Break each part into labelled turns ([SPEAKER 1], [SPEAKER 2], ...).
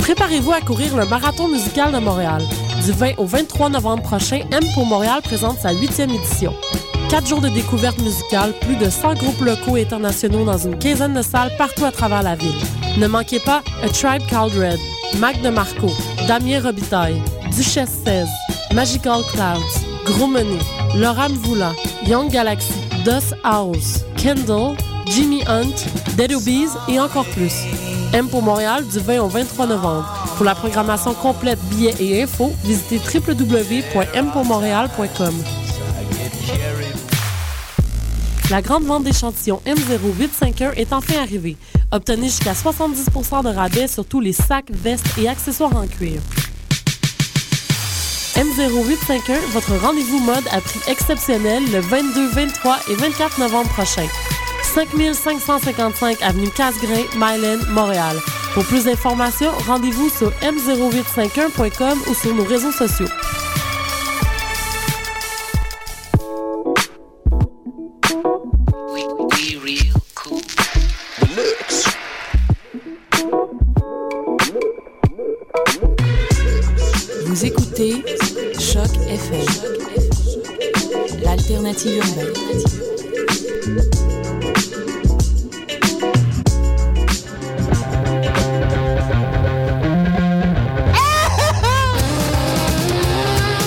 [SPEAKER 1] Préparez-vous à courir le Marathon musical de Montréal. Du 20 au 23 novembre prochain, M pour Montréal présente sa huitième édition. Quatre jours de découverte musicale, plus de 100 groupes locaux et internationaux dans une quinzaine de salles partout à travers la ville. Ne manquez pas A Tribe Called Red, Mac DeMarco, Damien Robitaille, Duchesse 16, Magical Clouds, Gros Money, Laura Mvoula, Young Galaxy, Dust House, Kendall, Jimmy Hunt, Dead Obies et encore plus. M pour Montréal du 20 au 23 novembre. Pour la programmation complète, billets et infos, visitez www.mpourmontréal.com. La grande vente d'échantillons M0851 est enfin arrivée. Obtenez jusqu'à 70 de rabais sur tous les sacs, vestes et accessoires en cuir. M0851, votre rendez-vous mode à prix exceptionnel le 22, 23 et 24 novembre prochain. 5555 avenue Casgrain, Myland, Montréal. Pour plus d'informations, rendez-vous sur m0851.com ou sur nos réseaux sociaux.
[SPEAKER 2] Vous écoutez Choc FM, l'alternative urbaine.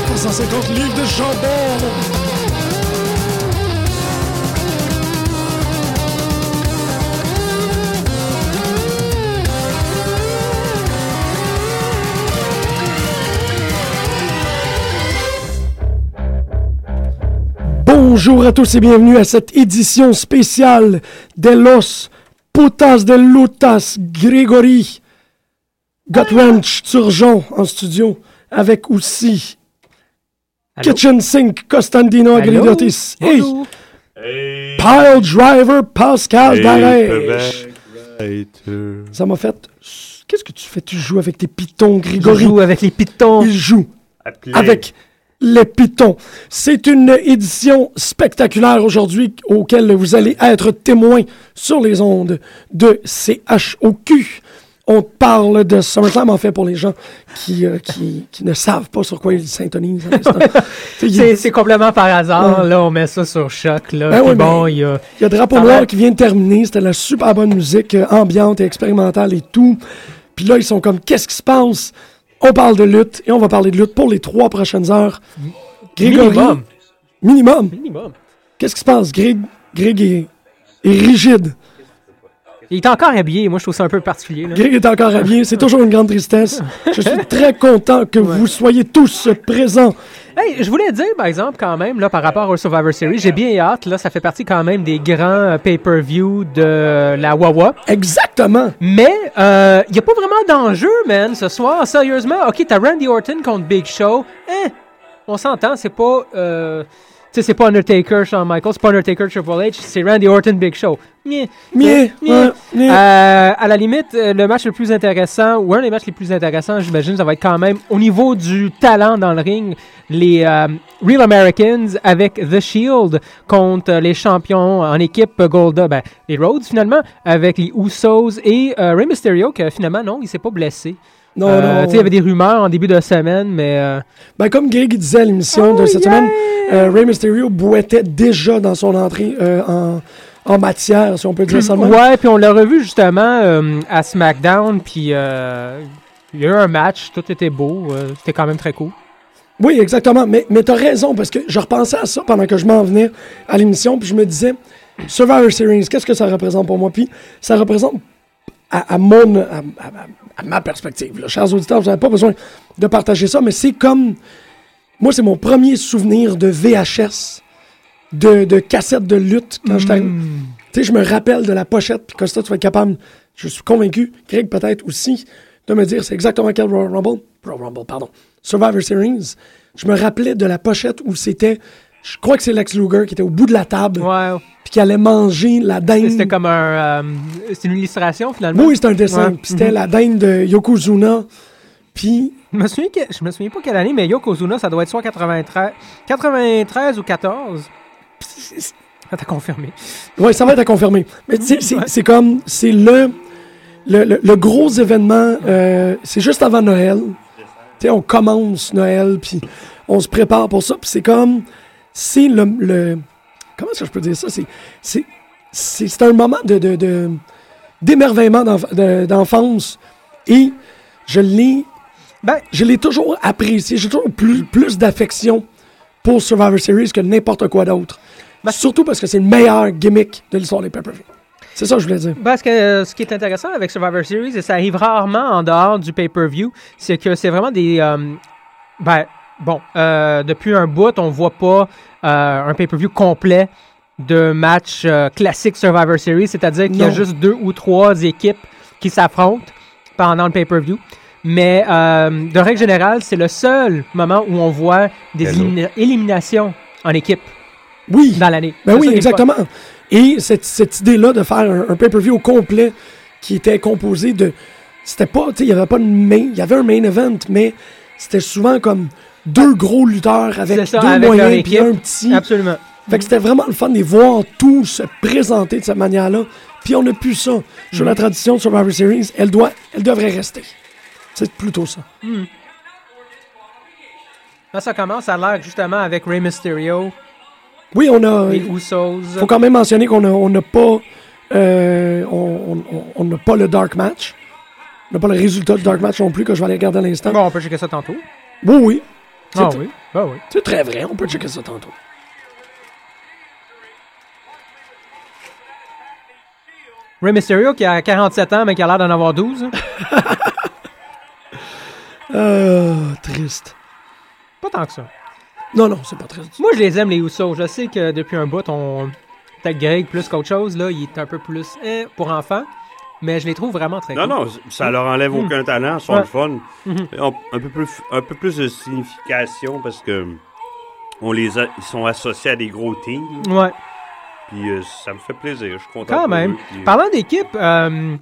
[SPEAKER 3] Pour 150 livres de chandelle. Bonjour à tous et bienvenue à cette édition spéciale de Los Putas de Lutas Grégory Gotranch Turgeon en studio avec aussi Kitchen Sink Costandino Agridotis et Pile Driver Pascal Darèche. Ça m'a fait. Qu'est-ce que tu fais Tu joues avec tes pitons,
[SPEAKER 4] Je
[SPEAKER 3] Grégory
[SPEAKER 4] joue avec les pitons.
[SPEAKER 3] Il joue avec les pitons. C'est une édition spectaculaire aujourd'hui auquel vous allez être témoin sur les ondes de CHOQ. On parle de SummerSlam, en fait, pour les gens qui, euh, qui, qui ne savent pas sur quoi ils s'intonisent. à l'instant. Tu sais, Il
[SPEAKER 4] C'est
[SPEAKER 3] y,
[SPEAKER 4] c'est complètement par hasard, là, on met ça sur choc, là.
[SPEAKER 3] Ben
[SPEAKER 4] puis
[SPEAKER 3] oui,
[SPEAKER 4] bon,
[SPEAKER 3] mais-
[SPEAKER 4] il y a...
[SPEAKER 3] a Drapeau
[SPEAKER 4] Ça
[SPEAKER 3] Noir
[SPEAKER 4] va.
[SPEAKER 3] qui vient de terminer. C'était la super bonne musique euh, ambiante et expérimentale et tout. Puis là, ils sont comme, qu'est-ce qui se passe? On parle de lutte et on va parler de lutte pour les trois prochaines heures.
[SPEAKER 4] Minimum.
[SPEAKER 3] Minimum.
[SPEAKER 4] Minimum.
[SPEAKER 3] Qu'est-ce qui se passe? Greg, Greg est, est rigide.
[SPEAKER 4] Il est encore habillé, moi je trouve ça un peu particulier, là.
[SPEAKER 3] Greg est encore habillé. C'est toujours une grande tristesse. Je suis très content que vous soyez tous présents.
[SPEAKER 4] Hey, je voulais dire, par exemple, quand même, là, par rapport au Survivor Series, j'ai bien hâte, là, ça fait partie quand même des grands euh, pay-per-view de la Wawa.
[SPEAKER 3] Exactement.
[SPEAKER 4] Mais euh, il n'y a pas vraiment d'enjeu, man, ce soir. Sérieusement, ok, t'as Randy Orton contre Big Show. Eh, on s'entend, c'est pas. Euh, tu sais, c'est pas Undertaker, Shawn Michaels, c'est pas Undertaker, Triple H, c'est Randy Orton, Big Show. Mie,
[SPEAKER 3] Mie, ouais, mie.
[SPEAKER 4] Euh, à la limite, euh, le match le plus intéressant, ou un des matchs les plus intéressants, j'imagine, ça va être quand même, au niveau du talent dans le ring, les euh, Real Americans avec The Shield contre euh, les champions en équipe euh, Golda, ben, les Rhodes finalement, avec les Usos et euh, Rey Mysterio, que finalement, non, il s'est pas blessé.
[SPEAKER 3] Non,
[SPEAKER 4] Euh,
[SPEAKER 3] non.
[SPEAKER 4] tu sais, Il y avait des rumeurs en début de semaine, mais. euh,
[SPEAKER 3] Ben, comme Greg disait à l'émission de
[SPEAKER 4] Oh,
[SPEAKER 3] cette
[SPEAKER 4] yeah!
[SPEAKER 3] semaine, euh, Ray Mysterio boitait déjà dans son entrée euh, en, en matière, si on peut dire ça. de même.
[SPEAKER 4] Hmm. Ouais, puis on l'a revu justement euh, à SmackDown, puis euh, il y a eu un match, tout était beau, euh, c'était quand même très cool.
[SPEAKER 3] Oui, exactement. Mais, mais t'as raison, parce que je repensais à ça pendant que je m'en venais à l'émission, puis je me disais, Survivor Series, qu'est-ce que ça représente pour moi? Puis ça représente, à, à mon, à, à- à ma perspective, là. chers auditeurs, vous n'avez pas besoin de partager ça, mais c'est comme, moi, c'est mon premier souvenir de VHS, de, de cassette de lutte, quand je t'arrive. Tu sais, je me rappelle de la pochette, puis Costa, tu vas être capable, je suis convaincu, Greg peut-être aussi, de me dire c'est exactement quel Royal Rumble, Royal Rumble, pardon, Survivor Series. Je me rappelais de la pochette où c'était, je crois que c'est Lex Luger qui était au bout de la table,
[SPEAKER 4] Ouais,
[SPEAKER 3] puis qui allait manger la dinde.
[SPEAKER 4] c'était comme un. euh, c'est une illustration finalement.
[SPEAKER 3] Oui, c'était un dessin,
[SPEAKER 4] Ouais. Mm-hmm.
[SPEAKER 3] puis c'était la dinde de Yokozuna, puis
[SPEAKER 4] Je me souviens, que- je me souviens pas quelle année, mais Yokozuna, ça doit être soit 93, 93 ou 14. Ah, t'as confirmé.
[SPEAKER 3] Oui, ça va être à confirmer. Mais tu sais, c'est c'est comme, c'est le, le, le- le gros événement, euh, c'est juste avant Noël. Tu sais, on commence Noël, puis on se prépare pour ça. Puis c'est comme, c'est le, le- comment est-ce que je peux dire ça? C'est, c'est, c'est, c'est un moment de, de- de- d'émerveillement d'enf- de- d'enfance. Et je l'ai,
[SPEAKER 4] Ben-
[SPEAKER 3] je l'ai toujours apprécié. J'ai toujours plus, plus d'affection pour Survivor Series que n'importe quoi d'autre. Surtout parce que c'est le meilleur gimmick de l'histoire des pay-per-view. C'est ça que je voulais dire.
[SPEAKER 4] Parce que euh, ce qui est intéressant avec Survivor Series, et ça arrive rarement en dehors du pay-per-view, c'est que c'est vraiment des. euh, ben, bon, euh, depuis un bout, on voit pas euh, un pay-per-view complet de match euh, classique Survivor Series, c'est-à-dire qu'il y a
[SPEAKER 3] Non.
[SPEAKER 4] juste deux ou trois équipes qui s'affrontent pendant le pay-per-view. Mais euh, de règle générale, c'est le seul moment où on voit des
[SPEAKER 5] Hello.
[SPEAKER 4] élimina- éliminations en équipe
[SPEAKER 3] Oui.
[SPEAKER 4] dans l'année.
[SPEAKER 3] Ben
[SPEAKER 4] C'est
[SPEAKER 3] oui,
[SPEAKER 4] ça qui est le fun.
[SPEAKER 3] exactement. Et cette, cette idée-là de faire un, un pay-per-view au complet qui était composé de. C'était pas. Tu sais, il y avait pas de main. Il y avait un main event, mais c'était souvent comme deux gros lutteurs avec
[SPEAKER 4] C'est ça,
[SPEAKER 3] deux
[SPEAKER 4] avec leur
[SPEAKER 3] moyens puis
[SPEAKER 4] équipe.
[SPEAKER 3] un petit.
[SPEAKER 4] Absolument.
[SPEAKER 3] Fait que c'était vraiment le fun de les voir tous se présenter de cette manière-là. Puis on n'a plus ça. Sur la tradition de Survivor Series, elle, doit, elle devrait rester. C'est plutôt ça.
[SPEAKER 4] Là, ça commence à l'air justement avec Rey Mysterio.
[SPEAKER 3] Oui, on a.
[SPEAKER 4] Les Usos.
[SPEAKER 3] faut quand même mentionner qu'on a- on n'a pas euh, on on- on n'a pas le dark match. On n'a pas le résultat du dark match non plus que je vais aller regarder à l'instant.
[SPEAKER 4] Bon, on peut checker ça tantôt.
[SPEAKER 3] Oui, oui.
[SPEAKER 4] Ah
[SPEAKER 3] C'est-
[SPEAKER 4] oui. Ben oui.
[SPEAKER 3] C'est très vrai, on peut checker ça tantôt.
[SPEAKER 4] Rey Mysterio qui a 47 ans, mais qui a l'air d'en avoir 12.
[SPEAKER 3] Euh, triste.
[SPEAKER 4] Pas tant que ça.
[SPEAKER 3] Non, non, c'est pas triste.
[SPEAKER 4] Moi, je les aime, les Usos. Je sais que depuis un bout, on. Peut-être Greg plus qu'autre chose, là. Il est un peu plus hein, pour enfants. Mais je les trouve vraiment très
[SPEAKER 5] Non,
[SPEAKER 4] cool.
[SPEAKER 5] non, ça leur enlève aucun talent, ils sont
[SPEAKER 4] Hmm. Ouais.
[SPEAKER 5] le fun.
[SPEAKER 4] Mhm.
[SPEAKER 5] Ils ont un, peu plus, un peu plus de signification parce que on les a- ils sont associés à des gros teams.
[SPEAKER 4] Ouais,
[SPEAKER 5] Puis euh, ça me fait plaisir, je suis content.
[SPEAKER 4] quand
[SPEAKER 5] pour
[SPEAKER 4] même.
[SPEAKER 5] eux, puis-
[SPEAKER 4] Parlant d'équipe, euh,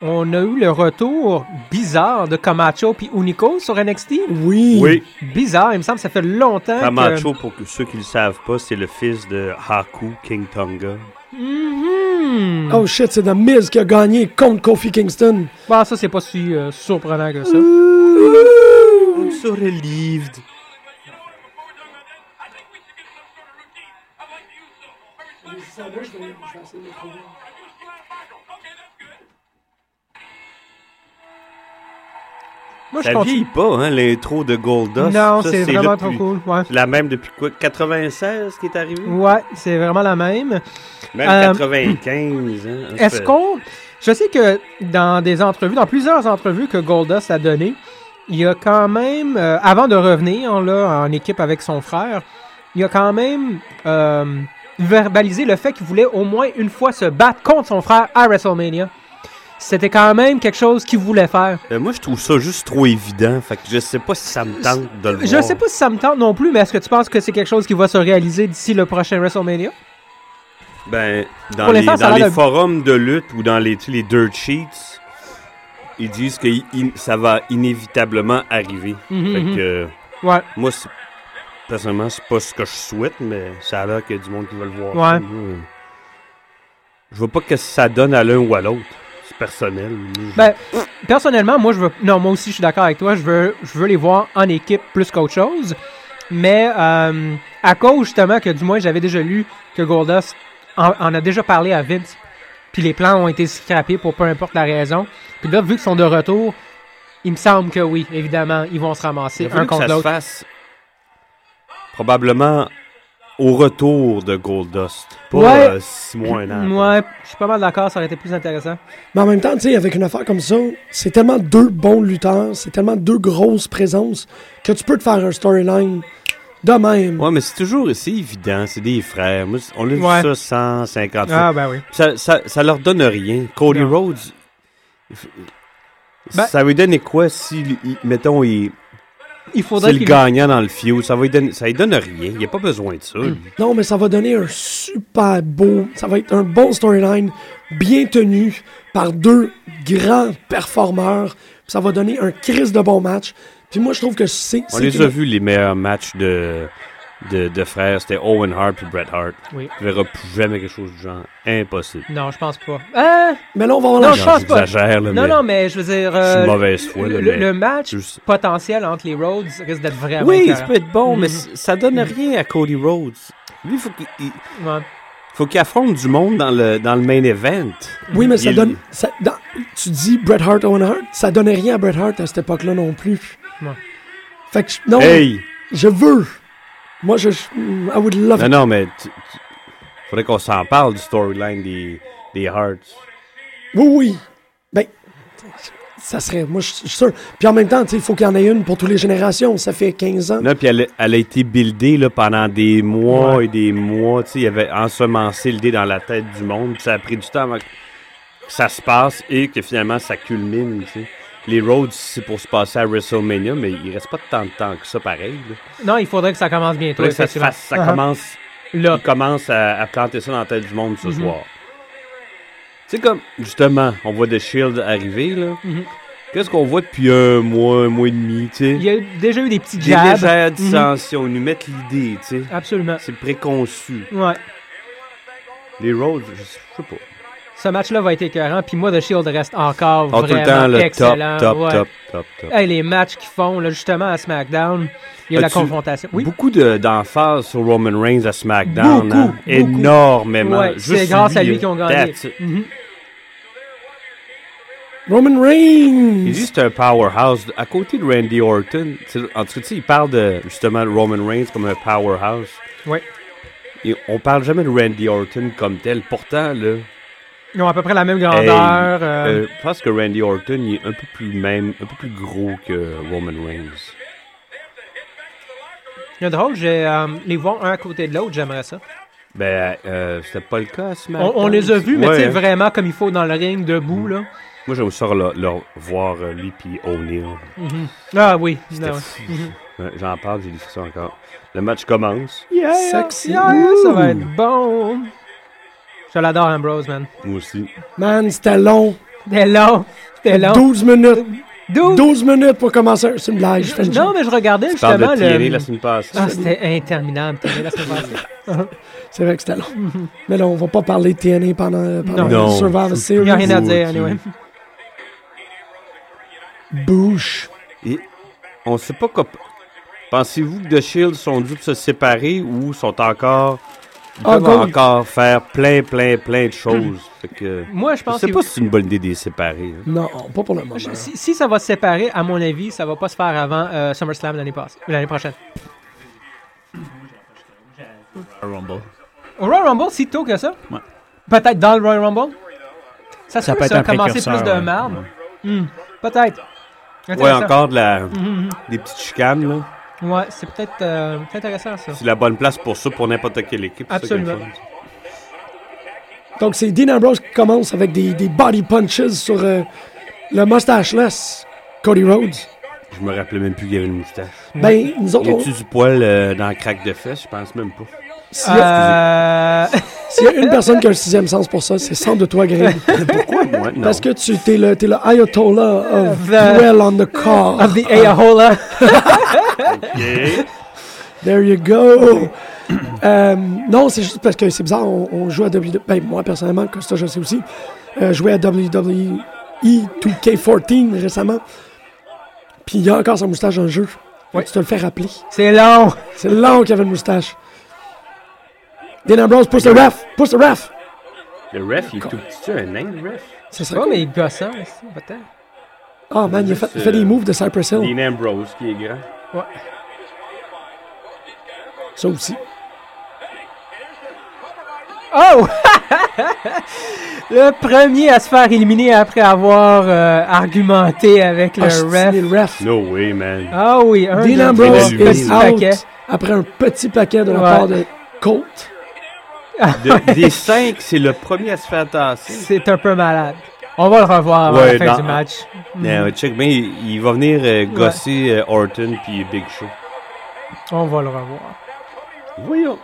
[SPEAKER 4] on a eu le retour bizarre de Camacho puis Unico sur NXT.
[SPEAKER 3] Oui.
[SPEAKER 5] Oui,
[SPEAKER 4] Bizarre, il me semble, ça fait longtemps. que-
[SPEAKER 5] Camacho, pour que- ceux qui ne le savent pas, c'est le fils de Haku King Tonga.
[SPEAKER 4] Mhm.
[SPEAKER 3] Oh shit, c'est The Miz qui a gagné contre Kofi Kingston.
[SPEAKER 4] Bon, ça, c'est pas si euh, surprenant que ça.
[SPEAKER 5] On se relieved.
[SPEAKER 4] Moi, je
[SPEAKER 5] Ça
[SPEAKER 4] continue.
[SPEAKER 5] vieillit pas, hein, l'intro de Goldust.
[SPEAKER 4] Non,
[SPEAKER 5] Ça,
[SPEAKER 4] c'est
[SPEAKER 5] là
[SPEAKER 4] vraiment trop
[SPEAKER 5] plus-
[SPEAKER 4] cool. Ouais,
[SPEAKER 5] La même depuis quoi 96 qui est arrivé
[SPEAKER 4] ouais c'est vraiment la même.
[SPEAKER 5] Même
[SPEAKER 4] Euh,
[SPEAKER 5] 95. hein, en
[SPEAKER 4] Est-ce
[SPEAKER 5] fait.
[SPEAKER 4] qu'on. Je sais que dans des entrevues, dans plusieurs entrevues que Goldust a données, il a quand même, euh, avant de revenir là, en équipe avec son frère, il a quand même euh, verbalisé le fait qu'il voulait au moins une fois se battre contre son frère à WrestleMania. C'était quand même quelque chose qu'il voulait faire.
[SPEAKER 5] Euh, moi, je trouve ça juste trop évident. Fait que je sais pas si ça me tente de le
[SPEAKER 4] Je
[SPEAKER 5] voir.
[SPEAKER 4] sais pas si ça me tente non plus, mais est-ce que tu penses que c'est quelque chose qui va se réaliser d'ici le prochain WrestleMania?
[SPEAKER 5] Ben, dans
[SPEAKER 4] Pour
[SPEAKER 5] les,
[SPEAKER 4] l'instant, ça a
[SPEAKER 5] dans
[SPEAKER 4] l'air
[SPEAKER 5] les
[SPEAKER 4] de-
[SPEAKER 5] forums de lutte ou dans les, tu sais, les dirt sheets, ils disent que i- i- ça va inévitablement arriver.
[SPEAKER 4] Mhm,
[SPEAKER 5] Fait
[SPEAKER 4] mhm.
[SPEAKER 5] que, euh,
[SPEAKER 4] Ouais.
[SPEAKER 5] moi, c'est- personnellement, c'est pas ce que je souhaite, mais ça a l'air qu'il y a du monde qui veut le voir.
[SPEAKER 4] Ouais.
[SPEAKER 5] Moi, euh, Je vois pas que ça donne à l'un ou à l'autre. C'est personnel. Moi, je-
[SPEAKER 4] Ben, personnellement, moi, je veux. Non, moi aussi, je suis d'accord avec toi. Je veux, je veux les voir en équipe plus qu'autre chose. Mais euh, à cause, justement, que du moins, j'avais déjà lu que Goldust en, en a déjà parlé à Vince. Puis les plans ont été scrappés pour peu importe la raison. Puis là, vu qu'ils sont de retour, il me semble que oui, évidemment, ils vont se ramasser
[SPEAKER 5] Il a fallu
[SPEAKER 4] un
[SPEAKER 5] que ça
[SPEAKER 4] contre
[SPEAKER 5] se
[SPEAKER 4] l'autre.
[SPEAKER 5] fasse probablement au retour de Goldust. Pas
[SPEAKER 4] Ouais.
[SPEAKER 5] euh, six mois, un an.
[SPEAKER 4] Ouais, je suis pas mal d'accord, ça aurait été plus intéressant.
[SPEAKER 3] Mais en même temps, tu sais, avec une affaire comme ça, c'est tellement deux bons lutteurs, c'est tellement deux grosses présences que tu peux te faire un storyline de même.
[SPEAKER 5] Ouais, mais c'est toujours c'est évident, c'est des frères. Moi, c'est- on l'a
[SPEAKER 4] Ouais.
[SPEAKER 5] vu ça 150 fois.
[SPEAKER 4] Ah, ben oui.
[SPEAKER 5] Ça, ça, ça leur donne rien. Cody
[SPEAKER 4] Non.
[SPEAKER 5] Rhodes, f-
[SPEAKER 4] Ben-
[SPEAKER 5] ça lui donne quoi si, il- mettons, il,
[SPEAKER 4] Il
[SPEAKER 5] c'est
[SPEAKER 4] faudrait
[SPEAKER 5] le
[SPEAKER 4] qu'il-
[SPEAKER 5] gagnant dans le feud? Ça, va lui donner, ça lui donne rien. Il n'y a pas besoin de ça.
[SPEAKER 4] Hmm.
[SPEAKER 5] lui.
[SPEAKER 3] Non, mais ça va donner un super beau. Ça va être un bon storyline, bien tenu par deux grands performeurs. Ça va donner un crise de bon match. Puis moi, je trouve que c'est.
[SPEAKER 5] On
[SPEAKER 3] c'est
[SPEAKER 5] les
[SPEAKER 3] une-
[SPEAKER 5] a vus, les meilleurs matchs de de, de frères. C'était Owen Hart puis Bret Hart.
[SPEAKER 4] Oui.
[SPEAKER 5] Tu verras plus jamais quelque chose du genre. Impossible.
[SPEAKER 4] Non, je pense pas. Ah!
[SPEAKER 3] Mais là, on va avoir
[SPEAKER 4] Non,
[SPEAKER 3] la
[SPEAKER 4] je
[SPEAKER 3] chance.
[SPEAKER 4] pense pas.
[SPEAKER 5] J'exagère, là,
[SPEAKER 4] Non,
[SPEAKER 5] Ben, mais
[SPEAKER 4] non, mais je veux dire.
[SPEAKER 5] je suis
[SPEAKER 4] euh,
[SPEAKER 5] de mauvaise foi, là,
[SPEAKER 4] le,
[SPEAKER 5] mais
[SPEAKER 4] le match
[SPEAKER 5] juste-
[SPEAKER 4] potentiel entre les Rhodes risque d'être vraiment.
[SPEAKER 5] Oui, ça
[SPEAKER 4] écœurant.
[SPEAKER 5] peut être bon, mais
[SPEAKER 4] Mhm.
[SPEAKER 5] c- ça donne rien à Cody Rhodes. Lui, faut qu'il- il
[SPEAKER 4] Ouais.
[SPEAKER 5] faut qu'il affronte du monde dans le, dans le main event.
[SPEAKER 3] Oui, mais ça
[SPEAKER 5] Il-
[SPEAKER 3] donne. ça- dans- tu dis Bret Hart, Owen Hart, ça donnait rien à Bret Hart à cette époque-là non plus.
[SPEAKER 4] Ouais.
[SPEAKER 3] Fait que, je- non,
[SPEAKER 5] Hey!
[SPEAKER 3] je veux. Moi, je. je- I would love
[SPEAKER 5] Non,
[SPEAKER 3] it.
[SPEAKER 5] non, mais tu- tu- faudrait qu'on s'en parle du storyline des, des Hearts.
[SPEAKER 3] Oui, oui. Ben, ça serait. Moi, je je suis sûr. Puis en même temps, tu sais, il faut qu'il y en ait une pour toutes les générations. Ça fait 15 ans.
[SPEAKER 5] Là, puis elle, a- elle a été buildée là, pendant des mois et des mois. Tu sais, il avait ensemencé l'idée dans la tête du monde. puis Ça a pris du temps avant que ça se passe et que finalement ça culmine. tu sais. Les Rhodes, c'est pour se passer à WrestleMania, mais il reste pas tant de temps que ça pareil. là.
[SPEAKER 4] Non, il faudrait que ça commence bientôt.
[SPEAKER 5] Faudrait que ça se
[SPEAKER 4] effectivement.
[SPEAKER 5] fasse. Ça
[SPEAKER 4] Uh-huh.
[SPEAKER 5] commence,
[SPEAKER 4] Là.
[SPEAKER 5] il commence à, à planter ça dans la tête du monde ce
[SPEAKER 4] Mhm.
[SPEAKER 5] soir. Tu sais, comme justement, on voit The Shield arriver. là.
[SPEAKER 4] Mhm.
[SPEAKER 5] Qu'est-ce qu'on voit depuis un mois, un mois et demi? tu sais?
[SPEAKER 4] Il y Mm-hmm. a eu- déjà eu des petits
[SPEAKER 5] Des
[SPEAKER 4] jabs.
[SPEAKER 5] légères dissensions, ils nous mettent l'idée, tu sais.
[SPEAKER 4] Absolument.
[SPEAKER 5] C'est préconçu.
[SPEAKER 4] Ouais.
[SPEAKER 5] Les Rhodes, je sais je sais pas.
[SPEAKER 4] Ce match-là va être écœurant. Puis moi, The Shield reste encore
[SPEAKER 5] Ont Oh, Ah, tout
[SPEAKER 4] vraiment
[SPEAKER 5] le temps le top,
[SPEAKER 4] excellent.
[SPEAKER 5] top,
[SPEAKER 4] Ouais. Euh,
[SPEAKER 5] top, top, top.
[SPEAKER 4] Hey, les matchs qu'ils font, là, justement, à SmackDown, il y a de la
[SPEAKER 5] As-tu-
[SPEAKER 4] confrontation. Oui.
[SPEAKER 5] Beaucoup de- d'emphase sur Roman Reigns à SmackDown.
[SPEAKER 4] Beaucoup,
[SPEAKER 5] hein.
[SPEAKER 4] beaucoup.
[SPEAKER 5] Énormément.
[SPEAKER 4] Ouais,
[SPEAKER 5] Juste
[SPEAKER 4] c'est grâce à lui
[SPEAKER 5] hein.
[SPEAKER 4] qu'ils ont gagné.
[SPEAKER 5] That's it.
[SPEAKER 4] Mhm.
[SPEAKER 3] Roman
[SPEAKER 5] Il
[SPEAKER 3] Reigns.
[SPEAKER 5] dit que c'est un powerhouse. À côté de Randy Orton, tu sais, en tout cas, tu sais, il parle de justement de Roman Reigns comme un powerhouse.
[SPEAKER 4] Ouais.
[SPEAKER 5] Et on parle jamais de Randy Orton comme tel. Pourtant, là,
[SPEAKER 4] Ils ont à peu près la même
[SPEAKER 5] Hey,
[SPEAKER 4] grandeur. euh,
[SPEAKER 5] euh, je pense que Randy Orton il est un peu plus même, un peu plus gros que Roman Reigns.
[SPEAKER 4] Il y a drôle, j'ai, euh, les voir un à côté de l'autre, j'aimerais ça.
[SPEAKER 5] Ben, euh, c'était pas le cas à SmackDown.
[SPEAKER 4] On, on les a vus, mais
[SPEAKER 5] Ouais,
[SPEAKER 4] tu sais,
[SPEAKER 5] hein.
[SPEAKER 4] vraiment comme il faut dans le ring, debout, là.
[SPEAKER 5] Moi, j'aime ça leur, leur voir euh, lui puis O'Neill.
[SPEAKER 4] Ah oui.
[SPEAKER 5] C'était
[SPEAKER 4] non, ouais.
[SPEAKER 5] fou. Ouais, J'en parle, j'ai dit ça encore. Le match commence.
[SPEAKER 3] Sexy.
[SPEAKER 4] Yeah, ça va être bon. Je l'adore, Ambrose, man.
[SPEAKER 5] Moi aussi.
[SPEAKER 3] Man, c'était long.
[SPEAKER 4] C'était long. C'était long.
[SPEAKER 3] 12 minutes.
[SPEAKER 4] Dude,
[SPEAKER 3] 12 minutes pour commencer. C'est une blague. je fais une
[SPEAKER 4] Non, mais je regardais
[SPEAKER 5] Tu parles de
[SPEAKER 4] justement
[SPEAKER 5] TNA
[SPEAKER 4] le...
[SPEAKER 5] la semaine passée.
[SPEAKER 4] Ah, c'était interminable, TNA, la semaine passée.
[SPEAKER 3] C'est vrai que c'était long. Mais là, on va pas parler de TNA pendant, pendant
[SPEAKER 5] Non.
[SPEAKER 3] Survivor
[SPEAKER 4] Il n'y a
[SPEAKER 3] Series.
[SPEAKER 4] rien à dire, anyway.
[SPEAKER 3] Bouche.
[SPEAKER 5] Et on sait pas quoi. Pensez-vous que The Shield sont dû se séparer ou sont encore. Ils
[SPEAKER 3] Ah,
[SPEAKER 5] peuvent
[SPEAKER 3] go-
[SPEAKER 5] encore faire plein, plein, plein de choses. Fait que,
[SPEAKER 4] Hmm. Moi, je
[SPEAKER 5] je
[SPEAKER 4] pense
[SPEAKER 5] sais
[SPEAKER 4] que...
[SPEAKER 5] pas si c'est une bonne idée de les séparer. hein.
[SPEAKER 3] Non, pas pour le moment.
[SPEAKER 4] Je- Si, si ça va se séparer, à mon avis, ça va pas se faire avant euh, SummerSlam l'année passée- l'année prochaine.
[SPEAKER 6] Rumble.
[SPEAKER 4] Au Royal Rumble, si tôt que ça?
[SPEAKER 6] Ouais.
[SPEAKER 4] Peut-être dans le Royal Rumble? Ça, se
[SPEAKER 6] Ça
[SPEAKER 4] peut,
[SPEAKER 6] peut être
[SPEAKER 4] ça,
[SPEAKER 6] un
[SPEAKER 4] commencer
[SPEAKER 6] précurseur,
[SPEAKER 4] plus de
[SPEAKER 6] ouais.
[SPEAKER 4] marbre. Hmm, Peut-être.
[SPEAKER 5] Ouais,
[SPEAKER 4] Intéressant.
[SPEAKER 5] encore de la,
[SPEAKER 4] Hmm,
[SPEAKER 5] des petites chicanes. Là.
[SPEAKER 4] Ouais, c'est peut-être euh, c'est intéressant, ça.
[SPEAKER 5] C'est la bonne place pour ça, pour n'importe quelle équipe. c'est ça qui est le
[SPEAKER 4] Absolument.
[SPEAKER 5] fun.
[SPEAKER 3] Donc, c'est Dean Ambrose qui commence avec des, des body punches sur euh, le mustacheless Cody Rhodes.
[SPEAKER 5] Je me rappelais même plus qu'il y avait une moustache.
[SPEAKER 3] Ben, nous
[SPEAKER 5] Y
[SPEAKER 3] autres, on-
[SPEAKER 5] a-tu du poil euh, dans le crack de fesses? Je pense même pas.
[SPEAKER 3] s'il y, a-
[SPEAKER 4] Euh,
[SPEAKER 3] s'il y a une personne qui a le sixième sens pour ça, c'est sans de toi, Greg.
[SPEAKER 5] Pourquoi moi? Non.
[SPEAKER 3] Parce que tu t'es le, t'es le Ayatollah of
[SPEAKER 4] The-
[SPEAKER 3] Dwell on the Car.
[SPEAKER 4] of the Ayahola.
[SPEAKER 3] There you go. Euh, non, c'est juste parce que c'est bizarre, on, on joue à WWE. Ben, moi, personnellement, Costa, je le sais aussi, euh, jouer à E WWE 2K14 récemment. Puis il y a encore son moustache dans le jeu. Faut que Tu te le fais rappeler.
[SPEAKER 4] C'est long.
[SPEAKER 3] C'est long qu'il y avait le moustache. Dean Ambrose, pousse le ref! Pousse le ref!
[SPEAKER 5] Le ref, il est tout petit. Tu un nain, le ref?
[SPEAKER 3] Ça serait
[SPEAKER 4] Ouais,
[SPEAKER 3] cool.
[SPEAKER 4] Oh, mais il est gossant, ici, peut-être.
[SPEAKER 3] Oh man, il a fait, il fait des moves de Cypress
[SPEAKER 4] Oh.
[SPEAKER 3] Hill.
[SPEAKER 5] Dean Ambrose, qui est grand.
[SPEAKER 3] Ça aussi.
[SPEAKER 4] Oh! le premier à se faire éliminer après avoir euh, argumenté avec le
[SPEAKER 3] Ah, c'est-
[SPEAKER 4] ref.
[SPEAKER 3] c'est le ref.
[SPEAKER 5] No way, man.
[SPEAKER 4] Ah oui, un
[SPEAKER 3] Dean
[SPEAKER 4] de-
[SPEAKER 3] Ambrose
[SPEAKER 5] Il a
[SPEAKER 3] is
[SPEAKER 5] allumé.
[SPEAKER 3] out après un petit paquet de la
[SPEAKER 4] Ouais.
[SPEAKER 3] part de Colt.
[SPEAKER 5] De- des cinq, c'est le premier à se faire tasser.
[SPEAKER 4] C'est un peu malade. On va le revoir avant
[SPEAKER 5] Ouais,
[SPEAKER 4] la fin
[SPEAKER 5] dans-
[SPEAKER 4] du match.
[SPEAKER 5] Non, euh, check bien, il, il va venir euh, gosser euh, Orton puis Big Show.
[SPEAKER 4] On va le revoir.
[SPEAKER 5] Voyons.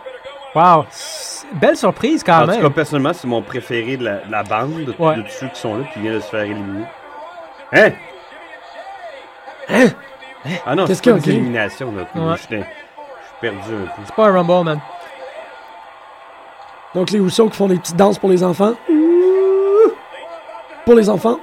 [SPEAKER 4] Wow, s- belle surprise quand
[SPEAKER 5] en tout
[SPEAKER 4] même.
[SPEAKER 5] cas, personnellement, c'est mon préféré de la, de la bande, de,
[SPEAKER 4] Ah, Ouais.
[SPEAKER 5] de tous ceux qui sont là, qui vient de se faire éliminer. Hein? Hein? Ah non,
[SPEAKER 3] Qu'est-ce
[SPEAKER 5] c'est
[SPEAKER 3] qu'il y a,
[SPEAKER 5] pas des
[SPEAKER 3] Guy?
[SPEAKER 5] éliminations, là.
[SPEAKER 4] Ouais.
[SPEAKER 5] Je suis un- je suis perdu un peu.
[SPEAKER 4] C'est pas un Rumble, man.
[SPEAKER 3] Donc, les Rousseaux qui font des petites danses pour les enfants. Pour les enfants,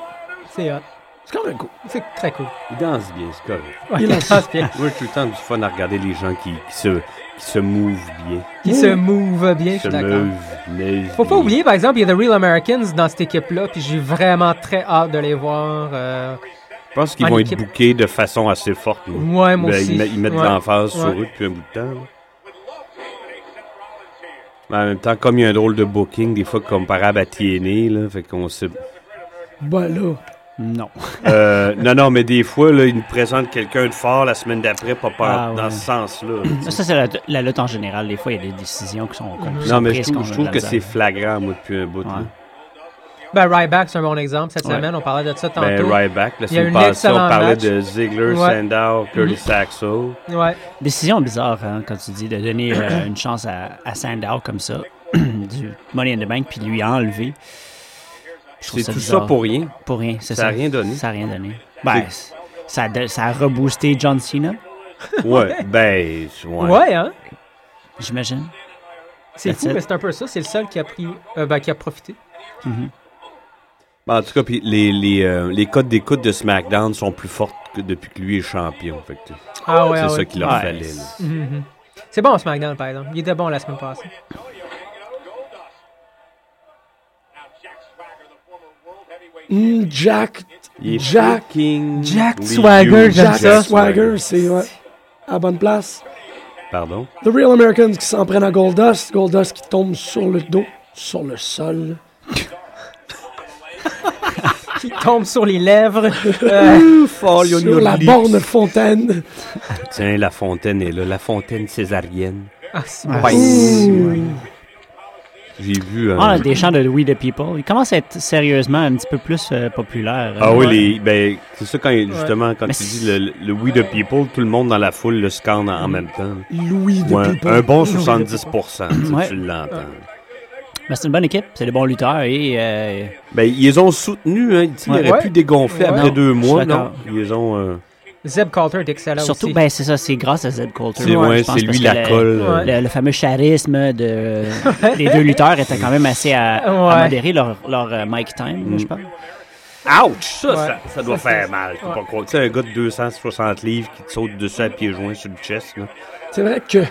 [SPEAKER 4] C'est hot.
[SPEAKER 3] c'est quand même cool.
[SPEAKER 4] C'est très cool.
[SPEAKER 5] Il danse bien, c'est correct.
[SPEAKER 4] Ouais,
[SPEAKER 3] Il en-
[SPEAKER 4] ça, c'est bien.
[SPEAKER 5] Moi, j'ai tout le temps du fun à regarder les gens qui, qui se, qui se mouvent bien.
[SPEAKER 4] Qui se move bien, je suis
[SPEAKER 5] se
[SPEAKER 4] d'accord.
[SPEAKER 5] meuvent, meuvent
[SPEAKER 4] Faut pas
[SPEAKER 5] bien.
[SPEAKER 4] oublier, par exemple, il y a The Real Americans dans cette équipe-là, puis j'ai vraiment très hâte de les voir. euh,
[SPEAKER 5] Je pense qu'ils
[SPEAKER 4] en
[SPEAKER 5] vont
[SPEAKER 4] équipe.
[SPEAKER 5] être bookés de façon assez forte. là.
[SPEAKER 4] Ouais, moi
[SPEAKER 5] Ben,
[SPEAKER 4] aussi.
[SPEAKER 5] Ils, met- ils mettent
[SPEAKER 4] Ouais.
[SPEAKER 5] de l'emphase
[SPEAKER 4] Ouais.
[SPEAKER 5] sur eux depuis un bout de temps. là. Mais en même temps, comme il y a un drôle de booking, des fois comparable à TNA, là, fait qu'on sait.
[SPEAKER 3] Ben là,
[SPEAKER 6] Non.
[SPEAKER 5] Euh, non, non, mais des fois, là, ils nous présentent quelqu'un de fort la semaine d'après, pas par-
[SPEAKER 6] Ah, ouais.
[SPEAKER 5] dans ce sens-là. tu sais.
[SPEAKER 6] Ça, ça, c'est la, la lutte en général. Des fois, il y a des décisions qui sont comme
[SPEAKER 5] non, mais je trouve, je trouve que c'est flagrant, moi, depuis un bout. là.
[SPEAKER 6] Ouais.
[SPEAKER 4] Ben, Ryback, c'est un bon exemple. Cette
[SPEAKER 6] Ouais.
[SPEAKER 4] semaine, on parlait de ça tantôt.
[SPEAKER 5] Ben, Ryback, la
[SPEAKER 4] Il y a
[SPEAKER 5] semaine
[SPEAKER 4] un
[SPEAKER 5] passée, on
[SPEAKER 4] excellent
[SPEAKER 5] parlait
[SPEAKER 4] match.
[SPEAKER 5] de Ziggler,
[SPEAKER 4] Ouais.
[SPEAKER 5] Sandow, Curtis
[SPEAKER 4] Mhm.
[SPEAKER 5] Axel.
[SPEAKER 4] Ouais.
[SPEAKER 6] Décision bizarre, hein, quand tu dis de donner euh, une chance à, à Sandow comme ça, du Money in the Bank, puis lui enlever. Je trouve
[SPEAKER 5] C'est tout ça
[SPEAKER 6] bizarre.
[SPEAKER 5] pour rien.
[SPEAKER 6] Pour rien, c'est
[SPEAKER 5] Ça
[SPEAKER 6] ça.
[SPEAKER 5] a rien donné.
[SPEAKER 6] Ça a rien donné. Ben, c'est- ça a, de- ça a reboosté John Cena,
[SPEAKER 5] Ouais, ben, ouais.
[SPEAKER 4] ouais. hein?
[SPEAKER 6] j'imagine.
[SPEAKER 4] C'est
[SPEAKER 6] That's
[SPEAKER 4] fou,
[SPEAKER 6] it.
[SPEAKER 4] mais c'est un peu ça. C'est le seul qui a pris, euh, ben, qui a profité.
[SPEAKER 6] Mhm.
[SPEAKER 5] Ben, en tout cas, puis les, les, euh, les codes d'écoute de SmackDown sont plus fortes que depuis que lui est champion. Fait que c'est
[SPEAKER 4] Ah ouais, ah
[SPEAKER 5] ça
[SPEAKER 4] ouais.
[SPEAKER 5] qu'il leur
[SPEAKER 6] Ouais.
[SPEAKER 5] fallait. là.
[SPEAKER 4] Mhm. C'est bon, SmackDown, par exemple. Il était bon la semaine passée.
[SPEAKER 3] hmm, Jack,
[SPEAKER 5] Il est
[SPEAKER 3] Jack-
[SPEAKER 5] fucking
[SPEAKER 4] Jack
[SPEAKER 5] huge.
[SPEAKER 4] Swagger, j'aime
[SPEAKER 3] Jack
[SPEAKER 4] ça.
[SPEAKER 3] Swagger, c'est ouais, à bonne place.
[SPEAKER 5] Pardon?
[SPEAKER 3] The Real Americans qui s'en prennent à Goldust. Goldust qui tombe sur le dos, sur le sol.
[SPEAKER 4] Qui tombe sur les lèvres. Euh,
[SPEAKER 5] oh,
[SPEAKER 3] sur la borne fontaine.
[SPEAKER 5] Tiens, la fontaine est là. La fontaine césarienne.
[SPEAKER 4] Ah, c'est
[SPEAKER 6] Ouais.
[SPEAKER 4] bon.
[SPEAKER 5] J'ai vu... euh, un-
[SPEAKER 6] Ah, des chants de We the People. Il commence à être sérieusement un petit peu plus euh, populaire.
[SPEAKER 5] Ah
[SPEAKER 6] Euh,
[SPEAKER 5] oui, les, ben, c'est ça quand, justement, quand
[SPEAKER 6] Mais
[SPEAKER 5] tu dis
[SPEAKER 6] c'est-
[SPEAKER 5] le, le We the People, tout le monde dans la foule le scanne en même temps.
[SPEAKER 3] Louis de Oh,
[SPEAKER 5] Ouais,
[SPEAKER 3] People.
[SPEAKER 5] un bon
[SPEAKER 4] Louis de
[SPEAKER 5] 70%, tu sais,
[SPEAKER 6] Ouais.
[SPEAKER 5] tu l'entends.
[SPEAKER 6] Mais Ben, c'est une bonne équipe, c'est des bons lutteurs et euh,
[SPEAKER 5] Ben, ils les ont soutenus, hein, tu sais,
[SPEAKER 6] Ouais.
[SPEAKER 5] ils auraient pu dégonfler
[SPEAKER 4] Ouais.
[SPEAKER 5] après
[SPEAKER 6] Non,
[SPEAKER 5] deux
[SPEAKER 6] je suis
[SPEAKER 5] mois, non?
[SPEAKER 6] d'accord.
[SPEAKER 5] Ils les ont... euh,
[SPEAKER 4] Zeb Coulter est excellent
[SPEAKER 6] surtout,
[SPEAKER 4] aussi.
[SPEAKER 6] ben c'est ça, c'est grâce à Zeb Coulter.
[SPEAKER 5] c'est
[SPEAKER 6] moi,
[SPEAKER 5] ouais,
[SPEAKER 6] je pense,
[SPEAKER 5] c'est lui
[SPEAKER 6] parce que
[SPEAKER 5] la
[SPEAKER 6] le-
[SPEAKER 5] colle. euh,
[SPEAKER 6] Le, le fameux charisme de, des deux lutteurs était quand même assez à, à
[SPEAKER 4] Ouais.
[SPEAKER 6] modérer leur, leur euh, mic time,
[SPEAKER 5] Mm.
[SPEAKER 6] je pense.
[SPEAKER 5] Ouch! Ça,
[SPEAKER 4] Ouais.
[SPEAKER 5] ça, ça doit
[SPEAKER 4] Ça,
[SPEAKER 5] faire
[SPEAKER 4] c'est-
[SPEAKER 5] mal. Tu
[SPEAKER 4] ouais.
[SPEAKER 5] pas croire. Tu sais, un gars de 260 livres qui te saute dessus à pieds joints sur le chest. Là.
[SPEAKER 3] C'est vrai que
[SPEAKER 5] Ouch!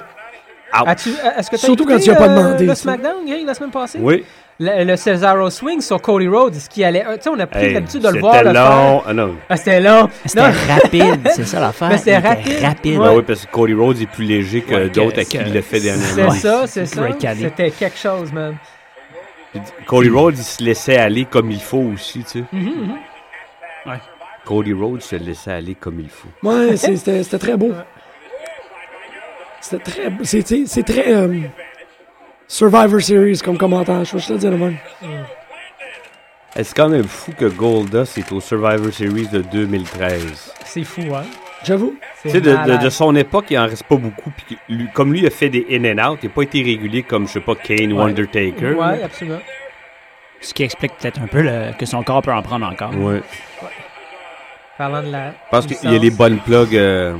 [SPEAKER 4] As-tu- Est-ce que t'as
[SPEAKER 3] Surtout
[SPEAKER 4] écouté,
[SPEAKER 3] quand tu as pas
[SPEAKER 4] euh,
[SPEAKER 3] demandé,
[SPEAKER 4] le
[SPEAKER 3] ça.
[SPEAKER 4] SmackDown, Greg, la semaine passée?
[SPEAKER 5] Oui.
[SPEAKER 4] Le, le Cesaro Swing sur Cody Rhodes, ce qui allait. euh, Tu sais, on a pris
[SPEAKER 5] Hey,
[SPEAKER 4] l'habitude de
[SPEAKER 5] C'était
[SPEAKER 4] le voir. le faire.
[SPEAKER 5] long. Ah non.
[SPEAKER 4] Ah, c'était long.
[SPEAKER 6] C'était rapide, c'est ça l'affaire.
[SPEAKER 4] Mais c'était
[SPEAKER 6] il
[SPEAKER 4] rapide.
[SPEAKER 6] était rapide.
[SPEAKER 5] Ben
[SPEAKER 4] Ouais.
[SPEAKER 5] oui, parce que Cody Rhodes est plus léger que
[SPEAKER 6] Ouais, que-
[SPEAKER 5] d'autres à qui
[SPEAKER 6] que-
[SPEAKER 5] il l'a fait
[SPEAKER 4] C'est
[SPEAKER 5] dernièrement.
[SPEAKER 6] Ouais.
[SPEAKER 4] ça, c'est ça.
[SPEAKER 6] Great Cali.
[SPEAKER 4] C'était quelque chose, man.
[SPEAKER 5] Cody Rhodes, il se laissait aller comme il faut aussi, tu sais.
[SPEAKER 4] Mhm,
[SPEAKER 6] Ouais.
[SPEAKER 5] Cody Rhodes se laissait aller comme il faut.
[SPEAKER 3] ouais, c'est- c'était c'était très beau. C'était très. c'est- C'est c'est très. euh, Survivor Series comme commentaire. Je vais te le dire le même.
[SPEAKER 5] Eh, C'est quand même fou que Goldust est au Survivor Series de 2013.
[SPEAKER 4] C'est fou, hein.
[SPEAKER 3] J'avoue.
[SPEAKER 4] C'est
[SPEAKER 5] Tu sais, de, de-
[SPEAKER 4] malade.
[SPEAKER 5] de son époque, il en reste pas beaucoup. Puis que lui- comme lui, il a fait des in and out. Il n'a pas été régulier comme, je sais pas, Kane ou
[SPEAKER 6] Ouais.
[SPEAKER 5] Undertaker.
[SPEAKER 4] Ouais, absolument.
[SPEAKER 6] Ce qui explique peut-être un peu le- que son corps peut en prendre encore.
[SPEAKER 5] Ouais.
[SPEAKER 4] Parlant de la.
[SPEAKER 5] Je pense
[SPEAKER 4] du
[SPEAKER 5] qu'il y a les
[SPEAKER 4] sens.
[SPEAKER 5] bonnes plugs euh,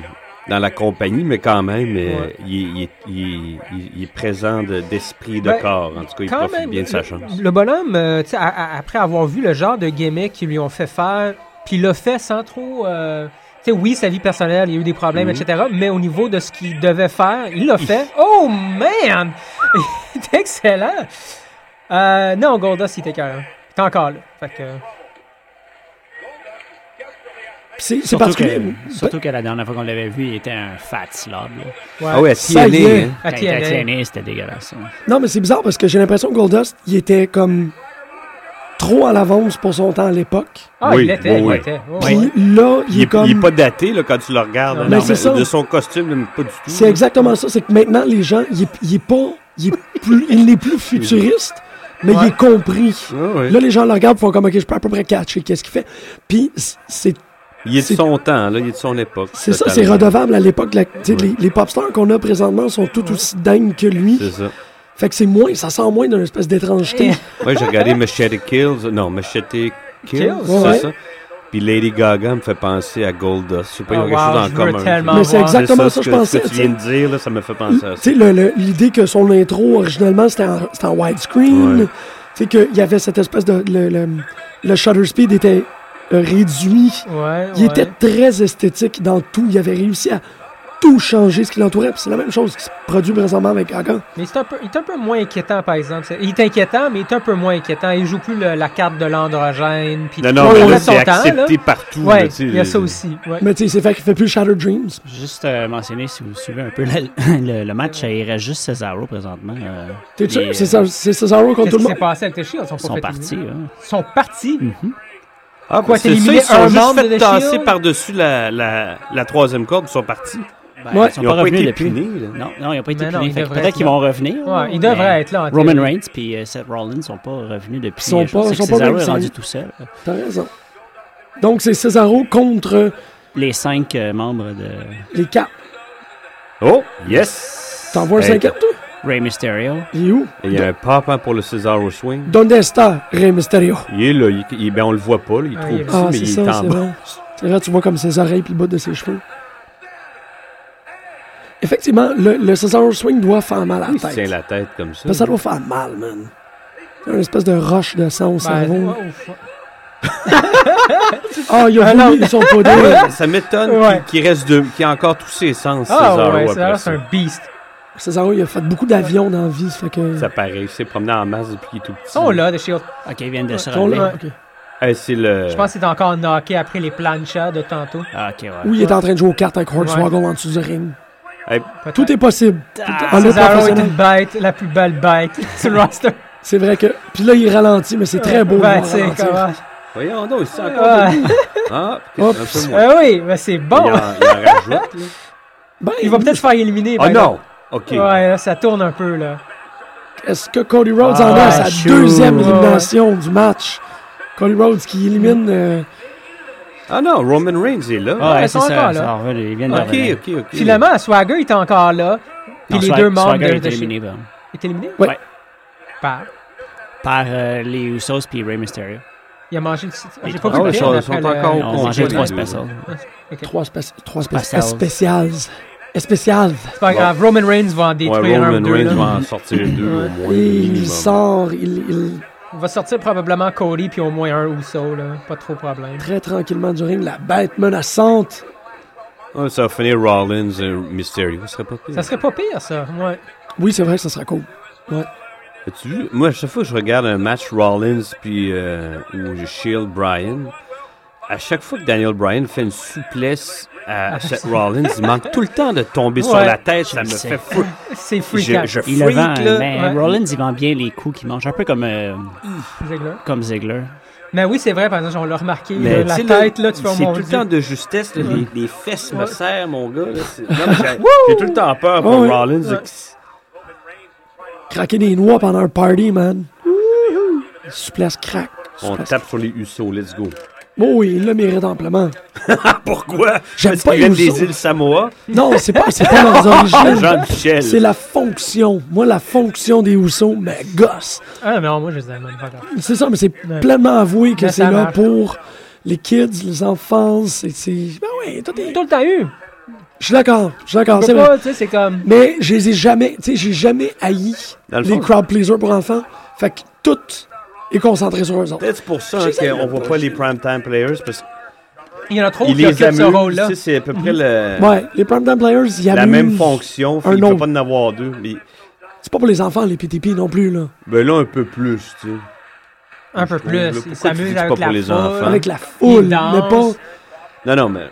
[SPEAKER 5] dans la compagnie, mais quand même, euh,
[SPEAKER 4] Ouais.
[SPEAKER 5] il, est- il est- il est- il est présent de- d'esprit, de,
[SPEAKER 4] Ben,
[SPEAKER 5] corps. En tout cas, il
[SPEAKER 4] Quand
[SPEAKER 5] profite
[SPEAKER 4] même,
[SPEAKER 5] bien de sa
[SPEAKER 4] le-
[SPEAKER 5] chance.
[SPEAKER 4] Le bonhomme, euh, tu sais, a- a- après avoir vu le genre de gimmick qu'ils lui ont fait faire, puis il l'a fait sans trop. euh, tu sais, oui, sa vie personnelle, il y a eu des problèmes,
[SPEAKER 5] Mhm.
[SPEAKER 4] etc. Mais au niveau de ce qu'il devait faire, il l'a fait. Oh man, Il est excellent. Euh, non, Goldust, hein. il était carré. T'es encore là. Fait que,
[SPEAKER 3] Puis C'est c'est
[SPEAKER 6] Surtout
[SPEAKER 3] particulier.
[SPEAKER 6] que- surtout que la dernière fois qu'on l'avait vu, il était un fat slob. là.
[SPEAKER 4] ouais.
[SPEAKER 5] Ah ouais,
[SPEAKER 3] Ça y
[SPEAKER 5] TNA,
[SPEAKER 3] est.
[SPEAKER 5] hein.
[SPEAKER 4] À
[SPEAKER 6] Quand Ben, il
[SPEAKER 4] TNA.
[SPEAKER 6] était à TNA, c'était dégueulasse. hein.
[SPEAKER 3] Non, mais c'est bizarre parce que j'ai l'impression que Goldust, il était comme trop à l'avance pour son temps à l'époque.
[SPEAKER 4] Ah,
[SPEAKER 5] Oui,
[SPEAKER 4] il était,
[SPEAKER 5] oui,
[SPEAKER 4] il
[SPEAKER 5] oui.
[SPEAKER 4] était. Oh,
[SPEAKER 3] Puis
[SPEAKER 4] ouais.
[SPEAKER 3] là, il,
[SPEAKER 5] Il
[SPEAKER 3] est
[SPEAKER 5] est,
[SPEAKER 3] comme.
[SPEAKER 5] il est pas daté là, quand tu le regardes.
[SPEAKER 4] Non,
[SPEAKER 5] hein.
[SPEAKER 4] mais
[SPEAKER 5] Non,
[SPEAKER 3] c'est ça.
[SPEAKER 5] De son costume, même pas du tout.
[SPEAKER 3] C'est exactement ça. C'est que maintenant, les gens, il est, il est pas. Il est plus, il n'est plus futuriste, mais
[SPEAKER 4] Ouais.
[SPEAKER 3] il est compris.
[SPEAKER 5] Ah ouais.
[SPEAKER 3] Là, les gens le regardent et font comme, OK, je peux à peu près catcher qu'est-ce qu'il fait. Puis, c'est
[SPEAKER 5] il est
[SPEAKER 3] c'est-
[SPEAKER 5] de son temps, là, il est de son époque.
[SPEAKER 3] c'est ça, c'est
[SPEAKER 5] totalement.
[SPEAKER 3] redevable à l'époque. de la- tu sais,
[SPEAKER 5] Ouais.
[SPEAKER 3] Les, les pop stars qu'on a présentement sont tout aussi dingues que lui.
[SPEAKER 5] C'est ça.
[SPEAKER 3] Fait que c'est moins, ça sent moins d'une espèce d'étrangeté.
[SPEAKER 5] Moi, j'ai regardé Machete Kills. Non, Machete Kills,
[SPEAKER 4] Kills,
[SPEAKER 5] c'est
[SPEAKER 3] ouais.
[SPEAKER 5] ça. Puis Lady Gaga me fait penser à Goldust. Je sais pas, ils ont
[SPEAKER 4] Oh,
[SPEAKER 5] quelque
[SPEAKER 4] wow,
[SPEAKER 5] chose en
[SPEAKER 4] je veux
[SPEAKER 5] commun.
[SPEAKER 4] tellement
[SPEAKER 5] tu
[SPEAKER 3] Mais
[SPEAKER 5] sais.
[SPEAKER 4] voir.
[SPEAKER 3] c'est exactement ça,
[SPEAKER 5] ce
[SPEAKER 3] je
[SPEAKER 5] que-
[SPEAKER 3] pensais.
[SPEAKER 5] Ce que tu viens de dire, là, ça me fait penser à
[SPEAKER 3] Tu
[SPEAKER 5] ça.
[SPEAKER 3] sais, le- le- l'idée que son intro, originalement, c'était en, c'était en widescreen.
[SPEAKER 5] Ouais.
[SPEAKER 3] Tu sais, qu'il y avait cette espèce de. Le, le- le shutter speed était euh, réduit.
[SPEAKER 4] Ouais,
[SPEAKER 3] Il
[SPEAKER 4] ouais.
[SPEAKER 3] était très esthétique dans tout. Il avait réussi à tout changer ce qui l'entourait. Puis C'est la même chose qui se produit présentement avec Gaga.
[SPEAKER 4] Mais c'est un peu, il est un peu moins inquiétant, par exemple. C'est- Il est inquiétant, mais il est un peu moins inquiétant. Il joue plus le- la carte de l'androgène. puis-
[SPEAKER 5] Non, non,
[SPEAKER 4] il
[SPEAKER 5] mais là,
[SPEAKER 4] reste son
[SPEAKER 5] c'est
[SPEAKER 4] temps,
[SPEAKER 5] accepté partout.
[SPEAKER 4] Ouais,
[SPEAKER 5] là, tu sais,
[SPEAKER 4] il y a ça
[SPEAKER 5] je-
[SPEAKER 4] aussi. Ouais.
[SPEAKER 3] Mais tu sais, c'est fait qu'il fait plus Shattered Dreams.
[SPEAKER 6] Juste euh, mentionner, si vous suivez un peu le, le- le match, il reste juste Cesaro présentement. euh,
[SPEAKER 3] T'es sûr?
[SPEAKER 6] les-
[SPEAKER 3] C'est ça- C'est Cesaro contre
[SPEAKER 4] Qu'est-ce
[SPEAKER 3] tout
[SPEAKER 4] qui
[SPEAKER 3] le
[SPEAKER 4] s'est
[SPEAKER 3] monde.
[SPEAKER 4] passé avec The Shield? Ils sont,
[SPEAKER 6] Ils
[SPEAKER 4] pas
[SPEAKER 6] sont
[SPEAKER 4] fait
[SPEAKER 6] partis.
[SPEAKER 4] éliminer.
[SPEAKER 6] hein.
[SPEAKER 4] Ils sont partis?
[SPEAKER 6] Mhm.
[SPEAKER 4] Quoi,
[SPEAKER 5] Ah, ben,
[SPEAKER 4] t'as
[SPEAKER 5] c'est ça,
[SPEAKER 4] éliminé
[SPEAKER 5] ils
[SPEAKER 4] un
[SPEAKER 5] sont juste
[SPEAKER 4] membre de
[SPEAKER 5] fait
[SPEAKER 4] The
[SPEAKER 5] tasser
[SPEAKER 4] Shield?
[SPEAKER 5] par-dessus la, la, la troisième corde, ils sont partis.
[SPEAKER 6] Ben,
[SPEAKER 3] Ouais.
[SPEAKER 6] Ils sont
[SPEAKER 5] Ils
[SPEAKER 6] pas
[SPEAKER 5] ont pas
[SPEAKER 6] revenus
[SPEAKER 5] été
[SPEAKER 6] depuis.
[SPEAKER 5] punés, là.
[SPEAKER 6] Non, non, ils n'ont pas été
[SPEAKER 4] Mais Ben non,
[SPEAKER 6] punés.
[SPEAKER 4] ils
[SPEAKER 6] Fait que
[SPEAKER 4] devraient
[SPEAKER 6] Peut-être
[SPEAKER 4] être
[SPEAKER 6] qu'ils
[SPEAKER 4] là.
[SPEAKER 6] vont revenir.
[SPEAKER 4] Ouais, ils
[SPEAKER 6] mais
[SPEAKER 4] devraient être là, en
[SPEAKER 6] Roman
[SPEAKER 4] théorie.
[SPEAKER 6] Reigns puis euh, Seth Rollins ne sont pas revenus depuis. euh,
[SPEAKER 3] Ils sont
[SPEAKER 6] je
[SPEAKER 3] pas-
[SPEAKER 6] pense
[SPEAKER 3] ils
[SPEAKER 6] que
[SPEAKER 3] sont pas
[SPEAKER 6] Cesaro est
[SPEAKER 3] revenus.
[SPEAKER 6] rendu tout seul.
[SPEAKER 3] T'as raison. Donc, c'est Cesaro contre
[SPEAKER 6] Les cinq euh, membres de
[SPEAKER 3] les quatre.
[SPEAKER 5] Oh, yes!
[SPEAKER 3] T'en vois un
[SPEAKER 5] Hey,
[SPEAKER 3] cinquième, toi?
[SPEAKER 6] Rey Mysterio.
[SPEAKER 3] Il est où?
[SPEAKER 5] Il y a un papa pour le Cesaro Swing.
[SPEAKER 3] Donde está Rey Mysterio?
[SPEAKER 5] Il est là, il, il- ben on le voit pas, là, il est
[SPEAKER 4] Ah,
[SPEAKER 5] trop
[SPEAKER 4] il est
[SPEAKER 5] petit,
[SPEAKER 4] là.
[SPEAKER 3] Ah,
[SPEAKER 5] mais
[SPEAKER 3] c'est
[SPEAKER 5] il est
[SPEAKER 3] ça,
[SPEAKER 5] en
[SPEAKER 3] c'est
[SPEAKER 5] bas.
[SPEAKER 3] vrai. C'est vrai, tu vois comme ses oreilles puis le bas de ses cheveux. Effectivement, le, le Cesaro Swing doit faire mal à
[SPEAKER 5] Il
[SPEAKER 3] la
[SPEAKER 5] se
[SPEAKER 3] tête.
[SPEAKER 5] tient la tête comme ça.
[SPEAKER 3] Parce que ça doit faire mal, man. C'est une espèce de roche de sang au
[SPEAKER 4] Ben,
[SPEAKER 3] cerveau.
[SPEAKER 4] oh, f-
[SPEAKER 3] Ah, il a voulu son poder.
[SPEAKER 5] Ouais, Ah, ça m'étonne qu'il-
[SPEAKER 4] Ouais.
[SPEAKER 5] qu'il reste deux, qu'il a encore tous ses sens,
[SPEAKER 4] Ah
[SPEAKER 5] Cesaro,
[SPEAKER 4] ouais,
[SPEAKER 5] après
[SPEAKER 4] Cesaro, c'est
[SPEAKER 5] ça.
[SPEAKER 4] un beast.
[SPEAKER 3] Cesaro, il a fait beaucoup d'avions dans la vie, ça fait que...
[SPEAKER 5] Ça paraît, il s'est promené en masse depuis qu'il est tout petit.
[SPEAKER 4] Ils sont Oh, là, The Shield.
[SPEAKER 6] Ok, ils viennent de se
[SPEAKER 3] Ton-
[SPEAKER 6] relever.
[SPEAKER 3] ok.
[SPEAKER 5] Eh, c'est le...
[SPEAKER 4] Je pense qu'il est encore knocké après les planchas de tantôt.
[SPEAKER 6] Ah, ok, ouais.
[SPEAKER 3] Ou il est en train de jouer aux cartes avec Hornswoggle en dessous du ring. Tout est possible.
[SPEAKER 6] Ah,
[SPEAKER 3] en lutte
[SPEAKER 4] Cesaro est
[SPEAKER 3] professionnelle.
[SPEAKER 4] une bête, la plus belle bête sur le roster.
[SPEAKER 3] C'est vrai que... Puis là, il ralentit, mais c'est très beau. de
[SPEAKER 4] Ben,
[SPEAKER 3] voir
[SPEAKER 4] tu sais,
[SPEAKER 3] ralentir.
[SPEAKER 4] comment-
[SPEAKER 5] Voyons donc, il s'est encore...
[SPEAKER 4] Ouais.
[SPEAKER 5] Ah, qu'est-ce
[SPEAKER 3] Hop.
[SPEAKER 5] que c'est un peu moins.
[SPEAKER 4] Ah oui, mais c'est
[SPEAKER 5] Il en,
[SPEAKER 4] bon.
[SPEAKER 5] il en rajoute, là.
[SPEAKER 3] Ben,
[SPEAKER 4] Il va peut-être se faire éliminer.
[SPEAKER 5] Ah
[SPEAKER 4] par exemple.
[SPEAKER 5] non! OK.
[SPEAKER 4] Ouais, là, ça tourne un peu, là.
[SPEAKER 3] Est-ce que Cody Rhodes en
[SPEAKER 6] Ah,
[SPEAKER 3] a sa
[SPEAKER 6] shoot.
[SPEAKER 3] deuxième élimination du match? Cody Rhodes qui élimine... euh,
[SPEAKER 5] Ah non, Roman Reigns est là.
[SPEAKER 6] Ah,
[SPEAKER 4] Ouais,
[SPEAKER 6] ouais,
[SPEAKER 4] ils
[SPEAKER 6] c'est
[SPEAKER 4] sont encore
[SPEAKER 6] ça.
[SPEAKER 4] là.
[SPEAKER 6] ça en revient, ils viennent de
[SPEAKER 5] OK,
[SPEAKER 6] revenir.
[SPEAKER 5] OK, OK.
[SPEAKER 4] Finalement, Swagger il est encore là. Puis
[SPEAKER 6] Non,
[SPEAKER 4] les
[SPEAKER 6] Swag-
[SPEAKER 4] deux membres
[SPEAKER 6] Swagger
[SPEAKER 4] de,
[SPEAKER 6] est
[SPEAKER 4] de chez-
[SPEAKER 6] éliminé par,
[SPEAKER 4] Il est éliminé?
[SPEAKER 3] Ouais.
[SPEAKER 6] Ouais.
[SPEAKER 4] Par.
[SPEAKER 6] par, euh, les Usos puis Rey Mysterio.
[SPEAKER 4] Il a mangé le site.
[SPEAKER 6] Les
[SPEAKER 4] J'ai pas
[SPEAKER 6] trois.
[SPEAKER 4] vu
[SPEAKER 5] Ah
[SPEAKER 4] le
[SPEAKER 5] ouais,
[SPEAKER 4] film
[SPEAKER 5] ils sont-
[SPEAKER 4] après
[SPEAKER 5] sont
[SPEAKER 4] le-
[SPEAKER 5] encore au
[SPEAKER 6] Ils ont mangé
[SPEAKER 5] complet,
[SPEAKER 6] trois
[SPEAKER 5] les deux.
[SPEAKER 6] specials.
[SPEAKER 3] Trois spéciales. Trois
[SPEAKER 6] Spéciales.
[SPEAKER 3] spéciales. Spéciales.
[SPEAKER 4] C'est pas grave. Roman Reigns va en
[SPEAKER 5] Ouais,
[SPEAKER 4] détruire un
[SPEAKER 5] Roman
[SPEAKER 4] ou deux.
[SPEAKER 5] Reigns
[SPEAKER 4] là.
[SPEAKER 5] va en sortir deux au moins.
[SPEAKER 3] Et
[SPEAKER 5] minimum.
[SPEAKER 3] il sort, il, il-
[SPEAKER 4] Il va sortir probablement Cody puis au moins un ou ça. Là. Pas trop de problème.
[SPEAKER 3] très tranquillement du ring, la bête menaçante.
[SPEAKER 5] Ah, ça va finir Rollins et Mysterio, ce serait pas pire.
[SPEAKER 4] Ça serait pas pire, ça. Ouais.
[SPEAKER 3] Oui, c'est vrai que ça sera cool.
[SPEAKER 5] As-tu vu? Moi, à chaque fois que je regarde un match Rollins puis euh, ou Shield Bryan, à chaque fois que Daniel Bryan fait une souplesse à Seth Rollins, il manque tout le temps de tomber sur
[SPEAKER 4] Ouais.
[SPEAKER 5] la tête. Ça me
[SPEAKER 6] Je sais.
[SPEAKER 5] fait fou.
[SPEAKER 4] C'est
[SPEAKER 5] Je,
[SPEAKER 4] freakant.
[SPEAKER 5] je
[SPEAKER 6] Il le
[SPEAKER 5] freak,
[SPEAKER 6] vend,
[SPEAKER 5] là.
[SPEAKER 6] mais
[SPEAKER 4] Ouais.
[SPEAKER 6] Rollins, il vend bien les coups qu'il mange, un peu comme, euh,
[SPEAKER 4] Ziggler.
[SPEAKER 6] comme Ziggler.
[SPEAKER 4] Mais oui, c'est vrai, par exemple, on l'a remarqué.
[SPEAKER 5] Mais
[SPEAKER 4] là,
[SPEAKER 5] tu sais,
[SPEAKER 4] la tête, là, tu vas
[SPEAKER 5] C'est tout
[SPEAKER 4] mon
[SPEAKER 5] le
[SPEAKER 4] Dieu.
[SPEAKER 5] temps de justesse. là, les, les fesses me
[SPEAKER 4] Ouais.
[SPEAKER 5] serrent, mon gars. là, c'est- non, mais j'ai- J'ai tout le temps peur pour
[SPEAKER 3] Ouais, ouais.
[SPEAKER 5] Rollins. là,
[SPEAKER 4] Ouais.
[SPEAKER 5] qui-
[SPEAKER 3] Craquer des noix pendant un party, man. Souplesse crack.
[SPEAKER 5] On
[SPEAKER 3] Souplesse.
[SPEAKER 5] tape sur les Usos. Let's go.
[SPEAKER 3] Oh oui, il le mérite amplement.
[SPEAKER 5] Pourquoi?
[SPEAKER 3] J'aime
[SPEAKER 5] Parce
[SPEAKER 3] pas
[SPEAKER 5] qu'ils viennent
[SPEAKER 3] les
[SPEAKER 5] des
[SPEAKER 3] Usos.
[SPEAKER 5] îles Samoa.
[SPEAKER 3] Non, c'est pas, c'est pas leurs origines.
[SPEAKER 5] Jean-Michel.
[SPEAKER 3] C'est la fonction. Moi, la fonction des Housseaux, mais gosse.
[SPEAKER 4] Ah non, moi, je les aime. pas grave.
[SPEAKER 3] C'est ça, mais c'est
[SPEAKER 4] Ouais.
[SPEAKER 3] pleinement avoué que
[SPEAKER 4] Mais
[SPEAKER 3] c'est
[SPEAKER 4] ça
[SPEAKER 3] là
[SPEAKER 4] marche.
[SPEAKER 3] pour les kids, les enfants. C'est. c'est- Ben oui, tout est-
[SPEAKER 4] Tout le temps eu.
[SPEAKER 3] Je suis d'accord. Je suis d'accord.
[SPEAKER 4] Je
[SPEAKER 3] C'est
[SPEAKER 4] peux
[SPEAKER 3] vrai.
[SPEAKER 4] pas, tu sais, c'est comme.
[SPEAKER 3] Mais je les ai jamais, tu sais, j'ai jamais haï
[SPEAKER 5] Dans le
[SPEAKER 3] les
[SPEAKER 5] fond.
[SPEAKER 3] crowd pleasers pour enfants. Fait que tout est concentré sur eux autres.
[SPEAKER 5] Peut-être c'est pour ça hein, qu'on voit pas les prime-time players parce
[SPEAKER 4] Oh, Il y en a trop
[SPEAKER 5] qu'ils
[SPEAKER 4] qui
[SPEAKER 5] les
[SPEAKER 4] occupent ce
[SPEAKER 5] amusent.
[SPEAKER 4] rôle-là.
[SPEAKER 5] Tu sais, c'est à peu près le-
[SPEAKER 3] Mhm. Ouais, les primetime players, il y a
[SPEAKER 5] la même fonction.
[SPEAKER 3] un
[SPEAKER 5] Il ne peut
[SPEAKER 3] autre.
[SPEAKER 5] pas en avoir deux. Mais
[SPEAKER 3] C'est pas pour les enfants, les PTP non plus, là.
[SPEAKER 5] ben là, un peu plus. Tu sais.
[SPEAKER 4] Un peu
[SPEAKER 5] Je trouve, là,
[SPEAKER 4] plus.
[SPEAKER 5] pourquoi
[SPEAKER 4] Ils
[SPEAKER 5] tu dis
[SPEAKER 4] s'amusent
[SPEAKER 5] pas
[SPEAKER 4] avec
[SPEAKER 5] pour
[SPEAKER 4] la
[SPEAKER 5] les
[SPEAKER 4] foule.
[SPEAKER 5] enfants?
[SPEAKER 3] Avec la foule, mais
[SPEAKER 4] dansent.
[SPEAKER 3] pas.
[SPEAKER 5] Non, non, mais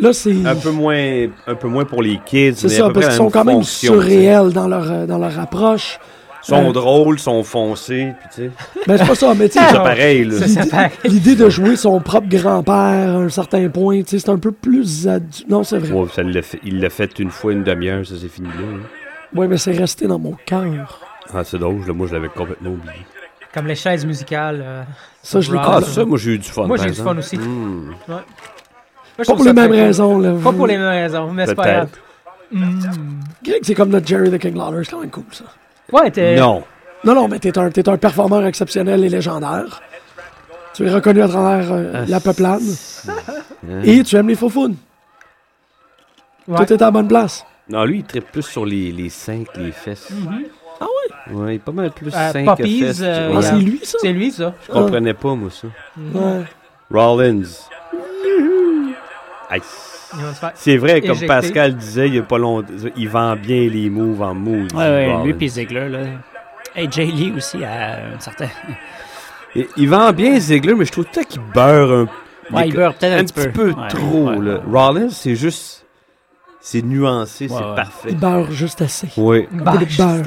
[SPEAKER 3] Là, c'est.
[SPEAKER 5] un peu moins, un peu moins pour les kids.
[SPEAKER 3] C'est
[SPEAKER 5] mais à
[SPEAKER 3] ça,
[SPEAKER 5] peu
[SPEAKER 3] parce
[SPEAKER 5] près
[SPEAKER 3] qu'ils
[SPEAKER 5] la
[SPEAKER 3] sont quand même
[SPEAKER 5] fonction, tu sais.
[SPEAKER 3] surréels dans leur, euh, dans leur approche.
[SPEAKER 5] Ils sont
[SPEAKER 3] Euh,
[SPEAKER 5] drôles, ils sont foncés. Puis, tu sais,
[SPEAKER 3] Mais Ben, c'est pas ça, mais tu
[SPEAKER 5] c'est
[SPEAKER 3] sais,
[SPEAKER 5] ça
[SPEAKER 3] genre,
[SPEAKER 5] pareil. Là.
[SPEAKER 4] Ça, ça paraît.
[SPEAKER 3] l'idée de jouer son propre grand-père à un certain point, tu sais, c'est un peu plus adulte. Non, c'est vrai.
[SPEAKER 5] Ouais, ça l'a fait- il l'a fait une fois, une demi-heure, ça c'est fini là. hein.
[SPEAKER 3] Ouais, mais c'est resté dans mon cœur.
[SPEAKER 5] Ah, c'est drôle, je l'ai- moi je l'avais complètement oublié.
[SPEAKER 4] Comme les chaises musicales. euh,
[SPEAKER 3] Ça, je l'ai
[SPEAKER 4] Ah,
[SPEAKER 5] Ah,
[SPEAKER 3] compris.
[SPEAKER 5] ça, moi j'ai eu du fun.
[SPEAKER 4] Moi,
[SPEAKER 5] par
[SPEAKER 4] j'ai eu du
[SPEAKER 5] exemple.
[SPEAKER 4] fun aussi.
[SPEAKER 5] Hmm.
[SPEAKER 4] moi, je
[SPEAKER 3] Pas
[SPEAKER 4] trouve
[SPEAKER 3] pour
[SPEAKER 4] ça
[SPEAKER 3] les mêmes
[SPEAKER 4] très cool.
[SPEAKER 3] raisons, là.
[SPEAKER 4] Pas pour les mêmes raisons, mais c'est pas grave.
[SPEAKER 5] Peut-être.
[SPEAKER 3] Greg, c'est comme notre Jerry the King Lawler, c'est quand même cool ça.
[SPEAKER 4] Ouais, t'es.
[SPEAKER 5] Non.
[SPEAKER 3] Non, non, mais t'es un, t'es un performeur exceptionnel et légendaire. Tu es reconnu à travers euh,
[SPEAKER 5] Ah,
[SPEAKER 3] la peuplade.
[SPEAKER 5] Hein?
[SPEAKER 3] Et tu aimes les faufounes.
[SPEAKER 4] Ouais.
[SPEAKER 3] Tout est à la bonne place.
[SPEAKER 5] Non, lui, il tripe plus sur les, les seins que les fesses.
[SPEAKER 6] Mm-hmm.
[SPEAKER 5] Ah ouais? Ouais, il est pas mal plus
[SPEAKER 4] Euh,
[SPEAKER 5] seins que
[SPEAKER 4] Poppies,
[SPEAKER 5] fesses. tu
[SPEAKER 4] euh,
[SPEAKER 3] Ah,
[SPEAKER 5] vois.
[SPEAKER 4] Ouais.
[SPEAKER 3] c'est lui, ça?
[SPEAKER 4] C'est lui, ça.
[SPEAKER 5] Je comprenais pas, moi, ça.
[SPEAKER 3] Ouais.
[SPEAKER 5] Rollins. Aïe.
[SPEAKER 4] Ils vont se faire-
[SPEAKER 5] C'est vrai, comme
[SPEAKER 4] Éjecté.
[SPEAKER 5] Pascal disait, il y a pas longtemps, il vend bien les moves en moves.
[SPEAKER 6] Ouais, ouais, lui
[SPEAKER 5] Rollins.
[SPEAKER 6] puis Ziggler, là. Hey, Jay Lee aussi, à un certain.
[SPEAKER 5] Il, il vend bien Ziggler, mais je trouve peut-être qu'il beurre un,
[SPEAKER 6] Ouais, il beurre peut-être
[SPEAKER 5] un
[SPEAKER 6] un,
[SPEAKER 5] petit peu
[SPEAKER 6] Ouais,
[SPEAKER 5] trop.
[SPEAKER 6] ouais,
[SPEAKER 5] là.
[SPEAKER 6] ouais.
[SPEAKER 5] Rollins, c'est juste. C'est nuancé,
[SPEAKER 6] Ouais,
[SPEAKER 5] c'est
[SPEAKER 6] ouais.
[SPEAKER 5] parfait.
[SPEAKER 3] Il beurre juste assez.
[SPEAKER 5] Oui.
[SPEAKER 4] Bah,
[SPEAKER 3] Des beurres.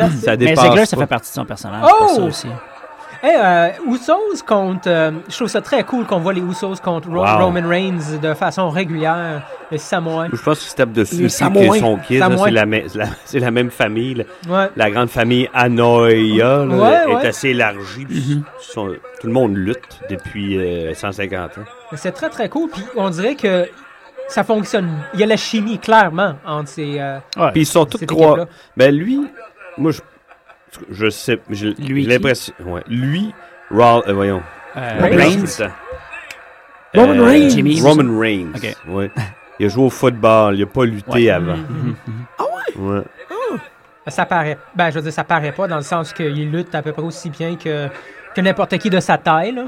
[SPEAKER 4] c'est-
[SPEAKER 5] Ça
[SPEAKER 6] Mais
[SPEAKER 5] dépasse.
[SPEAKER 6] Ziggler, ça
[SPEAKER 5] pas.
[SPEAKER 6] fait partie de son personnage.
[SPEAKER 4] Oh!
[SPEAKER 6] pour ça aussi.
[SPEAKER 4] Hey, euh, Usos contre. euh, je trouve ça très cool qu'on voit les Usos contre Ro-
[SPEAKER 5] Wow.
[SPEAKER 4] Roman Reigns de façon régulière. Les Samoa.
[SPEAKER 5] Je pense qu'il se tape dessus.
[SPEAKER 3] Les
[SPEAKER 5] aussi,
[SPEAKER 3] Samoans.
[SPEAKER 5] que son kid, là,
[SPEAKER 4] Samoans.
[SPEAKER 5] c'est la, mê- la- c'est la même famille. là.
[SPEAKER 4] Ouais.
[SPEAKER 5] La grande famille Anoia là,
[SPEAKER 4] Ouais,
[SPEAKER 5] est
[SPEAKER 4] ouais.
[SPEAKER 5] assez élargie. puis son- tout le monde lutte depuis euh, 150 ans.
[SPEAKER 4] C'est très, très cool. Puis on dirait que ça fonctionne. Il y a la chimie, clairement, entre ces. euh,
[SPEAKER 5] Puis ils sont tous
[SPEAKER 4] Cette
[SPEAKER 5] trois.
[SPEAKER 4] équipe-là.
[SPEAKER 5] Ben lui, moi je, je sais, j'ai j'ai
[SPEAKER 6] Lui qui?
[SPEAKER 5] l'impression. Ouais. Lui, Raw, euh, voyons.
[SPEAKER 6] Euh,
[SPEAKER 5] Je mélange tout
[SPEAKER 6] Reigns.
[SPEAKER 5] le temps. Euh,
[SPEAKER 3] Roman Reigns.
[SPEAKER 6] Jimmy.
[SPEAKER 5] Roman Reigns.
[SPEAKER 6] Ok.
[SPEAKER 5] Ouais. Il a joué au football, il a pas lutté
[SPEAKER 6] Ouais.
[SPEAKER 5] avant. ouais?
[SPEAKER 4] Ça paraît. Ben, je veux dire, ça paraît pas dans le sens qu'il lutte à peu près aussi bien que, que n'importe qui de sa taille. Là.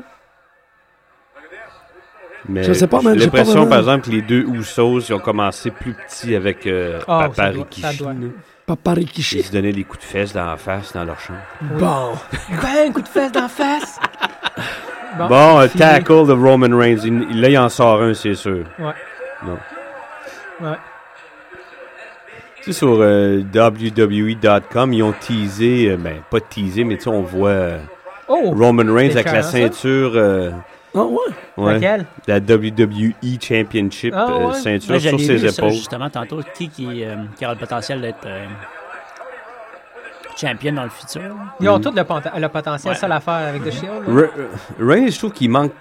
[SPEAKER 5] Mais
[SPEAKER 3] Je sais pas, man,
[SPEAKER 5] J'ai
[SPEAKER 3] j'ai pas
[SPEAKER 5] l'impression,
[SPEAKER 3] vraiment-
[SPEAKER 5] par exemple, que les deux Usos, ils ont commencé plus petits avec euh,
[SPEAKER 4] Ah,
[SPEAKER 5] Papa
[SPEAKER 4] ça doit-
[SPEAKER 5] Rikishi,
[SPEAKER 4] ça doit.
[SPEAKER 5] là.
[SPEAKER 3] Papa
[SPEAKER 5] Ils
[SPEAKER 3] Rikishi.
[SPEAKER 5] se donnaient des coups de fesses dans la face, dans leur chambre.
[SPEAKER 3] Bon.
[SPEAKER 4] Ben, un coup de fesse d'en face! Bon,
[SPEAKER 5] Bon, un
[SPEAKER 4] Ah, fini.
[SPEAKER 5] tackle de Roman Reigns. Il- là, il en sort un, c'est sûr.
[SPEAKER 4] Ouais.
[SPEAKER 5] Non.
[SPEAKER 4] Ouais.
[SPEAKER 5] Tu sais, sur euh, WWE.com, ils ont teasé, euh, ben, pas teasé, mais tu sais, on voit euh,
[SPEAKER 4] Oh!
[SPEAKER 5] Roman Reigns
[SPEAKER 4] c'est
[SPEAKER 5] avec la
[SPEAKER 4] écœurant, ça.
[SPEAKER 5] ceinture, euh,
[SPEAKER 3] Ah ouais?
[SPEAKER 5] ouais,
[SPEAKER 4] Laquelle?
[SPEAKER 5] la WWE Championship
[SPEAKER 4] Ah,
[SPEAKER 5] euh,
[SPEAKER 4] ouais.
[SPEAKER 5] ceinture
[SPEAKER 6] Moi, je
[SPEAKER 5] sur
[SPEAKER 6] l'ai
[SPEAKER 5] ses
[SPEAKER 6] lu, ça,
[SPEAKER 5] épaules.
[SPEAKER 6] justement, tantôt, qui, qui, euh, qui aura le potentiel d'être euh, champion dans le futur? là?
[SPEAKER 4] Ils
[SPEAKER 5] Mm.
[SPEAKER 4] ont tous le, ponta- le potentiel,
[SPEAKER 6] Ouais.
[SPEAKER 4] ça l'affaire avec The Shield. là.
[SPEAKER 5] Re- euh, Reigns, je trouve qu'il manque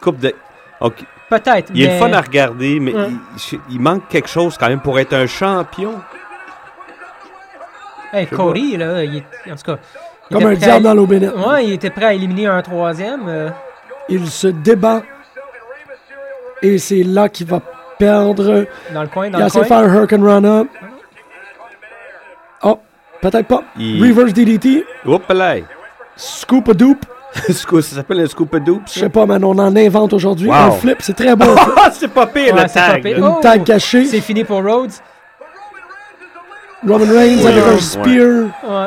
[SPEAKER 5] coupe de. Ok,
[SPEAKER 4] Peut-être.
[SPEAKER 5] Il est
[SPEAKER 4] mais-
[SPEAKER 5] le fun à regarder, mais
[SPEAKER 4] Ouais.
[SPEAKER 5] il, il manque quelque chose quand même pour être un champion.
[SPEAKER 4] Hey,
[SPEAKER 5] sais
[SPEAKER 4] Cody, là, il est... en tout cas. il
[SPEAKER 3] Comme un
[SPEAKER 4] était prêt à-
[SPEAKER 3] diable dans l'eau bénite.
[SPEAKER 4] Ouais, il était prêt à éliminer un troisième. euh.
[SPEAKER 3] Il se débat. Et c'est là qu'il va perdre.
[SPEAKER 4] Dans le coin, dans
[SPEAKER 3] Il a
[SPEAKER 4] le
[SPEAKER 3] essayé
[SPEAKER 4] coin.
[SPEAKER 3] de faire un Hurricane Run-Up. Oh, peut-être pas.
[SPEAKER 5] Il-
[SPEAKER 3] Reverse DDT.
[SPEAKER 5] Oups là!
[SPEAKER 3] Scoop-a-doop.
[SPEAKER 5] Sco- Ça s'appelle un scoop doop
[SPEAKER 3] Je sais pas, man, on en invente aujourd'hui.
[SPEAKER 5] Wow.
[SPEAKER 3] Un flip, c'est très bon.
[SPEAKER 5] Ah, c'est pas pire
[SPEAKER 4] Ouais,
[SPEAKER 5] le
[SPEAKER 4] c'est
[SPEAKER 5] tag!
[SPEAKER 4] pas pire.
[SPEAKER 5] là.
[SPEAKER 3] Une
[SPEAKER 4] Oh.
[SPEAKER 3] tag cachée.
[SPEAKER 4] C'est fini pour Rhodes.
[SPEAKER 3] Roman Reigns avec
[SPEAKER 5] Ouais.
[SPEAKER 3] un spear.
[SPEAKER 4] Ouais.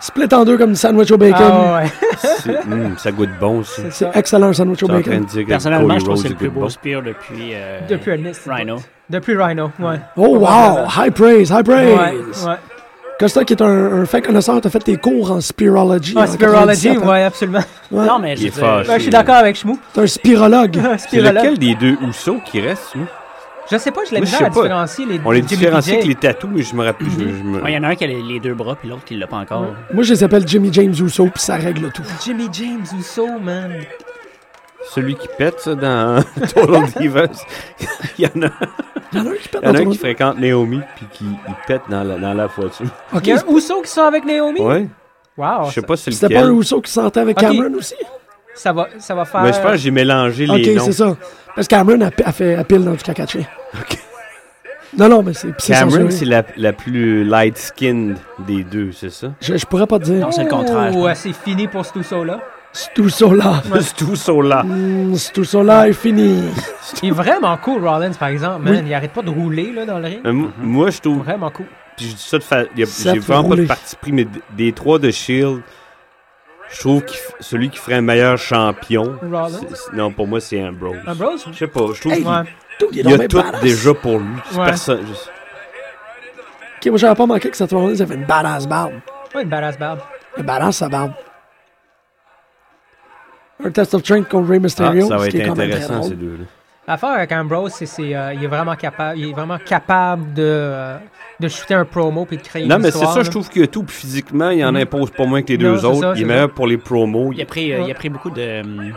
[SPEAKER 3] Split en deux comme du sandwich au bacon.
[SPEAKER 4] Ah ouais.
[SPEAKER 5] C'est- hum, ça goûte bon, ça.
[SPEAKER 4] C'est
[SPEAKER 3] C'est
[SPEAKER 4] ça.
[SPEAKER 3] excellent un sandwich au
[SPEAKER 5] T'es en train
[SPEAKER 3] bacon.
[SPEAKER 5] de dire que
[SPEAKER 6] Personnellement,
[SPEAKER 5] Cody
[SPEAKER 6] je trouve que c'est
[SPEAKER 5] Rhodes
[SPEAKER 6] le plus
[SPEAKER 5] goûte
[SPEAKER 6] beau
[SPEAKER 5] bon.
[SPEAKER 6] spear depuis, euh,
[SPEAKER 4] Depuis Ernest.
[SPEAKER 6] Rhino.
[SPEAKER 4] Depuis Rhino, ouais.
[SPEAKER 3] Oh wow, high praise, high praise.
[SPEAKER 4] Ouais, ouais.
[SPEAKER 3] Costa qui est un, un fin connaisseur, t'as fait tes cours en spirology.
[SPEAKER 4] Ah,
[SPEAKER 3] en
[SPEAKER 4] Spirology,
[SPEAKER 3] 97, hein.
[SPEAKER 4] ouais, absolument.
[SPEAKER 3] Ouais.
[SPEAKER 6] Non, mais je
[SPEAKER 5] Il est
[SPEAKER 6] veux dire,
[SPEAKER 5] fâché.
[SPEAKER 4] Ouais, je suis d'accord avec Shmoo.
[SPEAKER 3] T'es un spirologue.
[SPEAKER 5] C'est
[SPEAKER 4] Spirologue.
[SPEAKER 5] lequel des deux Housseaux qui reste, nous?
[SPEAKER 4] Je sais pas, je l'ai
[SPEAKER 5] Moi, je
[SPEAKER 4] misère
[SPEAKER 5] sais
[SPEAKER 4] à
[SPEAKER 5] pas.
[SPEAKER 4] différencier les
[SPEAKER 5] On les
[SPEAKER 4] Jimmy
[SPEAKER 5] différencie
[SPEAKER 4] PJ.
[SPEAKER 5] avec les tatous, mais je me rappelle. je- je me-
[SPEAKER 6] ouais, Il y en a un qui a les, les deux bras, puis l'autre qui l'a pas encore.
[SPEAKER 3] Moi, je les appelle Jimmy James Uso, puis ça règle tout.
[SPEAKER 4] Jimmy James Uso, man.
[SPEAKER 5] Celui qui pète, ça, dans Total Divas. Il y en a,
[SPEAKER 3] Il y en a un qui pète
[SPEAKER 5] il y en
[SPEAKER 3] dans
[SPEAKER 5] a
[SPEAKER 3] ton
[SPEAKER 5] un qui fréquente Naomi, puis qui il pète dans la, dans la voiture.
[SPEAKER 3] Ok,
[SPEAKER 4] Il y a un Uso qui sort avec Naomi.
[SPEAKER 5] Ouais,
[SPEAKER 4] Wow.
[SPEAKER 5] je sais pas si c'est
[SPEAKER 3] C'était
[SPEAKER 5] lequel.
[SPEAKER 3] pas un Uso qui s'entend avec
[SPEAKER 4] Ok.
[SPEAKER 3] Cameron aussi?
[SPEAKER 4] Ça va, ça va faire.
[SPEAKER 5] Mais Ben, je pense que j'ai mélangé
[SPEAKER 3] Ok,
[SPEAKER 5] les noms.
[SPEAKER 3] c'est ça. Parce que Cameron a, pi- a fait a pile dans du cacaché. Non, non, mais c'est. c'est
[SPEAKER 5] Cameron,
[SPEAKER 3] censuré.
[SPEAKER 5] c'est la, la plus light-skinned des deux, c'est ça?
[SPEAKER 3] Je, je pourrais pas te dire.
[SPEAKER 6] Non, c'est le contraire.
[SPEAKER 4] Oh, c'est fini pour ce Uso-là.
[SPEAKER 3] C'est tout ça là.
[SPEAKER 5] C'est tout ça là.
[SPEAKER 3] Mm, C'est tout ça là est fini.
[SPEAKER 4] Il est vraiment cool, Rollins, par exemple, man. Il arrête pas de rouler, là, dans le ring.
[SPEAKER 5] Euh, m- Moi, je trouve.
[SPEAKER 4] Vraiment cool.
[SPEAKER 5] Puis je dis ça de fa... y a-
[SPEAKER 3] Ça
[SPEAKER 5] J'ai
[SPEAKER 3] fait
[SPEAKER 5] vraiment pas
[SPEAKER 3] rouler.
[SPEAKER 5] de parti pris, mais d- des trois de Shield, je trouve que celui qui ferait un meilleur champion.
[SPEAKER 4] Rollins?
[SPEAKER 5] c'est- c'est- Non, pour moi, c'est Ambrose.
[SPEAKER 4] Ambrose?
[SPEAKER 5] Je sais pas, je trouve
[SPEAKER 3] Hey,
[SPEAKER 5] qu'il
[SPEAKER 4] Ouais.
[SPEAKER 3] Dude, il est
[SPEAKER 5] il y
[SPEAKER 3] donc bien
[SPEAKER 5] a tout
[SPEAKER 3] badass.
[SPEAKER 5] déjà pour lui. C'est
[SPEAKER 4] Ouais.
[SPEAKER 5] personne- je- Ah,
[SPEAKER 3] Ok, moi, j'avais pas manqué que cette tournée, ça fait une badass barbe.
[SPEAKER 4] Ouais, une badass barbe.
[SPEAKER 3] Elle balance sa barbe. Un test of strength contre Rey
[SPEAKER 5] Ah,
[SPEAKER 3] Mysterio.
[SPEAKER 5] ça va
[SPEAKER 3] ce qui
[SPEAKER 5] être
[SPEAKER 3] est quand même très
[SPEAKER 5] intéressant,
[SPEAKER 3] drôle.
[SPEAKER 5] ces deux-là.
[SPEAKER 4] L'affaire avec Ambrose, c'est, c'est, euh, il est vraiment capable, il est vraiment capable de, euh, de shooter un promo puis de créer
[SPEAKER 5] Non,
[SPEAKER 4] une
[SPEAKER 5] mais c'est
[SPEAKER 4] histoire.
[SPEAKER 5] ça, je
[SPEAKER 4] là.
[SPEAKER 5] trouve qu'il y a tout. Puis physiquement, il en impose pas moins que les
[SPEAKER 4] Non,
[SPEAKER 5] deux
[SPEAKER 4] c'est
[SPEAKER 5] autres.
[SPEAKER 4] ça,
[SPEAKER 5] il est
[SPEAKER 4] c'est
[SPEAKER 5] meilleur pour les promos.
[SPEAKER 6] Il a pris, euh, il a pris beaucoup de. hum,
[SPEAKER 5] Il y a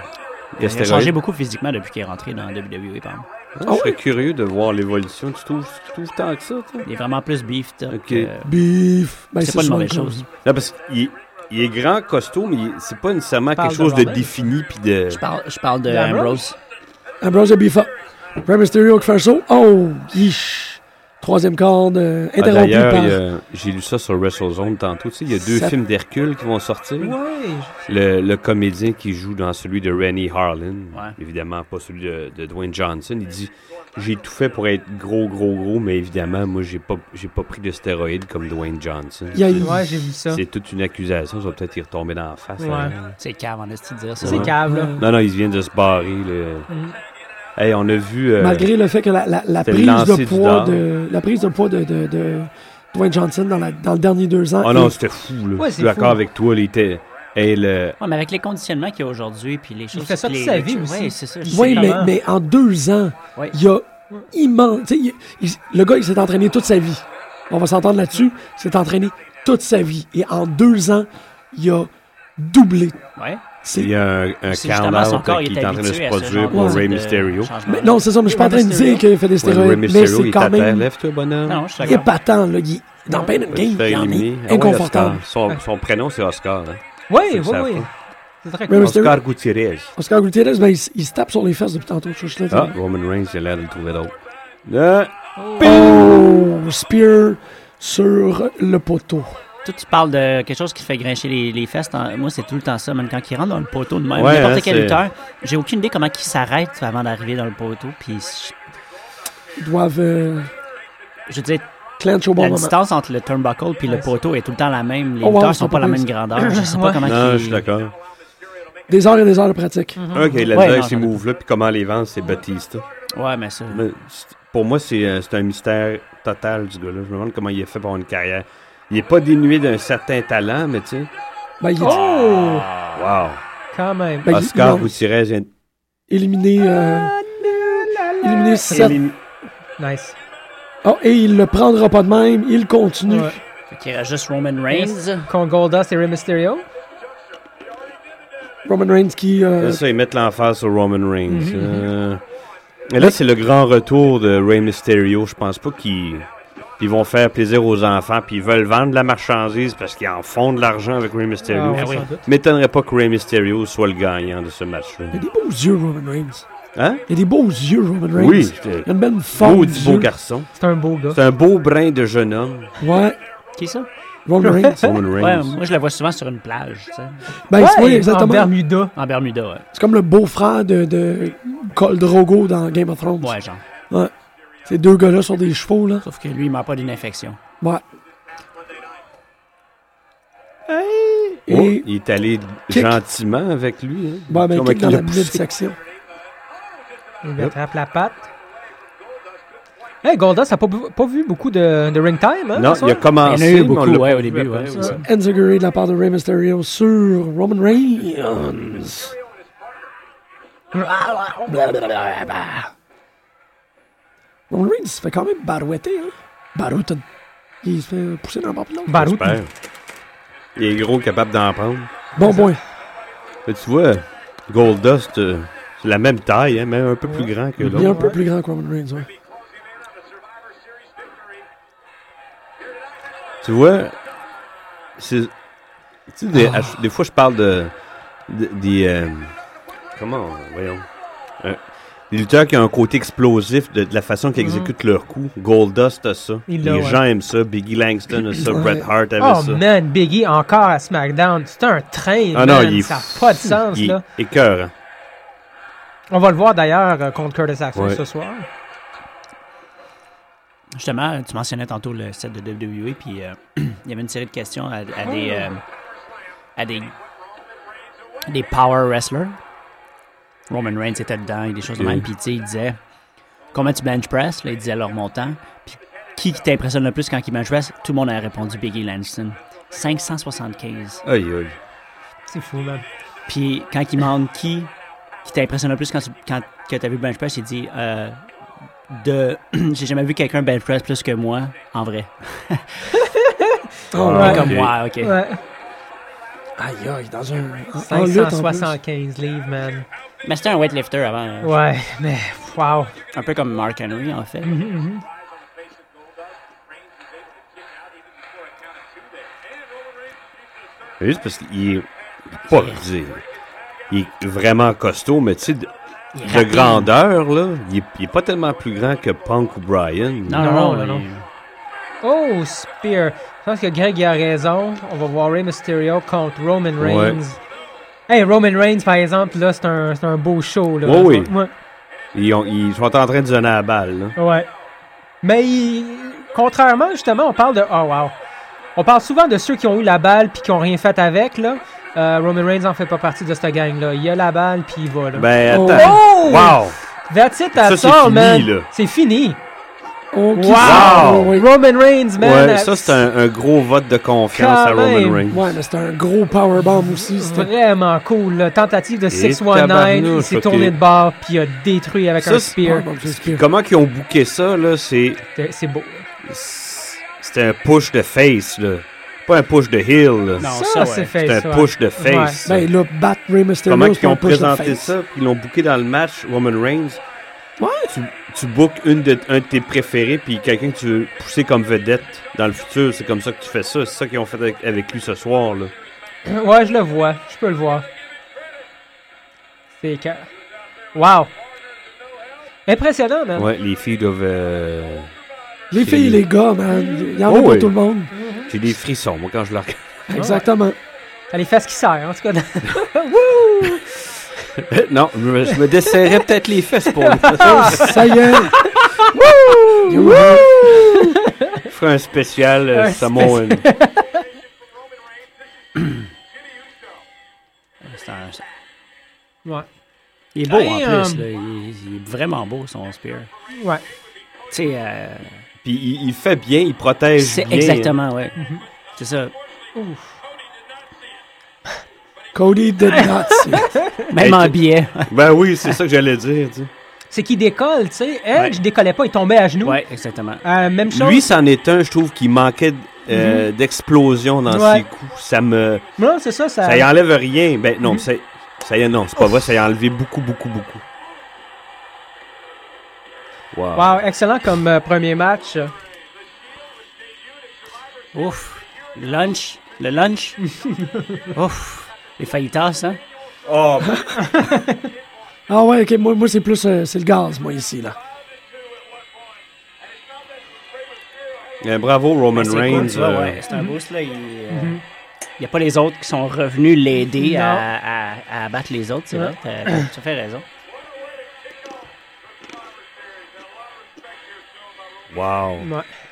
[SPEAKER 6] il a
[SPEAKER 5] stéroïdes.
[SPEAKER 6] changé beaucoup physiquement depuis qu'il est rentré dans WWE, par exemple.
[SPEAKER 5] Ah, je serais curieux de voir l'évolution. Tu trouves, tu trouves tant que ça, toi?
[SPEAKER 6] Il est vraiment plus beef, top.
[SPEAKER 5] Ok.
[SPEAKER 6] que-
[SPEAKER 3] Beef. Ben,
[SPEAKER 6] c'est pas une
[SPEAKER 3] souvent
[SPEAKER 6] mauvaise
[SPEAKER 3] comme-
[SPEAKER 6] chose.
[SPEAKER 5] Non, parce qu'il il est grand, costaud, mais il- c'est pas nécessairement
[SPEAKER 4] Parle
[SPEAKER 5] quelque chose de
[SPEAKER 4] de Roman.
[SPEAKER 5] défini. Puis de...
[SPEAKER 6] Je parle, je parle de
[SPEAKER 4] D'Ambrose?
[SPEAKER 6] Ambrose.
[SPEAKER 3] Ambrose a beef up. Rey Mysterio qui fait un saut. Oh, yish. Troisième corde, euh,
[SPEAKER 5] Ah,
[SPEAKER 3] interrompu
[SPEAKER 5] D'ailleurs,
[SPEAKER 3] par...
[SPEAKER 5] il y a- j'ai lu ça sur WrestleZone tantôt. Tu sais, il y a deux
[SPEAKER 3] Ça-
[SPEAKER 5] films d'Hercule qui vont sortir.
[SPEAKER 4] Ouais.
[SPEAKER 5] Le, le comédien qui joue dans celui de Rennie Harlan,
[SPEAKER 6] Ouais.
[SPEAKER 5] évidemment pas celui de, de Dwayne Johnson, il dit J'ai tout fait pour être gros, gros, gros, mais évidemment, moi, j'ai pas, j'ai pas pris de stéroïdes comme Dwayne Johnson.
[SPEAKER 3] Il y a-
[SPEAKER 4] Ouais, j'ai vu ça.
[SPEAKER 5] C'est toute une accusation, ça va peut-être y retomber dans la face.
[SPEAKER 4] Ouais.
[SPEAKER 5] hein.
[SPEAKER 6] C'est cave, en est-il de dire ça?
[SPEAKER 4] C'est
[SPEAKER 5] Ouais.
[SPEAKER 4] cave, là.
[SPEAKER 5] Non, non, ils viennent de se barrer. là. Hey, on a vu. euh,
[SPEAKER 3] Mm. Malgré le fait que la, la- la
[SPEAKER 5] c'était
[SPEAKER 3] prise
[SPEAKER 5] lancé
[SPEAKER 3] de
[SPEAKER 5] du
[SPEAKER 3] poids
[SPEAKER 5] dard.
[SPEAKER 3] de la prise de poids de, de- de Dwayne Johnson dans, la- dans le dernier deux ans.
[SPEAKER 5] Oh
[SPEAKER 3] est-
[SPEAKER 5] non, c'était fou, là.
[SPEAKER 4] Ouais,
[SPEAKER 5] je suis
[SPEAKER 4] c'est fou.
[SPEAKER 5] d'accord avec toi, il était. Hey, le...
[SPEAKER 6] Ouais, mais avec les conditionnements qu'il y a aujourd'hui, puis les choses.
[SPEAKER 4] fait ça
[SPEAKER 6] puis
[SPEAKER 4] toute
[SPEAKER 6] les-
[SPEAKER 4] sa vie
[SPEAKER 6] ouais,
[SPEAKER 4] aussi.
[SPEAKER 6] c'est ça.
[SPEAKER 3] oui,
[SPEAKER 4] c'est
[SPEAKER 3] mais,
[SPEAKER 4] comment.
[SPEAKER 3] mais en deux ans,
[SPEAKER 6] Ouais.
[SPEAKER 3] il y a immense. tu sais, il- il- le gars, il s'est entraîné toute sa vie. On va s'entendre là-dessus. Il s'est entraîné toute sa vie. Et en deux ans, il a doublé.
[SPEAKER 6] Ouais.
[SPEAKER 5] Il
[SPEAKER 3] C'est-
[SPEAKER 5] y a un, un
[SPEAKER 6] C'est justement son
[SPEAKER 5] count-out
[SPEAKER 6] corps,
[SPEAKER 5] euh, qui
[SPEAKER 6] il
[SPEAKER 5] est en train de se produire pour Rey Mysterio.
[SPEAKER 3] Mais non, c'est ça, mais je suis pas en train de dire qu'il fait des
[SPEAKER 5] Ouais,
[SPEAKER 3] stéroïdes.
[SPEAKER 5] Rey
[SPEAKER 3] mais
[SPEAKER 5] Mysterio, il
[SPEAKER 3] c'est
[SPEAKER 5] est à
[SPEAKER 3] quand
[SPEAKER 5] terre,
[SPEAKER 3] même
[SPEAKER 5] lève-toi, bonhomme.
[SPEAKER 6] Non, hein, je suis d'accord.
[SPEAKER 3] épatant. Là, il, dans Ben
[SPEAKER 5] Va te
[SPEAKER 3] Game,
[SPEAKER 5] faire
[SPEAKER 3] il en
[SPEAKER 5] éliminer. Ah
[SPEAKER 3] est
[SPEAKER 5] ouais,
[SPEAKER 3] inconfortable.
[SPEAKER 5] Oscar. son, son prénom, c'est Oscar. hein.
[SPEAKER 3] Eh,
[SPEAKER 4] Ouais, ouais,
[SPEAKER 5] C'est ça,
[SPEAKER 4] ouais.
[SPEAKER 5] ça.
[SPEAKER 4] C'est très
[SPEAKER 3] Mais
[SPEAKER 4] cool.
[SPEAKER 3] Mysterio-
[SPEAKER 5] Oscar Gutierrez.
[SPEAKER 3] Oscar Gutiérrez, ben, il, s- il se tape sur les fesses depuis tantôt. Je suis là,
[SPEAKER 5] Ah, Roman Reigns, il a l'air de le trouver d'autre.
[SPEAKER 3] Ah,
[SPEAKER 5] Euh,
[SPEAKER 3] Oh, spear sur le poteau.
[SPEAKER 6] Toi, tu parles de quelque chose qui fait grincher les, les fesses. T'en- Moi, c'est tout le temps ça. Même quand ils rentrent dans le poteau de même,
[SPEAKER 5] Ouais,
[SPEAKER 6] n'importe
[SPEAKER 5] hein,
[SPEAKER 6] quel
[SPEAKER 5] c'est-
[SPEAKER 6] lutteur, j'ai aucune idée comment ils s'arrêtent avant d'arriver dans le poteau. Puis, je-
[SPEAKER 3] Ils doivent euh,
[SPEAKER 6] je veux dire,
[SPEAKER 3] clench au bon
[SPEAKER 6] la
[SPEAKER 3] moment.
[SPEAKER 6] distance entre le turnbuckle puis le poteau est tout le temps la même. Les
[SPEAKER 3] Oh, wow,
[SPEAKER 6] lutteurs
[SPEAKER 3] c'est
[SPEAKER 6] sont
[SPEAKER 3] pas
[SPEAKER 6] pas
[SPEAKER 3] pire,
[SPEAKER 6] la même
[SPEAKER 3] ça.
[SPEAKER 6] grandeur. Je sais pas
[SPEAKER 4] Ouais.
[SPEAKER 6] comment
[SPEAKER 5] Ah, non,
[SPEAKER 6] qu'ils-
[SPEAKER 5] je suis d'accord.
[SPEAKER 3] Des heures et des heures de pratique.
[SPEAKER 5] Ok, là-dedans,
[SPEAKER 6] Mm-hmm. Ouais, non,
[SPEAKER 5] ces
[SPEAKER 6] j'en ai-
[SPEAKER 5] moves-là, puis comment les vendre, c'est Batista.
[SPEAKER 6] Ouais, mais ça.
[SPEAKER 5] Mais c'est- Pour moi, c'est euh, c'est un mystère total du gars-là. Je me demande comment il a fait pour avoir une carrière. Il n'est pas dénué d'un certain talent, mais tu sais.
[SPEAKER 3] Ben, il est
[SPEAKER 4] Oh!
[SPEAKER 5] Wow.
[SPEAKER 4] Quand même.
[SPEAKER 3] ben, il-
[SPEAKER 5] Oscar
[SPEAKER 3] il a
[SPEAKER 5] Gutierrez vient de
[SPEAKER 3] éliminé. euh, éliminé sept.
[SPEAKER 5] élim-
[SPEAKER 4] Nice.
[SPEAKER 3] Oh, et il le prendra pas de même. Il continue.
[SPEAKER 4] Ouais.
[SPEAKER 6] Fait qu'il reste juste Roman Reigns.
[SPEAKER 4] Contre Goldust et Rey Mysterio.
[SPEAKER 3] Roman Reigns qui. euh, Mhm.
[SPEAKER 5] C'est ça, ils mettent l'emphase sur Roman Reigns. Euh, Et là, c'est le grand retour de Rey Mysterio. Je pense pas qu'ils ils vont faire plaisir aux enfants, puis ils veulent vendre de la marchandise parce qu'ils en font de l'argent avec Rey
[SPEAKER 4] Ah
[SPEAKER 5] Mysterio.
[SPEAKER 4] ouais,
[SPEAKER 5] Je
[SPEAKER 6] Ah oui.
[SPEAKER 4] sans doute.
[SPEAKER 5] m'étonnerais pas que Rey Mysterio soit le gagnant de ce match-là.
[SPEAKER 3] Il a des beaux yeux, Roman Reigns.
[SPEAKER 5] Hein?
[SPEAKER 3] Il a des beaux yeux, Roman Reigns.
[SPEAKER 5] Oui,
[SPEAKER 3] Il a une belle forme.
[SPEAKER 5] beau,
[SPEAKER 3] d'yeux.
[SPEAKER 5] beau garçon.
[SPEAKER 4] C'est un beau gars.
[SPEAKER 5] C'est un beau brin de jeune homme,
[SPEAKER 3] Ouais,
[SPEAKER 6] Qui ça?
[SPEAKER 3] Roman Reigns.
[SPEAKER 5] Roman
[SPEAKER 6] Ouais,
[SPEAKER 5] Reigns.
[SPEAKER 6] moi, je la vois souvent sur une plage, tu sais.
[SPEAKER 3] Ben, c'est oui,
[SPEAKER 4] en
[SPEAKER 3] exactement.
[SPEAKER 4] Bermuda.
[SPEAKER 6] En Bermuda, ouais.
[SPEAKER 3] C'est comme le beau-frère de, de Khal Drogo dans Game of Thrones.
[SPEAKER 6] Ouais, genre.
[SPEAKER 3] Ces deux gars-là sur des chevaux, là.
[SPEAKER 6] Sauf que lui, il meurt pas d'une infection.
[SPEAKER 3] Ouais.
[SPEAKER 5] Oh,
[SPEAKER 3] Et
[SPEAKER 5] il est allé
[SPEAKER 3] Kick.
[SPEAKER 5] gentiment avec lui. hein.
[SPEAKER 3] bon, ben,
[SPEAKER 5] Comment
[SPEAKER 3] kick
[SPEAKER 5] il
[SPEAKER 3] dans
[SPEAKER 5] l'a
[SPEAKER 3] la
[SPEAKER 5] poussé.
[SPEAKER 3] mid-section.
[SPEAKER 4] Il attrape la patte. Hey, Goldust a pas, bu- pas vu beaucoup de, de ring time, hein?
[SPEAKER 5] Non,
[SPEAKER 4] ce
[SPEAKER 5] il a
[SPEAKER 4] soir?
[SPEAKER 5] commencé.
[SPEAKER 6] il y en a eu
[SPEAKER 5] mais Ah, on
[SPEAKER 6] beaucoup,
[SPEAKER 5] l'a
[SPEAKER 6] ouais,
[SPEAKER 5] pas
[SPEAKER 6] au
[SPEAKER 5] vu
[SPEAKER 6] début,
[SPEAKER 5] après,
[SPEAKER 6] ouais,
[SPEAKER 5] ouais.
[SPEAKER 6] c'est ça.
[SPEAKER 3] Enziguri de la part de Rey Mysterio sur Roman Reigns. Roman Reigns se fait quand même barouetter, hein. Barouton. Il se fait pousser dans le bord pis l'autre.
[SPEAKER 4] Baroud.
[SPEAKER 5] Super. Il est gros, capable d'en prendre.
[SPEAKER 3] Bon, bon.
[SPEAKER 5] Mais tu vois, Goldust, euh, c'est la même taille, hein, même un peu plus grand que
[SPEAKER 3] Il est un
[SPEAKER 5] l'autre.
[SPEAKER 3] peu plus grand que Roman Reigns, ouais.
[SPEAKER 5] Tu vois, c'est. Tu sais, des,
[SPEAKER 4] Ah.
[SPEAKER 5] à- des fois, je parle de. de- des. euh, comment, voyons. Euh, des lutteurs qui ont un côté explosif de, de la façon qu'ils exécutent leurs coups. Goldust a ça.
[SPEAKER 4] Mm-hmm. Il
[SPEAKER 5] Les
[SPEAKER 4] l'a, ouais.
[SPEAKER 5] gens aiment ça. Biggie Langston a ça.
[SPEAKER 3] Ouais.
[SPEAKER 5] Bret Hart avait
[SPEAKER 4] Oh
[SPEAKER 5] ça.
[SPEAKER 4] man, Biggie encore à SmackDown. C'est un train.
[SPEAKER 5] Ah non,
[SPEAKER 4] man.
[SPEAKER 5] il est
[SPEAKER 4] Ça
[SPEAKER 5] fou.
[SPEAKER 4] n'a pas de sens,
[SPEAKER 5] Il
[SPEAKER 4] là.
[SPEAKER 5] est écœurant.
[SPEAKER 4] On va le voir d'ailleurs euh, contre Curtis Axel
[SPEAKER 5] Ouais.
[SPEAKER 4] ce soir.
[SPEAKER 6] Justement, tu mentionnais tantôt le set de WWE, puis euh, il y avait une série de questions à, à des, euh, à des, des power wrestlers. Roman Reigns était dedans, et des choses de
[SPEAKER 5] Ok.
[SPEAKER 6] même. Puis tu sais, il disait combien tu bench press, là, il disait leur montant. Puis qui qui t'impressionne le plus quand il bench press Tout le monde a répondu Biggie Langston. 575.
[SPEAKER 5] Aïe, aïe.
[SPEAKER 4] C'est fou, man.
[SPEAKER 6] Puis quand il demande qui qui t'impressionne le plus quand tu quand, que t'as vu bench press, il dit euh, de j'ai jamais vu quelqu'un bench press plus que moi en vrai.
[SPEAKER 3] Oh,
[SPEAKER 4] Ouais.
[SPEAKER 5] Ah,
[SPEAKER 6] Comme
[SPEAKER 5] Ok.
[SPEAKER 6] moi, ok.
[SPEAKER 4] Ouais.
[SPEAKER 3] Aïe, aïe, dans un. en- en lutte, en plus.
[SPEAKER 4] 575 livres, man.
[SPEAKER 6] Mais c'était un weightlifter avant. hein.
[SPEAKER 4] Ouais, mais wow.
[SPEAKER 6] Un peu comme Mark Henry, en fait.
[SPEAKER 5] Mais juste parce qu'il est pas dire, Il est vraiment costaud, mais tu sais, de,
[SPEAKER 6] Il est
[SPEAKER 5] de
[SPEAKER 6] rapide.
[SPEAKER 5] grandeur, là, il est, il est pas tellement plus grand que Punk ou Brian.
[SPEAKER 6] Non, non,
[SPEAKER 4] Non,
[SPEAKER 6] non.
[SPEAKER 4] non,
[SPEAKER 6] il-
[SPEAKER 4] Oh, Spear. Je pense que Greg il a raison. On va voir Rey Mysterio contre Roman
[SPEAKER 5] Ouais.
[SPEAKER 4] Reigns. Hey, Roman Reigns, par exemple, là, c'est un, c'est un beau show. Là.
[SPEAKER 5] Ouais, oui.
[SPEAKER 4] Ouais.
[SPEAKER 5] Ils, ont- ils sont en train de donner la balle, là.
[SPEAKER 4] Ouais. Mais il- contrairement, justement, on parle de. Oh, wow. On parle souvent de ceux qui ont eu la balle puis qui ont rien fait avec. Là. Euh, Roman Reigns en fait pas partie de cette gang-là. Il a la balle puis il va. Là.
[SPEAKER 5] Ben,
[SPEAKER 3] Oh.
[SPEAKER 5] attends.
[SPEAKER 4] oh!
[SPEAKER 5] Wow!
[SPEAKER 4] That's it,
[SPEAKER 5] Ça,
[SPEAKER 4] that's
[SPEAKER 5] c'est
[SPEAKER 4] all,
[SPEAKER 5] fini,
[SPEAKER 4] man.
[SPEAKER 5] là.
[SPEAKER 4] C'est fini.
[SPEAKER 3] Oh, qui-
[SPEAKER 5] Wow!
[SPEAKER 3] Ouais, ouais.
[SPEAKER 4] Roman Reigns, man. euh,
[SPEAKER 5] ouais, ça, c'est un, un gros vote de confiance
[SPEAKER 4] Quand
[SPEAKER 5] à Roman
[SPEAKER 4] même.
[SPEAKER 5] Reigns.
[SPEAKER 3] Ouais, mais c'était un gros powerbomb aussi. C'était
[SPEAKER 4] Vraiment cool. là. Tentative de 619. Il
[SPEAKER 5] tabarnouche,
[SPEAKER 4] s'est
[SPEAKER 5] ok.
[SPEAKER 4] tourné de bord puis il a détruit avec
[SPEAKER 5] Ça,
[SPEAKER 4] un
[SPEAKER 5] c'est
[SPEAKER 4] spear.
[SPEAKER 3] Powerbomb, c'est pire.
[SPEAKER 5] Comment qu'ils ont booké ça, là, c'est...
[SPEAKER 4] C'est- C'est beau.
[SPEAKER 5] C'était un push de face, là. Pas un push de heel, là.
[SPEAKER 6] Non,
[SPEAKER 4] ça,
[SPEAKER 6] ça, ouais.
[SPEAKER 4] c'est fait.
[SPEAKER 5] C'est un
[SPEAKER 4] ça.
[SPEAKER 5] push de face.
[SPEAKER 3] Ben là, battre Rey Mysterio,
[SPEAKER 5] Comment
[SPEAKER 3] c'est
[SPEAKER 5] qu'ils
[SPEAKER 3] un
[SPEAKER 5] ont
[SPEAKER 3] push de
[SPEAKER 5] présenté
[SPEAKER 3] face.
[SPEAKER 5] ça, puis ils l'ont booké dans le match Roman Reigns.
[SPEAKER 3] Ouais.
[SPEAKER 5] Tu, tu bookes une de, un de tes préférés, puis quelqu'un que tu veux pousser comme vedette dans le futur. C'est comme ça que tu fais ça. C'est ça qu'ils ont fait avec, avec lui ce soir, là.
[SPEAKER 4] Ouais, je le vois. Je peux le voir. C'est écœur. Wow. Impressionnant, man.
[SPEAKER 5] Ouais, les filles doivent... euh,
[SPEAKER 3] Les filles et les gars, man. Il y en a
[SPEAKER 5] Oh,
[SPEAKER 3] pour
[SPEAKER 5] oui.
[SPEAKER 3] tout le monde.
[SPEAKER 5] J'ai des frissons, moi, quand je la regarde.
[SPEAKER 3] Ah. Exactement.
[SPEAKER 4] T'as les fesses qui serrent, en tout cas.
[SPEAKER 5] non, je me, je me desserrais peut-être les fesses pour le
[SPEAKER 3] ça y est. Wouh!
[SPEAKER 5] Je ferais un spécial euh,
[SPEAKER 4] Un
[SPEAKER 5] Samoan.
[SPEAKER 6] C'est un- c'est-
[SPEAKER 4] Ouais.
[SPEAKER 6] Il est beau en
[SPEAKER 4] Hey,
[SPEAKER 6] plus,
[SPEAKER 4] euh,
[SPEAKER 6] là. Il, est- il est vraiment beau son spear.
[SPEAKER 4] Ouais.
[SPEAKER 6] Tu sais, euh,
[SPEAKER 5] Puis il, il fait bien, il protège
[SPEAKER 6] c'est
[SPEAKER 5] bien. hein.
[SPEAKER 6] exactement, ouais. C'est ça.
[SPEAKER 3] Cody did not see.
[SPEAKER 6] Même en billet.
[SPEAKER 5] Ben oui, c'est ça que j'allais dire. tu sais.
[SPEAKER 4] C'est qu'il décolle, tu sais. Edge décollait pas, il tombait à genoux.
[SPEAKER 6] ouais, exactement.
[SPEAKER 4] Euh, même chose. Mhm.
[SPEAKER 5] Lui, c'en est un, je trouve, qui manquait d- euh, d'explosion dans
[SPEAKER 4] Ouais.
[SPEAKER 5] ses coups. Ça me,
[SPEAKER 4] non, c'est ça, Mhm. ça.
[SPEAKER 5] ça y enlève rien. Ben non, c'est- ça y est, non, c'est pas vrai. Ça y a enlevé beaucoup, beaucoup, beaucoup. Wow.
[SPEAKER 4] Wow, excellent comme euh, premier match.
[SPEAKER 6] Ouf. Le lunch. Le lunch. Ouf. Les faillitas, hein?
[SPEAKER 5] Oh,
[SPEAKER 3] Ah ouais, ok, moi, moi c'est plus euh, c'est le gaz, moi, ici, là.
[SPEAKER 5] ben, bravo Roman
[SPEAKER 6] C'est cool,
[SPEAKER 5] Reigns.
[SPEAKER 6] tu vois,
[SPEAKER 5] euh,
[SPEAKER 6] ouais, C'est un boost, là. Il n'y a pas les autres qui sont revenus l'aider à, à, à abattre les autres, c'est
[SPEAKER 4] Non.
[SPEAKER 6] vrai. t'as- t'as- Tu fais raison.
[SPEAKER 5] Wow.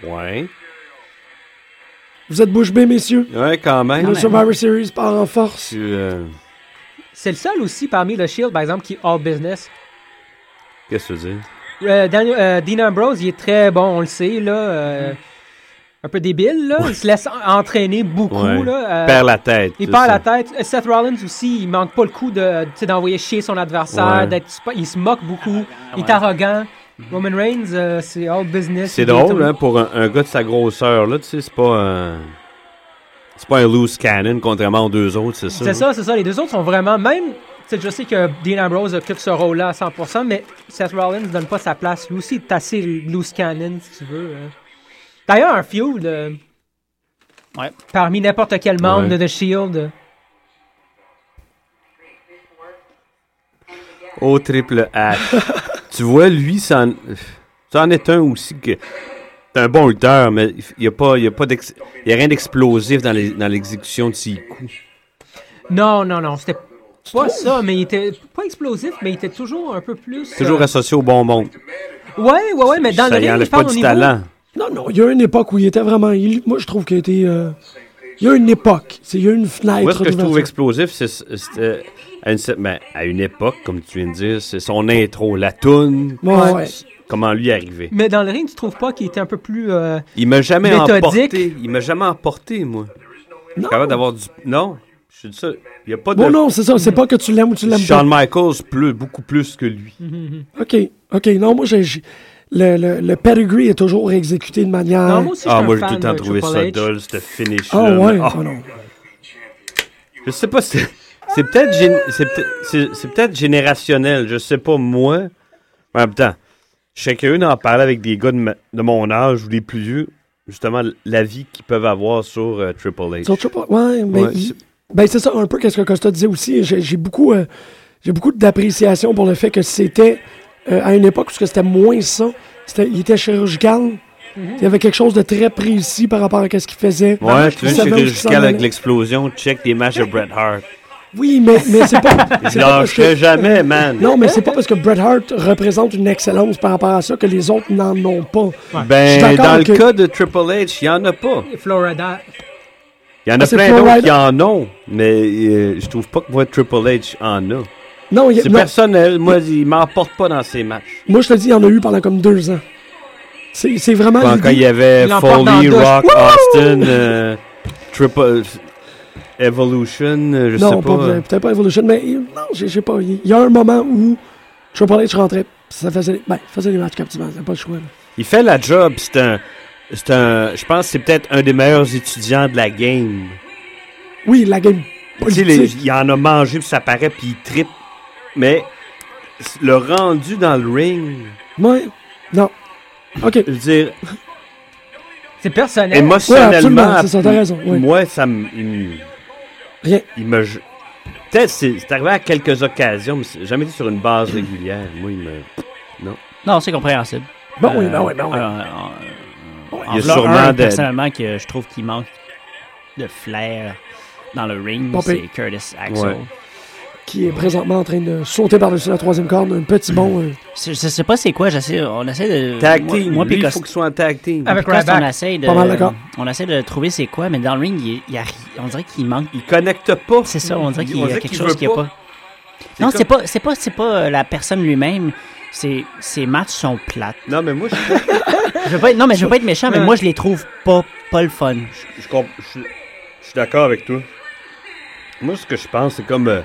[SPEAKER 4] Ouais.
[SPEAKER 5] Ouais.
[SPEAKER 3] Vous êtes bouche bée, messieurs.
[SPEAKER 5] Ouais, quand même.
[SPEAKER 3] Le
[SPEAKER 6] même.
[SPEAKER 3] Survivor Series part en force.
[SPEAKER 5] Tu, euh,
[SPEAKER 4] C'est le seul aussi parmi le Shield, par exemple, qui est all business.
[SPEAKER 5] Qu'est-ce que tu veux dire?
[SPEAKER 4] Euh, Daniel, euh, Dean Ambrose, il est très bon, on le sait, là.
[SPEAKER 5] Mm.
[SPEAKER 4] euh, Un peu débile, là. Il se laisse en- entraîner beaucoup,
[SPEAKER 5] Ouais. Ben,
[SPEAKER 4] là. euh,
[SPEAKER 5] perd la tête.
[SPEAKER 4] il
[SPEAKER 5] c'est
[SPEAKER 4] perd
[SPEAKER 5] ça.
[SPEAKER 4] la tête. Euh, Seth Rollins aussi, il manque pas le coup de, tu sais, d'envoyer chier son adversaire.
[SPEAKER 5] Ouais.
[SPEAKER 4] d'être spa- Il se moque beaucoup. Il est arrogant. Roman Reigns, euh, c'est all business. il
[SPEAKER 5] C'est
[SPEAKER 4] est
[SPEAKER 5] drôle, hein, pour un, un gars de sa grosseur, là, tu sais, c'est pas un... C'est pas un loose cannon, contrairement aux deux autres, c'est ça?
[SPEAKER 4] C'est
[SPEAKER 5] hein?
[SPEAKER 4] ça, c'est ça. Les deux autres sont vraiment. Même. tu sais, Je sais que Dean Ambrose occupe ce rôle-là à 100%, mais Seth Rollins ne donne pas sa place. Lui aussi, il est assez loose cannon, si tu veux. euh. D'ailleurs, un feud euh,
[SPEAKER 6] Ouais.
[SPEAKER 4] parmi n'importe quel membre
[SPEAKER 5] Ouais.
[SPEAKER 4] de The Shield. euh,
[SPEAKER 5] Au triple H. tu vois, lui, ça en... ça en est un aussi que... C'est un bon lutteur, mais il y a pas, il y a pas d'ex- il y a rien d'explosif dans les- dans l'exécution de ses coups.
[SPEAKER 4] Non, non, non, c'était pas ça, mais il était pas explosif, mais il était toujours un peu plus.
[SPEAKER 5] Toujours
[SPEAKER 4] euh,
[SPEAKER 5] associé au bon monde.
[SPEAKER 4] Ouais, ouais, ouais, mais dans
[SPEAKER 5] ça
[SPEAKER 4] le
[SPEAKER 5] y
[SPEAKER 4] ring, je
[SPEAKER 5] enlève
[SPEAKER 4] parle
[SPEAKER 5] pas
[SPEAKER 4] au
[SPEAKER 5] du
[SPEAKER 4] niveau.
[SPEAKER 5] talent.
[SPEAKER 3] Non, non, il y a une époque où il était vraiment. il- moi, je trouve qu'il était. euh, il y a une époque. C'est- Il y a une fenêtre.
[SPEAKER 5] Moi, ce que je trouve
[SPEAKER 3] d'ouverture.
[SPEAKER 5] explosif, c'est c'est, euh, à, une, cer- ben, à une époque, comme tu viens de dire, c'est son intro, la toune,
[SPEAKER 3] Ouais, ouais.
[SPEAKER 5] comment lui est arrivé.
[SPEAKER 4] Mais dans le ring, tu trouves pas qu'il était un peu plus. euh,
[SPEAKER 5] Il m'a jamais
[SPEAKER 4] Méthodique.
[SPEAKER 5] emporté. Il m'a jamais emporté, moi. Je suis capable d'avoir du. Non, je suis ça. Il n'y a pas de.
[SPEAKER 3] Bon, non, c'est ça. C'est pas que tu l'aimes ou tu l'aimes pas.
[SPEAKER 5] Shawn Michaels pleut beaucoup plus que lui.
[SPEAKER 3] OK, OK. Non, moi, j'ai. j'ai- Le, le, le pedigree est toujours exécuté de manière.
[SPEAKER 4] Non, moi aussi, je suis
[SPEAKER 5] Ah,
[SPEAKER 4] un
[SPEAKER 5] moi, j'ai
[SPEAKER 4] fan
[SPEAKER 5] tout le temps
[SPEAKER 4] de
[SPEAKER 5] trouvé
[SPEAKER 4] Triple
[SPEAKER 5] ça
[SPEAKER 4] H.
[SPEAKER 5] dole, ce finish-là.
[SPEAKER 3] Ah, ouais.
[SPEAKER 5] mais- Ah,
[SPEAKER 3] ah, non.
[SPEAKER 5] Je sais pas si. C'est peut-être gén- c'est peut-être- c'est- c'est peut-être générationnel. Je sais pas, moi. En même temps, je sais qu'eux d'en parler avec des gars de, ma- de mon âge ou des plus vieux, justement, l'avis qu'ils peuvent avoir sur euh, Triple H.
[SPEAKER 3] Sur Triple- Ouais, mais
[SPEAKER 5] Ouais,
[SPEAKER 3] il-
[SPEAKER 5] c'est-
[SPEAKER 3] Ben, c'est ça, un peu qu'est-ce que Costa disait aussi. J'ai j'ai beaucoup, euh, j'ai beaucoup d'appréciation pour le fait que c'était euh, à une époque où ce que c'était moins ça. C'était- il était chirurgical.
[SPEAKER 4] Mhm.
[SPEAKER 3] Il y avait quelque chose de très précis par rapport à ce qu'il faisait.
[SPEAKER 5] Ouais, tu
[SPEAKER 3] Il
[SPEAKER 5] veux
[SPEAKER 3] savait où
[SPEAKER 5] une
[SPEAKER 3] il s'en
[SPEAKER 5] jusqu'à avec
[SPEAKER 3] allait.
[SPEAKER 5] l'explosion, check des matchs de Bret Hart.
[SPEAKER 3] Oui, mais, mais c'est pas. c'est
[SPEAKER 5] Je
[SPEAKER 3] pas parce que-
[SPEAKER 5] lâcherai jamais, man.
[SPEAKER 3] Non, mais c'est pas parce que Bret Hart représente une excellence par rapport à ça que les autres n'en ont pas. Je suis
[SPEAKER 5] Ben,
[SPEAKER 3] d'accord
[SPEAKER 5] dans le
[SPEAKER 3] que-
[SPEAKER 5] cas de Triple H, il n'y en a pas.
[SPEAKER 4] Florida.
[SPEAKER 5] Il y en
[SPEAKER 3] Ah,
[SPEAKER 5] a
[SPEAKER 3] c'est
[SPEAKER 5] plein
[SPEAKER 3] Florida.
[SPEAKER 5] d'autres qui en ont, mais euh, je trouve pas que moi, Triple H en a.
[SPEAKER 3] Non, il y a-
[SPEAKER 5] C'est
[SPEAKER 3] non,
[SPEAKER 5] personnel, moi, il m'emporte pas dans ses matchs.
[SPEAKER 3] moi je te dis, il y en a eu pendant comme deux ans. C'est c'est vraiment.
[SPEAKER 5] Quand,
[SPEAKER 3] l'idée-
[SPEAKER 5] quand il y avait
[SPEAKER 4] Il l'emporte
[SPEAKER 5] Foley,
[SPEAKER 4] dans la douche.
[SPEAKER 5] Rock, Austin, euh, Triple euh, Evolution, euh, je
[SPEAKER 3] non,
[SPEAKER 5] sais pas.
[SPEAKER 3] pas-
[SPEAKER 5] euh,
[SPEAKER 3] peut-être pas Evolution, mais il- non, je sais pas. Il il y a un moment où Triple H rentrais, ça faisait, ben, ça faisait des matchs captivants, c'est pas le choix. là.
[SPEAKER 5] Il fait la job, c'est un. C'est un. Je pense que c'est peut-être un des meilleurs étudiants de la game.
[SPEAKER 3] Oui, la game
[SPEAKER 5] Tu sais,
[SPEAKER 3] politique.
[SPEAKER 5] les- il en a mangé, puis ça paraît, puis il tripe. Mais le rendu dans le ring,
[SPEAKER 3] Ouais. Non. OK.
[SPEAKER 5] je veux dire,
[SPEAKER 4] C'est personnel.
[SPEAKER 5] émotionnellement,
[SPEAKER 3] absolument, c'est ça, t'as raison, oui.
[SPEAKER 5] moi, ça me. il me-
[SPEAKER 3] Rien.
[SPEAKER 5] Il me. je- Peut-être c'est c'est arrivé à quelques occasions, mais c'est jamais été sur une base régulière. Moi, il me.
[SPEAKER 6] Non, c'est compréhensible.
[SPEAKER 5] Ah
[SPEAKER 3] Bon, oui, ben oui, ben oui.
[SPEAKER 5] Euh, Il y a
[SPEAKER 6] Il y a
[SPEAKER 5] sûrement
[SPEAKER 6] Euh, un,
[SPEAKER 5] de-
[SPEAKER 6] personnellement que je trouve qu'il manque de flair dans le ring,
[SPEAKER 3] Pas
[SPEAKER 6] c'est
[SPEAKER 3] pire.
[SPEAKER 6] Curtis Axel.
[SPEAKER 5] Ouais.
[SPEAKER 3] Qui est présentement en train de sauter par-dessus la troisième corde, un petit bon. euh,
[SPEAKER 6] Je, je sais pas c'est quoi, j'essaie, on essaie de...
[SPEAKER 5] Tag
[SPEAKER 6] moi-
[SPEAKER 5] team.
[SPEAKER 6] Moi,
[SPEAKER 5] lui,
[SPEAKER 6] puis
[SPEAKER 5] il
[SPEAKER 6] Costa,
[SPEAKER 5] faut qu'il soit en tag team.
[SPEAKER 4] Avec
[SPEAKER 6] Costa, on
[SPEAKER 4] Ryback.
[SPEAKER 6] essaie de...
[SPEAKER 3] Pas mal d'accord.
[SPEAKER 6] On essaie de trouver c'est quoi, mais dans le ring, il, il y a ri- on dirait qu'il manque...
[SPEAKER 5] Il connecte pas.
[SPEAKER 6] C'est ça, on dirait qu'il y
[SPEAKER 5] On
[SPEAKER 6] a
[SPEAKER 5] dirait
[SPEAKER 6] quelque
[SPEAKER 5] qu'il
[SPEAKER 6] chose
[SPEAKER 5] veut
[SPEAKER 6] qu'il n'y a
[SPEAKER 5] pas.
[SPEAKER 6] pas. Non,
[SPEAKER 5] comme-
[SPEAKER 6] c'est pas, c'est pas, c'est pas euh, la personne lui-même. C'est, ses matchs sont plates.
[SPEAKER 5] Non, mais moi, je,
[SPEAKER 6] Je veux pas être, non, mais je veux pas être méchant, mais
[SPEAKER 4] Ouais.
[SPEAKER 6] moi, je les trouve pas, pas le fun.
[SPEAKER 5] je, je comp- je suis- je suis d'accord avec toi. Moi, ce que je pense, c'est comme. euh,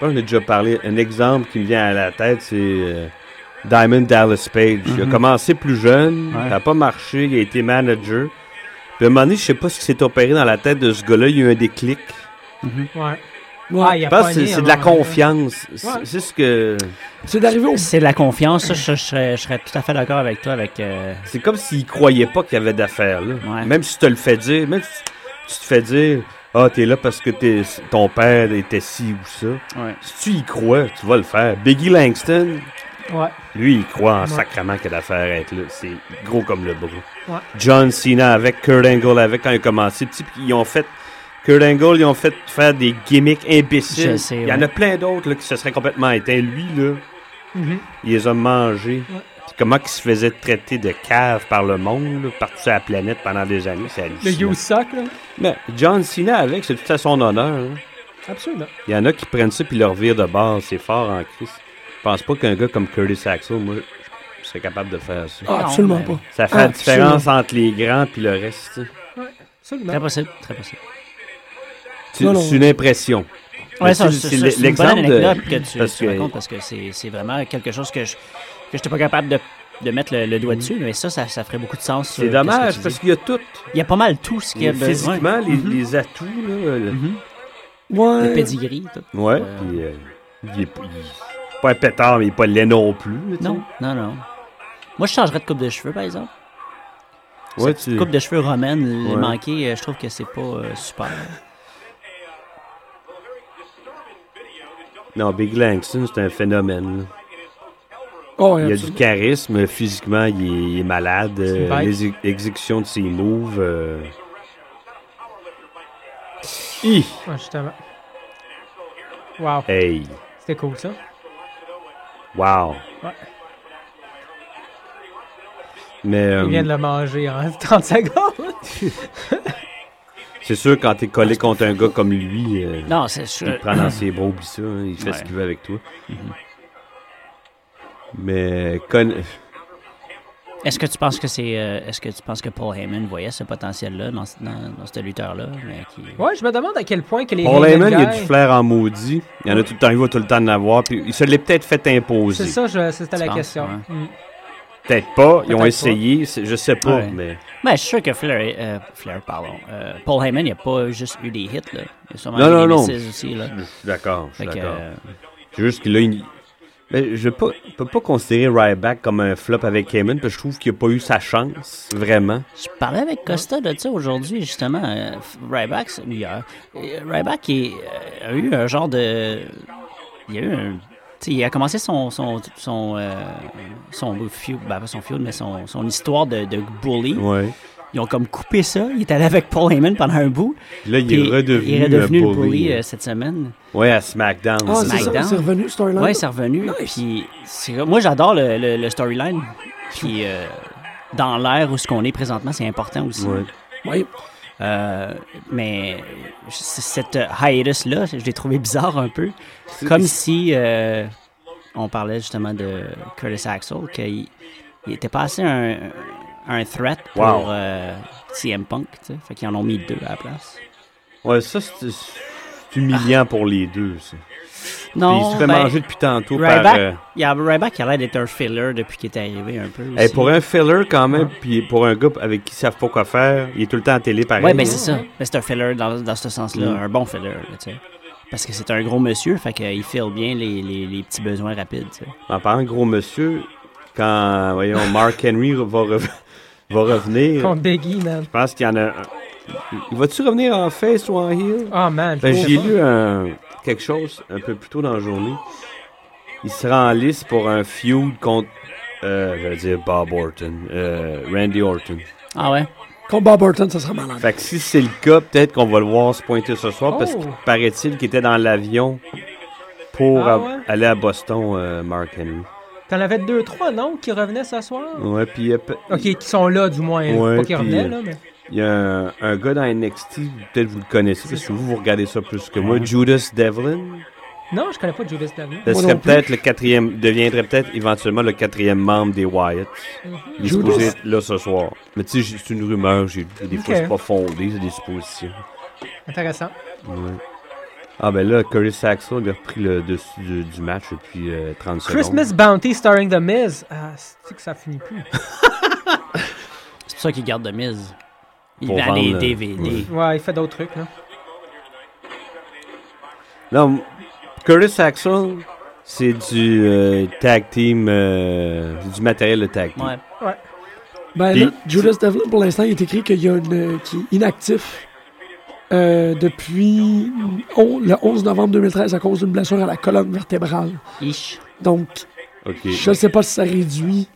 [SPEAKER 5] je pense que j'en ai déjà parlé. Un exemple qui me vient à la tête, c'est euh, Diamond Dallas Page. Il a commencé plus jeune,
[SPEAKER 6] Mm-hmm. Ouais.
[SPEAKER 5] ça n'a pas marché, il a été manager. Puis à un moment donné, je sais pas ce qui s'est opéré dans la tête de ce gars-là, il y a eu un déclic.
[SPEAKER 4] Ouais. Ah, il
[SPEAKER 5] Je
[SPEAKER 4] a
[SPEAKER 5] pense que
[SPEAKER 4] pogné,
[SPEAKER 5] c'est- c'est de
[SPEAKER 4] hein,
[SPEAKER 5] la confiance. C'est
[SPEAKER 4] Ouais.
[SPEAKER 5] c'est ce que.
[SPEAKER 3] C'est d'arriver au.
[SPEAKER 6] C'est de la confiance. Ça, je, je serais, je serais tout à fait d'accord avec toi. Avec, euh,
[SPEAKER 5] C'est comme s'il croyait pas qu'il y avait d'affaires, là.
[SPEAKER 6] Ouais.
[SPEAKER 5] Même si tu te le fais dire, même si tu te fais dire, ah, t'es là parce que t'es- ton père était ci ou ça.
[SPEAKER 6] ouais.
[SPEAKER 5] Si tu y crois, tu vas le faire. Biggie Langston,
[SPEAKER 4] Ouais.
[SPEAKER 5] lui, il croit en sacrament que l'affaire à être là. C'est gros comme le bras. John Cena avec Kurt Angle avec quand il a commencé. Petit, puis ils ont fait. Kurt Angle, ils ont fait faire des gimmicks
[SPEAKER 6] Je
[SPEAKER 5] imbéciles.
[SPEAKER 6] sais,
[SPEAKER 5] il y en
[SPEAKER 6] ouais.
[SPEAKER 5] a plein d'autres là, qui se seraient complètement éteints. Lui, là,
[SPEAKER 6] Mhm.
[SPEAKER 5] il les a mangés. Puis Comment qu'il se faisait traiter de cave par le monde, là, partout sur la planète pendant des années, c'est
[SPEAKER 4] Le
[SPEAKER 5] hallucinant.
[SPEAKER 4] You Suck, là.
[SPEAKER 5] Mais John Cena avec, c'est tout à son honneur. hein.
[SPEAKER 4] Absolument.
[SPEAKER 5] Il y en a qui prennent ça puis leur virent de bord. C'est fort en crise. Je pense pas qu'un gars comme Curtis Axel, moi, je serais capable de faire ça.
[SPEAKER 3] Ah,
[SPEAKER 6] Non,
[SPEAKER 3] absolument
[SPEAKER 6] mais-
[SPEAKER 3] pas.
[SPEAKER 5] Ça fait la
[SPEAKER 3] Ah,
[SPEAKER 5] différence entre les grands puis le reste. tu sais.
[SPEAKER 4] Absolument.
[SPEAKER 6] Très possible. Très possible.
[SPEAKER 5] C'est
[SPEAKER 3] Non, non.
[SPEAKER 5] c'est une impression.
[SPEAKER 6] Ouais,
[SPEAKER 5] Mais
[SPEAKER 6] ça,
[SPEAKER 5] c'est-
[SPEAKER 6] ça,
[SPEAKER 5] c'est
[SPEAKER 6] ça,
[SPEAKER 5] l'e-
[SPEAKER 6] c'est une bonne
[SPEAKER 5] l'exemple de-
[SPEAKER 6] anecdote que tu,
[SPEAKER 5] parce
[SPEAKER 6] tu
[SPEAKER 5] que-
[SPEAKER 6] racontes parce que c'est, c'est vraiment quelque chose que je que j'étais pas capable de, de mettre le, le doigt dessus, mais ça, ça, ça ferait beaucoup de sens. sur
[SPEAKER 5] Mm-hmm. C'est
[SPEAKER 6] qu'est-ce que
[SPEAKER 5] dommage
[SPEAKER 6] tu dis.
[SPEAKER 5] parce qu'il y a tout.
[SPEAKER 6] il y a pas mal tout ce qu'il y a besoin.
[SPEAKER 5] Physiquement, les, les atouts. Là, le-
[SPEAKER 3] Ouais.
[SPEAKER 6] Le pedigree, tout.
[SPEAKER 5] Ouais. puis, euh, il, est, pas- il est pas un pétard, mais il est pas laid non plus. là, tu
[SPEAKER 6] Non, non, non. Moi, je changerais de coupe de cheveux, par exemple.
[SPEAKER 5] sais. Ouais,
[SPEAKER 6] Cette
[SPEAKER 5] tu-
[SPEAKER 6] coupe de cheveux romaine, les
[SPEAKER 5] Ouais.
[SPEAKER 6] manquer, euh, je trouve que c'est pas euh, super.
[SPEAKER 5] Non, Big Langston, c'est un phénomène. là.
[SPEAKER 3] Oh,
[SPEAKER 5] Il
[SPEAKER 3] ouais,
[SPEAKER 5] a du
[SPEAKER 3] absolument.
[SPEAKER 5] charisme, physiquement, il est, il est malade.
[SPEAKER 4] C'est une
[SPEAKER 5] euh,
[SPEAKER 4] bête.
[SPEAKER 5] les é- exécutions de ses moves. euh. Hi!
[SPEAKER 4] Ouais, justement. Wow.
[SPEAKER 5] Hey!
[SPEAKER 4] C'était cool, ça.
[SPEAKER 5] Wow!
[SPEAKER 4] Ouais.
[SPEAKER 5] Mais
[SPEAKER 4] Il
[SPEAKER 5] euh,
[SPEAKER 4] vient de le manger en 30 secondes.
[SPEAKER 5] c'est sûr, quand t'es collé contre un gars comme lui, euh,
[SPEAKER 6] Non, c'est
[SPEAKER 5] il
[SPEAKER 6] sûr.
[SPEAKER 5] te prend dans ses bras, oublie ça, hein, il fait
[SPEAKER 6] Ouais.
[SPEAKER 5] ce qu'il veut avec toi.
[SPEAKER 4] Mm-hmm.
[SPEAKER 5] Mais con-
[SPEAKER 6] Est-ce que tu penses que c'est, euh, est-ce que tu penses que Paul Heyman voyait ce potentiel-là dans, ce- dans, dans ce lutteur-là, mais qui
[SPEAKER 4] Ouais, je me demande à quel point que les
[SPEAKER 5] Paul
[SPEAKER 4] Heyman
[SPEAKER 5] Heyman, il y a
[SPEAKER 4] guys-
[SPEAKER 5] du flair en maudit. Il y en a tout le temps, il va tout le temps en avoir. Puis il se l'est peut-être fait imposer.
[SPEAKER 4] C'est ça, je- c'était la
[SPEAKER 6] penses,
[SPEAKER 4] question.
[SPEAKER 6] ouais.
[SPEAKER 4] Mm.
[SPEAKER 5] Peut-être pas, ils ont
[SPEAKER 4] Peut-être
[SPEAKER 5] essayé, c'est- je sais pas,
[SPEAKER 6] Ouais.
[SPEAKER 5] mais.
[SPEAKER 6] Ben, je suis sûr que Flair, euh, Flair, pardon, euh, Paul Heyman, il a pas juste eu des hits là. Il a sûrement
[SPEAKER 5] Non,
[SPEAKER 6] eu
[SPEAKER 5] non,
[SPEAKER 6] des
[SPEAKER 5] non.
[SPEAKER 6] misses aussi là.
[SPEAKER 5] Je suis d'accord, je
[SPEAKER 6] Fait
[SPEAKER 5] suis
[SPEAKER 6] que,
[SPEAKER 5] d'accord.
[SPEAKER 6] euh,
[SPEAKER 5] C'est juste que là, il... Mais je peux, peux pas considérer Ryback comme un flop avec Cayman, parce que je trouve qu'il a pas eu sa chance, vraiment.
[SPEAKER 6] Je parlais avec Costa de ça aujourd'hui, justement. euh, Ryback, c'est- oui, euh, euh, Ryback est- euh, a eu un genre de. Il a eu un. tu sais, Il a commencé son son son euh, son feud, ben, pas son feud, mais son, son histoire de, de bully.
[SPEAKER 5] Ouais.
[SPEAKER 6] Ils ont comme coupé ça. Il est allé avec Paul Heyman pendant un bout.
[SPEAKER 5] Là, il
[SPEAKER 6] Puis
[SPEAKER 5] est redevenu,
[SPEAKER 6] il est redevenu
[SPEAKER 5] un
[SPEAKER 6] le bully,
[SPEAKER 5] bully.
[SPEAKER 6] euh, cette semaine.
[SPEAKER 5] Ouais, à SmackDown.
[SPEAKER 3] Ah, c'est
[SPEAKER 5] ça.
[SPEAKER 3] ça,
[SPEAKER 6] SmackDown.
[SPEAKER 3] c'est revenu, Storyline.
[SPEAKER 6] Ouais, c'est revenu. Puis c'est comme- moi, j'adore le, le- le storyline. Puis euh, dans l'ère où ce qu'on est présentement, c'est important aussi.
[SPEAKER 5] Ouais.
[SPEAKER 3] Ouais.
[SPEAKER 6] Euh, mais c- cette euh, hiatus-là, je l'ai trouvé bizarre un peu.
[SPEAKER 5] C'est-
[SPEAKER 6] Comme si euh, on parlait justement de Curtis Axel, qu'il il était passé un, un threat pour
[SPEAKER 5] Wow.
[SPEAKER 6] euh, CM Punk. tu sais. Fait qu'ils en ont mis deux à la place.
[SPEAKER 5] Ouais, ça, c'est c'est humiliant pour les deux, ça. Puis il
[SPEAKER 6] Non,
[SPEAKER 5] se fait
[SPEAKER 6] ben,
[SPEAKER 5] manger depuis tantôt par...
[SPEAKER 6] Ryback,
[SPEAKER 5] euh,
[SPEAKER 6] il y a Ryback qui a l'air d'être un filler depuis qu'il est arrivé un peu.
[SPEAKER 5] hey,
[SPEAKER 6] aussi.
[SPEAKER 5] Eh, pour un filler, quand même, puis pour un gars avec qui ils savent pas quoi faire, il est tout le temps à télé, pareil.
[SPEAKER 6] Ouais, ben c'est ça. Ben, c'est un filler dans, dans ce sens-là,
[SPEAKER 5] Mm.
[SPEAKER 6] un bon filler, là, tu sais. Parce que c'est un gros monsieur, fait qu'il file bien les, les, les petits besoins rapides, tu sais.
[SPEAKER 5] En parlant de gros monsieur, quand, voyons, Mark Henry va, rev- va revenir,
[SPEAKER 4] Contre Biggie, man.
[SPEAKER 5] je pense qu'il y en a... un- Il va-tu revenir en face ou en heel?
[SPEAKER 4] Oh, man.
[SPEAKER 5] Ben,
[SPEAKER 4] je
[SPEAKER 5] j'ai
[SPEAKER 4] trouve
[SPEAKER 5] lu un- quelque chose un peu plus tôt dans la journée. Il sera en liste pour un feud contre, euh, je vais dire Bob Orton, euh, Randy Orton.
[SPEAKER 6] Ah ouais?
[SPEAKER 3] Contre Bob Burton, ça serait malade.
[SPEAKER 5] Fait que si c'est le cas, peut-être qu'on va le voir se pointer ce soir parce
[SPEAKER 4] Oh.
[SPEAKER 5] qu'il paraît-il qu'il était dans l'avion pour
[SPEAKER 4] Ah
[SPEAKER 5] euh,
[SPEAKER 4] ouais?
[SPEAKER 5] aller à Boston, euh, Mark Henry.
[SPEAKER 4] ça. T'en avais deux, trois, non, qui revenaient ce soir?
[SPEAKER 5] Ouais, puis euh, pe-
[SPEAKER 4] Ok, qui sont là, du moins. là.
[SPEAKER 5] Ouais,
[SPEAKER 4] Pas qui
[SPEAKER 5] puis,
[SPEAKER 4] revenaient,
[SPEAKER 5] euh,
[SPEAKER 4] là, mais.
[SPEAKER 5] il y a un, un gars dans NXT, peut-être vous le connaissez, parce que vous, vous regardez ça plus que moi, Judas Devlin.
[SPEAKER 4] Non, je connais pas Judas Devlin.
[SPEAKER 5] Ce
[SPEAKER 3] Moi
[SPEAKER 5] serait
[SPEAKER 3] non plus.
[SPEAKER 5] peut-être le quatrième, deviendrait peut-être éventuellement le quatrième membre des Wyatt. Il est
[SPEAKER 3] Judas.
[SPEAKER 5] supposé être là ce soir. Mais tu sais, j'ai- c'est une rumeur, j'ai des fois
[SPEAKER 4] Ok.
[SPEAKER 5] c'est pas fondé, c'est des suppositions.
[SPEAKER 4] Intéressant.
[SPEAKER 5] Ouais. Ah ben là, Curtis Axel il a repris le dessus du, du match depuis euh, 30
[SPEAKER 4] Christmas
[SPEAKER 5] secondes.
[SPEAKER 4] Bounty starring The Miz. Ah, c'est que ça finit plus.
[SPEAKER 6] C'est pour ça qu'il garde de mise. Il
[SPEAKER 5] Pour
[SPEAKER 6] vend des
[SPEAKER 5] vendre, euh,
[SPEAKER 6] DVD.
[SPEAKER 5] ouais.
[SPEAKER 4] Ouais, il fait d'autres trucs, là.
[SPEAKER 5] Non, Curtis Axel, c'est du euh, tag team, euh, c'est du matériel de tag team.
[SPEAKER 6] Ouais.
[SPEAKER 3] Ben
[SPEAKER 5] Puis-
[SPEAKER 3] là, Judas Devlin, pour l'instant, il est écrit qu'il y a une, euh, qui est inactif euh, depuis on- le 11 novembre 2013 à cause d'une blessure à la colonne vertébrale.
[SPEAKER 6] Ish.
[SPEAKER 3] Donc,
[SPEAKER 5] Ok.
[SPEAKER 3] je ne sais pas si ça réduit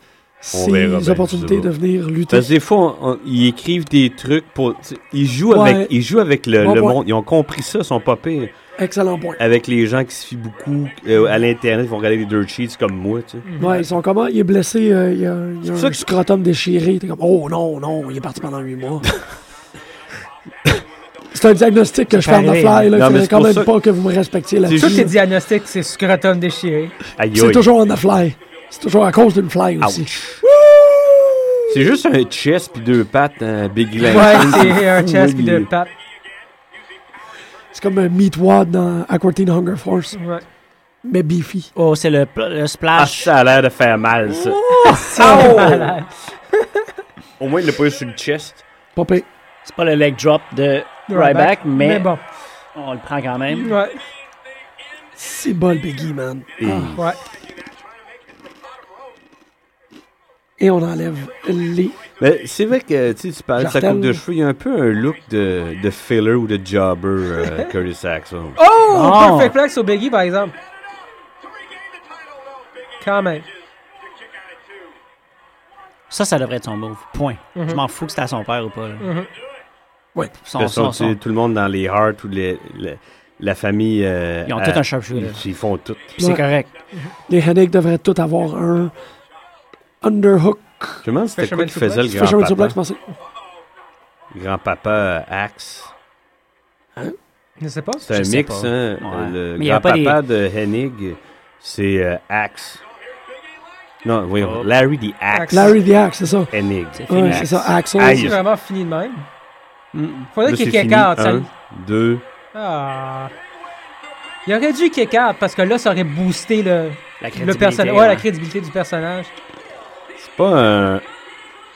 [SPEAKER 5] On verra
[SPEAKER 3] ses
[SPEAKER 5] bien,
[SPEAKER 3] opportunités
[SPEAKER 5] je sais
[SPEAKER 3] de
[SPEAKER 5] pas.
[SPEAKER 3] venir lutter.
[SPEAKER 5] Parce que des fois, on- on- ils écrivent des trucs pour. tu sais, Ils jouent
[SPEAKER 3] Ouais.
[SPEAKER 5] avec, ils jouent avec le,
[SPEAKER 3] Bon
[SPEAKER 5] le
[SPEAKER 3] point.
[SPEAKER 5] monde. Ils ont compris ça, ils sont pas pires.
[SPEAKER 3] Excellent point.
[SPEAKER 5] Avec les gens qui se fient beaucoup euh, à l'internet, ils vont regarder des dirt sheets comme moi, tu sais.
[SPEAKER 3] Ouais, ils sont comment? Il est blessé, euh, il y a, il y a
[SPEAKER 5] C'est ça
[SPEAKER 3] un
[SPEAKER 5] que-
[SPEAKER 3] scrotum déchiré. T'es comme, oh non, non, il est parti pendant 8 mois. c'est un diagnostic que je fais en
[SPEAKER 4] paraît,
[SPEAKER 3] the fly.
[SPEAKER 5] Non,
[SPEAKER 3] Là,
[SPEAKER 5] mais
[SPEAKER 3] faudrait
[SPEAKER 5] c'est
[SPEAKER 3] quand
[SPEAKER 5] pour
[SPEAKER 3] même
[SPEAKER 5] ça que-
[SPEAKER 3] pas que vous me respectiez là-dessus.
[SPEAKER 4] Tout
[SPEAKER 5] juste-
[SPEAKER 4] est diagnostic, c'est scrotum déchiré.
[SPEAKER 5] Aïe,
[SPEAKER 3] C'est
[SPEAKER 5] aïe.
[SPEAKER 3] toujours on the fly. C'est toujours à cause d'une fly aussi.
[SPEAKER 5] Ouch. C'est juste un chest puis deux pattes, hein, Big Lane.
[SPEAKER 4] Ouais, c'est un chest pis deux
[SPEAKER 5] il-
[SPEAKER 4] pattes.
[SPEAKER 3] C'est comme un meat wad dans Aquatine Hunger Force,
[SPEAKER 4] Ouais.
[SPEAKER 3] mais beefy.
[SPEAKER 6] Oh, c'est le, pl- le
[SPEAKER 5] Ah,
[SPEAKER 6] splash.
[SPEAKER 5] ça a l'air de faire mal, ça. oh!
[SPEAKER 4] C'est Ah, malade.
[SPEAKER 5] Au moins, il l'a pas eu sur le chest.
[SPEAKER 3] Popé.
[SPEAKER 6] c'est pas le leg drop de Ryback, mais,
[SPEAKER 4] mais bon.
[SPEAKER 6] on le prend quand même.
[SPEAKER 4] Ouais.
[SPEAKER 3] C'est bol, Biggie, man.
[SPEAKER 5] Et-
[SPEAKER 4] Ouais.
[SPEAKER 5] Ah!
[SPEAKER 3] Et on enlève les.
[SPEAKER 5] Mais ben, c'est vrai que tu sais, tu parles de sa
[SPEAKER 3] J'artèle.
[SPEAKER 5] coupe de cheveux, il y a un peu un look de, de filler ou de jobber, euh, Curtis Axel.
[SPEAKER 4] Oh!
[SPEAKER 5] Ah!
[SPEAKER 6] Bon.
[SPEAKER 4] Perfect flex au Biggie, par exemple. Quand même.
[SPEAKER 6] Ça, ça devrait être son move. Point. Je m'en fous que c'était à son père ou pas. là.
[SPEAKER 3] Ouais.
[SPEAKER 6] Son-
[SPEAKER 5] De toute façon,
[SPEAKER 6] son- son-
[SPEAKER 5] tu sais, tout le monde dans les Hearts ou les- le- la famille. euh,
[SPEAKER 6] Ils ont
[SPEAKER 5] à-
[SPEAKER 6] tout un sharpshooter.
[SPEAKER 5] Ils font tout.
[SPEAKER 6] Puis c'est
[SPEAKER 3] Ouais.
[SPEAKER 6] correct.
[SPEAKER 3] Les Headaches devraient tous avoir un underhook.
[SPEAKER 5] Je me demande c'était
[SPEAKER 4] Fisherman
[SPEAKER 5] quoi qui faisait le
[SPEAKER 3] Je fais jamais du black, je
[SPEAKER 5] grand-papa.
[SPEAKER 3] pensais.
[SPEAKER 5] Grand-papa euh, Axe.
[SPEAKER 4] Je sais pas.
[SPEAKER 5] C'est
[SPEAKER 6] Je
[SPEAKER 5] un
[SPEAKER 6] sais
[SPEAKER 5] mix,
[SPEAKER 6] pas.
[SPEAKER 5] hein. euh,
[SPEAKER 6] Ouais.
[SPEAKER 5] Le
[SPEAKER 6] Mais il y a pas
[SPEAKER 5] grand-papa de Hennig, c'est euh, Axe. Non, voyons.
[SPEAKER 6] Oh.
[SPEAKER 5] Larry the Axe.
[SPEAKER 3] Larry the Axe, c'est ça.
[SPEAKER 5] Hennig.
[SPEAKER 6] C'est Ah, fini.
[SPEAKER 3] Ouais, c'est ça, Axel.
[SPEAKER 5] Aïe.
[SPEAKER 4] C'est vraiment fini de même.
[SPEAKER 6] Mm.
[SPEAKER 4] Faudrait
[SPEAKER 5] Là,
[SPEAKER 4] qu'il
[SPEAKER 5] c'est
[SPEAKER 4] kick
[SPEAKER 5] fini.
[SPEAKER 4] out. ça-
[SPEAKER 5] Un, deux.
[SPEAKER 4] Ah. Il aurait dû kick out parce que là, ça aurait boosté le,
[SPEAKER 6] La
[SPEAKER 4] le
[SPEAKER 6] crédibilité.
[SPEAKER 4] personnage. Ouais, la crédibilité du personnage.
[SPEAKER 5] C'est pas un,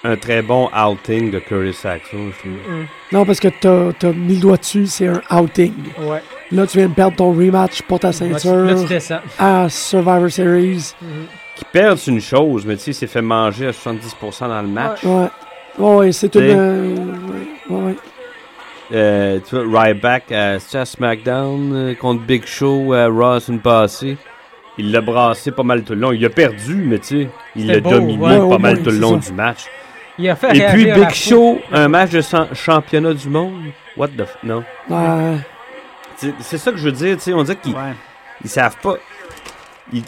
[SPEAKER 5] un très bon outing de Curtis Axel, je trouve.
[SPEAKER 3] Non, parce que t'as t'as mis le doigt dessus, c'est un outing.
[SPEAKER 4] Ouais.
[SPEAKER 3] Là, tu viens de perdre ton rematch pour ta
[SPEAKER 4] Là, tu-
[SPEAKER 3] ceinture
[SPEAKER 4] Là, tu descends.
[SPEAKER 3] à Survivor Series.
[SPEAKER 5] Qu'ils perdent, c'est une chose, mais tu sais, il s'est fait manger à 70% dans le match.
[SPEAKER 3] Ouais. Ouais, ouais, c'est une.
[SPEAKER 5] T'sais.
[SPEAKER 3] euh, ouais, ouais, ouais.
[SPEAKER 5] Euh, tu vois, Ryback à, c'est-tu à SmackDown euh, contre Big Show à Raw la semaine passée. Il l'a brassé pas mal tout le long. Il a perdu, mais tu sais, il
[SPEAKER 4] C'était
[SPEAKER 5] l'a
[SPEAKER 4] beau,
[SPEAKER 5] dominé
[SPEAKER 4] ouais,
[SPEAKER 5] pas
[SPEAKER 3] ouais,
[SPEAKER 5] mal
[SPEAKER 3] ouais,
[SPEAKER 5] tout le
[SPEAKER 3] c'est
[SPEAKER 5] long
[SPEAKER 3] ça.
[SPEAKER 5] du match.
[SPEAKER 4] Il a fait
[SPEAKER 5] Et puis
[SPEAKER 4] réagir la
[SPEAKER 5] Big
[SPEAKER 4] foule.
[SPEAKER 5] Show, un match de cent- championnat du monde. What the f... Non.
[SPEAKER 3] Ouais.
[SPEAKER 5] C'est- C'est ça que je veux dire, tu sais, on dirait qu'ils
[SPEAKER 6] Ouais.
[SPEAKER 5] ils savent pas. Ils,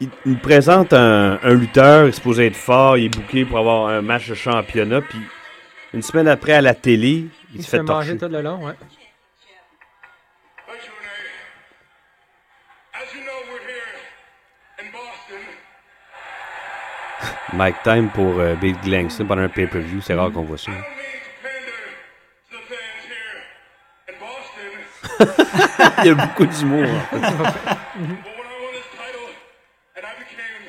[SPEAKER 5] ils, ils présentent un, un lutteur, il est supposé être fort, il est booké pour avoir un match de championnat, puis une semaine après à la télé, il,
[SPEAKER 4] Il
[SPEAKER 5] se fait torcher.
[SPEAKER 4] manger tout le long, ouais.
[SPEAKER 7] As you know, we're here in Boston.
[SPEAKER 5] Mike Time pour euh, Big Langston pendant un pay-per-view, c'est rare qu'on voit ça.
[SPEAKER 7] I don't mean to pander to the fans here in Boston,
[SPEAKER 5] il y a beaucoup d'humour. hein. en fait.
[SPEAKER 7] but when I won this title and I became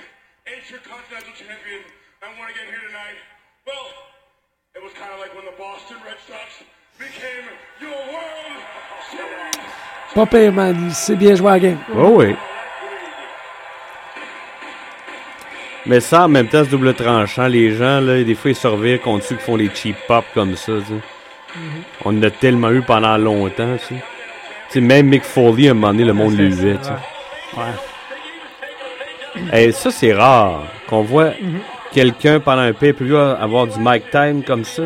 [SPEAKER 7] Intercontinental Champion, I won again here tonight. Well, it was kind of like when the Boston Red Sox became your World Series.
[SPEAKER 3] Pas pire, man. Il sait bien jouer à la game.
[SPEAKER 5] Oh oui. Mais ça, en même temps, ce double tranchant, les gens, là, des fois, ils se revirent contre ceux qui font les cheap pop comme ça. tu sais. On en a tellement eu pendant longtemps. Tu sais. Tu sais, même Mick Foley, à un moment donné, le monde le
[SPEAKER 4] C'est-
[SPEAKER 5] huait. tu sais.
[SPEAKER 4] ouais.
[SPEAKER 5] Et ça, c'est rare qu'on voit quelqu'un pendant un pay-per-view avoir du mic time comme ça.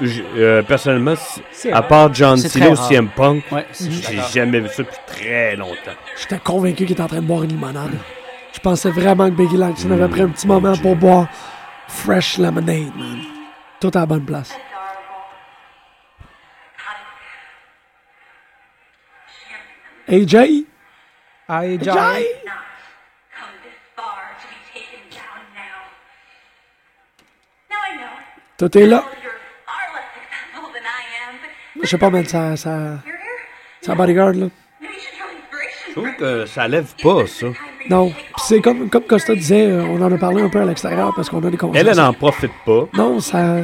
[SPEAKER 5] Je- euh, personnellement, c-
[SPEAKER 4] C'est
[SPEAKER 5] à
[SPEAKER 4] rare.
[SPEAKER 5] part John
[SPEAKER 6] C'est
[SPEAKER 5] Cena
[SPEAKER 6] très
[SPEAKER 5] ou
[SPEAKER 6] rare.
[SPEAKER 5] CM Punk,
[SPEAKER 6] Ouais, c'est- je suis
[SPEAKER 5] j'ai
[SPEAKER 6] d'accord.
[SPEAKER 5] jamais vu ça depuis très longtemps.
[SPEAKER 3] J'étais convaincu qu'il était en train de boire une limonade. Je pensais vraiment que Biggie Langston avait pris un petit moment pour boire Fresh Lemonade, man. Tout à la bonne place. AJ?
[SPEAKER 4] Aïe,
[SPEAKER 3] AJ?
[SPEAKER 4] Jai.
[SPEAKER 8] come this far to be taken down now. Now I know
[SPEAKER 3] Tout est là.
[SPEAKER 8] you're far less successful than I am, but
[SPEAKER 3] Je sais pas, man, sa, sa,
[SPEAKER 8] you're here.
[SPEAKER 3] sa bodyguard, là.
[SPEAKER 8] Maybe you should draw inspiration
[SPEAKER 5] Je trouve que ça lève pas, ça.
[SPEAKER 3] Non. Puis c'est comme, comme Costa disait, euh, on en a parlé un peu à l'extérieur parce qu'on a des
[SPEAKER 5] Elle, elle
[SPEAKER 3] conversations.
[SPEAKER 5] n'en profite pas.
[SPEAKER 3] Non, ça.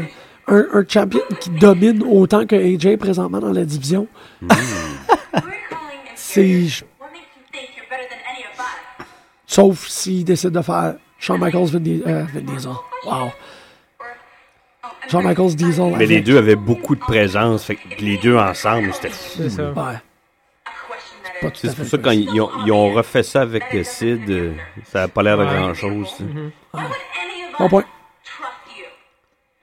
[SPEAKER 3] Un, un champion qui domine autant que AJ présentement dans la division,
[SPEAKER 8] We're calling
[SPEAKER 3] c'est.
[SPEAKER 8] inferior. What makes you think you're better than any of us?
[SPEAKER 3] Sauf s'il décide de faire Shawn Michaels Vin, Di- euh, Vin Diesel. Wow.
[SPEAKER 8] Oh, I'm
[SPEAKER 3] Shawn
[SPEAKER 8] sorry.
[SPEAKER 3] Michaels Diesel.
[SPEAKER 5] Mais
[SPEAKER 3] avec-
[SPEAKER 5] les deux avaient beaucoup de présence. Fait que les deux ensemble, c'était fou.
[SPEAKER 4] C'est ça.
[SPEAKER 3] Ouais.
[SPEAKER 8] A question that
[SPEAKER 3] Pas
[SPEAKER 8] is-
[SPEAKER 3] tout à
[SPEAKER 5] C'est
[SPEAKER 3] fait.
[SPEAKER 5] pour ça que quand ils ont, ils ont refait ça avec euh, Sid, euh, ça n'a pas l'air de grand-chose. tu sais.
[SPEAKER 8] Why would any of
[SPEAKER 3] Bon
[SPEAKER 8] us
[SPEAKER 3] point.
[SPEAKER 8] trust you?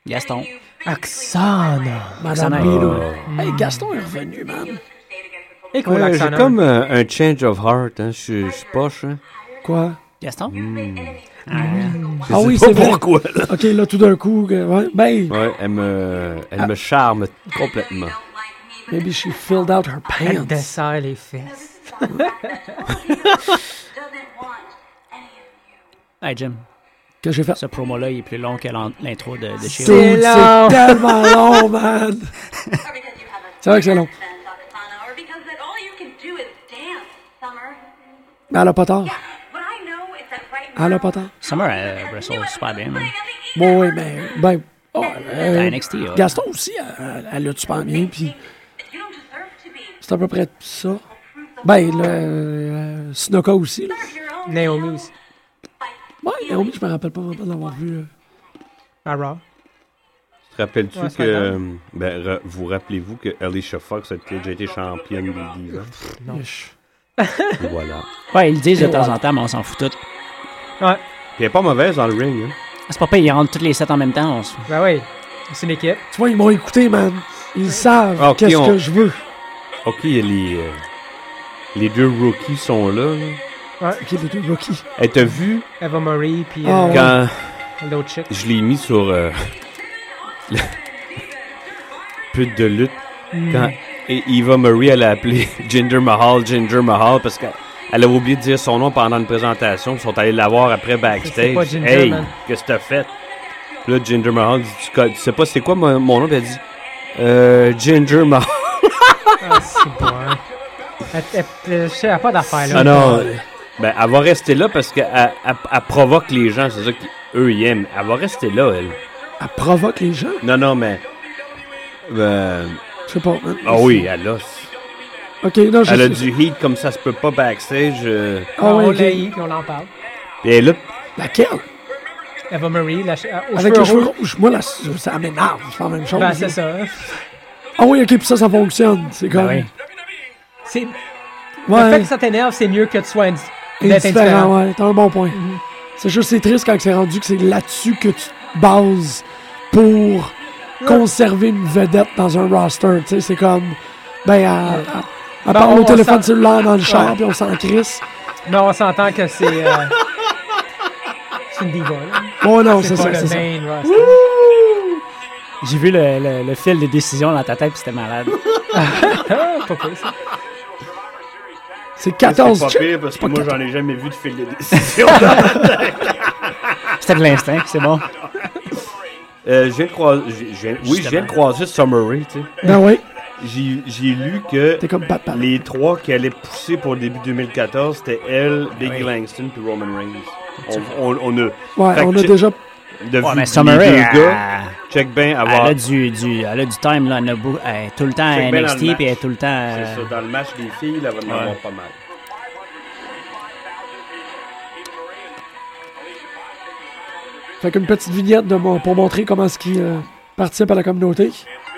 [SPEAKER 6] Gaston.
[SPEAKER 8] You've been
[SPEAKER 4] Axana.
[SPEAKER 3] Madame
[SPEAKER 6] Xanax.
[SPEAKER 3] Milo.
[SPEAKER 5] Ah.
[SPEAKER 3] Hey, Gaston est revenu, man.
[SPEAKER 8] crusade against the
[SPEAKER 4] Et quoi,
[SPEAKER 5] Ouais, J'ai
[SPEAKER 4] l'Axana?
[SPEAKER 5] comme euh, un change of heart. hein. Je suis- je suis poche. hein.
[SPEAKER 3] Quoi?
[SPEAKER 6] Gaston?
[SPEAKER 3] Ah oui,
[SPEAKER 5] Pas
[SPEAKER 3] c'est vrai.
[SPEAKER 5] pourquoi. là.
[SPEAKER 3] Ok, là, tout d'un coup, que- ouais, ben,
[SPEAKER 5] Ouais, elle me, elle me charme complètement.
[SPEAKER 8] Don't like me, but
[SPEAKER 3] maybe she filled out her
[SPEAKER 4] Elle
[SPEAKER 3] pants.
[SPEAKER 4] dessert les fesses.
[SPEAKER 8] doesn't want any of you.
[SPEAKER 6] Hey Jim,
[SPEAKER 3] Que j'ai fait.
[SPEAKER 6] ce promo-là, il est plus long que l'en- l'intro de, de Shield.
[SPEAKER 3] Dude,
[SPEAKER 4] long.
[SPEAKER 3] C'est tellement long, man.
[SPEAKER 8] Or because you have a
[SPEAKER 3] C'est vrai que c'est long.
[SPEAKER 8] friend, Akatana, or because that all you can do is dance, Summer.
[SPEAKER 3] Mais elle a pas tort.
[SPEAKER 8] What I know is that right now,
[SPEAKER 3] Elle a Ah, pas tort.
[SPEAKER 6] Summer, elle wrestle super bien.
[SPEAKER 4] Euh,
[SPEAKER 6] hein.
[SPEAKER 3] Bon, oui, mais, ben, oh, euh,
[SPEAKER 6] Dans NXT, ouais.
[SPEAKER 3] Gaston aussi, elle, elle lutte super bien, puis
[SPEAKER 8] you don't deserve to be.
[SPEAKER 3] c'est à peu près ça. Ben, le, euh, Snuka aussi, là.
[SPEAKER 8] You're all
[SPEAKER 4] Naomi aussi.
[SPEAKER 3] Ouais, Naomi, je me rappelle pas vraiment de l'avoir vu. là.
[SPEAKER 4] À Raw.
[SPEAKER 5] Te rappelles-tu
[SPEAKER 4] Ouais,
[SPEAKER 5] que.
[SPEAKER 4] c'est pas grave.
[SPEAKER 5] euh, Ben, ra- vous rappelez-vous que Alicia Fox a déjà été championne des divas? Et Voilà.
[SPEAKER 6] Ouais, ils le disent de temps en temps, mais on s'en fout tout.
[SPEAKER 4] Ouais.
[SPEAKER 5] Puis elle est pas mauvaise dans le ring. hein.
[SPEAKER 6] C'est pas pire, ils rentrent toutes les sept en même temps. On se-
[SPEAKER 4] Ben oui. C'est une équipe.
[SPEAKER 3] Tu vois, ils m'ont écouté, man. Ils savent
[SPEAKER 5] Ah, ok,
[SPEAKER 3] qu'est-ce
[SPEAKER 5] on-
[SPEAKER 3] que je veux.
[SPEAKER 5] Ok, les, euh, les deux rookies sont là. là.
[SPEAKER 4] Ouais.
[SPEAKER 3] Ok, les deux Rocky.
[SPEAKER 5] Elle t'a vu
[SPEAKER 4] Eva Marie, puis
[SPEAKER 3] Ah,
[SPEAKER 4] euh,
[SPEAKER 3] ouais.
[SPEAKER 5] quand
[SPEAKER 4] l'autre chick.
[SPEAKER 5] je l'ai mis sur euh, le- pute de lutte
[SPEAKER 4] Hmm.
[SPEAKER 5] quand et Eva Marie elle a appelé Ginger Mahal Ginger Mahal parce qu'elle elle avait oublié de dire son nom pendant une présentation. Ils sont allés la voir après
[SPEAKER 4] C'est
[SPEAKER 5] backstage.
[SPEAKER 4] pas Ginger,
[SPEAKER 5] hey,
[SPEAKER 4] man.
[SPEAKER 5] qu'est-ce que t'as fait? Puis là, Ginger Mahal dit Tu co- tu sais pas c'est quoi mon, mon nom? Puis elle dit euh, Ginger Mahal.
[SPEAKER 4] Ah, c'est bon. hein. Elle, elle, elle- je sais, elle a pas d'affaire, là.
[SPEAKER 5] Ah non. Ben, elle va rester là parce qu'elle elle, elle provoque les gens. C'est ça qu'eux ils aiment. Elle va rester là, elle.
[SPEAKER 3] Elle provoque les gens.
[SPEAKER 5] Non, non, mais. Ben.
[SPEAKER 3] Je sais pas, man.
[SPEAKER 5] Ah oui, elle l'os.
[SPEAKER 3] Ok, non, je
[SPEAKER 5] Elle a
[SPEAKER 3] sais-
[SPEAKER 5] du heat comme ça se peut pas backstage. euh,
[SPEAKER 3] Ah ouais,
[SPEAKER 4] on
[SPEAKER 3] ok.
[SPEAKER 4] l'a eu, puis on en parle.
[SPEAKER 5] Et elle est là,
[SPEAKER 3] Laquelle
[SPEAKER 4] Eva Marie, la che- aux
[SPEAKER 3] Avec les cheveux
[SPEAKER 4] rouges.
[SPEAKER 3] rouges. Moi, là, c- ça m'énerve. C'est pas la même chose.
[SPEAKER 4] Ben, c'est ça.
[SPEAKER 3] Ah oui, ok, puis ça, ça fonctionne. C'est comme.
[SPEAKER 6] oui.
[SPEAKER 4] C'est- Le fait
[SPEAKER 3] Ouais,
[SPEAKER 4] que ça t'énerve, c'est mieux que tu sois indi-
[SPEAKER 3] c'est
[SPEAKER 4] d'être indifférent.
[SPEAKER 3] différent, ouais. T'as un bon point. C'est juste, c'est triste quand c'est rendu que c'est là-dessus que tu te bases pour conserver une vedette dans un roster. Tu sais, c'est comme. Ben, elle, elle- elle
[SPEAKER 4] Ben,
[SPEAKER 3] parle
[SPEAKER 4] on
[SPEAKER 3] au téléphone
[SPEAKER 4] s'en-
[SPEAKER 3] cellulaire dans le char,
[SPEAKER 4] Ouais.
[SPEAKER 3] puis on s'en crisse.
[SPEAKER 4] Mais on s'entend que c'est. euh, c'est une diva, là.
[SPEAKER 3] Oh non, c'est
[SPEAKER 4] C'est pas
[SPEAKER 3] ça, c'est
[SPEAKER 4] le
[SPEAKER 3] ça.
[SPEAKER 4] main roster.
[SPEAKER 6] J'ai vu le, le, le fil de décision dans ta tête, puis c'était malade.
[SPEAKER 4] Ah, pas cool, ça.
[SPEAKER 3] C'est
[SPEAKER 5] c'est
[SPEAKER 3] 14
[SPEAKER 5] pas
[SPEAKER 3] chi-
[SPEAKER 5] pire parce que moi j'en ai jamais vu de fil de décision.
[SPEAKER 6] C'était de l'instinct, c'est bon.
[SPEAKER 5] Euh, je viens de croiser, je- je viens- oui, je viens de croiser Summary, tu sais.
[SPEAKER 3] Ben oui,
[SPEAKER 5] J'ai- J'ai lu que
[SPEAKER 3] t'es comme papa.
[SPEAKER 5] les trois qui allaient pousser pour début 2014, c'était elle, Biggie Langston puis Roman Reigns. On, on, on a,
[SPEAKER 3] Ouais,
[SPEAKER 5] Fait
[SPEAKER 3] on
[SPEAKER 5] que
[SPEAKER 3] a
[SPEAKER 5] tu-
[SPEAKER 3] déjà.
[SPEAKER 5] de
[SPEAKER 6] Ouais,
[SPEAKER 5] vue
[SPEAKER 6] mais
[SPEAKER 5] les
[SPEAKER 6] Summer
[SPEAKER 5] deux
[SPEAKER 6] elle,
[SPEAKER 5] gars, check bien
[SPEAKER 6] elle
[SPEAKER 5] avoir
[SPEAKER 6] a du, du, elle a du time, là. Elle, a beau- elle est tout le temps
[SPEAKER 5] Check
[SPEAKER 6] à
[SPEAKER 5] bien dans le
[SPEAKER 6] NXT, puis elle est tout le temps.
[SPEAKER 5] C'est
[SPEAKER 6] euh,
[SPEAKER 5] ça, dans le match des filles, là, va en avoir pas mal.
[SPEAKER 3] Fait qu'une petite vignette de mon- pour montrer comment est-ce qu'il euh, participe à la communauté.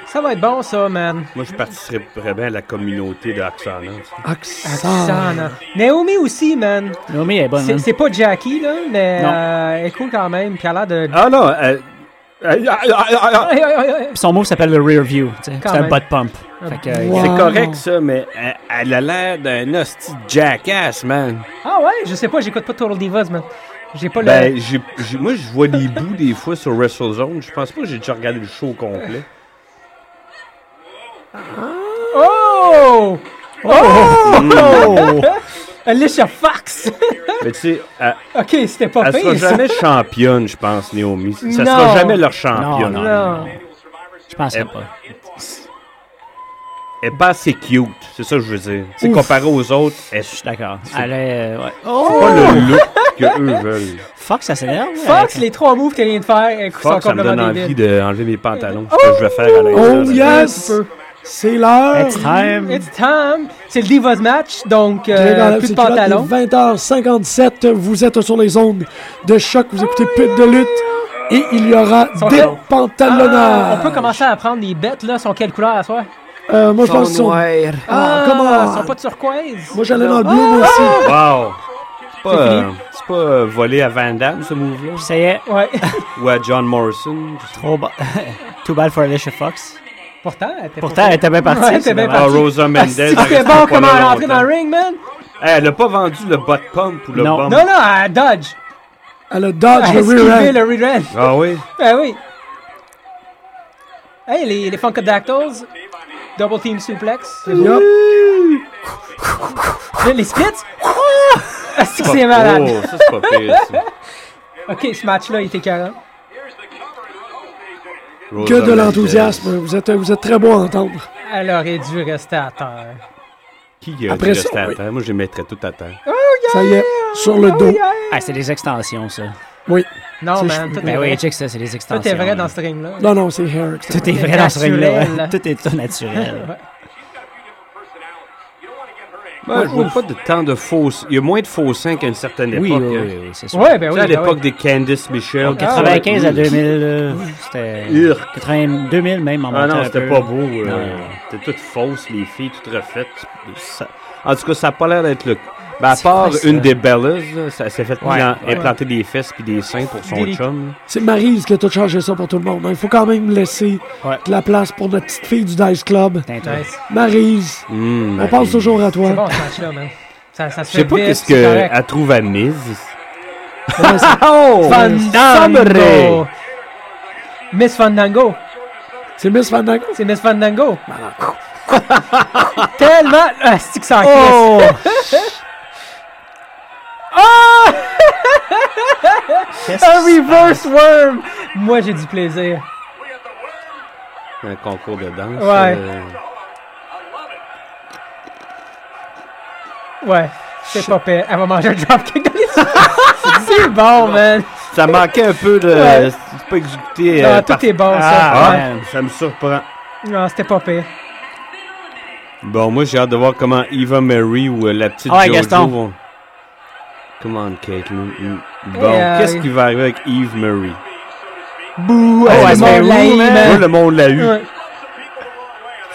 [SPEAKER 4] Ça va être bon, ça, man.
[SPEAKER 5] Moi, je participerais bien à la communauté de Axana.
[SPEAKER 3] Axana.
[SPEAKER 4] Ça, non. hein. Naomi aussi, man.
[SPEAKER 6] Naomi est bonne,
[SPEAKER 4] C'est
[SPEAKER 6] hein.
[SPEAKER 4] c'est pas Jackie, là, mais
[SPEAKER 6] Non.
[SPEAKER 4] euh, elle est cool quand même. Puis elle a l'air de.
[SPEAKER 5] Ah non, euh, euh, ah, ah, ah, ah,
[SPEAKER 4] Aïe, aïe, aïe, aïe.
[SPEAKER 6] Son mot s'appelle le rear view. tu sais.
[SPEAKER 4] Quand
[SPEAKER 6] C'est un
[SPEAKER 4] même. Ah, ben,
[SPEAKER 6] butt pump. Fait que, euh,
[SPEAKER 3] Wow.
[SPEAKER 5] c'est correct ça, mais elle, elle a l'air d'un hostie de jackass, man.
[SPEAKER 4] Ah ouais, je sais pas, j'écoute pas Total Divas, man. J'ai pas le.
[SPEAKER 5] Ben, j'ai- j'ai- moi, je vois des bouts des fois sur WrestleZone. Je pense pas que j'ai déjà regardé le show au complet.
[SPEAKER 4] Oh!
[SPEAKER 5] Oh!
[SPEAKER 4] Alicia Fox!
[SPEAKER 5] mais tu sais, elle,
[SPEAKER 4] ok, c'était pas
[SPEAKER 5] elle sera
[SPEAKER 4] pire. ça.
[SPEAKER 5] jamais championne, je pense, Naomi. Ça
[SPEAKER 4] Non.
[SPEAKER 5] sera jamais leur
[SPEAKER 6] Ah, non, non,
[SPEAKER 5] championne.
[SPEAKER 6] non,
[SPEAKER 4] Non.
[SPEAKER 6] non. Eh, Je penserais
[SPEAKER 5] Elle-
[SPEAKER 6] pas.
[SPEAKER 5] Elle est pas assez cute, c'est ça que je veux dire. C'est comparé aux autres, elle est
[SPEAKER 6] Je suis d'accord. Elle est. ouais.
[SPEAKER 4] Oh!
[SPEAKER 5] pas le look que eux veulent.
[SPEAKER 6] Fox, ça s'énerve.
[SPEAKER 4] Fox, les trois moves qu'elle vient de faire, elles sont
[SPEAKER 5] Fuck, ça me donne
[SPEAKER 4] complètement
[SPEAKER 5] envie
[SPEAKER 4] débiles.
[SPEAKER 5] d'enlever mes pantalons. C'est ce que je vais faire à
[SPEAKER 3] Oh
[SPEAKER 5] l'intérieur.
[SPEAKER 3] yes! C'est l'heure!
[SPEAKER 6] It's time.
[SPEAKER 4] It's time! C'est le Divas match, donc euh, plus de pantalon.
[SPEAKER 3] 20h57, vous êtes sur les ondes de choc, vous écoutez pute de lutte et il y aura
[SPEAKER 4] Sont
[SPEAKER 3] des
[SPEAKER 4] chauds.
[SPEAKER 3] pantalonnades.
[SPEAKER 4] on peut commencer à prendre les bêtes, là, sont quelle couleur à soir?
[SPEAKER 3] Euh, moi je pense qu'ils sont. Ah,
[SPEAKER 4] ils sont
[SPEAKER 3] comment?
[SPEAKER 4] pas Ah! turquoise.
[SPEAKER 3] Moi j'allais dans le bleu moi aussi.
[SPEAKER 5] Wow! C'est pas,
[SPEAKER 4] C'est
[SPEAKER 5] euh, c'est pas euh, volé à Van Damme, ce move-là?
[SPEAKER 6] Ça y est.
[SPEAKER 4] Ouais.
[SPEAKER 5] Ou à John Morrison? Je sais
[SPEAKER 6] Trop bas. Too bad for Alicia Fox.
[SPEAKER 4] Pourtant, elle était
[SPEAKER 6] Pourtant, elle était bien partie.
[SPEAKER 4] Ouais, elle était
[SPEAKER 6] c'est
[SPEAKER 4] bien
[SPEAKER 5] pas. Ah,
[SPEAKER 6] dommage.
[SPEAKER 4] parti.
[SPEAKER 5] Rosa
[SPEAKER 4] Ah,
[SPEAKER 5] Mendez.
[SPEAKER 4] si,
[SPEAKER 5] elle
[SPEAKER 4] C'était
[SPEAKER 5] reste
[SPEAKER 4] bon
[SPEAKER 5] pas
[SPEAKER 4] comment
[SPEAKER 5] là
[SPEAKER 4] elle est rentrée
[SPEAKER 5] longtemps.
[SPEAKER 4] dans le ring, man!
[SPEAKER 5] Hey, elle a pas vendu le bot pump ou le
[SPEAKER 6] Non.
[SPEAKER 5] bump.
[SPEAKER 4] Non, non, elle dodge!
[SPEAKER 3] Elle a dodge
[SPEAKER 4] Elle
[SPEAKER 3] le rear
[SPEAKER 4] a esquivé
[SPEAKER 3] end.
[SPEAKER 4] Ah, le rear end.
[SPEAKER 5] Ah oui?
[SPEAKER 4] Ben oui. Hey, les, les Funkadactyls, Double Team Suplex,
[SPEAKER 3] Yup.
[SPEAKER 4] les, les Splits. Ah, c'est que c'est
[SPEAKER 5] Pas-
[SPEAKER 4] malade.
[SPEAKER 5] Oh, ça, c'est pas pire, ça. Oh.
[SPEAKER 4] Ok, ce match-là, il était carré.
[SPEAKER 5] Rosa
[SPEAKER 3] Que de
[SPEAKER 5] Mendez.
[SPEAKER 3] l'enthousiasme. Vous êtes, vous êtes très beau à entendre.
[SPEAKER 4] Elle aurait dû rester à terre.
[SPEAKER 5] Qui a
[SPEAKER 3] Après
[SPEAKER 5] Après
[SPEAKER 3] ça,
[SPEAKER 5] à
[SPEAKER 3] oui.
[SPEAKER 5] terre? Moi, je les mettrais tout à terre.
[SPEAKER 3] Ça y est, sur le dos.
[SPEAKER 6] Ah, c'est des extensions, ça.
[SPEAKER 3] Oui.
[SPEAKER 4] Non,
[SPEAKER 3] C'est
[SPEAKER 4] man,
[SPEAKER 3] chou-
[SPEAKER 4] tout est
[SPEAKER 6] Ben oui,
[SPEAKER 4] vrai.
[SPEAKER 6] check ça, c'est des extensions.
[SPEAKER 4] Tout est vrai
[SPEAKER 6] là.
[SPEAKER 4] dans ce ring-là.
[SPEAKER 3] Non, non, c'est hair.
[SPEAKER 6] Tout est vrai dans ce
[SPEAKER 4] Naturel.
[SPEAKER 6] ring-là. Tout est tout naturel.
[SPEAKER 5] Ben, je vois pas de tant de faux... Il y a moins de faux seins qu'à une certaine
[SPEAKER 6] Oui, oui,
[SPEAKER 5] époque.
[SPEAKER 6] oui,
[SPEAKER 5] hein.
[SPEAKER 6] oui, c'est sûr.
[SPEAKER 4] Ouais, ben oui.
[SPEAKER 5] Tu sais, à
[SPEAKER 4] ben
[SPEAKER 5] l'époque
[SPEAKER 4] oui.
[SPEAKER 5] des Candice Michel.
[SPEAKER 6] En 95 à 2000, euh, c'était.
[SPEAKER 5] Urk.
[SPEAKER 6] 80 2000 même en
[SPEAKER 5] Ah
[SPEAKER 6] montant
[SPEAKER 5] non,
[SPEAKER 6] un
[SPEAKER 5] c'était
[SPEAKER 6] peu.
[SPEAKER 5] pas beau. euh,
[SPEAKER 6] Non.
[SPEAKER 5] C'était toute fausse, les filles, toutes refaites. Ça- En tout cas, ça a pas l'air d'être le. Ben, à part
[SPEAKER 6] quoi, ça?
[SPEAKER 5] une des Bellas, là, ça s'est fait
[SPEAKER 6] Ouais.
[SPEAKER 5] plan- implanter des fesses puis des seins pour son
[SPEAKER 4] Des-
[SPEAKER 5] chum. là.
[SPEAKER 3] C'est Maryse qui a tout changé ça pour tout le monde. hein. Il faut quand même laisser
[SPEAKER 6] Ouais.
[SPEAKER 3] de la place pour notre petite fille du Dice Club.
[SPEAKER 6] Putain, toi.
[SPEAKER 4] Nice.
[SPEAKER 3] Maryse,
[SPEAKER 5] Hmm,
[SPEAKER 3] on
[SPEAKER 5] Marie.
[SPEAKER 3] pense toujours à toi.
[SPEAKER 4] C'est bon, ce match-là, man. Ça, ça se
[SPEAKER 5] Je
[SPEAKER 4] fait
[SPEAKER 5] sais pas
[SPEAKER 4] vite,
[SPEAKER 5] qu'est-ce
[SPEAKER 4] c'est correct.
[SPEAKER 5] qu'elle trouve à mise.
[SPEAKER 4] Oh!
[SPEAKER 5] Fandango!
[SPEAKER 4] Fandango! Miss Fandango!
[SPEAKER 3] C'est Miss Fandango.
[SPEAKER 4] C'est Miss Fandango! Tellement... Ah, c'est que ça en
[SPEAKER 3] Oh.
[SPEAKER 4] crisse.
[SPEAKER 6] Qu'est-ce
[SPEAKER 4] Un reverse worm! Moi, j'ai du plaisir.
[SPEAKER 5] Un concours de danse.
[SPEAKER 4] Ouais.
[SPEAKER 5] euh,
[SPEAKER 4] Ouais, c'est pas pire. Elle va manger un dropkick dans les yeux. C'est bon, man.
[SPEAKER 5] Ça manquait un peu de.
[SPEAKER 4] Ouais.
[SPEAKER 5] C'est pas exécuté.
[SPEAKER 4] Non,
[SPEAKER 5] euh,
[SPEAKER 4] tout
[SPEAKER 5] par-
[SPEAKER 4] est bon, ça.
[SPEAKER 5] Ah,
[SPEAKER 4] Ouais.
[SPEAKER 5] ouais, ça me surprend.
[SPEAKER 4] Non, c'était pas pire.
[SPEAKER 5] Bon, moi, j'ai hâte de voir comment Eva Mary ou euh, la petite
[SPEAKER 6] Ah ouais,
[SPEAKER 5] Jojo
[SPEAKER 6] Gaston.
[SPEAKER 5] vont... Come on, Kate. nous- nous- Bon,
[SPEAKER 4] euh,
[SPEAKER 5] qu'est-ce qui va arriver avec Eve Oh, Mary?
[SPEAKER 4] Bouh!
[SPEAKER 6] elle
[SPEAKER 4] le
[SPEAKER 6] se fait
[SPEAKER 4] monde la
[SPEAKER 6] roux,
[SPEAKER 4] hait,
[SPEAKER 6] man.
[SPEAKER 5] hein? Moi,
[SPEAKER 4] man.
[SPEAKER 5] le monde l'a eu.
[SPEAKER 4] Ouais.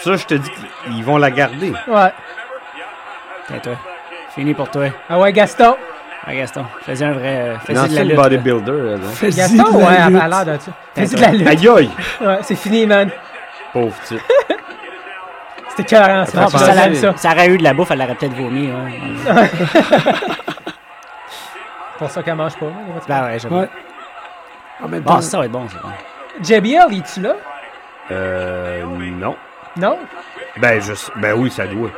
[SPEAKER 5] Ça, je te dis qu'ils vont la garder.
[SPEAKER 4] Ouais.
[SPEAKER 6] Tais-toi. Fini pour toi.
[SPEAKER 4] Ah ouais, Gaston.
[SPEAKER 6] Ah, Gaston, fais-y un vrai. euh,
[SPEAKER 5] Une
[SPEAKER 6] fais-y de la
[SPEAKER 5] ancienne
[SPEAKER 6] lutte. là.
[SPEAKER 5] bodybuilder, elle. hein.
[SPEAKER 3] Fais-y
[SPEAKER 4] Gaston,
[SPEAKER 3] de
[SPEAKER 4] ouais,
[SPEAKER 3] la
[SPEAKER 4] elle
[SPEAKER 3] lutte.
[SPEAKER 4] a l'air d'un. Fais-y de la lutte.
[SPEAKER 5] Aïe aïe!
[SPEAKER 4] Ouais, c'est fini, man.
[SPEAKER 5] Pauvre type.
[SPEAKER 4] C'était carrément ça.
[SPEAKER 5] Attends,
[SPEAKER 4] Ça,
[SPEAKER 6] Ça,
[SPEAKER 5] pensez-
[SPEAKER 4] ça,
[SPEAKER 6] l'a-
[SPEAKER 4] ça.
[SPEAKER 6] ça aurait eu de la bouffe, elle l'aurait peut-être vomi. hein.
[SPEAKER 4] Pour ça qu'elle mange pas. man.
[SPEAKER 6] Ben ouais, j'avoue.
[SPEAKER 3] Ouais. En même temps,
[SPEAKER 6] Bon, ça va être bon, ça.
[SPEAKER 4] JBL, il tu là?
[SPEAKER 5] Euh, non.
[SPEAKER 4] Non?
[SPEAKER 5] Ben, je... sais- ben oui, ça doit.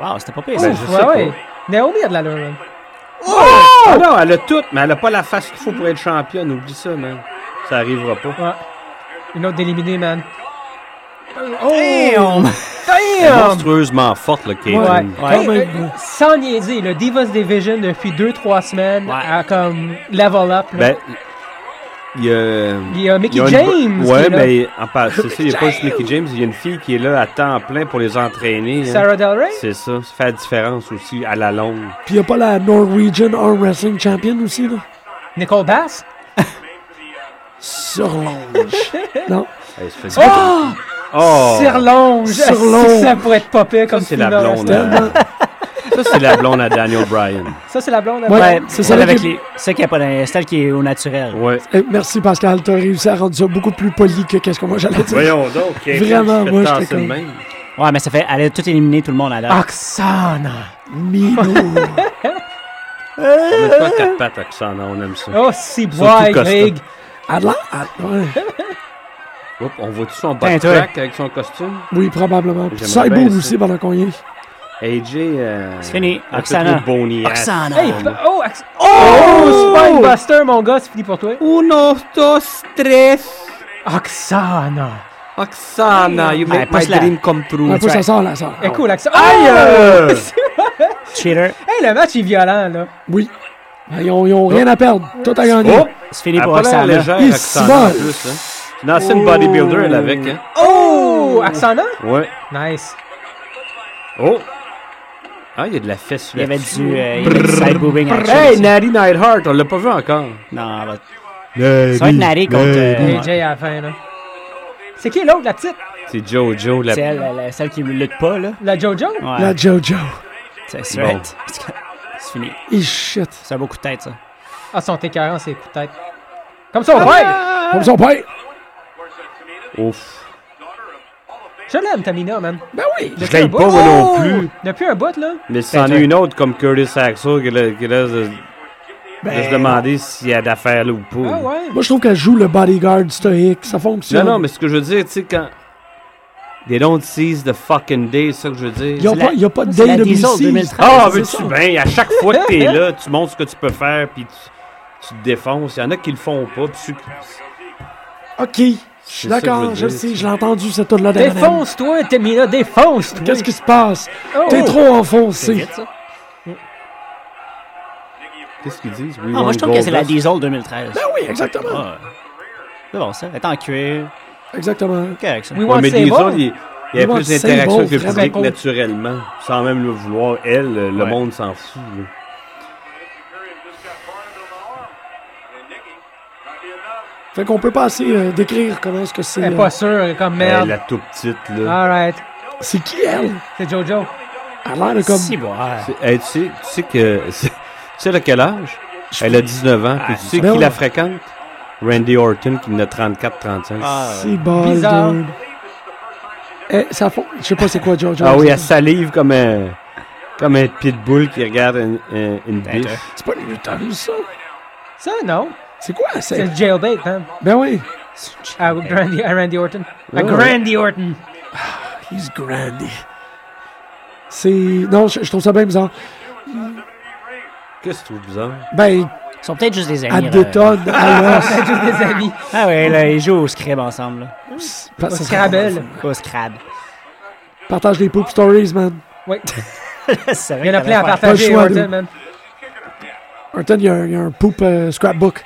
[SPEAKER 6] Wow, c'était pas pire, ça.
[SPEAKER 5] Ben,
[SPEAKER 4] Ouf,
[SPEAKER 5] je
[SPEAKER 4] ouais,
[SPEAKER 5] sais
[SPEAKER 4] ouais. Naomi a de l'allure, man.
[SPEAKER 5] Ah non, elle a tout, mais elle a pas la face qu'il faut pour être championne. Oublie ça, man. Ça arrivera pas.
[SPEAKER 4] Ouais. Une autre d'éliminée, man. Oh!
[SPEAKER 6] Damn!
[SPEAKER 4] Damn!
[SPEAKER 5] Monstrueusement forte, le Caitlyn.
[SPEAKER 4] Ouais.
[SPEAKER 3] quand
[SPEAKER 4] Hey,
[SPEAKER 3] même.
[SPEAKER 4] euh, sans niaiser, le Divas Division depuis 2-3 semaines
[SPEAKER 6] Ouais.
[SPEAKER 4] a comme level up. là.
[SPEAKER 5] Ben, il y a.
[SPEAKER 4] il y a Mickey
[SPEAKER 5] il y a une-
[SPEAKER 4] James.
[SPEAKER 5] Ouais,
[SPEAKER 4] qui est là.
[SPEAKER 5] mais en passant, c'est ça, il n'y a pas juste Mickey James, il y a une fille qui est là à temps plein pour les entraîner. hein.
[SPEAKER 4] Sarah Del Rey?
[SPEAKER 5] C'est ça, ça fait la différence aussi à la longue.
[SPEAKER 3] Puis y a pas la Norwegian Arm Wrestling Champion aussi, là?
[SPEAKER 4] Nicole Bass?
[SPEAKER 3] Surlonge. non.
[SPEAKER 5] Elle se fait oh!
[SPEAKER 4] Surlonge!
[SPEAKER 3] Surlonge.
[SPEAKER 4] Ça pourrait être popé
[SPEAKER 5] Ça,
[SPEAKER 4] comme
[SPEAKER 5] c'est la
[SPEAKER 4] Fina,
[SPEAKER 5] blonde.
[SPEAKER 4] là.
[SPEAKER 5] à- Ça, c'est la blonde à Daniel Bryan.
[SPEAKER 4] Ça, c'est la blonde. là.
[SPEAKER 3] Ouais.
[SPEAKER 6] Ouais,
[SPEAKER 3] c'est
[SPEAKER 6] c'est
[SPEAKER 3] ça,
[SPEAKER 6] ça avec
[SPEAKER 3] qui-
[SPEAKER 6] les. C'est qui a pas d'un- celle qui est au naturel.
[SPEAKER 5] Ouais.
[SPEAKER 3] Eh, merci, Pascal. T'as réussi à rendre ça beaucoup plus poli que qu'est-ce que moi j'allais dire.
[SPEAKER 5] Voyons donc. Caitlyn,
[SPEAKER 3] Vraiment,
[SPEAKER 5] tu fais
[SPEAKER 3] moi,
[SPEAKER 5] tasser
[SPEAKER 3] j'étais
[SPEAKER 5] de
[SPEAKER 3] con.
[SPEAKER 5] même.
[SPEAKER 6] Ouais, mais ça fait. Elle a tout éliminé tout le monde à l'heure.
[SPEAKER 4] Ah. Oksana!
[SPEAKER 3] Minou.
[SPEAKER 5] On met pas quatre pattes, Oksana, on aime ça.
[SPEAKER 4] Oh, si,
[SPEAKER 5] Surtout
[SPEAKER 4] boy,
[SPEAKER 5] Costa.
[SPEAKER 4] Greg!
[SPEAKER 3] À la- à- ouais.
[SPEAKER 4] Oh!
[SPEAKER 5] Oups, on voit-tu son bas de
[SPEAKER 6] Tiens, toi.
[SPEAKER 5] track avec son costume?
[SPEAKER 3] Oui, probablement. Puis
[SPEAKER 5] J'aimerais bien
[SPEAKER 3] Cyborg
[SPEAKER 5] ça.
[SPEAKER 3] aussi pendant qu'on y est.
[SPEAKER 5] AJ. Euh,
[SPEAKER 6] C'est fini.
[SPEAKER 5] un peu
[SPEAKER 6] Oksana.
[SPEAKER 5] trop bony ass.
[SPEAKER 6] Oksana.
[SPEAKER 4] Hey, pa- oh, Ox- oh! Spinebuster, mon gars, c'est fini pour toi.
[SPEAKER 5] Uno, dos, tres.
[SPEAKER 4] Oksana!
[SPEAKER 5] Oksana, you
[SPEAKER 6] Ouais, pousse-la.
[SPEAKER 5] come true.
[SPEAKER 3] Un peu, ça sort, là, ça.
[SPEAKER 4] Eh, cool, Oksana. Oh!
[SPEAKER 5] Aïe! euh,
[SPEAKER 6] Cheater.
[SPEAKER 4] Hey, le match est violent, là.
[SPEAKER 3] Oui. Ben, Ils ont, ils ont rien à perdre. Tout à gagner.
[SPEAKER 5] Oh!
[SPEAKER 6] C'est fini
[SPEAKER 5] Elle a
[SPEAKER 6] pour
[SPEAKER 5] pas l'air
[SPEAKER 6] Oksana.
[SPEAKER 5] légère,
[SPEAKER 3] Il
[SPEAKER 5] Oksana, en
[SPEAKER 3] se vole.
[SPEAKER 5] plus. Hein. C'est une ancienne bodybuilder, elle, avec. Hein.
[SPEAKER 4] Oh! Oksana?
[SPEAKER 5] Ouais.
[SPEAKER 4] Nice.
[SPEAKER 5] Oh! Ah, il y a de la fesse.
[SPEAKER 6] Il y avait
[SPEAKER 5] là-dessus.
[SPEAKER 6] du. euh, il y avait du side boobing action.
[SPEAKER 5] Hey,
[SPEAKER 6] aussi.
[SPEAKER 5] Natty Nightheart, on l'a pas vu encore.
[SPEAKER 6] Non, elle va- Ça va être Nari contre. euh,
[SPEAKER 4] AJ à la fin, là. C'est qui l'autre, la petite?
[SPEAKER 5] C'est Jojo, la
[SPEAKER 6] C'est elle, la- la- celle qui lutte pas, là.
[SPEAKER 4] La JoJo?
[SPEAKER 6] Ouais.
[SPEAKER 3] La JoJo.
[SPEAKER 6] C'est
[SPEAKER 5] Bon.
[SPEAKER 6] straight. C'est fini.
[SPEAKER 3] Et shit.
[SPEAKER 6] C'est un beau coup de tête, ça.
[SPEAKER 4] Ah, son T40, c'est coups de tête. Comme son père!
[SPEAKER 3] Comme son père.
[SPEAKER 5] Ouf.
[SPEAKER 4] Je l'aime, Tamina, man.
[SPEAKER 3] Ben oui.
[SPEAKER 5] Je
[SPEAKER 4] Depuis un
[SPEAKER 5] l'aime
[SPEAKER 4] bout.
[SPEAKER 5] pas, moi
[SPEAKER 4] Oh!
[SPEAKER 5] non plus.
[SPEAKER 4] Depuis un bout, là.
[SPEAKER 5] Mais c'en est une autre comme Curtis Axel qui laisse qui laisse de, de se demander s'il y a d'affaires là ou pas.
[SPEAKER 4] Ah, ouais.
[SPEAKER 3] Moi, je trouve qu'elle joue le bodyguard stoïque. Ça
[SPEAKER 5] Non,
[SPEAKER 3] fonctionne.
[SPEAKER 5] non, mais ce que je veux dire, tu sais, quand. They don't seize the fucking day, c'est ça que je veux
[SPEAKER 3] Il n'y a,
[SPEAKER 5] dire.
[SPEAKER 6] c'est
[SPEAKER 3] pas-
[SPEAKER 6] la-
[SPEAKER 3] y a pas de
[SPEAKER 6] c'est la Diesel
[SPEAKER 3] DWC.
[SPEAKER 6] 2013.
[SPEAKER 5] Ah,
[SPEAKER 3] c'est
[SPEAKER 5] veux-tu
[SPEAKER 3] ça.
[SPEAKER 5] bien? À chaque fois que t'es là, tu montres ce que tu peux faire, puis tu, tu te défonces. Il y en a qui le font pas, puis ceux qui-
[SPEAKER 3] OK. Je
[SPEAKER 5] C'est
[SPEAKER 3] suis
[SPEAKER 5] ça que je
[SPEAKER 3] d'accord.
[SPEAKER 5] veux
[SPEAKER 3] Je le
[SPEAKER 5] dire,
[SPEAKER 3] sais.
[SPEAKER 5] tu-
[SPEAKER 3] Je l'ai entendu, cette tour là
[SPEAKER 4] Défonce-toi, Tamina, défonce-toi!
[SPEAKER 3] Qu'est-ce qui se passe?
[SPEAKER 4] Oh!
[SPEAKER 3] T'es trop enfoncé.
[SPEAKER 6] Vite, ça.
[SPEAKER 5] Qu'est-ce qu'ils disent? We
[SPEAKER 6] Ah, moi,
[SPEAKER 5] want
[SPEAKER 6] je trouve que c'est la
[SPEAKER 5] Goldust.
[SPEAKER 6] Diesel 2013.
[SPEAKER 3] Ben oui, exactement.
[SPEAKER 6] Ah, C'est bon, ça. Elle est en cuir.
[SPEAKER 3] Exactement.
[SPEAKER 6] Correct, ça.
[SPEAKER 4] We
[SPEAKER 5] Ouais,
[SPEAKER 4] want
[SPEAKER 5] mais
[SPEAKER 4] Sable.
[SPEAKER 5] Diesel, il, il y a
[SPEAKER 3] Moi,
[SPEAKER 5] plus
[SPEAKER 3] c'est
[SPEAKER 5] d'interaction
[SPEAKER 3] bon,
[SPEAKER 5] avec le
[SPEAKER 3] vraiment
[SPEAKER 5] public
[SPEAKER 3] cool.
[SPEAKER 5] naturellement, sans même le vouloir. Elle, le
[SPEAKER 6] Ouais.
[SPEAKER 5] monde s'en fout. là.
[SPEAKER 3] Fait qu'on peut pas assez euh, décrire comment est-ce que c'est.
[SPEAKER 4] Elle est
[SPEAKER 3] euh,
[SPEAKER 4] Ben, pas sûre, comme
[SPEAKER 5] Elle,
[SPEAKER 4] merde.
[SPEAKER 5] la toute petite,
[SPEAKER 6] Ah,
[SPEAKER 5] là.
[SPEAKER 4] Alright.
[SPEAKER 3] c'est qui elle?
[SPEAKER 4] C'est JoJo.
[SPEAKER 3] Elle a l'air de comme.
[SPEAKER 6] Si, bon, ouais.
[SPEAKER 5] C'est- hey, eh, tu, sais, tu sais que. Tu sais, elle a quel âge? Elle a 19 Ah, ans. puis tu sais
[SPEAKER 3] ben
[SPEAKER 5] qui
[SPEAKER 3] ouais.
[SPEAKER 5] la fréquente? Randy Orton, qui en a 34-35. Ah,
[SPEAKER 3] C'est bol,
[SPEAKER 4] Bizarre.
[SPEAKER 3] dude. euh, Eh, ça fond. Je sais pas c'est quoi Jojo.
[SPEAKER 5] Ah oui, elle salive comme un. Comme un pitbull qui regarde une, un- une biche.
[SPEAKER 3] C'est pas une lutteuse, ça.
[SPEAKER 4] Ça, non.
[SPEAKER 3] C'est quoi
[SPEAKER 4] C'est
[SPEAKER 3] c'est?
[SPEAKER 4] le jailbait, man.
[SPEAKER 3] Ben oui.
[SPEAKER 4] À Uh, Randy, à Randy Orton. À
[SPEAKER 5] Ouais.
[SPEAKER 4] Randy Orton.
[SPEAKER 3] He's grandy. C'est. Non, je, je trouve ça bien bizarre.
[SPEAKER 5] Qu'est-ce que tu trouves bizarre?
[SPEAKER 3] Ben,
[SPEAKER 6] Ils sont peut-être juste des amis.
[SPEAKER 3] elle
[SPEAKER 6] là.
[SPEAKER 3] détonne à l'os.
[SPEAKER 4] C'est juste des amis.
[SPEAKER 6] Ah ouais, là, ils jouent au scribe ensemble. là.
[SPEAKER 3] Pas-
[SPEAKER 4] Au
[SPEAKER 3] ça serait
[SPEAKER 4] Scrabble.
[SPEAKER 6] Au scribe.
[SPEAKER 3] Partage les poop stories, man.
[SPEAKER 4] Oui.
[SPEAKER 6] C'est vrai
[SPEAKER 4] Il y en a
[SPEAKER 6] que
[SPEAKER 4] plein à
[SPEAKER 6] t'allais faire-
[SPEAKER 4] partager,
[SPEAKER 3] choix,
[SPEAKER 4] Orton,
[SPEAKER 3] dude.
[SPEAKER 4] man.
[SPEAKER 3] Orton, il y, a un- il y a un poop euh, scrapbook.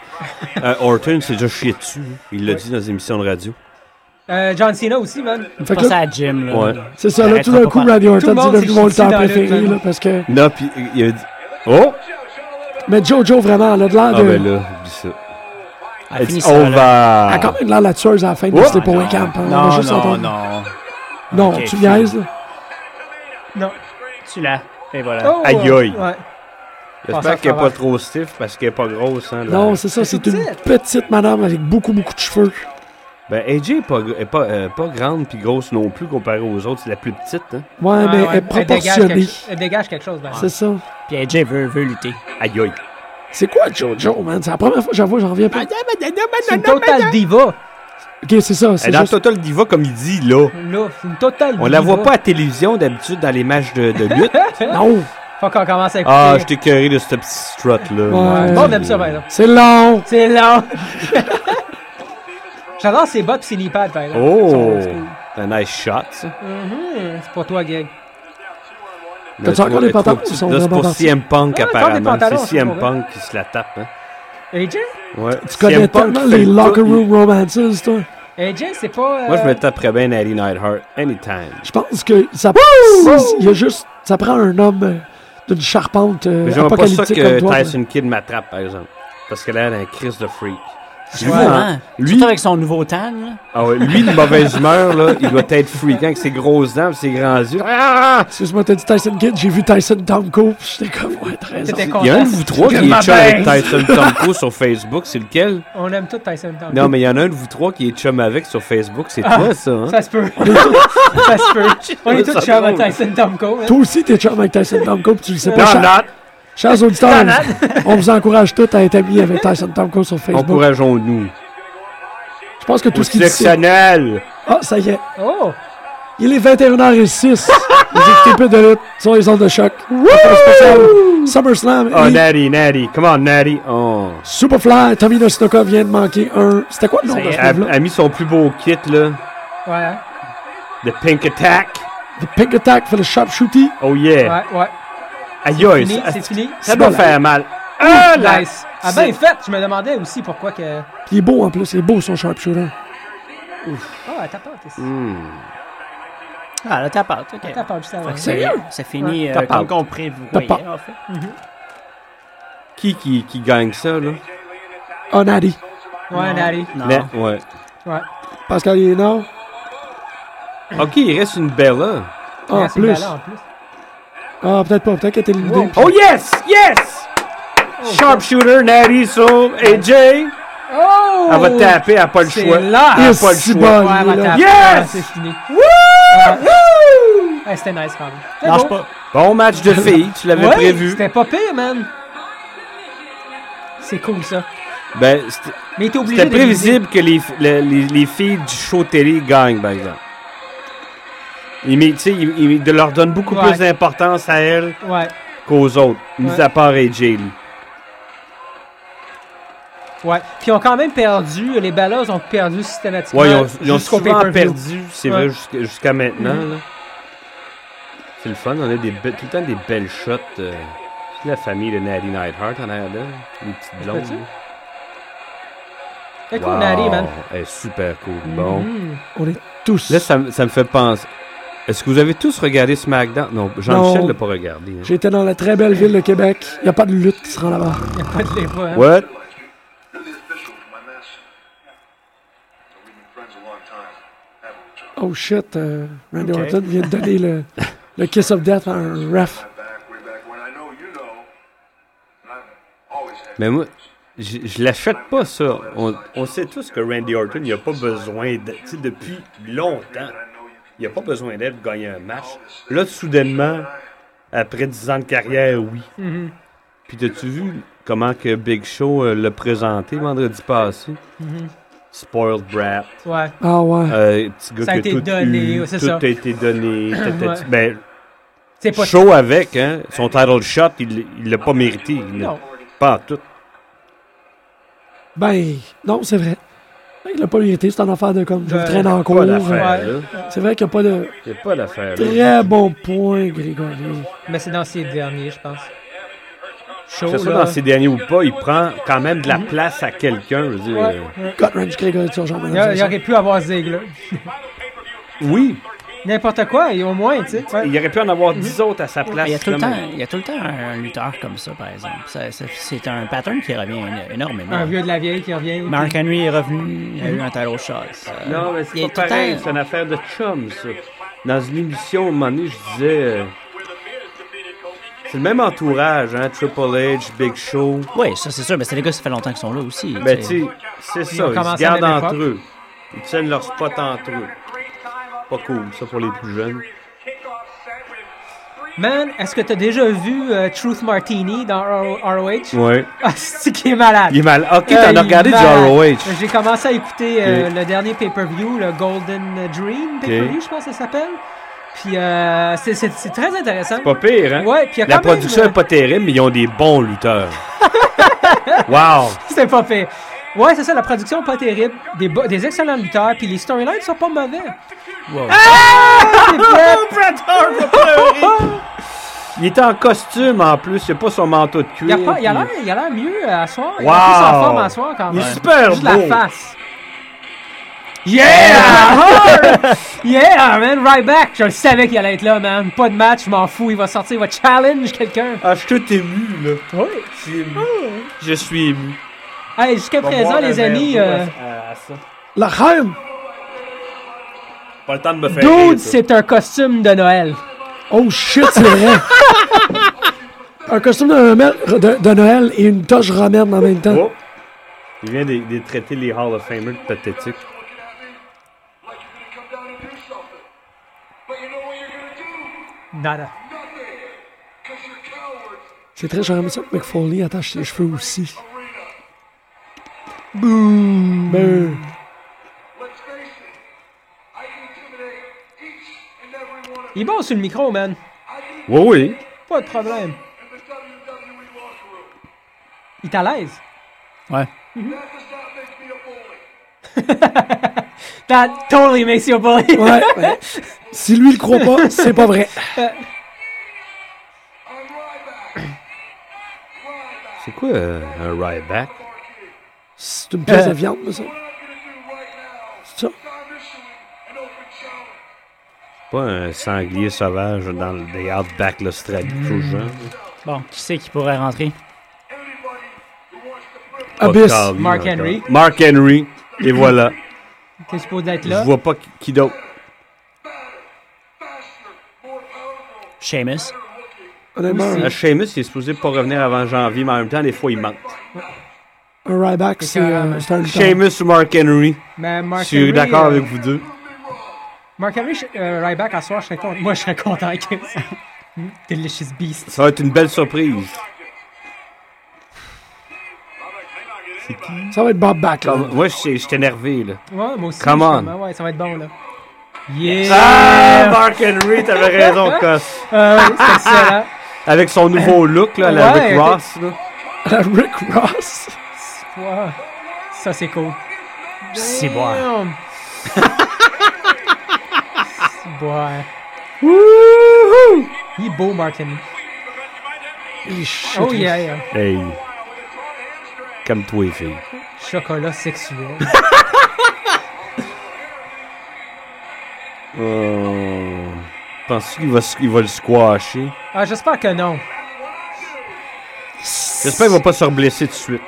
[SPEAKER 5] Euh, Orton s'est déjà chié dessus. Il l'a dit dans les émissions de radio.
[SPEAKER 4] Euh, John Cena aussi, man.
[SPEAKER 5] Uh,
[SPEAKER 3] Fait que
[SPEAKER 6] Pas
[SPEAKER 3] là,
[SPEAKER 6] ça à Jim, là.
[SPEAKER 5] Ouais.
[SPEAKER 3] c'est ça, là, tout d'un coup, Randy
[SPEAKER 4] Tout le
[SPEAKER 3] Orton,
[SPEAKER 4] monde
[SPEAKER 3] c'est devenu
[SPEAKER 4] s'est
[SPEAKER 3] mon temps
[SPEAKER 4] ici dans le-
[SPEAKER 3] préféré,
[SPEAKER 4] dans-
[SPEAKER 3] là, parce que.
[SPEAKER 5] Non, puis il a dit. Oh!
[SPEAKER 3] Mais Jojo, vraiment, elle a de l'air
[SPEAKER 5] Ah, ben
[SPEAKER 3] de.
[SPEAKER 5] là, oublie ça.
[SPEAKER 6] Ah,
[SPEAKER 5] Elle dit,
[SPEAKER 6] finis
[SPEAKER 5] on
[SPEAKER 6] ça, là.
[SPEAKER 5] va.
[SPEAKER 3] Elle a quand même de l'air la tueuse à la fin de
[SPEAKER 5] Oh!
[SPEAKER 3] c'était pour un camp. hein, on va
[SPEAKER 6] Non,
[SPEAKER 3] juste
[SPEAKER 6] non,
[SPEAKER 3] entendre.
[SPEAKER 6] non.
[SPEAKER 3] Non,
[SPEAKER 6] Ok,
[SPEAKER 3] tu
[SPEAKER 6] fine.
[SPEAKER 3] niaises, là.
[SPEAKER 4] Non.
[SPEAKER 6] Tu l'as. Et
[SPEAKER 3] Oh.
[SPEAKER 6] voilà.
[SPEAKER 5] Aïe,
[SPEAKER 4] euh,
[SPEAKER 5] aïe.
[SPEAKER 4] Ouais.
[SPEAKER 5] J'espère qu'elle est pas trop stiff parce qu'elle est pas grosse, hein. là.
[SPEAKER 3] Non, c'est ça, c'est une petite madame avec beaucoup, beaucoup de cheveux.
[SPEAKER 5] Ben, AJ est pas, est pas, euh, pas grande puis grosse non plus comparée aux autres. C'est la plus petite, hein.
[SPEAKER 3] Ouais,
[SPEAKER 4] Ouais,
[SPEAKER 3] mais
[SPEAKER 4] ouais,
[SPEAKER 3] elle est
[SPEAKER 4] dégage
[SPEAKER 3] proportionnée.
[SPEAKER 4] uh, quelque- Elle dégage quelque chose, man.
[SPEAKER 3] C'est ça.
[SPEAKER 6] Puis AJ veut, veut lutter.
[SPEAKER 5] Aïe, aïe.
[SPEAKER 3] C'est quoi Jojo, man? C'est la première fois que j'avoue, j'en reviens pas.
[SPEAKER 4] C'est une totale diva.
[SPEAKER 3] Ok, c'est ça,
[SPEAKER 5] Elle
[SPEAKER 3] c'est
[SPEAKER 5] est dans
[SPEAKER 3] juste...
[SPEAKER 5] Total Diva, comme il dit, là.
[SPEAKER 4] Là, c'est une totale diva.
[SPEAKER 5] On la voit pas à télévision d'habitude dans les matchs de, de lutte.
[SPEAKER 3] Non,
[SPEAKER 4] Faut qu'on commence à écouter.
[SPEAKER 5] ah, je t'ai curé de ce petit strut, là.
[SPEAKER 3] Ouais.
[SPEAKER 4] Bon, on aime ça, par exemple.
[SPEAKER 3] c'est long!
[SPEAKER 4] C'est long. J'adore ses bottes et ses knee pads, par exemple.
[SPEAKER 5] Oh!
[SPEAKER 4] Ils sont-
[SPEAKER 5] C'est un nice shot, ça.
[SPEAKER 4] Mhm, C'est pour toi, Greg.
[SPEAKER 5] Mais
[SPEAKER 3] encore
[SPEAKER 5] trop-
[SPEAKER 3] des
[SPEAKER 5] trop
[SPEAKER 3] pantalons
[SPEAKER 5] petit.
[SPEAKER 3] qui sont
[SPEAKER 5] Là, c'est
[SPEAKER 3] vraiment
[SPEAKER 5] pour
[SPEAKER 3] partis?
[SPEAKER 5] CM Punk,
[SPEAKER 4] Ouais, encore des
[SPEAKER 5] apparemment. C'est
[SPEAKER 4] pantalons, c'est
[SPEAKER 5] CM
[SPEAKER 4] pour
[SPEAKER 5] Punk qui se la tape, hein.
[SPEAKER 4] AJ?
[SPEAKER 5] Ouais.
[SPEAKER 3] Tu connais tellement les locker room romances, toi.
[SPEAKER 4] AJ, c'est pas... euh,
[SPEAKER 5] Moi, je me taperais bien Ali Nightheart, anytime.
[SPEAKER 3] Je pense que ça... Si- Il y a juste... Ça prend un homme euh, d'une charpente euh,
[SPEAKER 5] Mais j'aimerais pas ça
[SPEAKER 3] apocalyptique
[SPEAKER 5] que
[SPEAKER 3] comme toi.
[SPEAKER 5] Tyson Kidd m'attrape, par exemple. Parce qu'elle a l'air d'un Chris de freak. J'ai vu, hein,
[SPEAKER 6] Vraiment. Lui. avec son nouveau tan, là.
[SPEAKER 5] Ah ouais, lui, de mauvaise humeur, là, il doit être freakant avec ses grosses dents, ses grands yeux. Ah!
[SPEAKER 3] Excuse-moi, t'as dit Tyson Kidd, j'ai vu Tyson Tomko, pis j'étais comme, ouais, 13 ans.
[SPEAKER 4] T'étais
[SPEAKER 5] Il y a un
[SPEAKER 4] content.
[SPEAKER 5] de vous trois qui est chum avec Tyson Tomko sur Facebook, c'est lequel?
[SPEAKER 4] euh, On aime tout Tyson Tomko.
[SPEAKER 5] Non, mais il y en a un de vous trois qui est chum avec sur Facebook, c'est toi, ça, hein?
[SPEAKER 4] Ça se peut. ça se peut. On est
[SPEAKER 5] Ça
[SPEAKER 4] tous
[SPEAKER 5] se
[SPEAKER 4] chums à
[SPEAKER 5] peut.
[SPEAKER 4] Tyson Tomko. hein.
[SPEAKER 3] Toi aussi, t'es chum avec Tyson Tomko, pis tu le sais
[SPEAKER 5] Non,
[SPEAKER 3] pas. Chers-
[SPEAKER 5] not.
[SPEAKER 3] Chers auditeurs, on vous encourage tous à être amis avec Tyson Tomko sur Facebook.
[SPEAKER 5] Encourageons-nous.
[SPEAKER 3] Je pense que tout
[SPEAKER 5] Au
[SPEAKER 3] ce qu'il dit... c'est-
[SPEAKER 5] sectionnel!
[SPEAKER 3] Ah, ça y est.
[SPEAKER 4] Oh!
[SPEAKER 3] Il est 21h06. Vous écoutez peu de lutte sur les ondes de choc. Affaire spéciale, SummerSlam
[SPEAKER 5] Oh,
[SPEAKER 3] et
[SPEAKER 5] Natty, Natty, come on, Natty! Oh.
[SPEAKER 3] Superfly. Tommy Nostoka vient de manquer un... C'était quoi le nom de ce
[SPEAKER 5] Elle
[SPEAKER 3] là
[SPEAKER 5] a mis son plus beau kit, là.
[SPEAKER 4] Ouais, hein.
[SPEAKER 5] The Pink Attack.
[SPEAKER 3] The Pink Attack for the Sharpshooter.
[SPEAKER 5] Oh yeah!
[SPEAKER 4] ouais, ouais.
[SPEAKER 5] Aïe, aïe,
[SPEAKER 4] Fini,
[SPEAKER 5] Ah, ça-
[SPEAKER 4] c'est fini.
[SPEAKER 5] ça doit
[SPEAKER 3] Voilà.
[SPEAKER 5] faire mal. Ah, là!
[SPEAKER 4] Nice. Ah ben, fait, je me demandais aussi pourquoi que...
[SPEAKER 3] Puis Il est beau en plus. Il est beau son Sharpshooter.
[SPEAKER 4] Oh, attends pas, t'es...
[SPEAKER 6] Ah, là, t'as peur, ok.
[SPEAKER 4] Attends pas, juste avant.
[SPEAKER 3] Sérieux?
[SPEAKER 6] Ah, Ça finit
[SPEAKER 5] T'as
[SPEAKER 6] euh,
[SPEAKER 5] peur.
[SPEAKER 6] comme qu'on prévoyait,
[SPEAKER 3] T'as peur.
[SPEAKER 6] en fait.
[SPEAKER 5] Qui, qui, qui gagne ça, là?
[SPEAKER 3] Oh, Natty.
[SPEAKER 4] Ouais, Natty.
[SPEAKER 6] Non.
[SPEAKER 5] Net, ouais.
[SPEAKER 4] Ouais.
[SPEAKER 3] Pascal Yénard.
[SPEAKER 5] Ok, il reste une Bella.
[SPEAKER 3] Ah, en
[SPEAKER 4] Merci,
[SPEAKER 3] plus.
[SPEAKER 4] Bella, en plus.
[SPEAKER 3] Ah, peut-être pas. Peut-être qu'elle était éliminée.
[SPEAKER 5] Oh yes! Yes! Oh. Sharpshooter, Natty, Soul, AJ.
[SPEAKER 4] Oh!
[SPEAKER 5] Elle va taper, elle a pas le
[SPEAKER 4] C'est
[SPEAKER 5] choix.
[SPEAKER 4] là.
[SPEAKER 5] Elle a
[SPEAKER 3] Et
[SPEAKER 5] pas le
[SPEAKER 3] si
[SPEAKER 5] choix.
[SPEAKER 3] bon.
[SPEAKER 4] Ouais, elle va
[SPEAKER 3] Là.
[SPEAKER 4] taper.
[SPEAKER 5] Yes!
[SPEAKER 4] Ouais, C'est fini. Ouais, c'était nice quand même. C'était
[SPEAKER 6] Lâche
[SPEAKER 4] beau.
[SPEAKER 6] pas.
[SPEAKER 5] Bon match de filles, tu l'avais
[SPEAKER 4] Ouais,
[SPEAKER 5] prévu.
[SPEAKER 4] C'était pas pire, man. C'est cool ça.
[SPEAKER 5] Ben, c'était-
[SPEAKER 4] Mais t'es obligé
[SPEAKER 5] c'était
[SPEAKER 4] de
[SPEAKER 5] prévisible que les, le- les, les filles du show télé gagnent, par exemple. Ils, met- tu sais, ils, ils de- leur donnent beaucoup
[SPEAKER 4] Ouais.
[SPEAKER 5] plus d'importance à elles
[SPEAKER 4] miser. Ouais,
[SPEAKER 5] qu'aux autres, mis
[SPEAKER 4] Ouais.
[SPEAKER 5] à part AJ. Lee.
[SPEAKER 4] ouais. Puis ils ont quand même perdu. Les Bellas ont perdu systématiquement.
[SPEAKER 5] Ouais, ils ont, ils ont
[SPEAKER 4] jusqu'au
[SPEAKER 5] souvent
[SPEAKER 4] pay-per-view.
[SPEAKER 5] perdu, c'est vrai,
[SPEAKER 4] Ouais.
[SPEAKER 5] jusqu'à jusqu'à maintenant. là. C'est le fun, on a des be- tout le temps des belles shots. euh, c'est la famille de Natty Nightheart en arrière d'elle, les petites blondes.
[SPEAKER 4] Fais-tu?
[SPEAKER 5] là.
[SPEAKER 4] Fait qu'on
[SPEAKER 5] Wow,
[SPEAKER 4] arrive, hein. man.
[SPEAKER 5] elle est super cool. Bon,
[SPEAKER 3] On est tous.
[SPEAKER 5] là, ça, me- ça me fait penser. Est-ce que vous avez tous regardé SmackDown? Non, Jean-Michel
[SPEAKER 3] Non.
[SPEAKER 5] l'a pas regardé. hein.
[SPEAKER 3] J'étais dans la très belle ville de Québec. Il n'y a pas de lutte qui se rend là-bas.
[SPEAKER 4] Il a pas de les voix, hein.
[SPEAKER 5] What?
[SPEAKER 3] Oh shit. euh, Randy Orton vient de donner le, le kiss of death à un ref.
[SPEAKER 5] Mais moi, je, je l'achète pas, ça. On, on sait tous que Randy Orton, il a pas besoin de. Tu sais, depuis longtemps, il a pas besoin d'aide pour gagner un match. Là, soudainement, après 10 ans de carrière, oui.
[SPEAKER 4] Mhm.
[SPEAKER 5] Puis, t'as-tu vu comment que Big Show euh, l'a présenté vendredi passé?
[SPEAKER 4] Mhm.
[SPEAKER 5] Spoiled brat.
[SPEAKER 4] Ouais.
[SPEAKER 3] Ah ouais.
[SPEAKER 5] Euh, petit gars
[SPEAKER 4] Ça a
[SPEAKER 5] qui
[SPEAKER 4] été
[SPEAKER 5] tout
[SPEAKER 4] donné,
[SPEAKER 5] eu,
[SPEAKER 4] ouais, c'est
[SPEAKER 5] tout
[SPEAKER 4] ça.
[SPEAKER 5] a été donné. tatati.
[SPEAKER 4] Ouais.
[SPEAKER 5] Ben,
[SPEAKER 4] C'est pas
[SPEAKER 5] Show avec, hein? Son title shot, il il l'a pas mérité. Il l'a
[SPEAKER 4] Non.
[SPEAKER 5] pas en tout.
[SPEAKER 3] Ben, non, c'est vrai. Ben, Il l'a pas mérité, c'est une affaire de comme. Je vous
[SPEAKER 4] Ben,
[SPEAKER 3] traîne en cours. Euh,
[SPEAKER 5] Pas d'affaire,
[SPEAKER 4] Ouais.
[SPEAKER 5] là.
[SPEAKER 3] C'est vrai qu'il n'y a pas de.
[SPEAKER 5] Il n'y a pas d'affaire. là.
[SPEAKER 3] Très bon point, Grégory.
[SPEAKER 4] Mais c'est dans ces derniers, je pense. show.
[SPEAKER 5] Que ce soit
[SPEAKER 4] là.
[SPEAKER 5] dans ses derniers ou pas, il prend quand même de la place à quelqu'un. je veux dire,
[SPEAKER 4] Ouais.
[SPEAKER 5] euh,
[SPEAKER 3] Godrange Gregor sur Jean
[SPEAKER 4] Il, y a- il aurait pu avoir Ziegler.
[SPEAKER 5] Oui,
[SPEAKER 4] N'importe quoi, et au moins, tu sais. ouais.
[SPEAKER 5] il aurait pu en avoir dix autres à sa place.
[SPEAKER 6] Il y, a tout le
[SPEAKER 5] là,
[SPEAKER 6] temps,
[SPEAKER 5] mais-
[SPEAKER 6] il y a tout le temps un un lutteur comme ça, par exemple. Ça- ça- C'est un pattern qui revient éno- énormément.
[SPEAKER 4] Un vieux de la vieille qui revient.
[SPEAKER 6] Mark Henry est revenu, il a eu un title shot. Euh,
[SPEAKER 5] Non, mais
[SPEAKER 6] il
[SPEAKER 5] c'est
[SPEAKER 6] est tout
[SPEAKER 5] pas
[SPEAKER 6] le
[SPEAKER 5] pareil,
[SPEAKER 6] temps-
[SPEAKER 5] c'est une affaire de chum, ça. Dans une émission, à un moment donné, je disais... euh, c'est le même entourage, hein, Triple H, Big Show.
[SPEAKER 6] Oui, ça c'est sûr, mais c'est les gars, ça fait longtemps qu'ils sont là aussi.
[SPEAKER 5] Ben, tu
[SPEAKER 6] tu sais.
[SPEAKER 5] sais, c'est
[SPEAKER 4] Ils
[SPEAKER 5] ça,
[SPEAKER 4] ont
[SPEAKER 5] ils se
[SPEAKER 4] commencé à la
[SPEAKER 5] gardent
[SPEAKER 4] même
[SPEAKER 5] entre
[SPEAKER 4] époque.
[SPEAKER 5] eux. Ils tiennent leur spot entre eux. Pas cool, ça, pour les plus jeunes.
[SPEAKER 4] Man, est-ce que t'as déjà vu euh, Truth Martini dans R- ROH?
[SPEAKER 5] Ouais.
[SPEAKER 4] Ah, c'est qui est malade.
[SPEAKER 5] Il est mal. Ok,
[SPEAKER 4] Euh,
[SPEAKER 5] t'en
[SPEAKER 4] il
[SPEAKER 5] as
[SPEAKER 4] est
[SPEAKER 5] regardé du
[SPEAKER 4] malade.
[SPEAKER 5] ROH.
[SPEAKER 4] J'ai commencé à écouter euh,
[SPEAKER 5] Ok.
[SPEAKER 4] le dernier pay-per-view, le Golden Dream pay-per-view, je pense que ça s'appelle. Puis euh, c'est- c'est c'est très intéressant.
[SPEAKER 5] Pas pire, hein?
[SPEAKER 4] Ouais, puis il y a
[SPEAKER 5] La
[SPEAKER 4] quand même,
[SPEAKER 5] production
[SPEAKER 4] euh,
[SPEAKER 5] est pas terrible, mais ils ont des bons lutteurs. wow!
[SPEAKER 4] C'est pas fait. Ouais, c'est ça, la production pas terrible, des, bo- des excellents lutteurs, puis les storylines sont pas mauvais.
[SPEAKER 6] Wow.
[SPEAKER 4] C'est vrai.
[SPEAKER 5] Bret Hart va pleurer. Il était en costume en plus, il a pas son manteau de
[SPEAKER 4] Il
[SPEAKER 5] cuir.
[SPEAKER 4] a, pas- il a l'air
[SPEAKER 5] puis-
[SPEAKER 4] il a l'air mieux à soir. Il
[SPEAKER 5] Wow.
[SPEAKER 4] a plus en forme à soir quand
[SPEAKER 5] Il
[SPEAKER 4] même.
[SPEAKER 5] est super
[SPEAKER 4] Juste
[SPEAKER 5] beau.
[SPEAKER 4] la face.
[SPEAKER 5] Yeah!
[SPEAKER 4] Yeah, man, right back. Je le savais qu'il allait être là, man. Pas de match, je m'en fous. Il va sortir, il va challenge quelqu'un.
[SPEAKER 5] Ah, je suis tout ému, là.
[SPEAKER 4] Oui.
[SPEAKER 5] Je suis ému. Je suis ému.
[SPEAKER 4] Hey, jusqu'à
[SPEAKER 5] Va boire
[SPEAKER 4] présent,
[SPEAKER 5] un
[SPEAKER 4] les
[SPEAKER 5] verre
[SPEAKER 4] amis,
[SPEAKER 5] d'eau
[SPEAKER 4] euh,
[SPEAKER 5] à- à ça.
[SPEAKER 3] La reine!
[SPEAKER 5] Pas le temps de me faire. rire,
[SPEAKER 4] Dude,
[SPEAKER 5] ça.
[SPEAKER 4] c'est un costume de Noël.
[SPEAKER 3] Oh shit, c'est vrai! Un costume de Noël, de- de Noël et une toche romaine en même temps.
[SPEAKER 5] Oh. Il vient de, de traiter les Hall of Famers de pathétiques.
[SPEAKER 7] Like you're gonna come down and do something. But you know what you're gonna do?
[SPEAKER 4] Nada.
[SPEAKER 7] Nothing. Cause you're cowards.
[SPEAKER 3] C'est très charmant ça que McFoley attache ses cheveux aussi.
[SPEAKER 7] Arena.
[SPEAKER 3] Ben,
[SPEAKER 7] Let's face it. I can intimidate each and every one of
[SPEAKER 4] Il est bon sur le micro, man.
[SPEAKER 5] Oui, oui.
[SPEAKER 4] Pas de problème.
[SPEAKER 7] in the WWE locker room.
[SPEAKER 4] Il est à l'aise.
[SPEAKER 6] Ouais.
[SPEAKER 7] That does not make me a bully.
[SPEAKER 4] That totally makes you a bully.
[SPEAKER 3] ouais, ouais. Si lui le croit pas, c'est pas vrai.
[SPEAKER 7] I'm Ryback. Ryback.
[SPEAKER 5] C'est quoi euh, un Ryback?
[SPEAKER 3] C'est une pièce de viande, mais ça.
[SPEAKER 7] What I'm gonna do right now is
[SPEAKER 3] Ça.
[SPEAKER 7] I'm issuing an open challenge.
[SPEAKER 5] C'est Pas un sanglier sauvage dans le des Outback l'Australie,
[SPEAKER 4] Hmm.
[SPEAKER 5] tout genre.
[SPEAKER 6] Bon, qui c'est qui pourrait rentrer?
[SPEAKER 7] Anybody who wants the privilege
[SPEAKER 5] Pas de
[SPEAKER 3] Abyss.
[SPEAKER 5] calme,
[SPEAKER 4] Mark
[SPEAKER 5] encore.
[SPEAKER 4] Henry.
[SPEAKER 5] Mark Henry. Et voilà.
[SPEAKER 4] T'es supposé être
[SPEAKER 5] Je
[SPEAKER 4] Hmm. là.
[SPEAKER 5] vois pas qui- qui d'autre.
[SPEAKER 7] faster, more powerful,
[SPEAKER 6] Sheamus.
[SPEAKER 3] Honnêtement,
[SPEAKER 4] Hmm.
[SPEAKER 5] Euh, Sheamus, il est supposé pas revenir avant janvier, mais en même temps, des fois, il manque.
[SPEAKER 3] un Ryback, c'est euh, c'est un lutteur.
[SPEAKER 5] Sheamus ou Mark Henry?
[SPEAKER 4] Mais
[SPEAKER 5] Je
[SPEAKER 4] Mark
[SPEAKER 5] suis
[SPEAKER 4] Henry,
[SPEAKER 5] d'accord
[SPEAKER 4] euh,
[SPEAKER 5] avec vous deux.
[SPEAKER 4] Mark Henry, je- euh, right back à soir, je serais content. Moi, je serais content. Chris. Hmm, Delicious Beast.
[SPEAKER 5] Ça va être une belle surprise.
[SPEAKER 3] Ça va être Bob Back, là.
[SPEAKER 5] Comme- Ah, Moi, je je suis énervé, là.
[SPEAKER 4] Ouais, moi aussi.
[SPEAKER 5] Come on.
[SPEAKER 4] justement. Ouais, ça va être bon, là. Yeah!
[SPEAKER 5] Ah, Mark Henry, t'avais raison, Cos.
[SPEAKER 4] Euh, oui, c'est ça, là.
[SPEAKER 5] Avec son nouveau look, là,
[SPEAKER 4] Ouais,
[SPEAKER 5] la Rick
[SPEAKER 4] t'es-
[SPEAKER 5] Ross, là.
[SPEAKER 3] Rick Ross.
[SPEAKER 4] Wow. Ça, c'est cool.
[SPEAKER 6] C'est bon.
[SPEAKER 4] Damn. C'est bon. Il est beau, Mark Henry. Oh, yeah, yeah.
[SPEAKER 5] Hey. Comme toi, fille.
[SPEAKER 4] Chocolat sexuel.
[SPEAKER 5] Oh. Penses-tu qu'il va, s- il va le squasher?
[SPEAKER 4] Ah, j'espère que non.
[SPEAKER 5] J'espère qu'il va pas se reblesser tout de suite.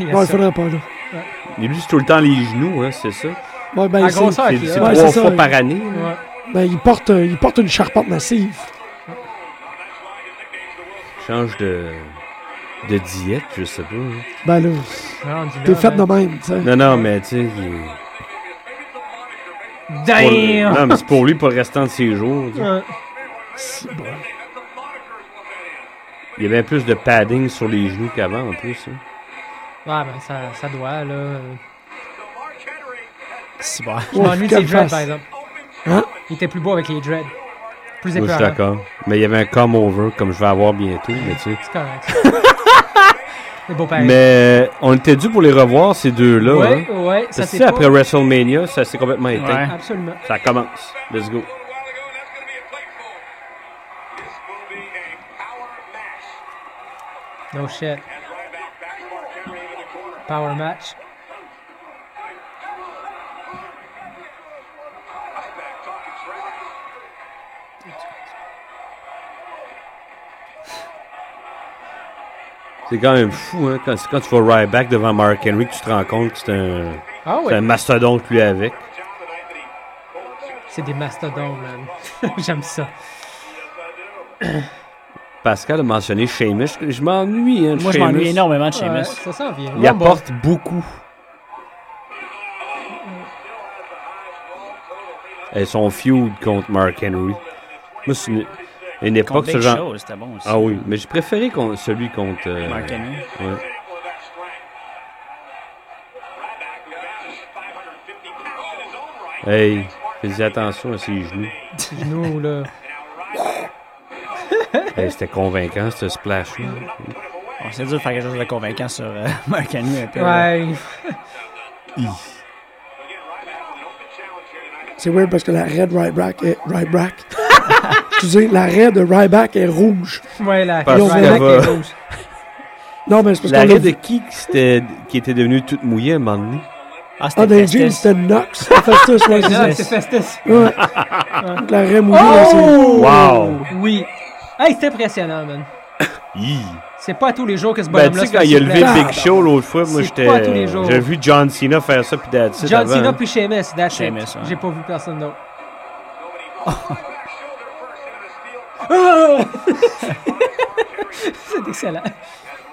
[SPEAKER 4] Il y a
[SPEAKER 3] Non, il
[SPEAKER 4] ça.
[SPEAKER 3] faudrait pas, là.
[SPEAKER 5] Il lui, c'est tout le temps les genoux, hein, c'est ça?
[SPEAKER 3] Ouais, ben,
[SPEAKER 4] La
[SPEAKER 3] c'est-
[SPEAKER 4] grosseur
[SPEAKER 5] C'est
[SPEAKER 4] qu'il
[SPEAKER 5] c'est
[SPEAKER 4] a.
[SPEAKER 3] ouais,
[SPEAKER 5] trois
[SPEAKER 3] c'est ça,
[SPEAKER 5] fois
[SPEAKER 3] oui.
[SPEAKER 5] par année, là.
[SPEAKER 4] Ouais.
[SPEAKER 3] ben, il porte, euh, il porte une charpente massive.
[SPEAKER 5] Change de, de diète, je sais pas. hein.
[SPEAKER 3] Ben, là,
[SPEAKER 4] Rendu là, ben,
[SPEAKER 3] t'es fait de
[SPEAKER 4] man.
[SPEAKER 3] même, tu sais.
[SPEAKER 5] Non, non, mais tu sais, il- pour le-
[SPEAKER 4] Damn!
[SPEAKER 5] non, mais c'est pour lui pour le restant de ses jours. tu sais.
[SPEAKER 4] Ouais.
[SPEAKER 5] Il y avait plus de padding sur les genoux qu'avant en plus. hein.
[SPEAKER 4] Ouais, ben, ça, ça doit, là.
[SPEAKER 6] C'est bon.
[SPEAKER 4] Je m'ennuie de ses
[SPEAKER 3] quelle
[SPEAKER 4] dreads,
[SPEAKER 3] face.
[SPEAKER 4] par exemple.
[SPEAKER 3] Hein?
[SPEAKER 4] Il était plus beau avec les dreads. Plus
[SPEAKER 5] Moi, je
[SPEAKER 4] épeurant.
[SPEAKER 5] suis d'accord. Mais il y avait un come over comme je vais avoir bientôt, mais tu sais.
[SPEAKER 4] C'est correct. C'est beau pareil.
[SPEAKER 5] Mais on était dû pour les revoir ces deux-là.
[SPEAKER 4] ouais,
[SPEAKER 5] hein.
[SPEAKER 4] ouais, ça
[SPEAKER 5] Parce que
[SPEAKER 4] c'est
[SPEAKER 5] tu sais,
[SPEAKER 4] pas...
[SPEAKER 5] après WrestleMania, ça s'est complètement éteint.
[SPEAKER 6] Ouais.
[SPEAKER 4] Absolument.
[SPEAKER 5] Ça commence. Let's go.
[SPEAKER 7] a while ago, and that's going to be a plate full. This will be a
[SPEAKER 4] No shit. Power
[SPEAKER 7] power match.
[SPEAKER 4] match.
[SPEAKER 5] C'est quand même fou, hein? Quand, c'est quand tu vas Ryback devant Mark Henry, que tu te rends compte que c'est un,
[SPEAKER 4] Ah
[SPEAKER 5] c'est un
[SPEAKER 4] ouais,
[SPEAKER 5] mastodonte lui avec.
[SPEAKER 4] c'est des mastodons, man. J'aime ça.
[SPEAKER 5] Pascal a mentionné Sheamus. Je m'ennuie, hein, de
[SPEAKER 6] Moi, je
[SPEAKER 5] Sheamus.
[SPEAKER 6] m'ennuie énormément de
[SPEAKER 4] Ouais,
[SPEAKER 6] Sheamus.
[SPEAKER 4] Euh, ça s'en vient. Rumble.
[SPEAKER 5] Il apporte beaucoup. Et son feud contre Mark Henry. Moi, c'est une, une époque, ce
[SPEAKER 6] Contre Big
[SPEAKER 5] genre.
[SPEAKER 6] Show, c'était bon aussi.
[SPEAKER 5] Ah oui, mais j'ai préféré qu'on- celui contre. euh,
[SPEAKER 6] Mark Henry.
[SPEAKER 5] ouais. Hey, fais attention à ses genoux.
[SPEAKER 4] Genoux, là.
[SPEAKER 5] Hey, c'était convaincant, ce splash. là.
[SPEAKER 6] Bon, c'est dur de faire quelque chose de convaincant sur euh, Mark Henry un peu. là.
[SPEAKER 5] Euh,
[SPEAKER 4] Ouais.
[SPEAKER 3] C'est weird parce que la raie de Ryback est. Ryback. tu sais, la raie de Ryback est rouge.
[SPEAKER 4] Ouais, la
[SPEAKER 5] Parce
[SPEAKER 4] Ils ont
[SPEAKER 5] que
[SPEAKER 4] la
[SPEAKER 5] ça
[SPEAKER 4] qui est
[SPEAKER 5] va.
[SPEAKER 4] rouge.
[SPEAKER 3] Non, mais c'est parce qu'on
[SPEAKER 5] La
[SPEAKER 3] a
[SPEAKER 5] raie de
[SPEAKER 3] vu.
[SPEAKER 5] qui qui, s'était- qui était devenue toute mouillée à un moment donné?
[SPEAKER 6] Ah,
[SPEAKER 3] Ah,
[SPEAKER 5] ben,
[SPEAKER 6] c'était
[SPEAKER 3] dans les jeans,
[SPEAKER 6] Festus.
[SPEAKER 3] c'était Nox. Festus, ouais, c'est ça.
[SPEAKER 4] Non, c'est Festus.
[SPEAKER 3] Ouais. Donc, La raie mouillée, là, c'est.
[SPEAKER 5] Oh! Wow!
[SPEAKER 4] Oui. Hey, c'est impressionnant, man.
[SPEAKER 5] Hi.
[SPEAKER 4] C'est pas à tous les jours que ce
[SPEAKER 5] Ben,
[SPEAKER 4] bonhomme-là
[SPEAKER 5] tu sais,
[SPEAKER 4] se
[SPEAKER 5] quand
[SPEAKER 4] fait
[SPEAKER 5] il a levé
[SPEAKER 4] supplé-
[SPEAKER 3] Ah,
[SPEAKER 5] Big Show l'autre fois, moi,
[SPEAKER 4] c'est
[SPEAKER 5] j'étais.
[SPEAKER 4] pas tous les jours.
[SPEAKER 5] J'ai vu John Cena faire ça, puis that's it
[SPEAKER 4] John
[SPEAKER 5] avant.
[SPEAKER 4] Cena puis Sheamus, that's it.
[SPEAKER 6] Sheamus, ouais.
[SPEAKER 4] J'ai pas vu personne d'autre. c'est excellent.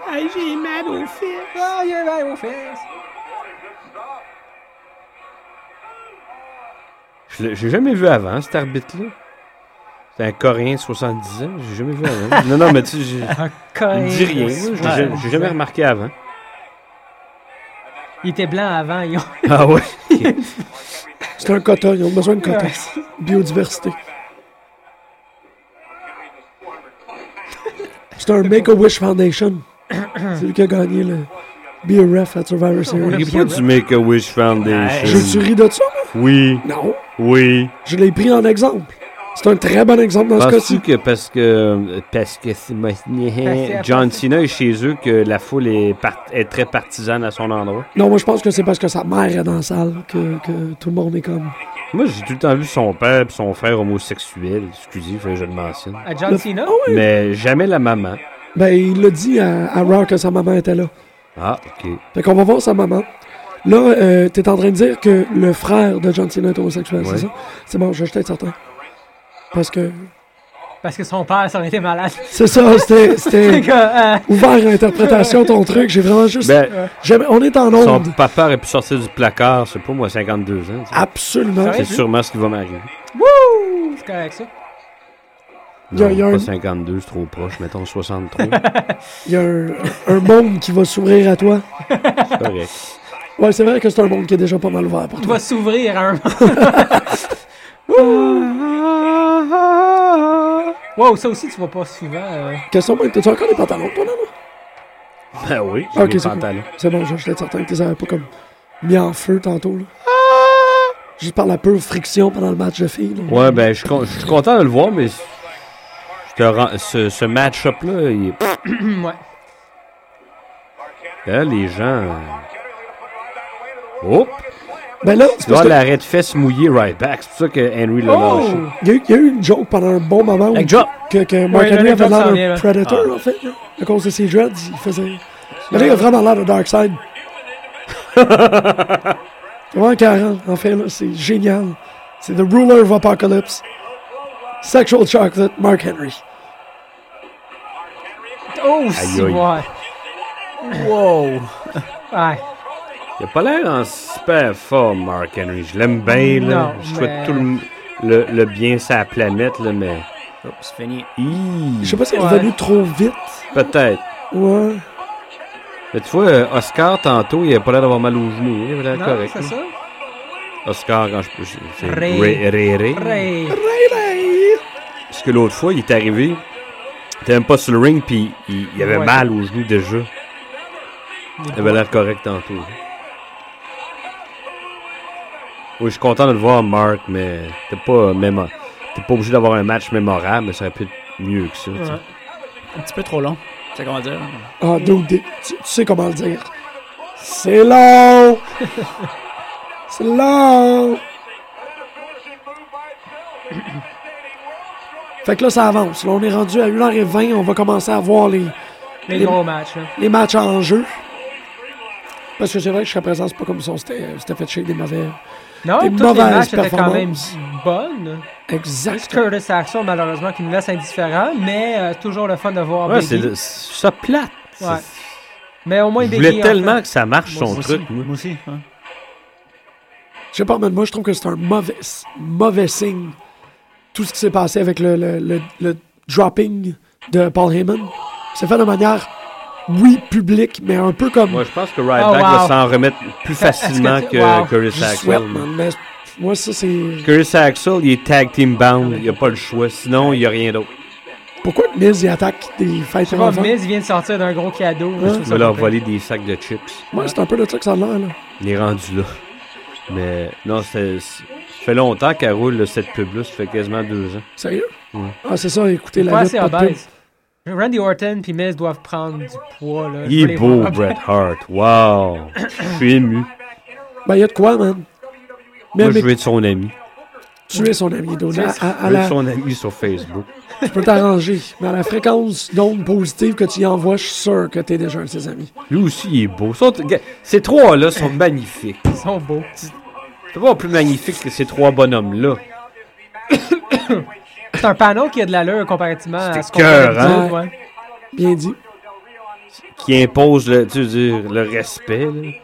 [SPEAKER 4] Hey, j'ai mal aux fesses. Ah, j'ai mal aux fesses.
[SPEAKER 5] Je l'ai- j'ai jamais vu avant, cet arbitre-là. C'est un Coréen de 70 ans, j'ai jamais vu avant. non, non, mais tu sais, j'ai- il
[SPEAKER 4] Coin.
[SPEAKER 5] me dit rien. moi, je l'ai jamais- J'ai jamais remarqué avant.
[SPEAKER 4] Il était blanc avant. Ils ont...
[SPEAKER 5] Ah ouais?
[SPEAKER 3] C'est un quota, ils ont besoin de quota. Biodiversité. C'est un Make-A-Wish Foundation. C'est lui qui a gagné le Be a Ref at Survivor Series.
[SPEAKER 5] Il est pas du Make-A-Wish Foundation.
[SPEAKER 3] Je tu ris de ça, moi?
[SPEAKER 5] Oui,
[SPEAKER 3] Non.
[SPEAKER 5] oui.
[SPEAKER 3] Je l'ai pris en exemple. C'est un très bon exemple dans ce
[SPEAKER 5] Penses-tu
[SPEAKER 3] cas-ci.
[SPEAKER 5] que parce que parce que c'est ma-
[SPEAKER 4] que-
[SPEAKER 5] John Cena est chez eux que la foule est, part- est très partisane à son endroit?
[SPEAKER 3] Non, moi, je pense que c'est parce que sa mère est dans la salle que, que tout le monde est comme.
[SPEAKER 5] Moi, j'ai tout le temps vu son père et son frère homosexuel. Excusez, faut que je le mentionne.
[SPEAKER 4] À John Cena?
[SPEAKER 5] Oh, Mais jamais la maman.
[SPEAKER 3] Ben, il l'a dit à, à Raw que sa maman était là.
[SPEAKER 5] Ah, ok.
[SPEAKER 3] Fait qu'on va voir sa maman. Là, euh, t'es en train de dire que le frère de John Cena est homosexuel,
[SPEAKER 5] Ouais.
[SPEAKER 3] c'est ça? C'est bon, je je suis certain. Parce que.
[SPEAKER 4] Parce que son père, ça aurait été malade.
[SPEAKER 3] C'est ça, c'était-
[SPEAKER 4] C'est
[SPEAKER 3] c'était
[SPEAKER 4] que, euh,
[SPEAKER 3] ouvert à l'interprétation, ton truc. J'ai vraiment juste.
[SPEAKER 5] Ben,
[SPEAKER 3] J'aime- on est en
[SPEAKER 5] son
[SPEAKER 3] onde.
[SPEAKER 5] papa aurait pu sortir du placard, c'est pas moi, 52
[SPEAKER 3] Ah,
[SPEAKER 5] ans. tu sais.
[SPEAKER 3] Absolument.
[SPEAKER 5] C'est sûrement ce qui va m'arriver.
[SPEAKER 4] wouh! C'est correct, ça.
[SPEAKER 3] Il y a-
[SPEAKER 5] Non,
[SPEAKER 3] il y a
[SPEAKER 5] pas
[SPEAKER 3] un-
[SPEAKER 5] 52, c'est trop proche, mettons 63.
[SPEAKER 3] Il y a un, un monde qui va s'ouvrir à toi.
[SPEAKER 5] c'est correct.
[SPEAKER 3] Ouais, c'est vrai que c'est un monde qui est déjà pas mal ouvert pour
[SPEAKER 4] Il
[SPEAKER 3] toi.
[SPEAKER 4] va s'ouvrir à un moment.
[SPEAKER 3] Ah!
[SPEAKER 4] wow, ça aussi, tu vois pas souvent. euh.
[SPEAKER 3] Question, Mike, t'as-tu encore des pantalons, toi, là? là?
[SPEAKER 5] Ben oui, j'ai
[SPEAKER 3] Ok,
[SPEAKER 5] des
[SPEAKER 3] c'est cool.
[SPEAKER 5] pantalons.
[SPEAKER 3] C'est bon, je suis certain que tu les avais pas comme mis en feu tantôt, là. Juste par la pure friction pendant le match de filles, là.
[SPEAKER 5] Ouais, ben, je suis con- je suis content de le voir, mais je te rends- ce, ce match-up-là, il est-
[SPEAKER 4] Hmm, ouais.
[SPEAKER 5] Là, les gens. euh, Oh!
[SPEAKER 3] Ben là, c'est
[SPEAKER 5] Tu vois
[SPEAKER 3] parce que-
[SPEAKER 5] l'arrêt de fesse mouillée right back. C'est pour ça que Henry l'a lâché.
[SPEAKER 4] Oh!
[SPEAKER 3] Il y, a eu, il y a eu une joke pendant un bon moment où
[SPEAKER 5] Leg drop.
[SPEAKER 3] que, que Mark
[SPEAKER 4] Ouais, le
[SPEAKER 3] Henry
[SPEAKER 4] leg
[SPEAKER 3] avait
[SPEAKER 4] drop
[SPEAKER 3] l'air
[SPEAKER 4] s'en vient,
[SPEAKER 3] d'un
[SPEAKER 4] là. Ah.
[SPEAKER 3] Predator, en fait. là. À cause de ses dreads, il faisait. Mais là, il a vraiment l'air de Darkseid. vraiment carré, en fait, là. C'est génial. C'est The Ruler of Apocalypse. Sexual Chocolate, Mark Henry.
[SPEAKER 4] Oh, si,
[SPEAKER 5] aïe.
[SPEAKER 4] ouais. Wow! Ouais.
[SPEAKER 5] Il a pas l'air en super forme, Mark Henry. Je l'aime bien, là.
[SPEAKER 4] Non,
[SPEAKER 5] Je
[SPEAKER 4] mais-
[SPEAKER 5] souhaite tout le, le, le bien sa planète, là, mais.
[SPEAKER 6] Oups, c'est fini.
[SPEAKER 5] Hi,
[SPEAKER 3] Je sais pas s'il est
[SPEAKER 4] Ouais.
[SPEAKER 3] revenu trop vite.
[SPEAKER 5] Peut-être.
[SPEAKER 3] Ouais.
[SPEAKER 5] Mais tu vois, euh, Oscar, tantôt, il a pas l'air d'avoir mal aux genoux. hein, Il avait l'air
[SPEAKER 4] Non,
[SPEAKER 5] correct. hein.
[SPEAKER 4] c'est
[SPEAKER 5] là.
[SPEAKER 4] ça?
[SPEAKER 5] Oscar, quand je peux. c'est- C'est
[SPEAKER 4] Ray.
[SPEAKER 5] Ray. Ray, Ray.
[SPEAKER 4] Ray.
[SPEAKER 5] Parce que l'autre fois, il est arrivé. Il était même pas sur le ring, puis il, il avait
[SPEAKER 4] Ouais.
[SPEAKER 5] mal aux genoux déjà. Il avait l'air correct tantôt. Oui, je suis content de le voir, Mark, mais t'es pas, mémo- t'es pas obligé d'avoir un match mémorable, mais ça aurait pu être mieux que ça. tu sais.
[SPEAKER 4] Ouais.
[SPEAKER 6] Un petit peu trop long. C'est comment dire?
[SPEAKER 3] Ah, dude, des- tu, tu sais comment le dire. C'est long! C'est long! Fait que là, ça avance. Là, on est rendu à 1h20. On va commencer à voir les,
[SPEAKER 4] Les gros matchs. là.
[SPEAKER 3] les matchs en jeu. Parce que c'est vrai que jusqu'à présent, c'est pas comme ça. on s'était on s'était fait chier des mauvais.
[SPEAKER 4] Non,
[SPEAKER 3] Des
[SPEAKER 4] tous les
[SPEAKER 3] mauvaises
[SPEAKER 4] matchs étaient quand même
[SPEAKER 3] performances.
[SPEAKER 4] bonnes.
[SPEAKER 3] Exact.
[SPEAKER 4] Curtis Axel, malheureusement, qui nous laisse indifférents, mais euh, toujours le fun de voir
[SPEAKER 5] Ouais, c'est
[SPEAKER 4] Ah, Biggie.
[SPEAKER 5] de- c'est ça plate. C'est-
[SPEAKER 4] Ouais. Mais au moins,
[SPEAKER 5] Je
[SPEAKER 4] Biggie...
[SPEAKER 5] voulais
[SPEAKER 4] en
[SPEAKER 5] tellement
[SPEAKER 4] fait.
[SPEAKER 5] que ça marche son
[SPEAKER 6] Moi aussi,
[SPEAKER 5] truc. moi.
[SPEAKER 6] moi aussi. hein.
[SPEAKER 3] Je sais pas, mais moi, je trouve que c'est un mauvais, mauvais signe. Tout ce qui s'est passé avec le, le- le- le dropping de Paul Heyman, c'est fait de manière, oui, publique, mais un peu comme.
[SPEAKER 5] Moi, je pense que Ryback
[SPEAKER 4] Oh, wow.
[SPEAKER 5] va s'en remettre plus
[SPEAKER 4] Est-ce que
[SPEAKER 5] facilement
[SPEAKER 4] tu-
[SPEAKER 5] que
[SPEAKER 4] wow.
[SPEAKER 5] Curtis
[SPEAKER 3] je
[SPEAKER 5] Axel.
[SPEAKER 3] souhaite, man, mais moi, ça, c'est.
[SPEAKER 5] Curtis Axel, il est tag team bound. Il n'y a pas le choix. Sinon, il n'y a rien d'autre.
[SPEAKER 3] Pourquoi Miz, il attaque des
[SPEAKER 4] Je sais
[SPEAKER 3] fighters
[SPEAKER 4] pas,
[SPEAKER 3] enfants?
[SPEAKER 4] Miz vient de sortir d'un gros cadeau. Je trouve
[SPEAKER 5] Tu
[SPEAKER 4] ça
[SPEAKER 5] vas leur
[SPEAKER 4] pas
[SPEAKER 5] voler des sacs de chips.
[SPEAKER 3] Moi, c'est un peu de ça que ça a l'air, là.
[SPEAKER 5] Il est rendu là. Mais non, c'est- c'est- ça fait longtemps qu'elle roule là, cette pub-là. Ça fait quasiment deux ans.
[SPEAKER 3] Sérieux? Ah, c'est ça, écoutez la
[SPEAKER 4] Pas
[SPEAKER 3] lutte,
[SPEAKER 4] assez
[SPEAKER 3] pas de pub.
[SPEAKER 4] obèse. Randy Orton puis Miz doivent prendre du poids. Là.
[SPEAKER 5] Il est
[SPEAKER 4] Faut les
[SPEAKER 5] beau,
[SPEAKER 4] voir. Ah,
[SPEAKER 5] Bret Hart. Wow. Je suis ému.
[SPEAKER 3] Ben, il y a de quoi, man? Mais,
[SPEAKER 5] Moi, je
[SPEAKER 3] mais
[SPEAKER 5] veux être son ami.
[SPEAKER 3] tu es son ami, Donald. À- à- à
[SPEAKER 5] Je veux
[SPEAKER 3] la-
[SPEAKER 5] être son ami sur Facebook.
[SPEAKER 3] Tu peux t'arranger. Mais à la fréquence d'onde positive que tu y envoies, je suis sûr que t'es déjà un de ses amis.
[SPEAKER 5] Lui aussi, il est beau. Sont- gars, Ces trois-là sont magnifiques.
[SPEAKER 4] Ils sont beaux.
[SPEAKER 5] C'est pas plus magnifique que ces trois bonhommes-là.
[SPEAKER 4] C'est un panneau qui a de l'allure comparativement à
[SPEAKER 5] C'est hein?
[SPEAKER 4] ce qu'on fait
[SPEAKER 5] écœurant.
[SPEAKER 4] d'habitude, ouais.
[SPEAKER 3] Bien dit.
[SPEAKER 5] Qui imposent le, tu veux dire, le respect. là.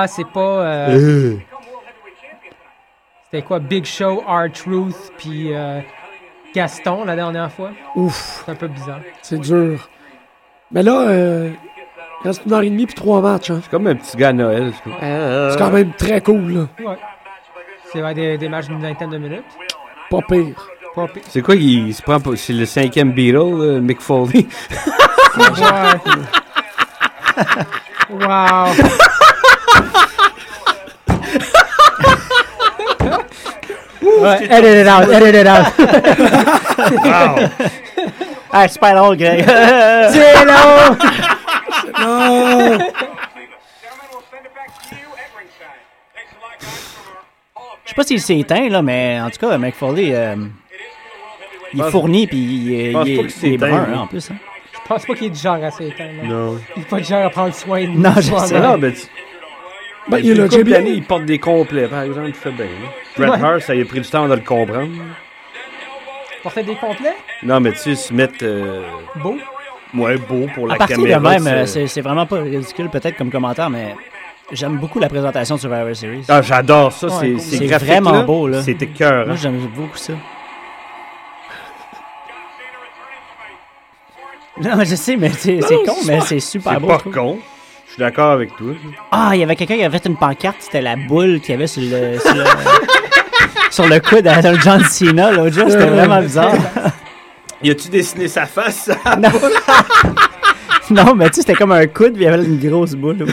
[SPEAKER 4] Ouais, c'est pas. euh, C'était quoi Big Show, R-Truth, puis euh, Gaston la dernière fois
[SPEAKER 3] Ouf,
[SPEAKER 4] C'est un peu bizarre.
[SPEAKER 3] c'est dur. Mais là, euh, il reste une heure et demie puis trois matchs. Hein.
[SPEAKER 5] C'est comme un petit gars à Noël. c'est comme-
[SPEAKER 3] C'est quand même très cool, là.
[SPEAKER 4] Ouais. C'est ouais, des, des matchs d'une vingtaine de minutes.
[SPEAKER 3] Pas pire.
[SPEAKER 4] Pas pire.
[SPEAKER 5] C'est quoi, il, il se prend pour... C'est le cinquième Beatle, euh, Mick Foley?
[SPEAKER 4] Wow. Ouais, edit it out, edit it out.
[SPEAKER 6] Ah, c'est pas drôle, Greg.
[SPEAKER 4] C'est long.
[SPEAKER 6] Je sais pas s'il s'est éteint, là, mais en tout cas, Mick Foley, euh, il est fourni, puis il, est-
[SPEAKER 5] pense
[SPEAKER 6] il
[SPEAKER 5] pas
[SPEAKER 6] est,
[SPEAKER 5] qu'il s'est
[SPEAKER 6] il est brun,
[SPEAKER 5] éteint, lui.
[SPEAKER 6] hein, en plus. hein.
[SPEAKER 4] Je pense pas qu'il est du genre à s'éteindre. là.
[SPEAKER 5] Non.
[SPEAKER 4] Il est pas du genre à prendre soin de
[SPEAKER 6] Non, je sais.
[SPEAKER 4] là.
[SPEAKER 5] Ah non, mais tu-
[SPEAKER 3] Ben, il est là,
[SPEAKER 5] Depuis
[SPEAKER 3] JB.
[SPEAKER 5] une couple d'années, il porte des complets, par exemple, il fait bien. hein. Bret
[SPEAKER 4] Ouais.
[SPEAKER 5] Hart, ça lui a pris du temps de le comprendre.
[SPEAKER 4] Porter des complets,
[SPEAKER 5] Non, mais tu sais, se mettre euh,
[SPEAKER 4] beau.
[SPEAKER 5] ouais, beau pour
[SPEAKER 6] À
[SPEAKER 5] la
[SPEAKER 6] partir de
[SPEAKER 5] caméra.
[SPEAKER 6] même, euh,
[SPEAKER 5] c'est-
[SPEAKER 6] c'est c'est vraiment pas ridicule, peut-être, comme commentaire, mais j'aime beaucoup la présentation de Survivor Series.
[SPEAKER 5] Ah, j'adore ça,
[SPEAKER 4] Ouais,
[SPEAKER 5] c'est
[SPEAKER 4] cool.
[SPEAKER 5] c'est
[SPEAKER 6] C'est
[SPEAKER 5] graphique,
[SPEAKER 6] vraiment beau, là.
[SPEAKER 5] C'est écœurant.
[SPEAKER 6] Moi, j'aime beaucoup ça. Non, je sais, mais c'est c'est con, mais c'est super
[SPEAKER 5] C'est
[SPEAKER 6] beau.
[SPEAKER 5] pas
[SPEAKER 6] je trouve.
[SPEAKER 5] con. Je suis d'accord avec toi.
[SPEAKER 6] Ah, il y avait quelqu'un qui avait fait une pancarte, c'était la boule qu'il y avait sur le. sur le, sur le coude à John Cena l'autre jour, c'était vraiment bizarre.
[SPEAKER 5] Y a-tu dessiné sa face?
[SPEAKER 6] Non, mais tu sais, c'était comme un coude, puis il y avait une grosse boule.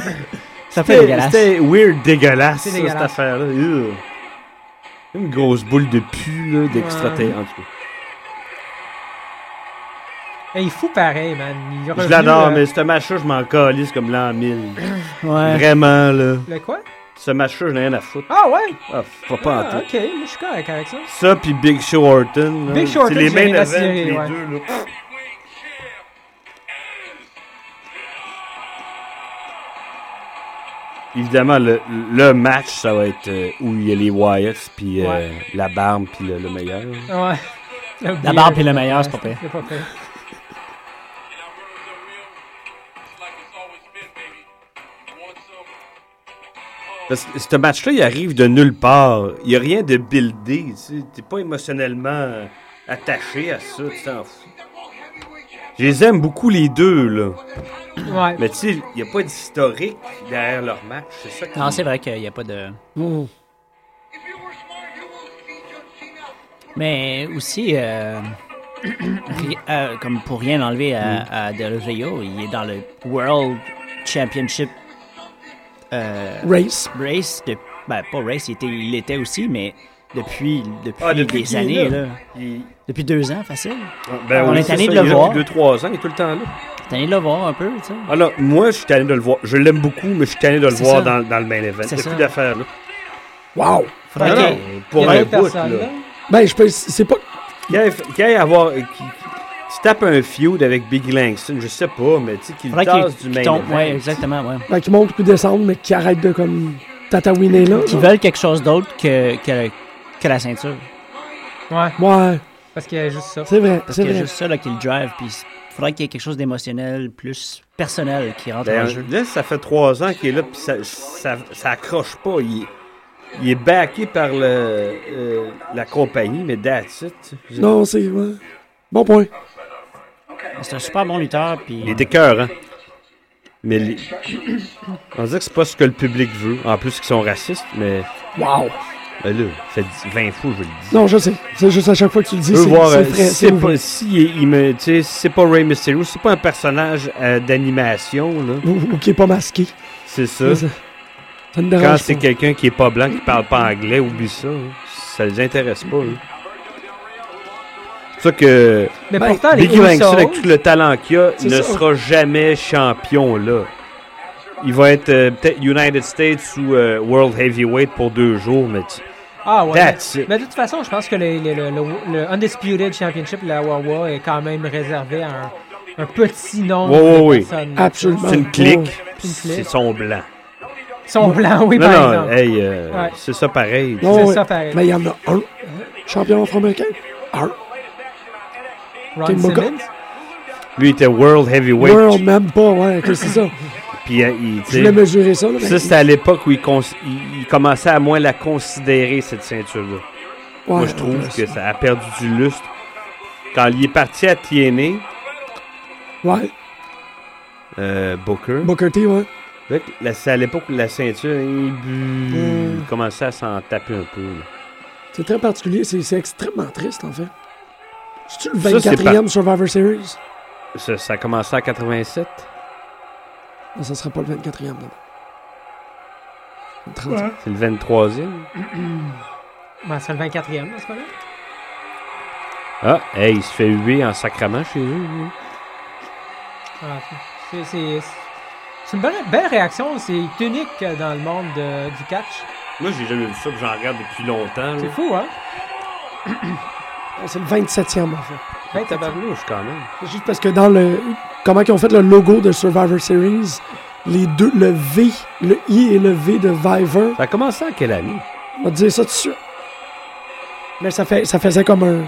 [SPEAKER 6] Ça fait
[SPEAKER 5] C'était
[SPEAKER 6] dégueulasse.
[SPEAKER 5] c'était weird, dégueulasse,
[SPEAKER 4] C'est
[SPEAKER 5] ça, cette
[SPEAKER 4] dégueulasse.
[SPEAKER 5] affaire-là. Ugh. Une grosse boule de pu, là, d'extraterrestre. en tout cas.
[SPEAKER 4] Et il fout pareil, man. Il est
[SPEAKER 5] Je
[SPEAKER 4] revenu,
[SPEAKER 5] l'adore,
[SPEAKER 4] euh,
[SPEAKER 5] mais ce match-là, je m'en calisse comme l'an 1000.
[SPEAKER 6] Ouais.
[SPEAKER 5] Vraiment, là.
[SPEAKER 4] Le quoi?
[SPEAKER 5] Ce match-là, j'en ai rien à foutre.
[SPEAKER 4] Ah ouais?
[SPEAKER 5] Ah, pas pas en
[SPEAKER 4] Ah,
[SPEAKER 5] tout.
[SPEAKER 4] ok, moi je suis correct avec ça.
[SPEAKER 5] Ça, puis Big Show Orton. là,
[SPEAKER 4] Big Show Orton,
[SPEAKER 5] C'est les
[SPEAKER 4] j'ai
[SPEAKER 5] mêmes
[SPEAKER 4] rien à
[SPEAKER 5] events,
[SPEAKER 4] cirer,
[SPEAKER 5] les
[SPEAKER 4] ouais.
[SPEAKER 5] deux, là. Évidemment, le, le match, ça va être euh, où il y a les Wyatts, puis euh,
[SPEAKER 4] Ouais.
[SPEAKER 5] la barbe, puis le, le meilleur.
[SPEAKER 4] Ouais.
[SPEAKER 6] La barbe et le meilleur, c'est pas pire.
[SPEAKER 4] C'est pas pire.
[SPEAKER 5] Parce que ce match-là, il arrive de nulle part. Il n'y a rien de buildé. Tu sais. T'es pas émotionnellement euh, attaché à ça. Tu t'en fous. Je les aime beaucoup, les deux, là.
[SPEAKER 4] Ouais.
[SPEAKER 5] Mais tu sais, il n'y a pas d'historique derrière leur match. C'est ça qui-
[SPEAKER 6] Non, c'est vrai qu'il n'y a pas de. Mais aussi, euh, ri- euh, comme pour rien enlever à, à Del Rio, il est dans le World Championship euh,
[SPEAKER 3] Race.
[SPEAKER 6] Race. de- ben, pas Race, il était, il était aussi, mais depuis, depuis,
[SPEAKER 5] Ah, depuis
[SPEAKER 6] des
[SPEAKER 5] qu'il est
[SPEAKER 6] années,
[SPEAKER 5] là.
[SPEAKER 6] là.
[SPEAKER 5] Il-
[SPEAKER 6] Depuis deux ans, facile.
[SPEAKER 5] Ben,
[SPEAKER 6] On est
[SPEAKER 5] c'est
[SPEAKER 6] tanné
[SPEAKER 5] ça,
[SPEAKER 6] de le
[SPEAKER 5] il est là
[SPEAKER 6] voir.
[SPEAKER 5] depuis deux, trois ans, il est tout le temps là.
[SPEAKER 6] T'as allé le voir un peu, tu sais.
[SPEAKER 5] Ah là, moi, je suis tanné de le voir. Je l'aime beaucoup, mais je suis tanné de le
[SPEAKER 6] C'est
[SPEAKER 5] voir
[SPEAKER 6] ça.
[SPEAKER 5] dans, dans le main event.
[SPEAKER 6] C'est
[SPEAKER 5] Il n'y a
[SPEAKER 6] ça.
[SPEAKER 5] plus d'affaires, là.
[SPEAKER 3] Wow!
[SPEAKER 6] Faudrait
[SPEAKER 5] Ah
[SPEAKER 6] que-
[SPEAKER 5] non, pour un bout, là.
[SPEAKER 3] Ben, je peux. C'est pas.
[SPEAKER 5] Qu'il aille- qu'il aille avoir... euh, qu'il- qu'il se tape un feud avec Big Langston, je sais pas, mais tu sais, qu'il
[SPEAKER 6] faudrait qu'il
[SPEAKER 5] tasse du
[SPEAKER 6] qu'il
[SPEAKER 5] main
[SPEAKER 6] tombe.
[SPEAKER 5] event.
[SPEAKER 6] Ouais, exactement, ouais.
[SPEAKER 3] Ben, qui monte puis descendre, mais qui arrête de comme tatouiner là.
[SPEAKER 6] Qui
[SPEAKER 3] là.
[SPEAKER 6] veulent quelque chose d'autre que, que, que la ceinture.
[SPEAKER 4] Ouais,
[SPEAKER 3] Ouais,
[SPEAKER 4] parce qu'il y a juste ça.
[SPEAKER 3] c'est vrai,
[SPEAKER 6] Parce
[SPEAKER 3] c'est
[SPEAKER 6] qu'il y a
[SPEAKER 3] vrai.
[SPEAKER 6] juste ça là, qui le drive. Puis il faudrait qu'il y ait quelque chose d'émotionnel, plus personnel qui rentre
[SPEAKER 5] Ben,
[SPEAKER 6] en jeu.
[SPEAKER 5] là, ça fait trois ans qu'il est là, puis ça, ça, ça accroche pas. Il, il est backé par le, euh, la compagnie, mais that's it. tu sais.
[SPEAKER 3] Non, c'est. ouais. Bon point.
[SPEAKER 6] C'est un super bon lutteur. Puis
[SPEAKER 5] Il est écœurant. Mais les- on dirait que c'est pas ce que le public veut. En plus, qu'ils sont racistes, mais
[SPEAKER 3] Wow!
[SPEAKER 5] ben là, ça fait 20 fois, je le dis.
[SPEAKER 3] Non, je sais. C'est juste à chaque fois que tu le dis,
[SPEAKER 5] Je veux
[SPEAKER 3] c'est
[SPEAKER 5] voir
[SPEAKER 3] c'est
[SPEAKER 5] euh,
[SPEAKER 3] frais.
[SPEAKER 5] si
[SPEAKER 3] C'est
[SPEAKER 5] c'est
[SPEAKER 3] nouveau.
[SPEAKER 5] pas, si il- il me, tu sais, si c'est pas Ray Mysterio, si c'est pas un personnage euh, d'animation, là.
[SPEAKER 3] Ou, ou qui est pas masqué.
[SPEAKER 5] C'est ça.
[SPEAKER 3] Ça, ça me
[SPEAKER 5] Quand
[SPEAKER 3] dérange
[SPEAKER 5] c'est
[SPEAKER 3] pas.
[SPEAKER 5] quelqu'un qui est pas blanc, qui parle pas anglais, oublie ça. hein. Ça les intéresse pas. hein. C'est ça que
[SPEAKER 4] Mais
[SPEAKER 3] Ben,
[SPEAKER 4] pourtant, Ah, les
[SPEAKER 5] Biggie Langston, avec
[SPEAKER 4] Usos,
[SPEAKER 5] tout le talent qu'il a,
[SPEAKER 3] C'est
[SPEAKER 5] ne
[SPEAKER 3] ça.
[SPEAKER 5] sera jamais champion là. Il va être euh, peut-être United States ou euh, World Heavyweight pour deux jours, mais tu-
[SPEAKER 4] Ah ouais.
[SPEAKER 5] That's it.
[SPEAKER 4] Mais de toute façon, je pense que le, le- le- le- le Undisputed Championship, la Wawa, est quand même réservé à un, un petit nombre
[SPEAKER 5] Ouais, ouais,
[SPEAKER 4] de
[SPEAKER 5] ouais.
[SPEAKER 4] personnes.
[SPEAKER 3] Absolument.
[SPEAKER 5] c'est une
[SPEAKER 3] Oh.
[SPEAKER 5] clique.
[SPEAKER 4] C'est une clique.
[SPEAKER 5] C'est son blanc.
[SPEAKER 4] Ils sont blancs, oui,
[SPEAKER 5] Non,
[SPEAKER 4] par
[SPEAKER 5] non,
[SPEAKER 4] exemple.
[SPEAKER 5] hey, euh,
[SPEAKER 4] Ouais.
[SPEAKER 5] c'est ça pareil.
[SPEAKER 3] Non,
[SPEAKER 4] c'est
[SPEAKER 3] Ah ouais.
[SPEAKER 4] ça, pareil.
[SPEAKER 3] Mais il y en a un. Champion afro-américain? Un.
[SPEAKER 4] Ron
[SPEAKER 3] Kim Boga-
[SPEAKER 4] Simmons.
[SPEAKER 5] Lui il était World Heavyweight.
[SPEAKER 3] World, même pas, ouais, que c'est ça.
[SPEAKER 5] Puis euh, il, tu
[SPEAKER 3] Je
[SPEAKER 5] sais,
[SPEAKER 3] voulais mesurer ça, là, mais-
[SPEAKER 5] ça c'était à l'époque où il, cons- il- il commençait à moins la considérer cette ceinture là.
[SPEAKER 3] Ouais,
[SPEAKER 5] Moi, je
[SPEAKER 3] ouais,
[SPEAKER 5] trouve que ça a perdu du lustre. Quand il est parti à TNA,
[SPEAKER 3] Ouais,
[SPEAKER 5] euh, Booker,
[SPEAKER 3] Booker T, ouais.
[SPEAKER 5] là, la- c'est à l'époque où la ceinture il, Hmm. bu-
[SPEAKER 3] Mm.
[SPEAKER 5] commençait à s'en taper un peu. là.
[SPEAKER 3] C'est très particulier, c'est c'est extrêmement triste, en fait. C'est-tu le
[SPEAKER 5] Ça, c'est
[SPEAKER 3] 24e Survivor Series?
[SPEAKER 5] Ça, ça a commencé en 87.
[SPEAKER 3] Non, ça sera pas le 24e, non. Le 30e.
[SPEAKER 5] C'est le 23e.
[SPEAKER 4] Ben, c'est le 24e, n'est-ce pas là?
[SPEAKER 5] Ah, hey, il se fait huer en sacrament chez eux. lui.
[SPEAKER 4] Ah, c'est- c'est- c'est- C'est une bonne- belle réaction, c'est unique euh, dans le monde de- du catch.
[SPEAKER 5] Moi, j'ai jamais vu ça, puis j'en regarde depuis longtemps.
[SPEAKER 4] C'est fou, hein?
[SPEAKER 3] Non, Ah, C'est le 27e, en fait.
[SPEAKER 4] Ouais, t'as-
[SPEAKER 5] tabarnouche, quand même.
[SPEAKER 3] C'est Juste parce que dans le. Comment ils ont fait le logo de Survivor Series, les deux, le V, le I et le V de Viver,
[SPEAKER 5] Ça a commencé en quelle année?
[SPEAKER 3] On va te dire ça tout de suite. Mais ça, fait, ça faisait comme un.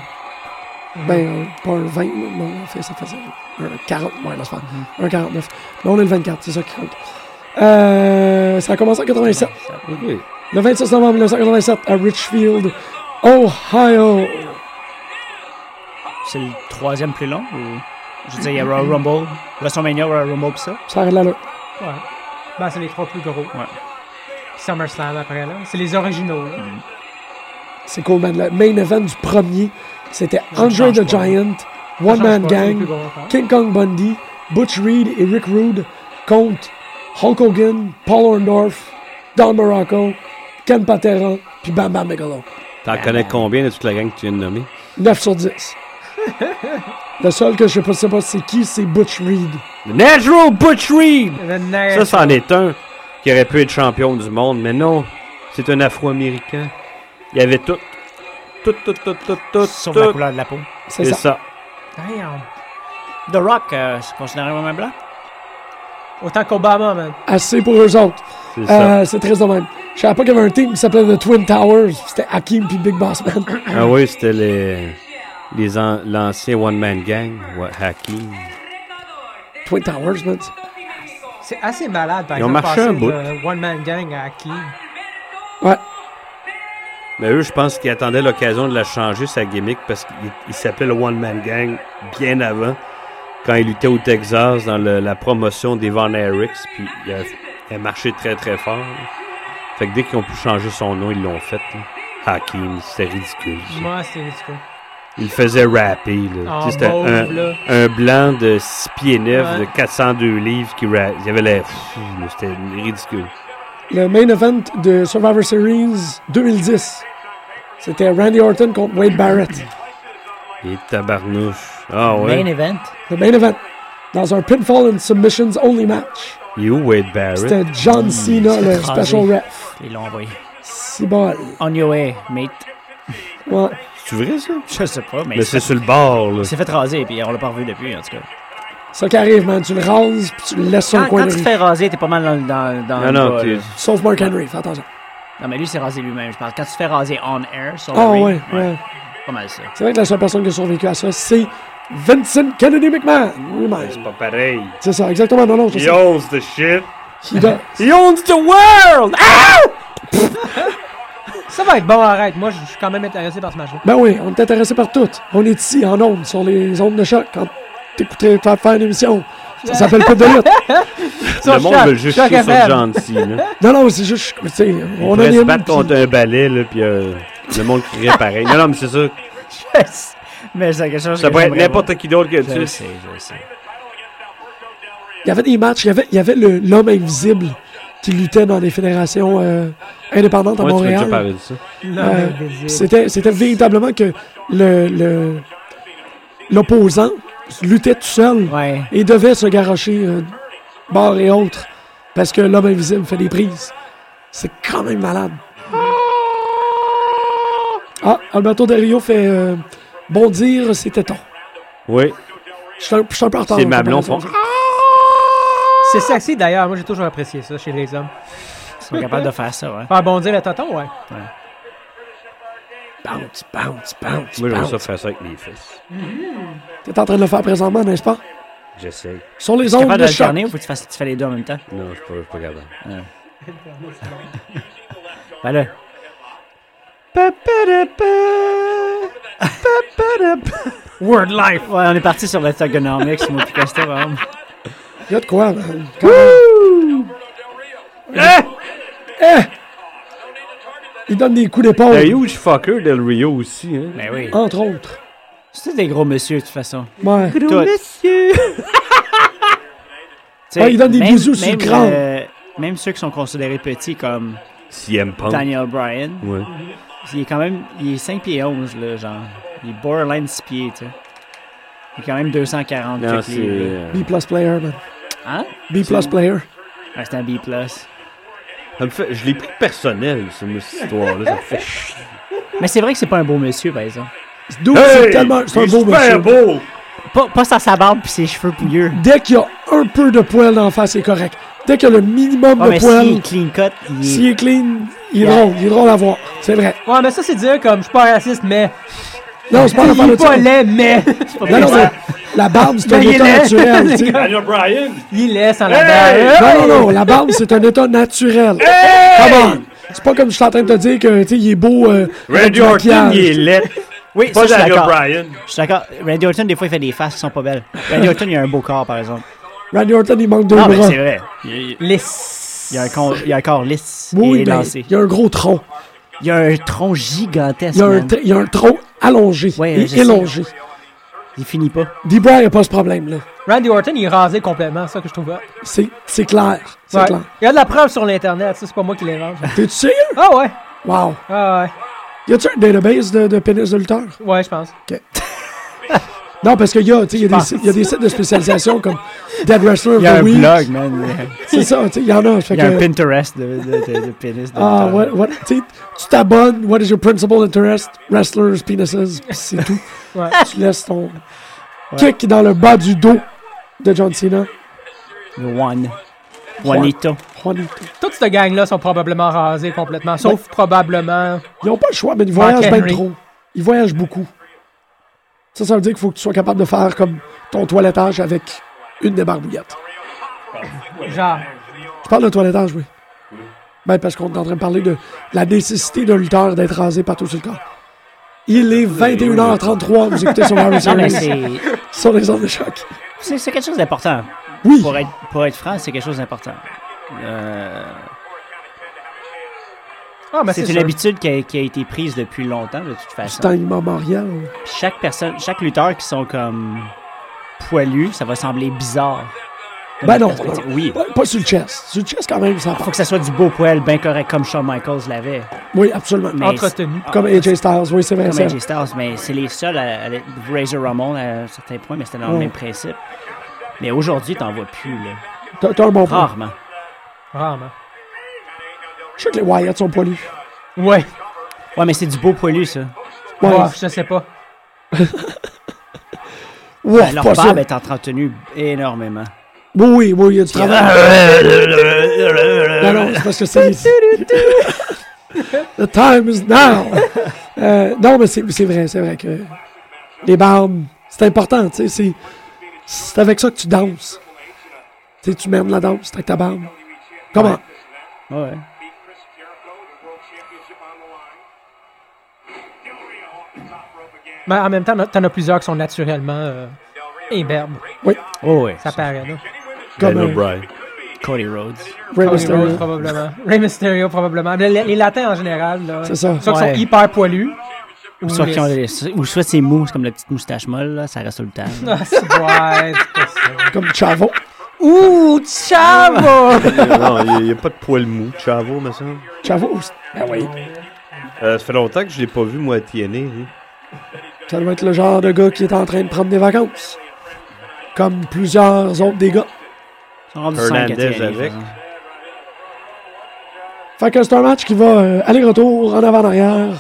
[SPEAKER 3] Ben, un- pas un 20, non, en fait, ça faisait un 40, ouais, laisse faire. Un 49. Mais on est le 24, c'est ça qui compte. Euh, ça a commencé en 87.
[SPEAKER 5] OK.
[SPEAKER 3] Le 26 novembre 1987 à Richfield, Ohio.
[SPEAKER 6] c'est le troisième plus long. Ou... Je veux dire, il y a Royal Rumble, WrestleMania, Royal Rumble, pis ça.
[SPEAKER 3] Ça arrête là, là.
[SPEAKER 4] Ouais. Ben, c'est les trois plus gros.
[SPEAKER 6] Ouais.
[SPEAKER 4] Puis SummerSlam après, là. C'est les originaux, là.
[SPEAKER 5] Mm.
[SPEAKER 3] C'est cool, man. Le main event du premier, c'était
[SPEAKER 4] Ça ne
[SPEAKER 3] Andre
[SPEAKER 4] change
[SPEAKER 3] the
[SPEAKER 4] pas. hein.
[SPEAKER 3] Giant,
[SPEAKER 4] Ça
[SPEAKER 3] One
[SPEAKER 4] change
[SPEAKER 3] Man
[SPEAKER 4] pas, c'est les
[SPEAKER 3] Gang,
[SPEAKER 4] plus hein. gros encore.
[SPEAKER 3] King Kong Bundy, Butch Reed et Rick Rude contre Hulk Hogan, Paul Orndorff, Don Morocco, Ken Patera, puis Bam Bam Bigelow.
[SPEAKER 5] T'en connais combien de toute la gang que tu viens de nommer?
[SPEAKER 3] 9 sur 10. Le seul que je ne sais pas c'est qui, c'est Butch Reed.
[SPEAKER 5] The Natural Butch Reed!
[SPEAKER 4] Le nerf.
[SPEAKER 5] Ça, c'en est un qui aurait pu être champion du monde, mais non, c'est un Afro-Américain. Il y avait tout. Tout, tout, tout, tout, tout.
[SPEAKER 6] Sauf
[SPEAKER 5] tout.
[SPEAKER 6] la couleur de la peau.
[SPEAKER 3] C'est
[SPEAKER 5] C'est
[SPEAKER 3] ça.
[SPEAKER 5] ça.
[SPEAKER 4] Damn.
[SPEAKER 6] The Rock, euh, c'est considérablement blanc.
[SPEAKER 4] Autant qu'Obama, man.
[SPEAKER 3] Assez pour eux autres.
[SPEAKER 5] C'est ça.
[SPEAKER 3] Euh, c'est très de même. Je savais pas qu'il y avait un team qui s'appelait The Twin Towers. puis C'était Hakim puis Big Boss Man.
[SPEAKER 5] Ah oui, c'était les, les an- l'ancien One Man Gang, ouais, Hakim.
[SPEAKER 3] Twin Towers, man.
[SPEAKER 4] C'est assez malade, par
[SPEAKER 5] Ils ont
[SPEAKER 4] exemple.
[SPEAKER 5] marché un
[SPEAKER 4] passer
[SPEAKER 5] bout.
[SPEAKER 4] de One Man Gang à qui?
[SPEAKER 3] Ouais.
[SPEAKER 5] Mais eux, je pense qu'ils attendaient l'occasion de la changer, sa gimmick, parce qu'il il s'appelait le One Man Gang bien avant, quand il luttait au Texas dans le- la promotion des Von Erics, puis il a, il a marché très très fort. Fait que dès qu'ils ont pu changer son nom, ils l'ont fait. là. Hakim, c'était ridicule. ça.
[SPEAKER 4] Moi, c'est ridicule.
[SPEAKER 5] Il faisait rapper. Là.
[SPEAKER 4] En
[SPEAKER 5] Tu sais, C'était
[SPEAKER 4] mauve,
[SPEAKER 5] un,
[SPEAKER 4] là.
[SPEAKER 5] un blanc de 6 pieds 9,
[SPEAKER 4] Ouais.
[SPEAKER 5] de 402 livres qui rap. Il y avait la... Pfff, là, C'était ridicule.
[SPEAKER 3] Le main event de Survivor Series 2010. C'était Randy Orton contre Wade Barrett.
[SPEAKER 5] Et tabarnouche. Ah ouais.
[SPEAKER 6] Main event.
[SPEAKER 3] Le main event. Dans un pinfall and submissions only match.
[SPEAKER 5] Il est où Wade Barrett?
[SPEAKER 3] C'était John Cena, le
[SPEAKER 6] écrasé.
[SPEAKER 3] special ref.
[SPEAKER 6] Ils l'ont envoyé.
[SPEAKER 3] C'est bon.
[SPEAKER 6] On your way, mate.
[SPEAKER 3] Ouais.
[SPEAKER 5] C'est vrai ça?
[SPEAKER 6] Je sais pas, mais,
[SPEAKER 5] Mais Ben, c'est sur le bord, là.
[SPEAKER 6] il s'est fait raser, puis on l'a pas revu depuis, en tout cas.
[SPEAKER 3] Ça qui arrive, man. Tu le rases, puis tu le laisses sur
[SPEAKER 6] Quand,
[SPEAKER 3] le coin
[SPEAKER 6] quand
[SPEAKER 3] de
[SPEAKER 6] tu te
[SPEAKER 3] rue.
[SPEAKER 6] fais raser, t'es pas mal dans, dans, dans
[SPEAKER 5] Non,
[SPEAKER 6] le
[SPEAKER 5] non,
[SPEAKER 6] bas,
[SPEAKER 5] t'es-
[SPEAKER 6] là.
[SPEAKER 3] Sauf Mark Henry, fais attention.
[SPEAKER 6] Non, mais lui, s'est rasé lui-même, je parle. Quand tu te fais raser on air, sur le
[SPEAKER 3] Ah
[SPEAKER 6] ring,
[SPEAKER 3] ouais, ouais.
[SPEAKER 6] Pas mal ça.
[SPEAKER 3] C'est vrai que la seule personne qui a survécu à ça, c'est Vincent Kennedy McMahon lui-même.
[SPEAKER 5] c'est pas pareil.
[SPEAKER 3] C'est ça, exactement. Non, non, je
[SPEAKER 5] He
[SPEAKER 3] sais.
[SPEAKER 5] owns the shit.
[SPEAKER 3] He does.
[SPEAKER 5] He owns the world!
[SPEAKER 4] Ça va être bon, arrête. Moi, je suis quand même intéressé par ce match-là.
[SPEAKER 3] Ben oui, on est intéressé par tout. On est ici, en ondes, sur les ondes de choc, quand t'écoutais faire faire une émission. Ça s'appelle pas de lutte.
[SPEAKER 5] Le
[SPEAKER 4] Sur
[SPEAKER 5] monde
[SPEAKER 4] Choc,
[SPEAKER 5] veut juste
[SPEAKER 4] Choc
[SPEAKER 5] chier sur
[SPEAKER 4] FM.
[SPEAKER 5] John Cena.
[SPEAKER 3] Non, non, c'est juste, tu sais,
[SPEAKER 5] On
[SPEAKER 3] on a
[SPEAKER 5] pourrait se
[SPEAKER 3] des
[SPEAKER 5] battre contre un balai, là, puis euh, le monde crierait pareil. Non, non, mais c'est ça.
[SPEAKER 6] mais c'est quelque chose
[SPEAKER 5] Ça
[SPEAKER 6] que
[SPEAKER 5] pourrait être
[SPEAKER 6] j'aimerais voir.
[SPEAKER 5] n'importe qui d'autre que
[SPEAKER 6] Je le
[SPEAKER 5] tu.
[SPEAKER 6] sais, je le sais.
[SPEAKER 3] Il y avait des matchs, il y avait, il y avait le- l'homme invisible qui luttait dans des fédérations euh, indépendantes à
[SPEAKER 5] Moi, tu m'as déjà
[SPEAKER 3] Montréal.
[SPEAKER 5] parlé de ça.
[SPEAKER 3] Euh, C'était c'était véritablement que le- le l'opposant luttait tout seul
[SPEAKER 6] Ouais.
[SPEAKER 3] et devait se garrocher euh, barre et autres parce que l'homme invisible fait des prises. C'est quand même malade. Ah, Alberto Del Rio fait euh, bondir ses tétons.
[SPEAKER 5] Oui,
[SPEAKER 3] Je suis un, je suis un peu en retard.
[SPEAKER 5] c'est
[SPEAKER 3] en
[SPEAKER 5] mamelons
[SPEAKER 3] comparaison.
[SPEAKER 5] font.
[SPEAKER 4] C'est sexy d'ailleurs, moi j'ai toujours apprécié ça chez les hommes.
[SPEAKER 6] Ils sont capables de faire ça, ouais.
[SPEAKER 4] Faire bondir le tonton, ouais.
[SPEAKER 3] Bounce, bounce, bounce,
[SPEAKER 5] Moi, j'aime ça
[SPEAKER 3] bounce.
[SPEAKER 5] faire ça avec mes fesses.
[SPEAKER 3] T'es en train de le faire présentement, n'est-ce pas?
[SPEAKER 5] J'essaie.
[SPEAKER 3] Sur les
[SPEAKER 6] T'es
[SPEAKER 3] ondes
[SPEAKER 6] capable
[SPEAKER 3] de choc.
[SPEAKER 6] d'alterner ou faut que tu, fasses, tu fais les deux en même temps?
[SPEAKER 5] Non, je suis pas, je suis pas capable.
[SPEAKER 6] Ben là,
[SPEAKER 4] Word life!
[SPEAKER 6] ouais, on est parti sur l'octagonomics, moi puis hein. Costa, par exemple.
[SPEAKER 3] Il y a de quoi, man.
[SPEAKER 5] Eh!
[SPEAKER 3] Eh! Il donne des coups
[SPEAKER 5] Un
[SPEAKER 3] d'épaule,
[SPEAKER 5] huge fucker Del Rio aussi, hein.
[SPEAKER 6] Ben oui.
[SPEAKER 3] entre autres.
[SPEAKER 6] C'est des gros messieurs, de toute façon.
[SPEAKER 3] Ouais.
[SPEAKER 6] Tout.
[SPEAKER 4] monsieur!
[SPEAKER 6] Tu sais,
[SPEAKER 3] Ouais, Ah, il donne des
[SPEAKER 6] même-
[SPEAKER 3] bisous sur le
[SPEAKER 6] même,
[SPEAKER 3] crâne.
[SPEAKER 6] euh, même ceux qui sont considérés petits, comme
[SPEAKER 5] CM Punk.
[SPEAKER 6] Daniel Bryan,
[SPEAKER 5] Ouais.
[SPEAKER 6] il est quand même il est 5 pieds 11, là, genre. Il est borderline 6 pieds, tu sais. Il est quand même 240
[SPEAKER 5] Non,
[SPEAKER 6] quelques
[SPEAKER 5] c'est.
[SPEAKER 6] livres, là.
[SPEAKER 5] euh,
[SPEAKER 3] B plus player, man.
[SPEAKER 6] Hein?
[SPEAKER 3] B plus player.
[SPEAKER 6] Ouais, c'est un B+.
[SPEAKER 5] ça me fait- Je l'ai pris personnel, ça, moi, cette histoire-là. Ça me fait chier.
[SPEAKER 6] Mais c'est vrai que c'est pas un beau monsieur, par exemple.
[SPEAKER 3] Dude, c'est tellement. C'est un
[SPEAKER 5] il est
[SPEAKER 3] beau monsieur.
[SPEAKER 5] super beau!
[SPEAKER 6] Pas, pas sans sa barbe pis ses cheveux pouilleux.
[SPEAKER 3] Dès qu'il y a un peu de poil d'en face, c'est correct. Dès qu'il y a le minimum
[SPEAKER 6] Ouais,
[SPEAKER 3] de
[SPEAKER 6] Ah, mais s'il
[SPEAKER 3] poil,
[SPEAKER 6] est clean cut, il
[SPEAKER 3] s'il
[SPEAKER 6] est...
[SPEAKER 3] est clean, il est
[SPEAKER 6] Yeah.
[SPEAKER 3] drôle. Il est drôle à voir. C'est vrai.
[SPEAKER 4] Ouais, mais ça c'est dire comme je suis pas raciste, mais.
[SPEAKER 3] Non, c'est pas la
[SPEAKER 4] il est
[SPEAKER 3] de
[SPEAKER 4] pas
[SPEAKER 3] ça.
[SPEAKER 4] laid, mais.
[SPEAKER 3] Non, non, non. La barbe, c'est un
[SPEAKER 4] Mais il est
[SPEAKER 3] état
[SPEAKER 4] laid.
[SPEAKER 3] naturel. tu sais.
[SPEAKER 5] Daniel Bryan!
[SPEAKER 4] il est laid sans la
[SPEAKER 5] Hey!
[SPEAKER 4] barbe.
[SPEAKER 3] Non, non, non. La barbe, c'est un état naturel. Come on. C'est pas comme je suis en train de te dire que, tu sais, il est beau. euh, avec
[SPEAKER 5] Randy
[SPEAKER 3] du
[SPEAKER 5] Orton,
[SPEAKER 3] maquillage.
[SPEAKER 5] il est laid.
[SPEAKER 6] Oui, ça,
[SPEAKER 5] Pas
[SPEAKER 6] je suis
[SPEAKER 5] Daniel
[SPEAKER 6] d'accord.
[SPEAKER 5] Bryan.
[SPEAKER 6] Je suis d'accord. Randy Orton, des fois, il fait des faces qui sont pas belles. Randy Orton, il a un beau corps, par exemple.
[SPEAKER 3] Randy Orton, il manque deux
[SPEAKER 6] Non, mais
[SPEAKER 3] bras.
[SPEAKER 6] c'est vrai.
[SPEAKER 4] Lisse.
[SPEAKER 6] Il a un, con- il a un corps lisse
[SPEAKER 3] Oui,
[SPEAKER 6] et
[SPEAKER 3] ben,
[SPEAKER 6] lancé.
[SPEAKER 3] il y a un gros tronc.
[SPEAKER 6] Il a un tronc gigantesque,
[SPEAKER 3] Il y a un,
[SPEAKER 6] man.
[SPEAKER 3] tr- il y a un tronc allongé
[SPEAKER 6] Ouais, je
[SPEAKER 3] et
[SPEAKER 6] sais.
[SPEAKER 3] élongé.
[SPEAKER 6] Il finit pas.
[SPEAKER 3] Debray n'a pas ce problème-là.
[SPEAKER 4] Randy Orton, il est rasé complètement, ça que je trouve. hot.
[SPEAKER 3] C'est c'est clair. C'est
[SPEAKER 4] Ouais.
[SPEAKER 3] clair.
[SPEAKER 4] Il y a de la preuve sur l'internet, ça c'est pas moi qui l'invente.
[SPEAKER 3] T'es-tu sérieux?
[SPEAKER 4] Ah ouais!
[SPEAKER 3] Wow.
[SPEAKER 4] Ah
[SPEAKER 3] Y a-tu un database de, de pénis de lutteur?
[SPEAKER 4] ouais, ouais, je pense.
[SPEAKER 3] Non, parce qu'il y, a, tu sais, y, a des sites- y a des sites de spécialisation comme Dead Wrestler of
[SPEAKER 6] Il y a
[SPEAKER 3] the
[SPEAKER 6] un
[SPEAKER 3] Week.
[SPEAKER 6] blog, man.
[SPEAKER 3] C'est ça, il y en a. Fait
[SPEAKER 6] Il y a un
[SPEAKER 3] que-
[SPEAKER 6] Pinterest de, de, de, de pénis. de
[SPEAKER 3] Ah,
[SPEAKER 6] lutteur.
[SPEAKER 3] what, what, tu sais, tu t'abonnes. What is your principal interest? Wrestlers, penises, pis c'est tout.
[SPEAKER 4] Ouais.
[SPEAKER 3] Tu laisses ton kick dans le bas du dos de John Cena.
[SPEAKER 6] Le One. Juanito.
[SPEAKER 3] Juanito.
[SPEAKER 4] Toute cette gang-là sont probablement rasés complètement, sauf probablement.
[SPEAKER 3] Ils n'ont pas le choix, mais ils voyagent bien
[SPEAKER 4] Henry.
[SPEAKER 3] trop. Ils voyagent beaucoup. Ça, ça veut dire qu'il faut que tu sois capable de faire comme ton toilettage avec une des barbouillettes.
[SPEAKER 4] Genre.
[SPEAKER 3] Tu parles de toilettage, oui. Ben, parce qu'on est en train de parler de la nécessité d'un lutteur d'être rasé partout sur le corps. Il est 21h33, vous écoutez sur Harry
[SPEAKER 6] Non, mais
[SPEAKER 3] Series,
[SPEAKER 6] c'est.
[SPEAKER 3] sur les ondes de choc.
[SPEAKER 6] C'est c'est quelque chose d'important.
[SPEAKER 3] Oui,
[SPEAKER 6] Pour être, pour être franc, c'est quelque chose d'important. Euh,
[SPEAKER 4] Ah, mais
[SPEAKER 6] c'est une
[SPEAKER 4] sûr.
[SPEAKER 6] habitude qui a, qui a été prise depuis longtemps, de toute
[SPEAKER 3] du
[SPEAKER 6] façon.
[SPEAKER 3] temps immémorial.
[SPEAKER 6] Puis Chaque personne, chaque lutteur qui sont comme poilus, ça va sembler bizarre.
[SPEAKER 3] Ben non,
[SPEAKER 6] Parce que, tu sais,
[SPEAKER 3] non,
[SPEAKER 6] oui.
[SPEAKER 3] Pas, pas sur le chest. Sur le chest, quand même, ça
[SPEAKER 6] Faut
[SPEAKER 3] part.
[SPEAKER 6] que ça soit du beau poil, bien correct, comme Shawn Michaels l'avait.
[SPEAKER 3] Oui, absolument.
[SPEAKER 6] Mais-
[SPEAKER 4] Entretenu.
[SPEAKER 3] Comme AJ Styles, oui, c'est vrai.
[SPEAKER 6] Comme
[SPEAKER 3] ça.
[SPEAKER 6] AJ Styles, mais c'est les seuls à, à les- Razor Ramon à un certain point, mais c'était dans le
[SPEAKER 3] Ouais.
[SPEAKER 6] même principe. Mais aujourd'hui, t'en vois plus, là.
[SPEAKER 3] T'as t'as un bon point.
[SPEAKER 6] Rarement.
[SPEAKER 4] Rarement.
[SPEAKER 3] Je sais que les Wyatt sont poilus.
[SPEAKER 4] Ouais.
[SPEAKER 6] Ouais, mais c'est du beau poilu, ça. Ah,
[SPEAKER 3] Ouais,
[SPEAKER 4] Ouais, je sais pas.
[SPEAKER 3] Ouf,
[SPEAKER 6] Leur
[SPEAKER 3] pas ça.
[SPEAKER 6] barbe est entretenue énormément.
[SPEAKER 3] Oui, oui, oui, il y a du travail. non, non, c'est parce que c'est... The time is now. Euh, non, mais c'est c'est vrai, c'est vrai que les barbes, c'est important, tu sais, c'est- c'est avec ça que tu danses. Tu sais, tu mènes la danse avec ta barbe.
[SPEAKER 5] Ah
[SPEAKER 3] Comment?
[SPEAKER 6] Ouais.
[SPEAKER 4] Mais en même temps, t'en as plusieurs qui sont naturellement euh, imberbes.
[SPEAKER 3] Oui,
[SPEAKER 6] Oh, ouais.
[SPEAKER 4] Ça paraît, là.
[SPEAKER 3] comme
[SPEAKER 5] Ben
[SPEAKER 3] euh,
[SPEAKER 5] O'Brien.
[SPEAKER 6] Cody Rhodes.
[SPEAKER 3] Rey
[SPEAKER 4] Cody
[SPEAKER 3] Mysterio.
[SPEAKER 4] Rhodes, probablement. Ray Mysterio, probablement. Les, les latins, en général, là.
[SPEAKER 3] C'est ça.
[SPEAKER 4] Soit qui
[SPEAKER 6] Ouais.
[SPEAKER 4] sont hyper poilus. Ou
[SPEAKER 6] Soit
[SPEAKER 4] les-
[SPEAKER 6] qu'ils ont des- Ou soit c'est mou, c'est comme la petite moustache molle, là, ça reste tout le temps.
[SPEAKER 4] Ah, c'est- ouais, c'est pas ça.
[SPEAKER 3] Comme Chavo.
[SPEAKER 4] Ouh, chavo!
[SPEAKER 5] Non, il n'y a, pas de poil mou, Chavo, me semble.
[SPEAKER 3] Chavo, ben oui.
[SPEAKER 5] Euh, ça fait longtemps que je l'ai pas vu, moi, à TNA. hein.
[SPEAKER 3] Ça doit être le genre de gars qui est en train de prendre des vacances. Comme plusieurs autres des gars.
[SPEAKER 6] Ils sont rendus cinq à
[SPEAKER 5] Hernandez
[SPEAKER 6] TNA,
[SPEAKER 5] avec.
[SPEAKER 6] par exemple.
[SPEAKER 3] Fait que c'est un match qui va euh, aller-retour, en avant-arrière.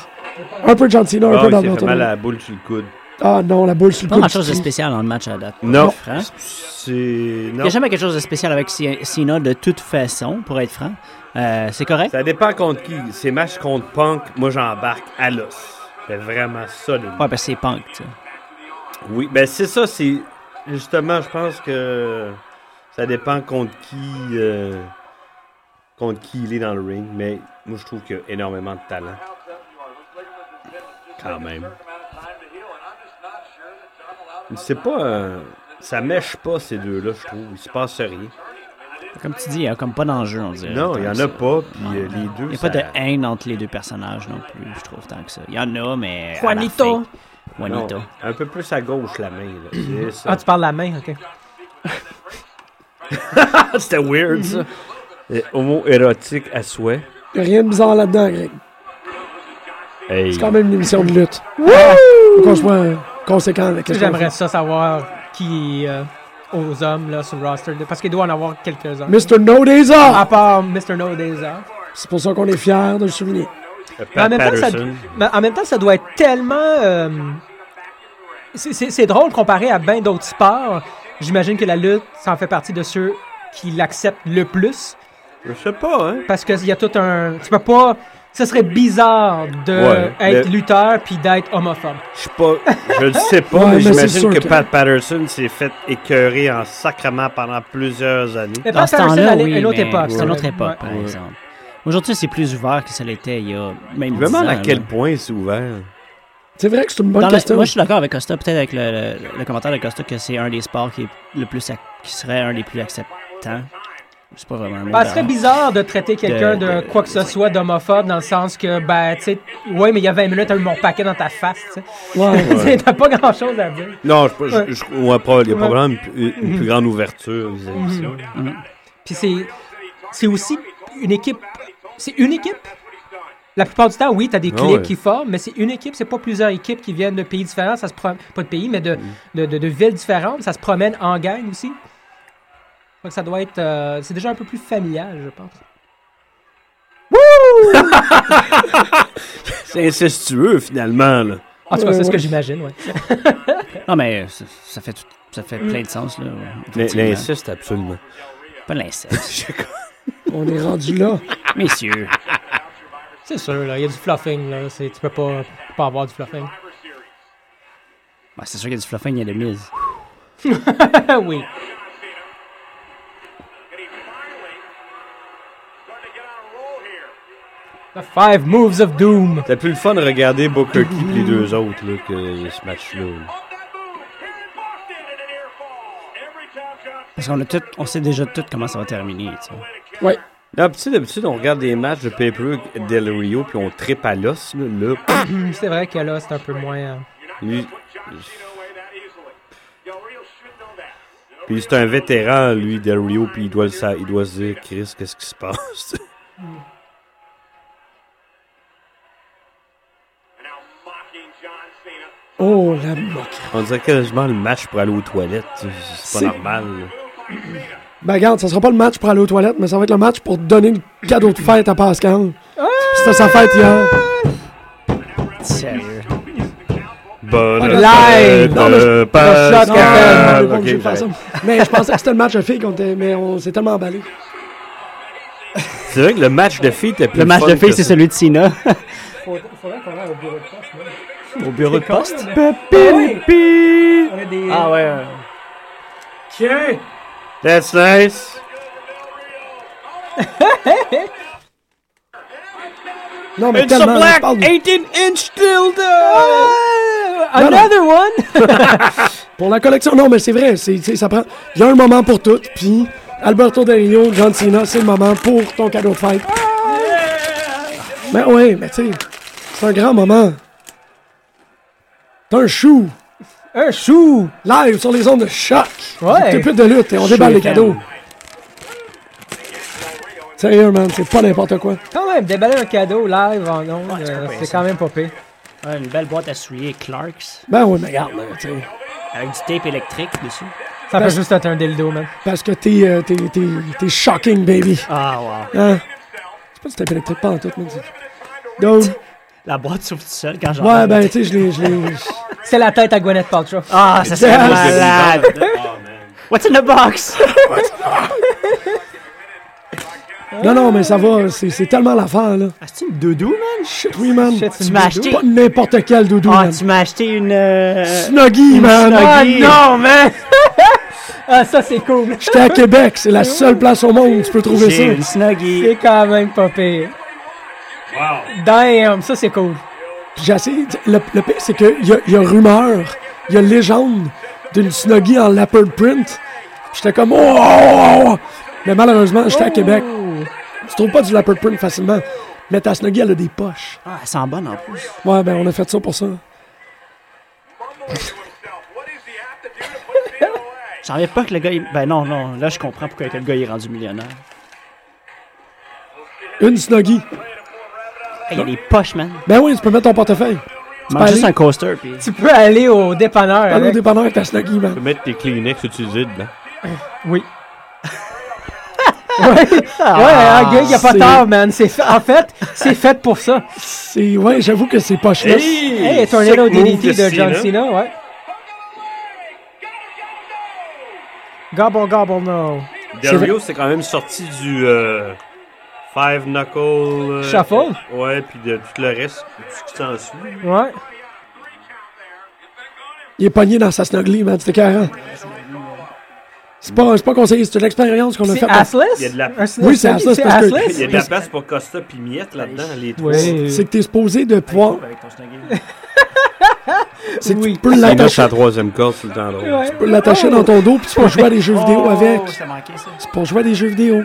[SPEAKER 3] Un peu de Gentino, un peu
[SPEAKER 5] Ah, il s'est fait
[SPEAKER 3] d'Alberto.
[SPEAKER 5] mal à la boule sur le coude.
[SPEAKER 3] Ah non, la boule sur le
[SPEAKER 6] Pas
[SPEAKER 3] coude.
[SPEAKER 6] grand chose de
[SPEAKER 3] qui-
[SPEAKER 6] spécial dans le match à date.
[SPEAKER 5] Non.
[SPEAKER 6] Pour être franc.
[SPEAKER 5] C'est.
[SPEAKER 6] Il
[SPEAKER 5] Non.
[SPEAKER 6] n'y a jamais quelque chose de spécial avec C- Cena de toute façon, pour être franc. Euh, c'est correct?
[SPEAKER 5] Ça dépend contre qui. Ces matchs contre Punk, moi, j'embarque à l'os. C'est vraiment solide.
[SPEAKER 6] Ouais, parce que c'est punk, tu sais.
[SPEAKER 5] Oui, ben c'est ça, c'est. Justement, je pense que ça dépend contre qui. euh, contre qui il est dans le ring, mais moi, je trouve qu'il y a énormément de talent. Quand même. C'est pas. euh, ça mèche pas, ces deux-là, je trouve. Il se passe rien.
[SPEAKER 6] Comme tu dis, il n'y a comme pas d'enjeu, on dirait.
[SPEAKER 5] Non, il y en a pas, puis
[SPEAKER 6] Non.
[SPEAKER 5] euh, les deux.
[SPEAKER 6] Il n'y a
[SPEAKER 5] ça-
[SPEAKER 6] pas de haine entre les deux personnages non plus, je trouve, tant que ça. Il y en a, mais. à la
[SPEAKER 4] Juanito.
[SPEAKER 6] fin. Juanito.
[SPEAKER 5] Non, un peu plus à gauche, la main, là. C'est ça.
[SPEAKER 4] Ah, tu parles la main, ok.
[SPEAKER 5] C'était weird, ça. Mhm. Et Homo-érotique à souhait.
[SPEAKER 3] y a Rien de bizarre là-dedans, Greg.
[SPEAKER 5] Hey.
[SPEAKER 3] C'est quand même une émission de lutte. Wouh! Faut qu'on soit euh, conséquent avec ce qu'on
[SPEAKER 4] J'aimerais ça savoir qui est euh, aux hommes, là, sur le roster. Parce qu'il doit en avoir quelques-uns.
[SPEAKER 3] fait. Mr. No Days Off!
[SPEAKER 4] À part Mr. No Days Off.
[SPEAKER 3] C'est pour ça qu'on est fiers de le souligner.
[SPEAKER 4] Mais en,
[SPEAKER 5] Pat
[SPEAKER 4] même temps, ça,
[SPEAKER 5] Patterson.
[SPEAKER 4] mais en même temps, ça doit être tellement. euh, c'est- c'est c'est drôle comparé à bien d'autres sports. J'imagine que la lutte, ça en fait partie de ceux qui l'acceptent le plus.
[SPEAKER 5] Je sais pas, hein.
[SPEAKER 4] Parce qu'il y a tout un. Tu peux pas. Ce serait bizarre de
[SPEAKER 5] Ouais,
[SPEAKER 4] être
[SPEAKER 5] mais-
[SPEAKER 4] lutteur puis d'être homophobe.
[SPEAKER 5] Je sais pas. Je le sais pas,
[SPEAKER 3] Ouais,
[SPEAKER 5] mais
[SPEAKER 3] mais c'est
[SPEAKER 5] j'imagine
[SPEAKER 3] sûr
[SPEAKER 5] que,
[SPEAKER 3] que-
[SPEAKER 5] Pat Patterson s'est fait écœurer en sacrement pendant plusieurs années.
[SPEAKER 4] Mais
[SPEAKER 6] Dans
[SPEAKER 4] Pat
[SPEAKER 6] ce
[SPEAKER 4] Patterson,
[SPEAKER 6] temps-là,
[SPEAKER 4] elle est
[SPEAKER 6] oui,
[SPEAKER 4] une autre
[SPEAKER 6] mais
[SPEAKER 4] époque.
[SPEAKER 6] C'est une autre
[SPEAKER 4] Ouais.
[SPEAKER 6] époque, par exemple. Aujourd'hui, c'est plus ouvert que ça l'était il y a même
[SPEAKER 5] Je me
[SPEAKER 6] 10
[SPEAKER 5] demande
[SPEAKER 6] ans,
[SPEAKER 5] à quel
[SPEAKER 6] là.
[SPEAKER 5] point c'est ouvert.
[SPEAKER 3] C'est vrai que c'est une bonne
[SPEAKER 6] Dans le-
[SPEAKER 3] question.
[SPEAKER 6] moi, je suis d'accord avec Costa, peut-être avec le, le- le commentaire de Costa, que c'est un des sports qui, est le plus ac- qui serait un des plus acceptants. C'est pas vraiment un mot.
[SPEAKER 4] Ben, ce serait
[SPEAKER 6] d'ailleurs.
[SPEAKER 4] bizarre de traiter quelqu'un
[SPEAKER 6] De-
[SPEAKER 4] de quoi que ce soit d'homophobe dans le sens que, ben, tu sais, ouais, mais il y a 20 minutes, t'as eu mon paquet dans ta face, tu sais.
[SPEAKER 5] Ouais.
[SPEAKER 4] T'as pas grand chose à dire.
[SPEAKER 5] Non, je, je, je- ouais, Mhm. probablement, il y a
[SPEAKER 4] Ouais.
[SPEAKER 5] probablement une, plus- une plus grande ouverture vis-à-vis de ça.
[SPEAKER 4] Puis c'est, c'est aussi une équipe. C'est une équipe. La plupart du temps, oui, tu as des
[SPEAKER 5] Ah
[SPEAKER 4] clics
[SPEAKER 5] ouais.
[SPEAKER 4] qui forment, mais c'est une équipe, c'est pas plusieurs équipes qui viennent de pays différents, ça se prom- pas de pays, mais de, de, de- de villes différentes, ça se promène en gang aussi. Donc ça doit être. euh, c'est déjà un peu plus familial, je pense.
[SPEAKER 5] C'est incestueux, finalement, là.
[SPEAKER 4] En tout cas,
[SPEAKER 3] Ouais,
[SPEAKER 4] c'est ce
[SPEAKER 3] ouais.
[SPEAKER 4] que j'imagine, ouais.
[SPEAKER 6] Non, mais euh, ça, ça fait, tout- ça fait plein de sens. Là,
[SPEAKER 5] L'in-
[SPEAKER 6] effectivement.
[SPEAKER 5] L'inceste, absolument.
[SPEAKER 6] Pas l'inceste.
[SPEAKER 3] On est rendu là.
[SPEAKER 6] Messieurs.
[SPEAKER 4] C'est sûr, là, il y a du fluffing, là. c'est- tu peux pas, pas avoir du fluffing.
[SPEAKER 6] Ben, c'est sûr qu'il y a du fluffing, il y a de mise.
[SPEAKER 4] Ah oui. The five moves of doom.
[SPEAKER 5] T'as plus le fun de regarder Booker T et les deux autres là, que ce match-là.
[SPEAKER 6] Parce qu'on a tout, on sait déjà tout comment ça va terminer. tu sais.
[SPEAKER 3] Ouais.
[SPEAKER 5] Non, pis tu sais, d'habitude, on regarde des matchs de pay-per-view avec Del Rio puis on tripe à l'os. Là, là,
[SPEAKER 4] Hum, C'est vrai que là, c'est un peu moins. euh,
[SPEAKER 5] lui, Puis c'est un vétéran, lui, Del Rio, puis il doit, le sa- il doit se dire, Chris, qu'est-ce qui se passe?
[SPEAKER 7] And now mocking John Cena.
[SPEAKER 3] Oh, la moque.
[SPEAKER 5] On dirait quasiment le match pour aller aux toilettes. tu sais. C'est
[SPEAKER 3] C'est-
[SPEAKER 5] pas normal. là.
[SPEAKER 3] Ben, regarde, ça sera pas le match pour aller aux toilettes, mais ça va être le match pour donner le cadeau de fête à Pascal. C'était sa fête hier.
[SPEAKER 6] Sérieux.
[SPEAKER 5] Bonne
[SPEAKER 4] Live!
[SPEAKER 5] fête, euh,
[SPEAKER 4] Non, mais je-
[SPEAKER 5] Pascal!
[SPEAKER 4] je suis pas
[SPEAKER 3] Non, non, non,
[SPEAKER 5] Ok,
[SPEAKER 3] j'ai pas ça.
[SPEAKER 5] j'arrête.
[SPEAKER 3] Mais je pensais que c'était le match de filles qu'on était- mais on s'est tellement emballé.
[SPEAKER 5] C'est vrai que le match de filles était plus
[SPEAKER 6] Le match
[SPEAKER 5] fun
[SPEAKER 6] de filles,
[SPEAKER 5] que
[SPEAKER 6] c'est
[SPEAKER 5] ça.
[SPEAKER 6] celui de Sina.
[SPEAKER 4] Faudrait qu'on aille au bureau de poste,
[SPEAKER 6] Au bureau de poste.
[SPEAKER 4] On a des.
[SPEAKER 6] Ah ouais. ouais.
[SPEAKER 5] That's nice!
[SPEAKER 3] Non, mais tellement. je parle de-
[SPEAKER 6] 18 inch dildo!
[SPEAKER 4] Another one!
[SPEAKER 3] Pour la collection, non, mais c'est vrai. c'est- c'est- ça prend. Il y a un moment pour tout. Puis Alberto Del Rio, John Cena, c'est le moment pour ton cadeau de fête. Mais ouais, mais tu sais, c'est un grand moment. T'as un chou
[SPEAKER 4] Un chou!
[SPEAKER 3] live sur les ondes de choc.
[SPEAKER 4] Ouais.
[SPEAKER 3] T'es plus de lutte et on déballe les
[SPEAKER 6] fan.
[SPEAKER 3] cadeaux. Sérieux, man, c'est pas n'importe quoi.
[SPEAKER 4] Quand même, déballer un cadeau live en ondes,
[SPEAKER 6] Ouais, c'est
[SPEAKER 4] euh,
[SPEAKER 6] pas pire,
[SPEAKER 4] c'est
[SPEAKER 6] ça.
[SPEAKER 4] quand même pas pire.
[SPEAKER 6] Ouais, une belle boîte à souliers Clarks
[SPEAKER 3] Ben ouais, mais regarde, là, tu sais.
[SPEAKER 6] avec du tape électrique dessus.
[SPEAKER 4] Ça peut juste être un dildo, man.
[SPEAKER 3] Parce que t'es euh, t'es- t'es- t'es shocking, baby.
[SPEAKER 6] Ah, wow.
[SPEAKER 3] Hein? C'est pas du tape électrique, pas en tout, mais Donc,
[SPEAKER 6] La boîte s'ouvre toute seule quand j'en
[SPEAKER 3] ouais, ben, tu sais, je l'ai. je l'ai-
[SPEAKER 4] C'est la tête à Gwyneth Paltrow.
[SPEAKER 6] Ah, ça c'est
[SPEAKER 3] Ah,
[SPEAKER 6] malade. What's in the box?
[SPEAKER 3] Non, non, mais ça va, c'est c'est tellement l'affaire, là.
[SPEAKER 6] Ah, c'est une doudou, man?
[SPEAKER 3] Shit, oui, man.
[SPEAKER 4] Shit, c'est
[SPEAKER 6] Tu
[SPEAKER 4] une
[SPEAKER 6] m'as
[SPEAKER 4] dildo.
[SPEAKER 6] acheté.
[SPEAKER 3] Pas n'importe quel doudou,
[SPEAKER 6] Ah,
[SPEAKER 3] man.
[SPEAKER 6] tu m'as acheté une. euh,
[SPEAKER 3] Snuggy, man.
[SPEAKER 6] Snuggy.
[SPEAKER 3] Ah,
[SPEAKER 4] Ah non, man! ah, ça, c'est cool.
[SPEAKER 3] J'étais à Québec, c'est la seule place au monde où tu peux trouver
[SPEAKER 6] J'ai une
[SPEAKER 3] ça.
[SPEAKER 6] Snuggie.
[SPEAKER 4] C'est quand même pas pire. Wow. Damn, ça, c'est cool.
[SPEAKER 3] Puis j'ai essayé- Le, le pire, c'est qu'il y a, y a rumeur, il y a légende d'une Snuggy en leopard print. J'étais comme, oh, oh, oh. Mais malheureusement, j'étais à Québec. Tu trouves pas du leopard print facilement. Mais ta Snuggy, elle a des poches.
[SPEAKER 6] Ah, elle sent bonne en plus.
[SPEAKER 3] Ouais, ben, on a fait ça pour ça.
[SPEAKER 7] Mumble to himself. What does he have to do to put Cena away?
[SPEAKER 6] J'en reviens pas que le gars. il- Ben non, non, là je comprends pourquoi que le gars il est rendu millionnaire.
[SPEAKER 3] Une Snuggy.
[SPEAKER 6] Hey, il y a des poches, man.
[SPEAKER 3] Ben oui, tu peux mettre ton portefeuille.
[SPEAKER 6] Il manque
[SPEAKER 3] peux
[SPEAKER 6] juste
[SPEAKER 3] aller-
[SPEAKER 6] un coaster, puis.
[SPEAKER 4] Tu peux aller au dépanneur.
[SPEAKER 3] Allô,
[SPEAKER 4] avec-
[SPEAKER 3] dépanneur avec ta Snuggy, man.
[SPEAKER 5] Tu peux mettre tes Kleenex utilisés dedans.
[SPEAKER 4] Oui. ouais, ah, gars, y a pas
[SPEAKER 3] c'est-
[SPEAKER 4] tard, man. C'est fait- en fait, c'est fait pour ça.
[SPEAKER 3] C'est, ouais, j'avoue que c'est poche
[SPEAKER 4] Hey, Tornado DDT de John Cena, ouais. Gobble, gobble, no.
[SPEAKER 5] Del Rio, c'est quand même sorti du euh, Five Knuckle. euh,
[SPEAKER 4] Shuffle?
[SPEAKER 5] Ouais, puis de tout le reste, tout ce qui s'ensuit.
[SPEAKER 4] Ouais.
[SPEAKER 3] Il est pogné dans sa snuggly, man. C'était carré. C'est pas, c'est pas conseillé, c'est une expérience qu'on a
[SPEAKER 4] C'est
[SPEAKER 3] faite.
[SPEAKER 4] assless?
[SPEAKER 5] Il y a de la-
[SPEAKER 4] Un slip-
[SPEAKER 3] Oui, c'est assless
[SPEAKER 4] C'est
[SPEAKER 3] parce que-
[SPEAKER 5] Il y a
[SPEAKER 4] assless?
[SPEAKER 5] de la place pour Costa puis Miette là-dedans, les trois.
[SPEAKER 4] Ouais.
[SPEAKER 3] C'est que t'es supposé de pouvoir.
[SPEAKER 6] Avec ton snuggie.
[SPEAKER 3] C'est que
[SPEAKER 4] Oui.
[SPEAKER 3] tu peux l'attacher, tu
[SPEAKER 5] troisième corde sur le temps drôle.
[SPEAKER 3] peux l'attacher dans ton dos, puis tu peux jouer à des jeux vidéo avec.
[SPEAKER 6] Oh, ça manquait ça.
[SPEAKER 3] C'est pour jouer à des jeux vidéo.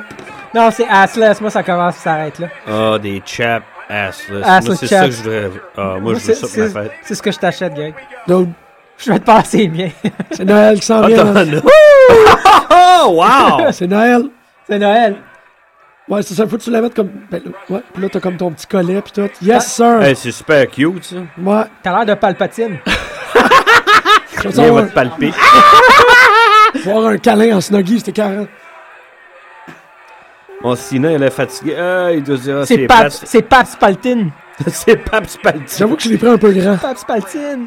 [SPEAKER 4] Non, c'est assless. Moi, ça commence, ça s'arrête là.
[SPEAKER 5] Ah, des chap assless.
[SPEAKER 4] Assless
[SPEAKER 5] Moi, c'est
[SPEAKER 4] chap.
[SPEAKER 5] ça que je voudrais. Ah, moi, je veux
[SPEAKER 4] c'est
[SPEAKER 5] ça pour ma
[SPEAKER 4] c'est-
[SPEAKER 5] fête.
[SPEAKER 4] c'est ce que je t'achète, Greg.
[SPEAKER 3] Donc,
[SPEAKER 4] Je vais te passer bien.
[SPEAKER 3] c'est Noël qui
[SPEAKER 5] Ah,
[SPEAKER 3] s'en vient. man.
[SPEAKER 5] Attends, Oh, wow!
[SPEAKER 3] C'est Noël.
[SPEAKER 4] c'est Noël.
[SPEAKER 3] Ouais, c'est ça. Faut que tu la mettes comme. Ben, là, ouais, puis là, t'as comme ton petit collet, puis tout. Yes, sir.
[SPEAKER 5] Hey, c'est super cute, ça.
[SPEAKER 3] Ouais.
[SPEAKER 4] T'as l'air de palpatine.
[SPEAKER 5] Ah,
[SPEAKER 3] Je vais
[SPEAKER 5] Viens, on
[SPEAKER 3] savoir-
[SPEAKER 5] va te palper.
[SPEAKER 3] voir un câlin en snuggy, c'était carré.
[SPEAKER 5] Mon Sina, elle est fatiguée. Ah, il doit se dire, ah,
[SPEAKER 4] C'est
[SPEAKER 5] c'est
[SPEAKER 4] Pap-
[SPEAKER 5] Pap.
[SPEAKER 4] c'est Paps Paltine.
[SPEAKER 5] C'est Pap Spalti.
[SPEAKER 3] J'avoue que je l'ai pris un peu grand.
[SPEAKER 4] Paps Paltine.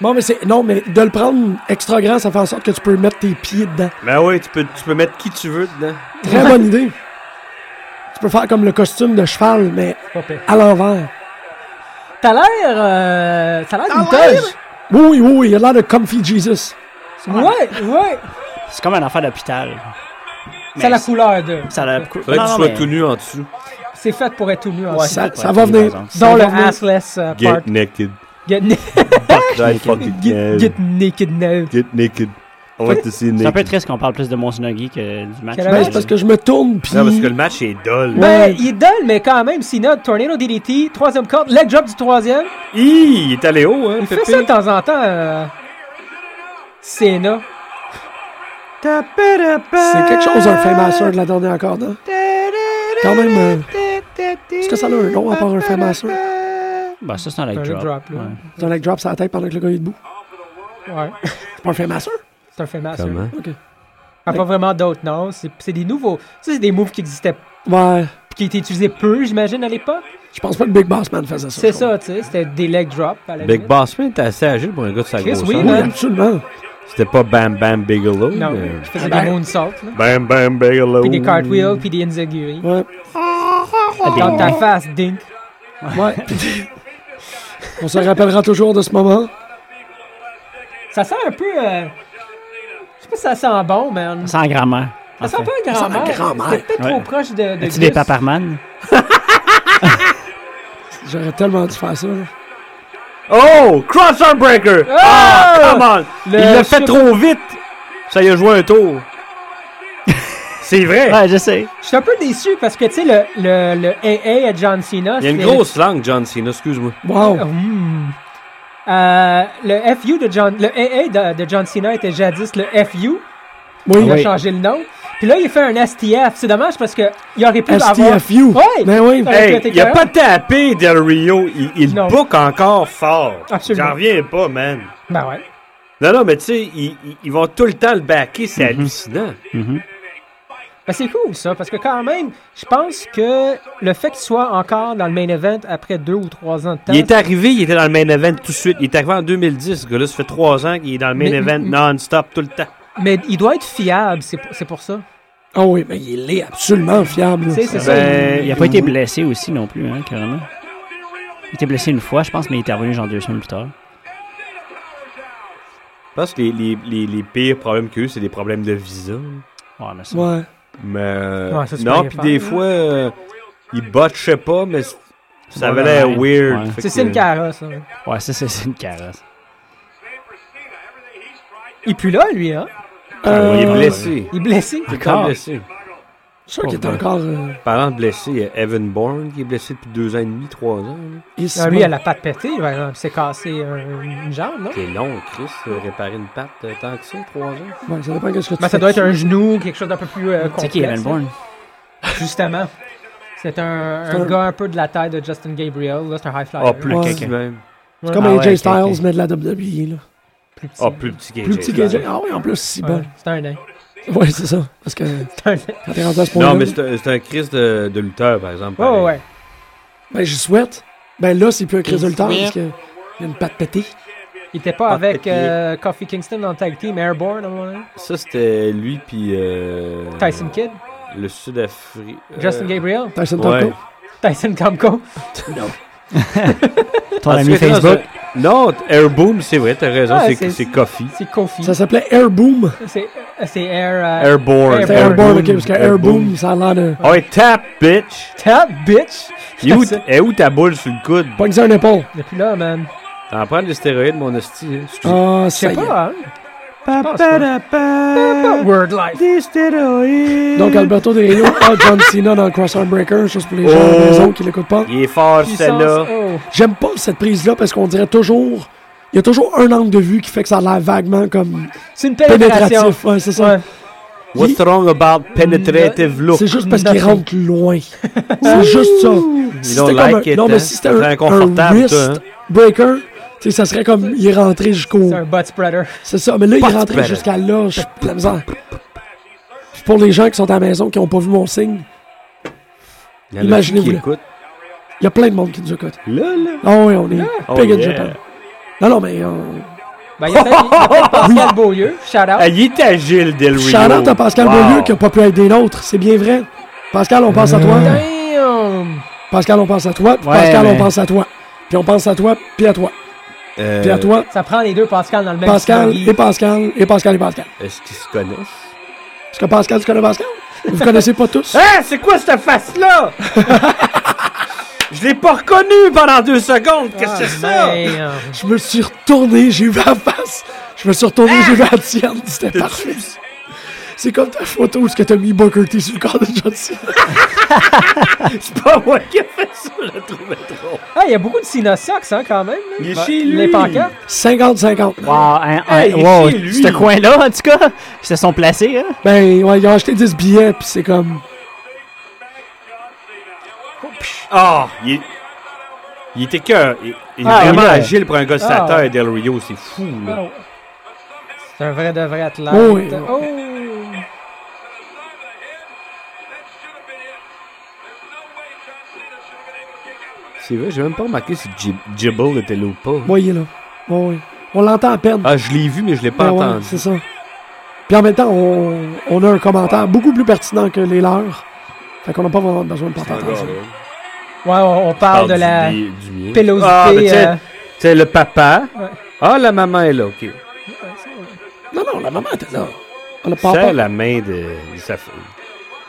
[SPEAKER 3] Bon, mais c'est. Non, mais de le prendre extra grand, ça fait en sorte que tu peux mettre tes pieds dedans.
[SPEAKER 5] Ben oui, tu peux, tu peux mettre qui tu veux dedans.
[SPEAKER 3] Très bonne idée. Tu peux faire comme le costume de cheval, mais
[SPEAKER 4] Pas pire. Ah,
[SPEAKER 3] à l'envers.
[SPEAKER 4] T'as l'air. Euh, t'as l'air vintage.
[SPEAKER 3] Oui, oui, oui, oui, il a l'air de Comfy Jesus.
[SPEAKER 4] Ouais, ouais.
[SPEAKER 6] C'est comme un enfant d'hôpital.
[SPEAKER 4] C'est la couleur de.
[SPEAKER 6] Ça a la cou-
[SPEAKER 5] Faudrait
[SPEAKER 6] Non,
[SPEAKER 5] que tu
[SPEAKER 6] non,
[SPEAKER 5] sois hein,
[SPEAKER 6] mais-
[SPEAKER 5] tout nu en dessous.
[SPEAKER 4] C'est fait pour être tout nu. en
[SPEAKER 6] Ouais,
[SPEAKER 4] fait.
[SPEAKER 3] Ça,
[SPEAKER 6] c'est
[SPEAKER 3] ça va
[SPEAKER 6] pas cool, par
[SPEAKER 3] venir.
[SPEAKER 6] exemple.
[SPEAKER 4] Dans le
[SPEAKER 3] ça va
[SPEAKER 4] assless euh,
[SPEAKER 5] Get
[SPEAKER 4] part.
[SPEAKER 5] naked.
[SPEAKER 4] Get, na-
[SPEAKER 5] Die fucking
[SPEAKER 4] get,
[SPEAKER 5] naked.
[SPEAKER 4] get naked now.
[SPEAKER 5] Get naked. I want to see
[SPEAKER 6] C'est un peu
[SPEAKER 5] naked.
[SPEAKER 6] triste qu'on parle plus de mon snuggie que du match.
[SPEAKER 4] Quelle
[SPEAKER 3] Ben, c'est parce que je me tourne, puis
[SPEAKER 5] Non, parce que le match est dull.
[SPEAKER 4] Ben, il donne, mais quand même, Sina, Tornado DDT, troisième corde, leg drop du troisième.
[SPEAKER 5] Hi, il est allé haut, hein,
[SPEAKER 4] Il fait
[SPEAKER 5] Pépé?
[SPEAKER 4] ça de temps en temps, euh, Cena.
[SPEAKER 3] C'est
[SPEAKER 4] C'est
[SPEAKER 3] quelque chose, un Faymaster de la dernière corde. hein. Quand même, euh, est-ce que ça a un nom à part un Faymaster?
[SPEAKER 6] Bah, ça, c'est un leg
[SPEAKER 4] C'est un
[SPEAKER 6] drop.
[SPEAKER 4] leg drop, là.
[SPEAKER 6] ouais.
[SPEAKER 3] C'est un leg drop sur la tête pendant que le gars est debout.
[SPEAKER 4] Ouais,
[SPEAKER 3] C'est pas un Faymaster?
[SPEAKER 4] c'est un Faymaster.
[SPEAKER 5] Comment?
[SPEAKER 4] Ah, pas vraiment d'autres noms. C'est c'est des nouveaux. Ça, c'est des moves qui existaient,
[SPEAKER 3] Ouais.
[SPEAKER 4] qui étaient utilisés peu, j'imagine, à l'époque.
[SPEAKER 3] Je pense pas que Big Boss Man faisait ça.
[SPEAKER 4] C'est
[SPEAKER 3] je crois.
[SPEAKER 4] ça, tu sais. C'était des leg drops. à la
[SPEAKER 5] Big
[SPEAKER 4] limite.
[SPEAKER 5] Bossman était assez agile pour un gars de sa
[SPEAKER 4] Chris,
[SPEAKER 5] grosseur.
[SPEAKER 4] oui,
[SPEAKER 3] Oui,
[SPEAKER 4] man.
[SPEAKER 3] absolument.
[SPEAKER 5] C'était pas Bam Bam Bigelow.
[SPEAKER 4] Non,
[SPEAKER 5] mais-
[SPEAKER 4] qui faisait
[SPEAKER 3] ben- Oh.
[SPEAKER 4] des moonsaults, là.
[SPEAKER 5] Bam Bam Bigelow.
[SPEAKER 4] Puis des cartwheels, puis des enziguri.
[SPEAKER 3] Ouais.
[SPEAKER 4] Dans ta face, dink.
[SPEAKER 3] Ouais. On se rappellera toujours de ce moment.
[SPEAKER 4] Ça sent un peu. euh, Je sais pas si ça sent bon, man.
[SPEAKER 6] Sans grand-mère.
[SPEAKER 4] Ça sent
[SPEAKER 6] en fait.
[SPEAKER 4] pas un grand-mère.
[SPEAKER 3] Ça sent la grand-mère.
[SPEAKER 4] C'était peut-être
[SPEAKER 6] Ouais.
[SPEAKER 4] trop proche de. de
[SPEAKER 6] As-tu des
[SPEAKER 4] Gus.
[SPEAKER 6] paparman?
[SPEAKER 3] J'aurais tellement dû faire ça. là.
[SPEAKER 5] Oh! Cross arm breaker! Ah! come on!
[SPEAKER 4] Le
[SPEAKER 5] Il l'a fait
[SPEAKER 4] chef-
[SPEAKER 5] trop vite! Ça y a joué un tour. C'est vrai!
[SPEAKER 6] Ouais, je sais.
[SPEAKER 4] Je suis un peu déçu parce que, tu sais, le, le, le AA à John Cena.
[SPEAKER 5] Il y a une
[SPEAKER 4] c'était-
[SPEAKER 5] grosse langue, John Cena, excuse-moi.
[SPEAKER 3] Wow.
[SPEAKER 4] Hmm. Euh, le FU de John. Le AA de, de John Cena était jadis le FU.
[SPEAKER 5] Ah
[SPEAKER 3] Oui.
[SPEAKER 4] Il a changé le nom. Puis là, il fait un STF. C'est dommage parce que il aurait pu avoir.
[SPEAKER 3] STFU.
[SPEAKER 4] Ouais.
[SPEAKER 3] Ben oui.
[SPEAKER 4] Ouais.
[SPEAKER 5] Hey,
[SPEAKER 4] t'es
[SPEAKER 5] il a
[SPEAKER 4] correct.
[SPEAKER 5] pas tapé Del Rio, il, il
[SPEAKER 4] Non.
[SPEAKER 5] book encore fort.
[SPEAKER 4] Absolument.
[SPEAKER 5] J'en reviens pas, man.
[SPEAKER 4] Ben ouais.
[SPEAKER 5] Non, non, mais tu sais, ils, ils- ils vont tout le temps le backer, c'est hallucinant.
[SPEAKER 4] Ben, c'est cool ça, parce que quand même, je pense que le fait qu'il soit encore dans le main event après deux ou trois ans de temps.
[SPEAKER 5] Il est arrivé, il était dans le main event tout de suite. Il est arrivé en 2010, ce gars-là, ça fait trois ans qu'il est dans le main
[SPEAKER 4] Mais-
[SPEAKER 5] event non-stop tout le temps.
[SPEAKER 4] Mais il doit être fiable, c'est pour, c'est pour ça.
[SPEAKER 3] Ah oui, mais il est absolument fiable.
[SPEAKER 4] Tu sais, c'est ça.
[SPEAKER 5] Ben,
[SPEAKER 6] Il n'a pas
[SPEAKER 4] mm-hmm.
[SPEAKER 6] été blessé aussi non plus, hein, carrément. Il était blessé une fois, je pense, mais il est revenu genre deux semaines plus tard.
[SPEAKER 5] Je pense que les, les- les- les pires problèmes qu'il y a eu, c'est des problèmes de visa.
[SPEAKER 6] Ouais, mais ça.
[SPEAKER 3] Ouais.
[SPEAKER 5] Mais euh,
[SPEAKER 4] Ouais, ça, c'est pas
[SPEAKER 5] non,
[SPEAKER 4] rien
[SPEAKER 5] puis
[SPEAKER 4] faire.
[SPEAKER 5] des fois, euh, ils bottent, je sais pas, mais c- ça avait
[SPEAKER 6] Ouais,
[SPEAKER 5] l'air
[SPEAKER 6] ouais.
[SPEAKER 5] weird.
[SPEAKER 6] Ouais.
[SPEAKER 5] Fait
[SPEAKER 4] C'est
[SPEAKER 5] que-
[SPEAKER 4] Sin Cara, ça.
[SPEAKER 6] Ouais, ça, c'est c'est une carrosse.
[SPEAKER 4] Il pue là, lui, hein?
[SPEAKER 5] Ah, Il
[SPEAKER 3] Euh,
[SPEAKER 5] est blessé.
[SPEAKER 4] Il est blessé.
[SPEAKER 5] Il est encore
[SPEAKER 6] Encore.
[SPEAKER 5] blessé.
[SPEAKER 3] Je suis sûr qu'il est
[SPEAKER 4] Oh,
[SPEAKER 5] Ouais.
[SPEAKER 3] encore. euh,
[SPEAKER 5] Parlant de blessé, il y a Evan Bourne qui est blessé depuis deux ans et demi, trois ans. là.
[SPEAKER 3] ici.
[SPEAKER 4] Ah, lui, elle a la patte pétée, par exemple, il euh, s'est cassé un- une jambe, non?
[SPEAKER 5] C'est long, Chris, euh, réparer une patte euh, tant que ça, trois ans.
[SPEAKER 3] Ouais, ça dépend de ce que tu
[SPEAKER 4] Mais Ben, ça
[SPEAKER 3] fais
[SPEAKER 4] doit être un
[SPEAKER 3] dessus.
[SPEAKER 4] genou, quelque chose d'un peu plus euh, complexe.
[SPEAKER 6] C'est qui, Evan
[SPEAKER 4] hein,
[SPEAKER 6] Bourne?
[SPEAKER 4] Justement. C'est un,
[SPEAKER 3] C'est
[SPEAKER 4] un
[SPEAKER 3] un-
[SPEAKER 4] gars un peu de la taille de Justin Gabriel, là, c'est un high flyer.
[SPEAKER 5] Ah, plus
[SPEAKER 3] Ouais.
[SPEAKER 5] petit même.
[SPEAKER 3] C'est comme
[SPEAKER 6] Ah
[SPEAKER 3] AJ
[SPEAKER 6] ouais, ok,
[SPEAKER 3] Styles,
[SPEAKER 6] ok.
[SPEAKER 3] mais de la WWE. Là.
[SPEAKER 4] Plus petit.
[SPEAKER 5] Ah, plus petit qu'AJ.
[SPEAKER 3] Plus petit qu'AJ. Ah oui, en plus, si
[SPEAKER 4] Ouais,
[SPEAKER 3] bon.
[SPEAKER 4] c'est un nain.
[SPEAKER 3] Ouais, c'est ça. Parce que
[SPEAKER 4] C'est un nain.
[SPEAKER 3] quand t'es rendu à ce point-là.
[SPEAKER 5] Non, mais c'est un- c'est un Chris de, de lutteur, par exemple.
[SPEAKER 4] Ouais, ouais,
[SPEAKER 5] pareil.
[SPEAKER 4] ouais.
[SPEAKER 3] Ben, j'y souhaite. Ben là, c'est plus un résultat parce que il y a une patte pétée.
[SPEAKER 4] Il était pas
[SPEAKER 5] Pas
[SPEAKER 4] avec
[SPEAKER 5] pété. Euh,
[SPEAKER 4] euh, Coffee Kingston en tag team Airborne à un moment donné?
[SPEAKER 5] Ça, c'était lui, puis. euh,
[SPEAKER 4] Tyson Kidd?
[SPEAKER 5] Le Sud-Afrique.
[SPEAKER 4] Justin Gabriel?
[SPEAKER 3] Tyson
[SPEAKER 5] Ouais. Ah,
[SPEAKER 3] Tomko.
[SPEAKER 4] Tyson Kamko?
[SPEAKER 6] Ton
[SPEAKER 5] Parce
[SPEAKER 6] ami
[SPEAKER 5] que dans
[SPEAKER 6] Facebook?
[SPEAKER 5] un- Non, Airboom, c'est vrai, t'as raison,
[SPEAKER 4] Ah,
[SPEAKER 5] c'est-
[SPEAKER 4] c'est-
[SPEAKER 5] c'est Coffee.
[SPEAKER 4] C'est Kofi.
[SPEAKER 3] Ça s'appelait Airboom.
[SPEAKER 4] C'est euh, c'est Air... euh,
[SPEAKER 5] Airborne.
[SPEAKER 3] C'est
[SPEAKER 4] Airborne.
[SPEAKER 3] Airborne, ok, parce que Airboom, ça a l'air de.
[SPEAKER 5] Oh, tap, bitch!
[SPEAKER 4] Tap, bitch!
[SPEAKER 5] Et où, t- est où ta boule sur le coude?
[SPEAKER 3] Pas un épaule.
[SPEAKER 4] Depuis là, man.
[SPEAKER 5] T'en prends des stéroïdes, mon esti. hein. Excusez.
[SPEAKER 3] Ah,
[SPEAKER 4] Je sais
[SPEAKER 3] c'est
[SPEAKER 4] pas, hein?
[SPEAKER 5] Pa-pa-da-pa,
[SPEAKER 4] Word life.
[SPEAKER 5] Des stéroïdes!
[SPEAKER 3] Donc, Alberto Del Rio a John Cena dans Cross Arm Breaker, chose pour les gens à la
[SPEAKER 5] Oh.
[SPEAKER 3] maison Ah. qui l'écoutent pas.
[SPEAKER 5] Il est fort,
[SPEAKER 4] Puissance,
[SPEAKER 5] celle-là.
[SPEAKER 4] oh.
[SPEAKER 3] J'aime pas cette prise-là parce qu'on dirait toujours. Il y a toujours un angle de vue qui fait que ça a l'air vaguement comme
[SPEAKER 4] C'est une pénétration.
[SPEAKER 3] pénétratif. Ouais, c'est ça.
[SPEAKER 4] Ouais.
[SPEAKER 5] What's wrong about penetrative look?
[SPEAKER 3] C'est juste parce qu'il
[SPEAKER 4] Nothing.
[SPEAKER 3] rentre loin. C'est juste ça. Si c'était
[SPEAKER 5] don't
[SPEAKER 3] comme
[SPEAKER 5] like
[SPEAKER 3] un-
[SPEAKER 5] it,
[SPEAKER 3] non,
[SPEAKER 5] hein?
[SPEAKER 3] mais si c'était
[SPEAKER 5] C'est
[SPEAKER 3] un,
[SPEAKER 5] inconfortable,
[SPEAKER 3] un wrist
[SPEAKER 5] toi, hein?
[SPEAKER 3] breaker, tu sais, ça serait comme il est rentré jusqu'au.
[SPEAKER 4] C'est un butt spreader.
[SPEAKER 3] C'est ça, mais là, il
[SPEAKER 5] Pas
[SPEAKER 3] est
[SPEAKER 5] de
[SPEAKER 3] rentré
[SPEAKER 5] problème.
[SPEAKER 3] jusqu'à là. Je la misère. Puis Pour les gens qui sont à la maison qui n'ont pas vu mon signe,
[SPEAKER 5] Il y en a
[SPEAKER 3] Imaginez-vous
[SPEAKER 5] qui
[SPEAKER 3] le.
[SPEAKER 5] écoutent.
[SPEAKER 3] il y a plein de monde qui nous écoute.
[SPEAKER 5] Là, là.
[SPEAKER 3] Ah oui, on est
[SPEAKER 5] Oh,
[SPEAKER 3] big in
[SPEAKER 5] yeah.
[SPEAKER 3] Japan. Non, non, mais. euh, on-
[SPEAKER 4] Ben, il y a peut-être il y a peut-être Pascal Beaulieu. Shout
[SPEAKER 5] Ah,
[SPEAKER 4] out.
[SPEAKER 5] il est agile, Del Rio.
[SPEAKER 3] Shout-out à Pascal
[SPEAKER 5] Wow.
[SPEAKER 3] Beaulieu qui n'a pas pu être des nôtres, c'est bien vrai. Pascal, on pense à toi.
[SPEAKER 4] Damn!
[SPEAKER 3] Pascal, on pense à toi. Pascal, on
[SPEAKER 6] mais-
[SPEAKER 3] pense à toi. Puis on pense à toi, puis à toi.
[SPEAKER 5] Euh,
[SPEAKER 3] Puis à toi,
[SPEAKER 4] Ça prend les deux Pascal dans le même
[SPEAKER 3] Pascal
[SPEAKER 4] smiley.
[SPEAKER 3] et Pascal et Pascal et Pascal.
[SPEAKER 5] Est-ce qu'ils se connaissent?
[SPEAKER 3] Est-ce que Pascal, tu connais Pascal? Vous connaissez pas tous?
[SPEAKER 5] Hein? C'est quoi cette face-là? Je l'ai pas reconnu pendant deux secondes. Qu'est-ce que c'est ça?
[SPEAKER 4] Ah, Damn.
[SPEAKER 3] Je me suis
[SPEAKER 5] Hein?
[SPEAKER 3] retourné, j'ai vu la face. Je me suis retourné, j'ai vu la tienne. C'était parfait. C'est comme ta photo où ce que t'as mis Booker T sur le corps de John Cena.
[SPEAKER 5] C'est pas moi qui ai fait ça, je le trouvais trop.
[SPEAKER 4] Ah, il y a beaucoup de Cena Sox, hein, quand même. là.
[SPEAKER 5] Il est
[SPEAKER 4] Ouais.
[SPEAKER 5] chez
[SPEAKER 4] Les
[SPEAKER 5] lui.
[SPEAKER 4] pancartes.
[SPEAKER 3] 50-50.
[SPEAKER 6] Wow, hein, hein,
[SPEAKER 5] Hey, il est
[SPEAKER 6] wow,
[SPEAKER 5] chez lui.
[SPEAKER 6] ce coin-là, en tout cas, ils se sont placés. Hein.
[SPEAKER 3] Ben, ouais, ils ont acheté 10 billets, puis c'est comme.
[SPEAKER 5] Ah, il, est- il était que. Il, il est
[SPEAKER 4] Ah,
[SPEAKER 5] vraiment
[SPEAKER 3] hein.
[SPEAKER 4] oui, là.
[SPEAKER 5] agile pour un gars de sa
[SPEAKER 4] Ah,
[SPEAKER 5] taille, Del Rio, c'est fou.
[SPEAKER 3] Ah.
[SPEAKER 5] Là.
[SPEAKER 4] C'est un vrai de vrai athlète.
[SPEAKER 3] Oh, oui.
[SPEAKER 4] Oh.
[SPEAKER 5] C'est vrai, j'ai même pas remarqué si Jib- Jibble était là ou pas.
[SPEAKER 3] Moi, il est là. Ouais, ouais. On l'entend à peine.
[SPEAKER 5] Ah, je l'ai vu, mais je l'ai pas
[SPEAKER 3] Ben ouais,
[SPEAKER 5] entendu.
[SPEAKER 3] c'est ça. Puis en même temps, on, on a un commentaire beaucoup plus pertinent que les leurs. Fait qu'on n'a pas vraiment besoin de
[SPEAKER 5] Ah,
[SPEAKER 3] porter attention.
[SPEAKER 4] Ouais, on, on parle de
[SPEAKER 5] du
[SPEAKER 4] la
[SPEAKER 5] mi- du mien.
[SPEAKER 4] pilosité.
[SPEAKER 5] Ah, ben, tu sais,
[SPEAKER 4] euh,
[SPEAKER 5] tu sais, le papa. Ah, la maman est là, ok.
[SPEAKER 3] Non, non, la maman était là. Le
[SPEAKER 5] C'est
[SPEAKER 3] papa.
[SPEAKER 5] la main de, de sa fille.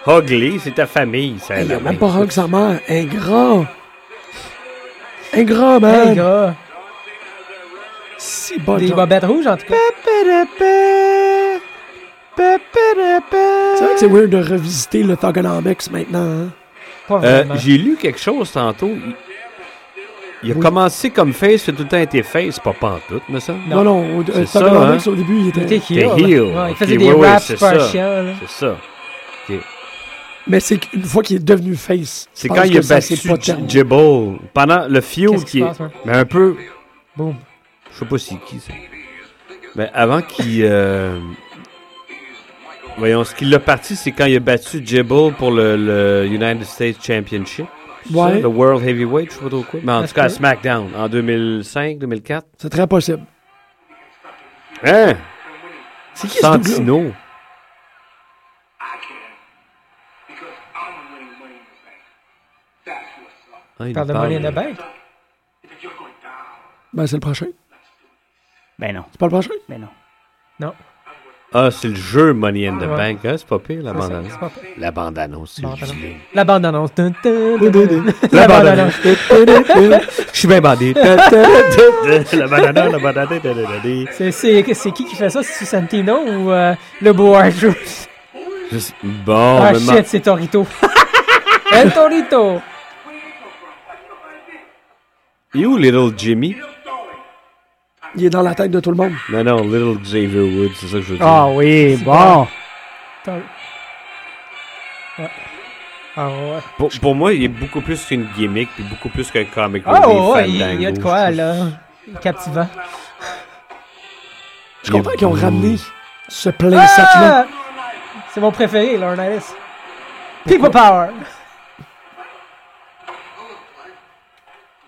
[SPEAKER 5] Hogley, c'est ta famille, ça.
[SPEAKER 3] Il
[SPEAKER 5] la
[SPEAKER 3] a
[SPEAKER 5] main.
[SPEAKER 3] même pas hug sa mère. Ingrat. Ingrat, man.
[SPEAKER 4] hey, gars.
[SPEAKER 3] Si bon.
[SPEAKER 4] Des
[SPEAKER 3] genre.
[SPEAKER 4] bobettes rouges, en tout cas.
[SPEAKER 3] C'est vrai que c'est weird de revisiter le Thugonomics maintenant. hein.
[SPEAKER 4] Pas
[SPEAKER 5] Euh,
[SPEAKER 4] vraiment.
[SPEAKER 5] J'ai lu quelque chose tantôt. Il, il a commencé comme face, il a tout le temps été face, pas pantoute, mais ça.
[SPEAKER 3] Non, non, au, euh,
[SPEAKER 5] C'est ça, hein.
[SPEAKER 3] Thugonomics, au début, il était...
[SPEAKER 4] T'es heel. là.
[SPEAKER 5] heel.
[SPEAKER 4] Ouais, il
[SPEAKER 5] Ok,
[SPEAKER 4] faisait
[SPEAKER 5] ouais,
[SPEAKER 4] des
[SPEAKER 5] ouais,
[SPEAKER 4] raps
[SPEAKER 5] c'est
[SPEAKER 4] super
[SPEAKER 5] ça.
[SPEAKER 4] chiants. là.
[SPEAKER 5] C'est ça.
[SPEAKER 3] Mais c'est qu'une fois qu'il est devenu face... je
[SPEAKER 5] C'est
[SPEAKER 3] pense
[SPEAKER 5] quand il
[SPEAKER 3] que
[SPEAKER 5] a
[SPEAKER 3] ça, c'est
[SPEAKER 5] battu
[SPEAKER 3] pas
[SPEAKER 5] J-
[SPEAKER 3] terminé.
[SPEAKER 5] Jibble. Pendant le feud
[SPEAKER 4] Qu'est-ce qui
[SPEAKER 5] qui
[SPEAKER 4] se
[SPEAKER 5] est.
[SPEAKER 4] passe, ouais?
[SPEAKER 5] Mais un peu.
[SPEAKER 4] Boum.
[SPEAKER 5] Je sais pas c'est qui ça. Mais avant qu'il. euh, Voyons, ce qui l'a parti, c'est quand il a battu Jibble pour le, le United States Championship. C'est ça,
[SPEAKER 3] Ouais.
[SPEAKER 5] Le World Heavyweight, je sais pas trop quoi. Mais en
[SPEAKER 4] Ça
[SPEAKER 5] tout
[SPEAKER 4] se
[SPEAKER 5] cas, à
[SPEAKER 4] peut.
[SPEAKER 5] SmackDown, en 2005, 2004.
[SPEAKER 3] C'est très possible.
[SPEAKER 5] Hein?
[SPEAKER 3] C'est qui ce double
[SPEAKER 5] Santino. Ah, il
[SPEAKER 4] Parle de
[SPEAKER 5] nous
[SPEAKER 4] Money in the Bank.
[SPEAKER 3] Ben, c'est le prochain.
[SPEAKER 6] Ben non,
[SPEAKER 3] C'est pas le prochain?
[SPEAKER 6] ben non.
[SPEAKER 4] Non.
[SPEAKER 5] Ah, c'est le jeu Money in the
[SPEAKER 4] Ouais.
[SPEAKER 5] Bank. hein, c'est pas pire, la
[SPEAKER 4] C'est ça,
[SPEAKER 5] bande-annonce.
[SPEAKER 4] c'est pas pire.
[SPEAKER 5] La bande-annonce, c'est
[SPEAKER 4] Bande
[SPEAKER 5] juste
[SPEAKER 4] annonce.
[SPEAKER 5] là.
[SPEAKER 4] La bande-annonce. Dun, dun, dun, dun, dun.
[SPEAKER 5] La
[SPEAKER 4] bande
[SPEAKER 5] bande-annonce. Je suis bien bandé. La bande-annonce, la bande-annonce.
[SPEAKER 4] C'est- C'est c'est qui qui fait ça? C'est Santino ou euh, le beau Andrew?
[SPEAKER 5] Je sais- Bon,
[SPEAKER 4] ah
[SPEAKER 5] Oh, mais ma-
[SPEAKER 4] shit, c'est Torito. El Torito!
[SPEAKER 5] il est où Little Jimmy?
[SPEAKER 3] Il est dans la tête de tout le monde.
[SPEAKER 5] Non, non, Little Xavier Woods, c'est ça que je veux dire.
[SPEAKER 6] Ah oui, bon.
[SPEAKER 4] Tor- Ouais. Ah ouais.
[SPEAKER 5] Pour, pour moi, il est beaucoup plus qu'une gimmick, puis beaucoup plus qu'un comic
[SPEAKER 4] Ah
[SPEAKER 5] relief
[SPEAKER 4] ouais, il il y a de
[SPEAKER 5] Fandango,
[SPEAKER 4] quoi
[SPEAKER 5] je
[SPEAKER 4] là. Captivant.
[SPEAKER 3] Je suis content qu'ils ont
[SPEAKER 6] Ah.
[SPEAKER 5] Ouh.
[SPEAKER 3] ramené ce plein set-là.
[SPEAKER 4] Ah! C'est mon préféré, Laurinaitis. People Power!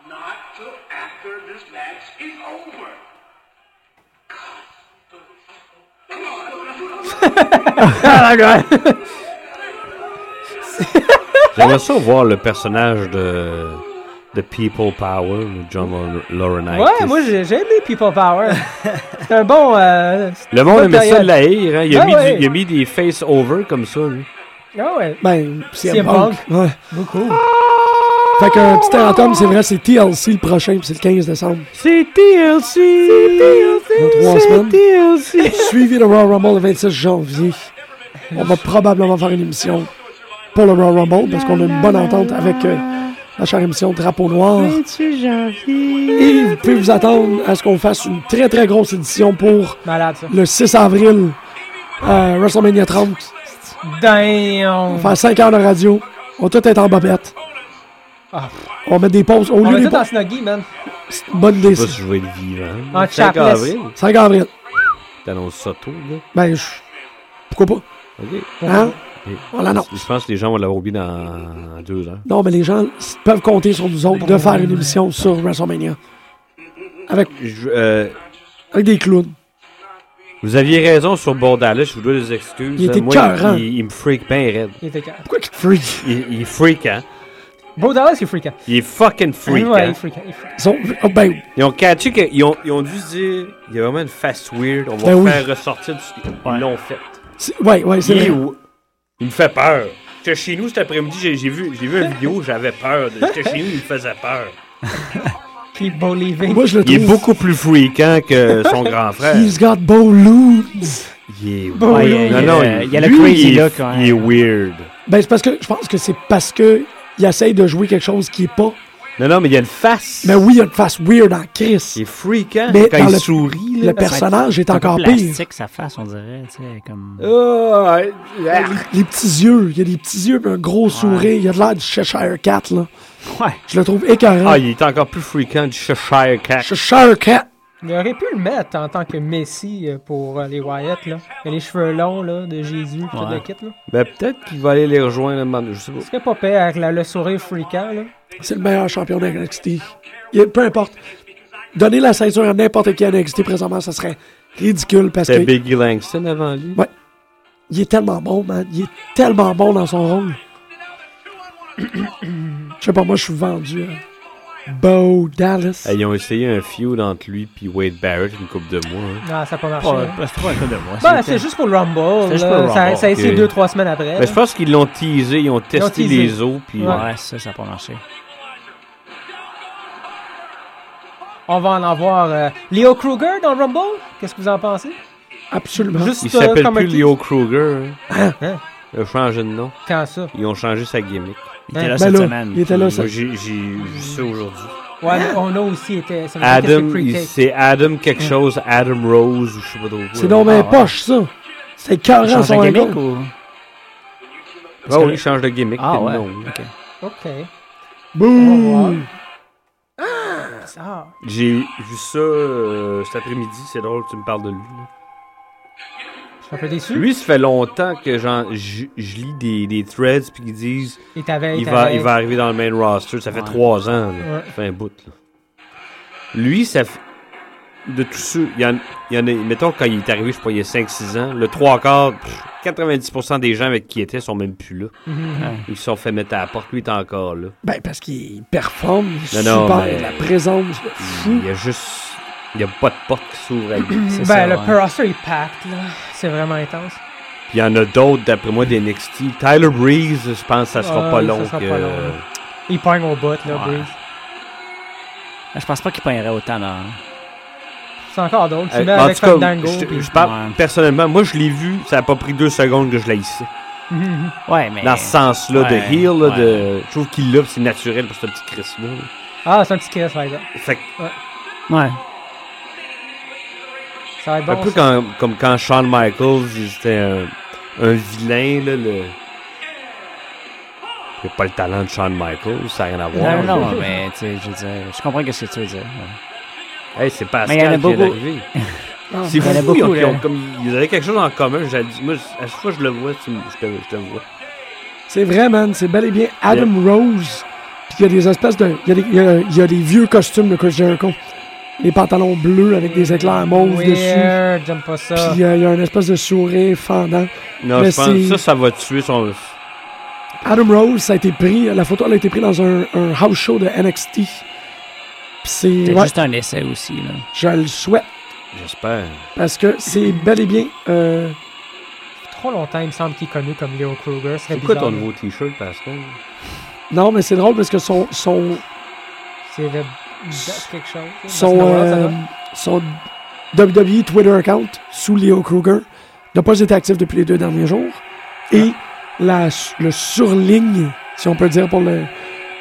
[SPEAKER 7] Not till after this match is over.
[SPEAKER 4] Ah,
[SPEAKER 5] trouve. J'aimerais ça voir le personnage de, de People Power, de John Lor- Laurinaitis.
[SPEAKER 4] Ouais, moi j'ai j'ai aimé People Power. C'est un bon. euh,
[SPEAKER 5] Le monde
[SPEAKER 4] bonne
[SPEAKER 5] aimait ça
[SPEAKER 4] période.
[SPEAKER 5] de la haïr, hein. il, a
[SPEAKER 4] Ah
[SPEAKER 5] mis du-
[SPEAKER 4] ouais.
[SPEAKER 5] il a mis des face-over comme ça, lui.
[SPEAKER 4] Ah ouais,
[SPEAKER 3] Ben, c'est
[SPEAKER 4] CM
[SPEAKER 3] Punk. Ouais.
[SPEAKER 4] beaucoup.
[SPEAKER 3] Fait qu'un petit erratum, c'est vrai, c'est TLC le prochain, puis c'est le 15 décembre.
[SPEAKER 5] C'est TLC!
[SPEAKER 3] Dans trois semaines.
[SPEAKER 5] TLC!
[SPEAKER 3] Suivi le Royal Rumble le 26 janvier. On va probablement faire une émission pour le Royal Rumble, parce qu'on a une bonne entente avec euh, la chère émission Drapeau Noir. Et vous pouvez vous attendre à ce qu'on fasse une très très grosse édition pour
[SPEAKER 4] Malade ça.
[SPEAKER 3] le 6 avril, euh, WrestleMania 30.
[SPEAKER 4] Damn!
[SPEAKER 3] Faire 5 heures de radio. On va tout être en bobette.
[SPEAKER 4] Ah.
[SPEAKER 3] On va mettre des pauses. Au
[SPEAKER 4] On
[SPEAKER 3] lieu
[SPEAKER 4] met
[SPEAKER 3] des
[SPEAKER 4] tout dans
[SPEAKER 3] pauses,
[SPEAKER 4] Snuggy, man.
[SPEAKER 3] c'est une bonne
[SPEAKER 5] Je sais pas
[SPEAKER 3] décision.
[SPEAKER 5] si je vais être vivant.
[SPEAKER 4] En
[SPEAKER 5] 5
[SPEAKER 4] chapless.
[SPEAKER 5] avril,
[SPEAKER 3] 5 avril.
[SPEAKER 5] t'annonces ça tôt, là.
[SPEAKER 3] Ben, je... pourquoi pas?
[SPEAKER 5] OK.
[SPEAKER 3] Hein?
[SPEAKER 5] Et-
[SPEAKER 3] On l'annonce.
[SPEAKER 5] Je pense que les gens vont l'avoir oublié dans deux heures.
[SPEAKER 3] Non, mais les gens s- peuvent compter sur nous autres de faire une émission sur WrestleMania. Avec,
[SPEAKER 5] Je- euh,
[SPEAKER 3] avec des clowns.
[SPEAKER 5] vous aviez raison sur Bordalis, je vous dois des excuses.
[SPEAKER 3] Il
[SPEAKER 5] hein.
[SPEAKER 3] était
[SPEAKER 5] Moi,
[SPEAKER 3] cœurant.
[SPEAKER 5] il, il me freak bien raide.
[SPEAKER 4] Il était calme.
[SPEAKER 3] Pourquoi qu'ils te freak?
[SPEAKER 5] Il, il est freak, hein?
[SPEAKER 4] Bro Dallas, il est freakant.
[SPEAKER 5] Il est fucking freak,
[SPEAKER 4] Ouais, il
[SPEAKER 5] hein?
[SPEAKER 4] est freakant. il est freakant.
[SPEAKER 3] Ils ont- oh, ben,
[SPEAKER 5] Ils ont catché qu'ils ont, ils ont dû se dire, il y a vraiment une face weird, on va
[SPEAKER 3] Ben oui.
[SPEAKER 5] faire ressortir du... Ils l'ont fait.
[SPEAKER 3] c'est- ouais, ouais, c'est
[SPEAKER 5] Il, est
[SPEAKER 3] vrai.
[SPEAKER 5] où? Il me fait peur. J'étais chez nous cet après-midi, j'ai, j'ai vu, j'ai vu une vidéo, j'avais peur. de- J'étais chez nous, il me faisait peur.
[SPEAKER 4] Keep believing.
[SPEAKER 3] Moi, je le
[SPEAKER 5] Il
[SPEAKER 3] trouve.
[SPEAKER 5] est beaucoup plus freakant que son grand frère.
[SPEAKER 3] He's got bow loons.
[SPEAKER 5] Il est
[SPEAKER 3] Bon,
[SPEAKER 5] weird.
[SPEAKER 3] oui,
[SPEAKER 6] il y a
[SPEAKER 5] Non, non,
[SPEAKER 6] le- il y a le
[SPEAKER 5] lui,
[SPEAKER 6] crazy
[SPEAKER 5] il est-
[SPEAKER 6] look, hein.
[SPEAKER 5] Il est weird.
[SPEAKER 3] Ben, c'est parce que je pense que c'est parce que il essaye de jouer quelque chose qui est pas.
[SPEAKER 5] Non, non, mais il y a une face.
[SPEAKER 3] Mais oui, il y a une face weird en Chris.
[SPEAKER 5] Il est freakant
[SPEAKER 3] Mais
[SPEAKER 5] quand
[SPEAKER 3] dans
[SPEAKER 5] il
[SPEAKER 3] le-
[SPEAKER 5] sourit.
[SPEAKER 3] Le
[SPEAKER 5] Là.
[SPEAKER 3] personnage est
[SPEAKER 6] C'est un peu
[SPEAKER 3] encore pire.
[SPEAKER 6] plastique, sa face, on dirait, tu sais, comme...
[SPEAKER 5] Ah, ouais. Ah.
[SPEAKER 3] Les, les petits yeux, il y a des petits yeux, puis un gros sourire. Il y a de l'air du Cheshire Cat, là.
[SPEAKER 6] Ouais.
[SPEAKER 3] Je le trouve écœurant.
[SPEAKER 5] Ah, il est encore plus freakant du Cheshire Cat.
[SPEAKER 3] Cheshire Cat.
[SPEAKER 4] Il aurait pu le mettre en tant que Messi euh, pour euh, les Wyatt, là. Il a les cheveux longs, là, de Jésus, tout
[SPEAKER 6] Ouais.
[SPEAKER 4] le kit, là.
[SPEAKER 5] Ben, peut-être qu'il va aller les rejoindre un moment donné, Je sais pas.
[SPEAKER 4] Ce serait pas pire avec la- le sourire freakant, là.
[SPEAKER 3] C'est le meilleur champion de NXT. Il- peu importe. Donner la ceinture à n'importe qui à NXT présentement, ça serait ridicule parce
[SPEAKER 5] C'était
[SPEAKER 3] qu'il
[SPEAKER 5] Biggie Langston avant lui.
[SPEAKER 3] est tellement bon, man. Il est tellement bon dans son rôle. Je sais pas, moi, je suis vendu. hein. Bo Dallas.
[SPEAKER 5] Hey, ils ont essayé un feud entre lui puis Wade Barrett une coupe de mois. hein.
[SPEAKER 4] Non, ça a pas marché.
[SPEAKER 6] Pas-
[SPEAKER 4] hein.
[SPEAKER 6] pas- C'est pas un peu de moi.
[SPEAKER 4] Bah, c'est juste pour le Rumble.
[SPEAKER 6] C'est juste
[SPEAKER 4] là.
[SPEAKER 6] pour le
[SPEAKER 4] ça,
[SPEAKER 6] Rumble,
[SPEAKER 4] ça a essayé
[SPEAKER 5] ok. Ben,
[SPEAKER 4] deux, trois semaines après.
[SPEAKER 5] Mais je pense qu'ils l'ont teasé, ils ont testé
[SPEAKER 4] teasé.
[SPEAKER 5] les os. Puis,
[SPEAKER 4] Ouais.
[SPEAKER 6] Ouais, ça, ça a pas marché.
[SPEAKER 4] On va en avoir euh, Leo Kruger dans le Rumble. Qu'est-ce que vous en pensez?
[SPEAKER 3] Absolument.
[SPEAKER 4] Juste
[SPEAKER 5] Il
[SPEAKER 4] euh,
[SPEAKER 5] s'appelle
[SPEAKER 4] comme un
[SPEAKER 5] plus
[SPEAKER 4] petit-
[SPEAKER 5] Leo Kruger. Hein.
[SPEAKER 4] Hein?
[SPEAKER 5] Ils ont changé de nom.
[SPEAKER 4] Quand ça?
[SPEAKER 5] Ils ont changé sa gimmick.
[SPEAKER 6] Il
[SPEAKER 4] Ben
[SPEAKER 6] était là
[SPEAKER 3] Ben
[SPEAKER 6] cette
[SPEAKER 3] là,
[SPEAKER 6] semaine.
[SPEAKER 3] il était là,
[SPEAKER 5] Moi,
[SPEAKER 3] ça.
[SPEAKER 5] j'ai j'ai vu ça aujourd'hui.
[SPEAKER 4] Ouais, mais on a aussi été. ça veut dire que c'est
[SPEAKER 5] Adam, il-
[SPEAKER 4] pre-tape.
[SPEAKER 5] c'est Adam quelque chose, Adam Rose ou je sais pas trop. quoi.
[SPEAKER 3] Hein? C'est donc ben
[SPEAKER 6] Ah, ouais.
[SPEAKER 3] poche, ça. C'est carrément
[SPEAKER 6] Change
[SPEAKER 3] son
[SPEAKER 6] un
[SPEAKER 3] angle.
[SPEAKER 6] gimmick ou...
[SPEAKER 5] Ah oui, il change de gimmick.
[SPEAKER 6] Ah
[SPEAKER 5] puis de
[SPEAKER 6] ouais,
[SPEAKER 5] nom.
[SPEAKER 6] ok.
[SPEAKER 4] Ok.
[SPEAKER 3] Boum.
[SPEAKER 4] Ah,
[SPEAKER 5] J'ai vu ça euh, cet après-midi, c'est drôle que tu me parles de lui. là.
[SPEAKER 4] je suis un peu déçu.
[SPEAKER 5] Lui, ça fait longtemps que j'en- je je lis des, des threads puis qu'ils disent
[SPEAKER 4] il t'avait.
[SPEAKER 5] il va,
[SPEAKER 4] t'avait-
[SPEAKER 5] il va arriver dans le main roster. Ça fait
[SPEAKER 6] Ouais.
[SPEAKER 5] trois ans. là.
[SPEAKER 4] Ouais.
[SPEAKER 5] Ça fait un bout. Là. Lui, ça fait. De tous ceux. Il y en, il y en a. Mettons, quand il est arrivé, je sais pas, il y a 5-6 ans, le trois quarts, pff, 90% des gens avec qui il était sont même plus là. Ils se sont fait mettre à la porte. Lui, il est encore là.
[SPEAKER 3] Ben, parce qu'il performe, il est
[SPEAKER 5] Non, non,
[SPEAKER 3] super,
[SPEAKER 5] mais-
[SPEAKER 3] il a de la présence, il est fou.
[SPEAKER 5] Il y a juste. Il y a pas de porte qui s'ouvre à lui. Puis
[SPEAKER 6] C'est
[SPEAKER 4] Ben,
[SPEAKER 6] ça,
[SPEAKER 4] le
[SPEAKER 6] ouais.
[SPEAKER 4] roster est packed, là. C'est vraiment intense.
[SPEAKER 5] il y en a d'autres, d'après moi, des NXT. Tyler Breeze, je pense que ça sera
[SPEAKER 4] Ouais,
[SPEAKER 5] pas
[SPEAKER 4] Ah, ça
[SPEAKER 5] long.
[SPEAKER 4] sera
[SPEAKER 5] que- Euh,
[SPEAKER 4] pas long, là. Il pogne au bout, là,
[SPEAKER 6] Ouais.
[SPEAKER 4] Breeze.
[SPEAKER 6] Ben, Je pense pas qu'il pognerait autant dans...
[SPEAKER 4] C'est encore d'autres. Tu
[SPEAKER 5] Euh,
[SPEAKER 4] mets
[SPEAKER 5] en
[SPEAKER 4] avec
[SPEAKER 5] tout cas,
[SPEAKER 4] Fandango.
[SPEAKER 5] je,
[SPEAKER 4] puis-
[SPEAKER 5] je parle
[SPEAKER 6] Ouais.
[SPEAKER 5] personnellement, moi je l'ai vu, ça a pas pris deux secondes que je l'ai ici.
[SPEAKER 4] Mhm.
[SPEAKER 6] Ouais, mais...
[SPEAKER 5] Dans ce sens-là de
[SPEAKER 6] Eh. Ouais,
[SPEAKER 5] heel, là,
[SPEAKER 6] ouais.
[SPEAKER 5] de... je trouve qu'il l'a, puis c'est naturel pour ce petit Chris là.
[SPEAKER 4] Ah, c'est un petit kiss, par exemple.
[SPEAKER 5] Fait que,
[SPEAKER 6] Ouais.
[SPEAKER 4] Ça va être bon.
[SPEAKER 5] un peu
[SPEAKER 4] ça.
[SPEAKER 5] quand- comme quand Shawn Michaels, il- c'était un, un vilain là. Le... Il a pas le talent de Shawn Michaels, ça n'a rien à voir.
[SPEAKER 6] Non, non,
[SPEAKER 5] là.
[SPEAKER 6] mais tu sais, je veux dire, je comprends ce que tu veux dire. ouais.
[SPEAKER 5] Hey, c'est pas
[SPEAKER 6] Mais il y en a
[SPEAKER 5] qui est
[SPEAKER 6] beaucoup.
[SPEAKER 5] arrivé. C'est
[SPEAKER 6] il y en a
[SPEAKER 5] fou, ils ont-
[SPEAKER 6] beaucoup,
[SPEAKER 5] ils ont
[SPEAKER 6] là.
[SPEAKER 5] comme ils avaient quelque chose en commun. je le dis. Moi, à chaque fois que je le vois, tu me- je te, je te vois.
[SPEAKER 3] C'est vrai, man, c'est bel et bien Adam Rose. Puis il y a des espèces de. Il y, a des- il y a- il y a des vieux costumes de Chris Jericho. Des pantalons bleus avec des éclairs mauves dessus.
[SPEAKER 4] Weird, j'aime pas ça.
[SPEAKER 3] Puis euh, il y a une espèce de sourire fendant.
[SPEAKER 5] Non,
[SPEAKER 3] Mais
[SPEAKER 5] je pense
[SPEAKER 3] c'est-
[SPEAKER 5] que ça, ça va tuer son.
[SPEAKER 3] Adam Rose, ça a été pris. La photo, elle a été prise dans un, un house show de NXT. Puis c'est.
[SPEAKER 6] C'est
[SPEAKER 3] ouais,
[SPEAKER 6] juste un essai aussi, là.
[SPEAKER 3] je le souhaite.
[SPEAKER 5] J'espère.
[SPEAKER 3] Parce que c'est bel et bien. euh,
[SPEAKER 4] Trop longtemps, il me semble qu'il est connu comme Leo Kruger. C'est
[SPEAKER 5] C'est quoi ton nouveau t-shirt, Pascal?
[SPEAKER 3] non, mais c'est drôle parce que son. son
[SPEAKER 4] C'est le. quelque chose.
[SPEAKER 3] son,
[SPEAKER 4] Barcelona, ça
[SPEAKER 3] euh,
[SPEAKER 4] va?
[SPEAKER 3] son WWE Twitter account sous Leo Kruger n'a pas été actif depuis les deux derniers jours. Et la, su- le surligne, si on peut dire pour le,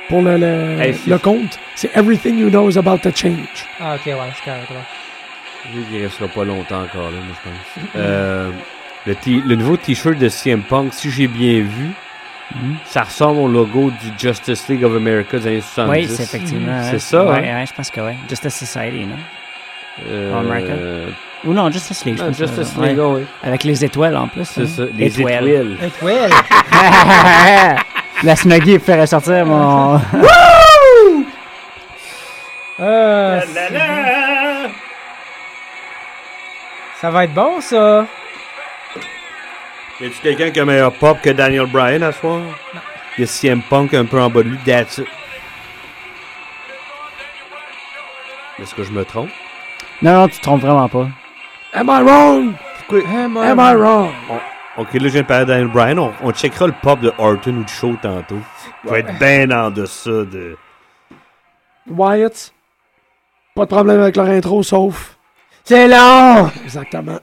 [SPEAKER 3] pour le, le,
[SPEAKER 5] Hey, c'est-
[SPEAKER 3] le compte, c'est Everything You Know is About to Change.
[SPEAKER 4] Ah, ok, ouais, c'est correct. ouais.
[SPEAKER 5] Lui, Il restera pas longtemps encore là, moi, je pense. Euh, le, t- le nouveau t-shirt de CM Punk, si j'ai bien vu, ça ressemble au logo du Justice League of America des années 70.
[SPEAKER 6] Oui, c'est effectivement.
[SPEAKER 5] C'est
[SPEAKER 6] ouais.
[SPEAKER 5] ça,
[SPEAKER 6] Ouais,
[SPEAKER 5] hein?
[SPEAKER 6] ouais, je pense que oui. Justice Society, non?
[SPEAKER 5] Euh,
[SPEAKER 6] America.
[SPEAKER 5] euh,
[SPEAKER 6] Ou non, Justice League, je
[SPEAKER 5] non,
[SPEAKER 6] pense.
[SPEAKER 5] Justice
[SPEAKER 6] ouais.
[SPEAKER 5] League, oh, oui.
[SPEAKER 6] Avec les étoiles en plus.
[SPEAKER 5] C'est
[SPEAKER 6] hein.
[SPEAKER 5] ça. Les étoiles.
[SPEAKER 4] Hey, Will,
[SPEAKER 6] La snuggie fait ressortir mon.
[SPEAKER 4] euh, c'est- ça va être bon, ça.
[SPEAKER 5] Y a-tu quelqu'un qui a meilleur pop que Daniel Bryan à ce soir? Il y a CM Punk un peu en bas de lui, that's it. Est-ce que je me trompe?
[SPEAKER 6] Non, non, tu te trompes vraiment pas.
[SPEAKER 3] Am I wrong?
[SPEAKER 4] Am I-
[SPEAKER 3] Am I wrong?
[SPEAKER 5] Ok, là, je viens de parler de Daniel Bryan. On, on checkera le pop de Orton ou de Shaw tantôt. Il va être bien en deçà de.
[SPEAKER 3] Wyatt, pas de problème avec leur intro, sauf...
[SPEAKER 4] C'est long!
[SPEAKER 3] Exactement.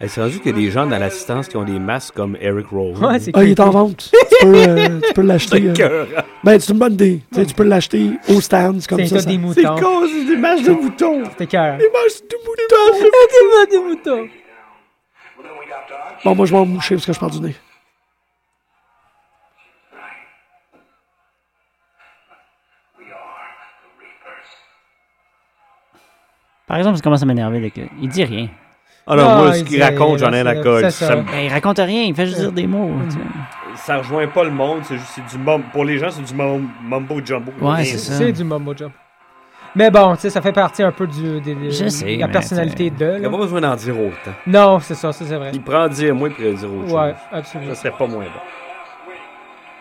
[SPEAKER 5] Hey, c'est rendu qu'il y a des gens dans l'assistance qui ont des masques comme Eric Rowan.
[SPEAKER 4] Ouais, c'est
[SPEAKER 3] Ah, il est en
[SPEAKER 4] creepy.
[SPEAKER 3] vente. tu peux, euh, tu peux l'acheter. euh.
[SPEAKER 5] Cœur.
[SPEAKER 3] Ben, c'est une bonne idée. Tu sais, tu peux l'acheter au stand, c'est comme
[SPEAKER 4] C'est
[SPEAKER 3] ça.
[SPEAKER 4] tout
[SPEAKER 3] ça-
[SPEAKER 4] des
[SPEAKER 5] C'est
[SPEAKER 4] moutons.
[SPEAKER 5] con, c'est des masques de moutons.
[SPEAKER 4] C'est cœur.
[SPEAKER 3] Des masques de moutons.
[SPEAKER 4] C'est des moutons.
[SPEAKER 3] Bon, moi, je vais me moucher parce que je pars du nez.
[SPEAKER 6] Par exemple, ça commence à m'énerver. là, que- Il dit rien.
[SPEAKER 5] Ah non,
[SPEAKER 4] Ah,
[SPEAKER 5] moi, ce
[SPEAKER 4] il
[SPEAKER 5] qu'il
[SPEAKER 4] dit-
[SPEAKER 5] raconte, j'en ai à la
[SPEAKER 4] c'est-
[SPEAKER 5] colle.
[SPEAKER 4] c'est
[SPEAKER 5] Ça,
[SPEAKER 4] ça.
[SPEAKER 5] me-
[SPEAKER 6] Ben, il raconte rien, il fait juste dire des mots. tu sais.
[SPEAKER 5] ça rejoint pas le monde, c'est juste c'est du mum- Pour les gens, c'est du mum- mumbo jumbo.
[SPEAKER 6] Ouais, c'est ça.
[SPEAKER 4] C'est du Momo Jump. Mais bon, tu sais, ça fait partie un peu du, des- des-
[SPEAKER 6] Je sais,
[SPEAKER 4] la
[SPEAKER 6] mais
[SPEAKER 4] personnalité de.
[SPEAKER 5] Il n'y
[SPEAKER 4] là.
[SPEAKER 5] a pas besoin d'en dire autant.
[SPEAKER 4] Non, c'est ça, ça c'est vrai.
[SPEAKER 5] Il prend dire moins pour dire autre
[SPEAKER 4] Ouais,
[SPEAKER 5] chose.
[SPEAKER 4] absolument.
[SPEAKER 5] Ça serait pas moins bon.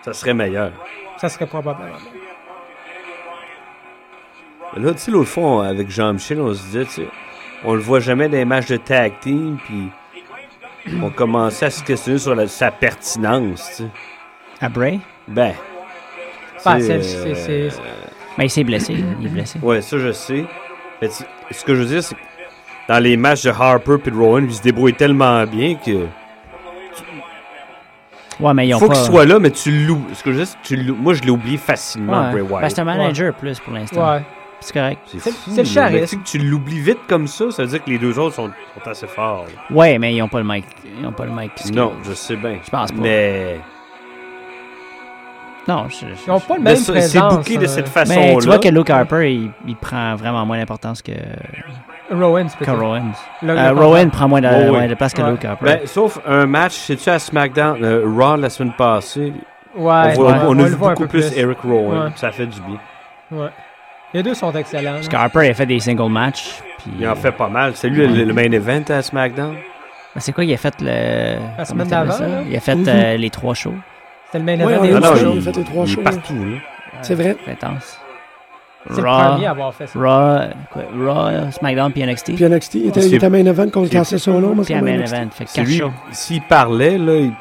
[SPEAKER 5] Ça serait meilleur.
[SPEAKER 4] Ça serait probablement.
[SPEAKER 5] Là, tu sais, l'autre fois, on- avec Jean-Michel, on se disait, tu sais, on le voit jamais dans les matchs de tag team, puis on commençait à se questionner sur la- sa pertinence, tu sais.
[SPEAKER 6] À Bray?
[SPEAKER 5] Ben.
[SPEAKER 4] Ben,
[SPEAKER 5] tu sais,
[SPEAKER 4] c'est-
[SPEAKER 5] euh,
[SPEAKER 4] c'est- c'est- c'est-
[SPEAKER 6] Ben, il s'est blessé. Il est blessé.
[SPEAKER 5] Ouais, ça, je sais. Mais tu- ce que je veux dire, c'est que dans les matchs de Harper puis de Rowan, ils se débrouillent tellement bien que.
[SPEAKER 6] Ouais, mais ils ont
[SPEAKER 5] faut
[SPEAKER 6] pas...
[SPEAKER 5] qu'il soit là, mais tu loues. Ce que je veux dire, c'est que tu l'oublies. Moi, je l'ai oublié facilement,
[SPEAKER 6] Ouais.
[SPEAKER 5] Bray Wyatt.
[SPEAKER 6] Ben, c'est un manager plus pour l'instant.
[SPEAKER 4] Ouais.
[SPEAKER 6] C'est correct.
[SPEAKER 4] c'est-
[SPEAKER 5] fou,
[SPEAKER 4] c'est le
[SPEAKER 5] là.
[SPEAKER 4] charisme.
[SPEAKER 5] Mais Tu sais que tu l'oublies vite comme ça, ça veut dire que les deux autres sont, sont assez forts. là.
[SPEAKER 6] Ouais, mais ils ont pas le mic. Ils ont pas le mic. skill.
[SPEAKER 5] Non, je sais bien.
[SPEAKER 6] Je pense pas.
[SPEAKER 5] Mais,
[SPEAKER 6] Non, je, je-
[SPEAKER 4] Ils ont pas le
[SPEAKER 5] mais
[SPEAKER 4] même
[SPEAKER 5] ça- c'est
[SPEAKER 4] présence.
[SPEAKER 5] booké de
[SPEAKER 4] euh,
[SPEAKER 5] cette
[SPEAKER 6] Mais
[SPEAKER 5] façon-là.
[SPEAKER 6] tu vois que Luke Harper, il, il prend vraiment moins d'importance que,
[SPEAKER 4] Rowan, c'est
[SPEAKER 6] que
[SPEAKER 4] peut-être.
[SPEAKER 6] Rowan.
[SPEAKER 4] Le-
[SPEAKER 6] Euh,
[SPEAKER 4] le-
[SPEAKER 6] Rowan prend moins de,
[SPEAKER 5] Oh, oui.
[SPEAKER 6] moins de place que
[SPEAKER 4] Ouais.
[SPEAKER 6] Luke Harper.
[SPEAKER 5] Ben, sauf un match, sais-tu, à SmackDown, euh, Raw la semaine passée,
[SPEAKER 4] Ouais,
[SPEAKER 5] on, voit-
[SPEAKER 6] ouais,
[SPEAKER 5] on
[SPEAKER 4] le
[SPEAKER 5] a vu
[SPEAKER 4] voit un
[SPEAKER 5] beaucoup
[SPEAKER 4] peu
[SPEAKER 5] plus Eric Rowan,
[SPEAKER 4] Ouais.
[SPEAKER 5] ça fait du bien.
[SPEAKER 4] Ouais. Les deux sont excellents.
[SPEAKER 6] Parce que Harper, il a fait des single matchs. Puis,
[SPEAKER 5] Il en fait pas mal. C'est lui le, le main event à SmackDown?
[SPEAKER 6] Ben, c'est quoi, il a fait le. comment
[SPEAKER 4] semaine
[SPEAKER 6] t'appelles
[SPEAKER 4] d'avant,
[SPEAKER 6] ça?
[SPEAKER 4] là.
[SPEAKER 6] Il a
[SPEAKER 5] Mhm.
[SPEAKER 6] fait euh, les trois shows.
[SPEAKER 4] C'était le main
[SPEAKER 3] Ouais,
[SPEAKER 4] event
[SPEAKER 3] on
[SPEAKER 4] des
[SPEAKER 3] l'a
[SPEAKER 4] deux.
[SPEAKER 3] vu.
[SPEAKER 4] shows.
[SPEAKER 3] il a fait les trois
[SPEAKER 5] Ah il
[SPEAKER 3] shows,
[SPEAKER 5] est partout, hein. là.
[SPEAKER 3] C'est vrai.
[SPEAKER 6] C'est intense.
[SPEAKER 4] C'est le
[SPEAKER 6] Raw,
[SPEAKER 4] premier à avoir fait ça.
[SPEAKER 6] Raw, quoi, Raw, SmackDown, puis NXT.
[SPEAKER 3] Puis NXT, il était, il
[SPEAKER 5] C'est-
[SPEAKER 3] était main event contre Cassius Solo.
[SPEAKER 6] Puis à Main Event. Fait
[SPEAKER 5] C'est
[SPEAKER 6] quatre
[SPEAKER 5] lui,
[SPEAKER 6] shows.
[SPEAKER 5] s'il parlait, là, il-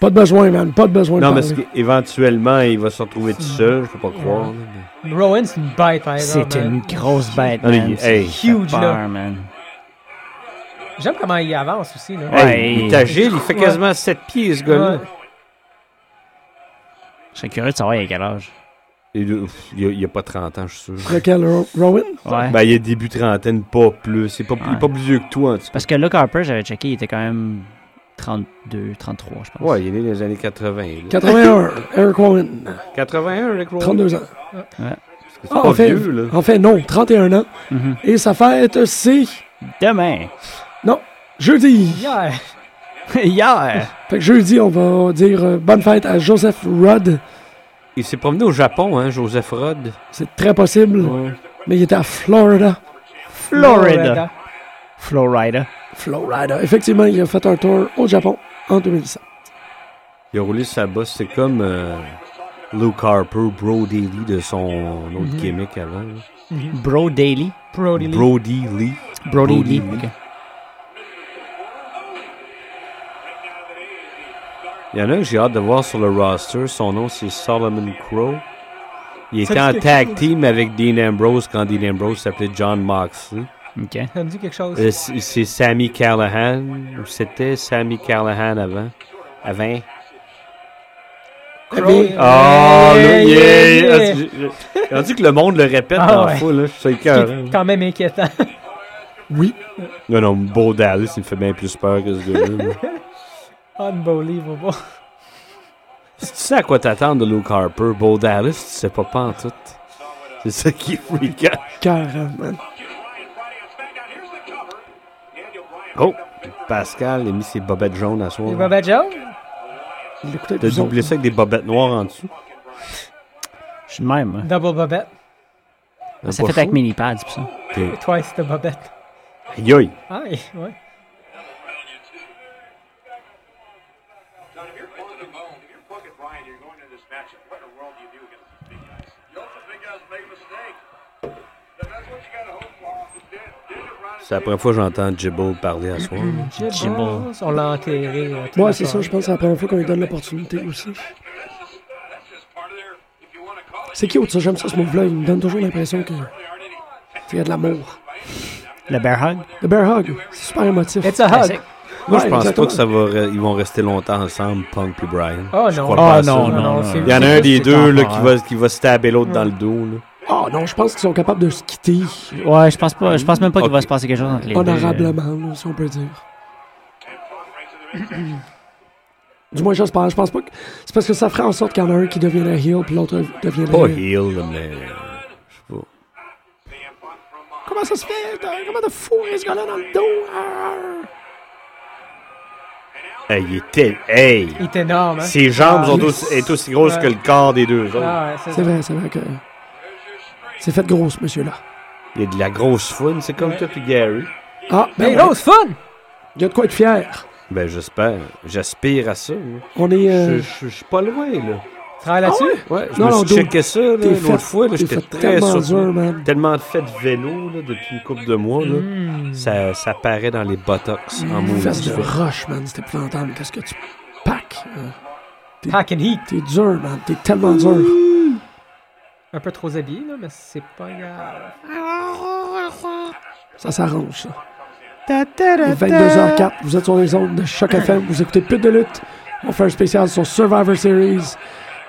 [SPEAKER 3] Pas de besoin, man. Pas de besoin
[SPEAKER 5] non,
[SPEAKER 3] de
[SPEAKER 5] mais
[SPEAKER 3] parler.
[SPEAKER 5] c'est- éventuellement, il va se retrouver tout seul, je peux pas croire. là, mais-
[SPEAKER 4] Rowan, c'est une bête, par exemple.
[SPEAKER 6] C'est
[SPEAKER 4] hein.
[SPEAKER 6] une grosse bête,
[SPEAKER 5] Non,
[SPEAKER 6] man.
[SPEAKER 5] il-
[SPEAKER 6] C'est
[SPEAKER 5] Ah hey,
[SPEAKER 4] huge,
[SPEAKER 6] peur,
[SPEAKER 4] là.
[SPEAKER 6] man.
[SPEAKER 4] J'aime comment il avance aussi. Là.
[SPEAKER 6] Ouais.
[SPEAKER 5] Hey, il est agile, il fait
[SPEAKER 4] Ouais.
[SPEAKER 5] quasiment 7 pieds, ce gars-là.
[SPEAKER 4] Ouais.
[SPEAKER 6] Je serais curieux de savoir il a quel âge.
[SPEAKER 5] Et le- pff, Il, a- il a pas 30 ans, je suis sûr.
[SPEAKER 3] Lequel, Ro- Rowan?
[SPEAKER 6] Ouais.
[SPEAKER 5] Ben, il a début trentaine, pas plus. C'est pas, Il est pas plus vieux que toi, en tout cas.
[SPEAKER 6] Parce que Luke Harper, j'avais checké, il était quand même 32, 33, je pense.
[SPEAKER 5] Ouais, il est né dans les années 80. là.
[SPEAKER 3] 81, Eric Rowan.
[SPEAKER 5] 81, Rick Rowan.
[SPEAKER 3] 32 ans.
[SPEAKER 5] C'est
[SPEAKER 3] Ah,
[SPEAKER 5] pas
[SPEAKER 3] en, fait,
[SPEAKER 5] vieux, là. Mm-hmm.
[SPEAKER 3] en fait, non, 31 ans.
[SPEAKER 6] Mhm.
[SPEAKER 3] Et sa fête, c'est
[SPEAKER 6] Demain.
[SPEAKER 3] jeudi.
[SPEAKER 4] Yeah.
[SPEAKER 6] Hier.
[SPEAKER 3] Fait que jeudi, on va dire euh, bonne fête à Joseph Rudd.
[SPEAKER 5] Il s'est promené au Japon, hein, Joseph Rod.
[SPEAKER 3] C'est très possible. Mais il était à Florida.
[SPEAKER 6] Florida. Florida.
[SPEAKER 3] Florida. Effectivement, il a fait un tour au Japon en 2007.
[SPEAKER 5] Il a roulé sa bosse. C'est comme euh, Luke Harper, Brody Lee de son autre gimmick avant. là.
[SPEAKER 6] Bro Daily.
[SPEAKER 4] Brody Lee.
[SPEAKER 5] Brody Lee.
[SPEAKER 6] Brody
[SPEAKER 5] Brody
[SPEAKER 6] Lee.
[SPEAKER 5] Lee.
[SPEAKER 6] Ok.
[SPEAKER 5] Il y en a un que j'ai hâte de voir sur le roster. Son nom, c'est Solomon Crow. Il
[SPEAKER 4] Ça
[SPEAKER 5] était
[SPEAKER 4] dit
[SPEAKER 5] en
[SPEAKER 4] quelque
[SPEAKER 5] tag
[SPEAKER 4] chose.
[SPEAKER 5] team avec Dean Ambrose quand Dean Ambrose s'appelait John Moxley.
[SPEAKER 6] Ok.
[SPEAKER 4] Ça me dit quelque chose.
[SPEAKER 5] Euh, c'est c'est Sammy Callahan. ou C'était Sammy Callahan avant. Avant.
[SPEAKER 4] Crow,
[SPEAKER 3] Eh bien,
[SPEAKER 5] Oh, là,
[SPEAKER 4] yeah, yeah,
[SPEAKER 5] yeah, Ah, yeah.
[SPEAKER 4] yeah.
[SPEAKER 5] J'ai- j'ai- rendu que le monde le répète
[SPEAKER 4] Ah,
[SPEAKER 5] dans
[SPEAKER 4] ouais.
[SPEAKER 5] la foule, là, je suis
[SPEAKER 4] Qui
[SPEAKER 5] écœuré.
[SPEAKER 4] est quand même inquiétant.
[SPEAKER 3] Oui.
[SPEAKER 5] Non, non, Beau Dallas, il me fait bien plus peur que ce gars-là. moi.
[SPEAKER 4] Unbelievable.
[SPEAKER 5] Si tu sais à quoi t'attendre de Luke Harper, Beau Dallas, tu sais pas pas en tout. C'est ça qui est freakant.
[SPEAKER 3] Carrément.
[SPEAKER 5] Oh, Pascal a mis ses bobettes jaunes à soir.
[SPEAKER 4] Et Baba Joe?
[SPEAKER 3] Il écoutait
[SPEAKER 5] T'as
[SPEAKER 3] vous autres.
[SPEAKER 5] doublé ça avec des bobettes noires en dessous.
[SPEAKER 6] Je suis de même. moi.
[SPEAKER 4] Double Bobette.
[SPEAKER 6] Ça fait avec mini pads, pis ça.
[SPEAKER 4] Twice the Bobette.
[SPEAKER 5] Yoï.
[SPEAKER 4] Aïe, ouais.
[SPEAKER 5] C'est la première fois que j'entends Jibble parler à soir.
[SPEAKER 6] Jibble.
[SPEAKER 4] On l'a enterré. euh, toute
[SPEAKER 3] Ouais,
[SPEAKER 4] la
[SPEAKER 3] c'est ça.
[SPEAKER 4] soirée.
[SPEAKER 3] Je pense que c'est la première fois qu'on lui donne l'opportunité aussi. C'est cute, ça. J'aime ça, ce move-là. Il me donne toujours l'impression que- qu'il y a de l'amour.
[SPEAKER 6] Le bear hug.
[SPEAKER 3] Le bear hug, c'est super émotif.
[SPEAKER 4] It's a hug.
[SPEAKER 6] Classique.
[SPEAKER 5] Moi, je
[SPEAKER 3] Ouais,
[SPEAKER 5] pense
[SPEAKER 3] exactement.
[SPEAKER 5] pas que ça va re- ils vont rester longtemps ensemble, Punk et Brian.
[SPEAKER 4] Oh
[SPEAKER 5] Je
[SPEAKER 4] non. Oh
[SPEAKER 5] crois pas à
[SPEAKER 6] non,
[SPEAKER 5] ça.
[SPEAKER 6] non, non.
[SPEAKER 4] c'est-
[SPEAKER 5] Ah, Il y en a un
[SPEAKER 4] c'est
[SPEAKER 5] des
[SPEAKER 4] juste
[SPEAKER 5] deux là, qui,
[SPEAKER 6] temporaire.
[SPEAKER 5] va, qui va stabber l'autre dans le dos. là.
[SPEAKER 3] Ah non, je pense qu'ils sont capables de se quitter
[SPEAKER 5] Eh
[SPEAKER 6] Ouais, je pense pas. Je pense même pas qu'il va
[SPEAKER 5] Ok.
[SPEAKER 6] se passer quelque chose entre les deux. euh,
[SPEAKER 3] honorablement, là, si on peut dire. Du moins, j'espère. Je pense pas que. C'est parce que ça ferait en sorte qu'il y en a un qui deviendrait heel puis l'autre deviendrait.
[SPEAKER 5] Pas
[SPEAKER 3] heel.
[SPEAKER 5] heal, mais. euh, Je sais pas.
[SPEAKER 3] Comment ça se fait? t'as- Comment t'as fourré ce gars-là dans le dos? Ah, ah.
[SPEAKER 5] Hey, il est tel. Hey!
[SPEAKER 4] Il est énorme. hein.
[SPEAKER 5] Ses jambes
[SPEAKER 4] Ah,
[SPEAKER 5] sont
[SPEAKER 4] oui.
[SPEAKER 5] aussi, est aussi grosses
[SPEAKER 4] Ouais.
[SPEAKER 5] que le corps des deux autres.
[SPEAKER 4] Ah, ouais, c'est
[SPEAKER 3] C'est
[SPEAKER 4] vrai.
[SPEAKER 3] vrai, c'est vrai que. C'est fait gros, ce monsieur-là.
[SPEAKER 5] Il y a de la grosse foule, c'est comme toi puis Gary.
[SPEAKER 3] Ah, ben,
[SPEAKER 4] Hey,
[SPEAKER 3] ouais,
[SPEAKER 4] Rose, fun!
[SPEAKER 3] il y a de quoi être fier.
[SPEAKER 5] Ben, j'espère. J'aspire à ça. moi.
[SPEAKER 3] On est.
[SPEAKER 5] Je
[SPEAKER 3] euh,
[SPEAKER 5] je- je suis pas loin, là.
[SPEAKER 4] Travaille là-dessus?
[SPEAKER 5] Ah, Ouais, je
[SPEAKER 3] Non,
[SPEAKER 5] me
[SPEAKER 3] non,
[SPEAKER 5] suis
[SPEAKER 3] dude,
[SPEAKER 5] checké ça, là,
[SPEAKER 3] t'es fait-
[SPEAKER 5] l'autre fois, là,
[SPEAKER 3] t'es
[SPEAKER 5] j'étais
[SPEAKER 3] fait
[SPEAKER 5] très
[SPEAKER 3] tellement dur,
[SPEAKER 5] surpris.
[SPEAKER 3] man.
[SPEAKER 5] Tellement de fait de vélo, là, depuis une couple de mois, là.
[SPEAKER 3] Hmm.
[SPEAKER 5] Ça, ça paraît dans les botox, en
[SPEAKER 3] Fesse
[SPEAKER 5] maudit.
[SPEAKER 3] de roche, man. C'était épouvantable. Qu'est-ce que tu packs? euh,
[SPEAKER 4] Pack and heat.
[SPEAKER 3] T'es dur, man. T'es tellement dur.
[SPEAKER 4] Un peu trop habillé, là, mais c'est pas grave.
[SPEAKER 3] Ça s'arrange, ça. Il est 22h04, vous êtes sur les ondes de Choc FM, vous écoutez Pute de lutte. On fait un spécial sur Survivor Series.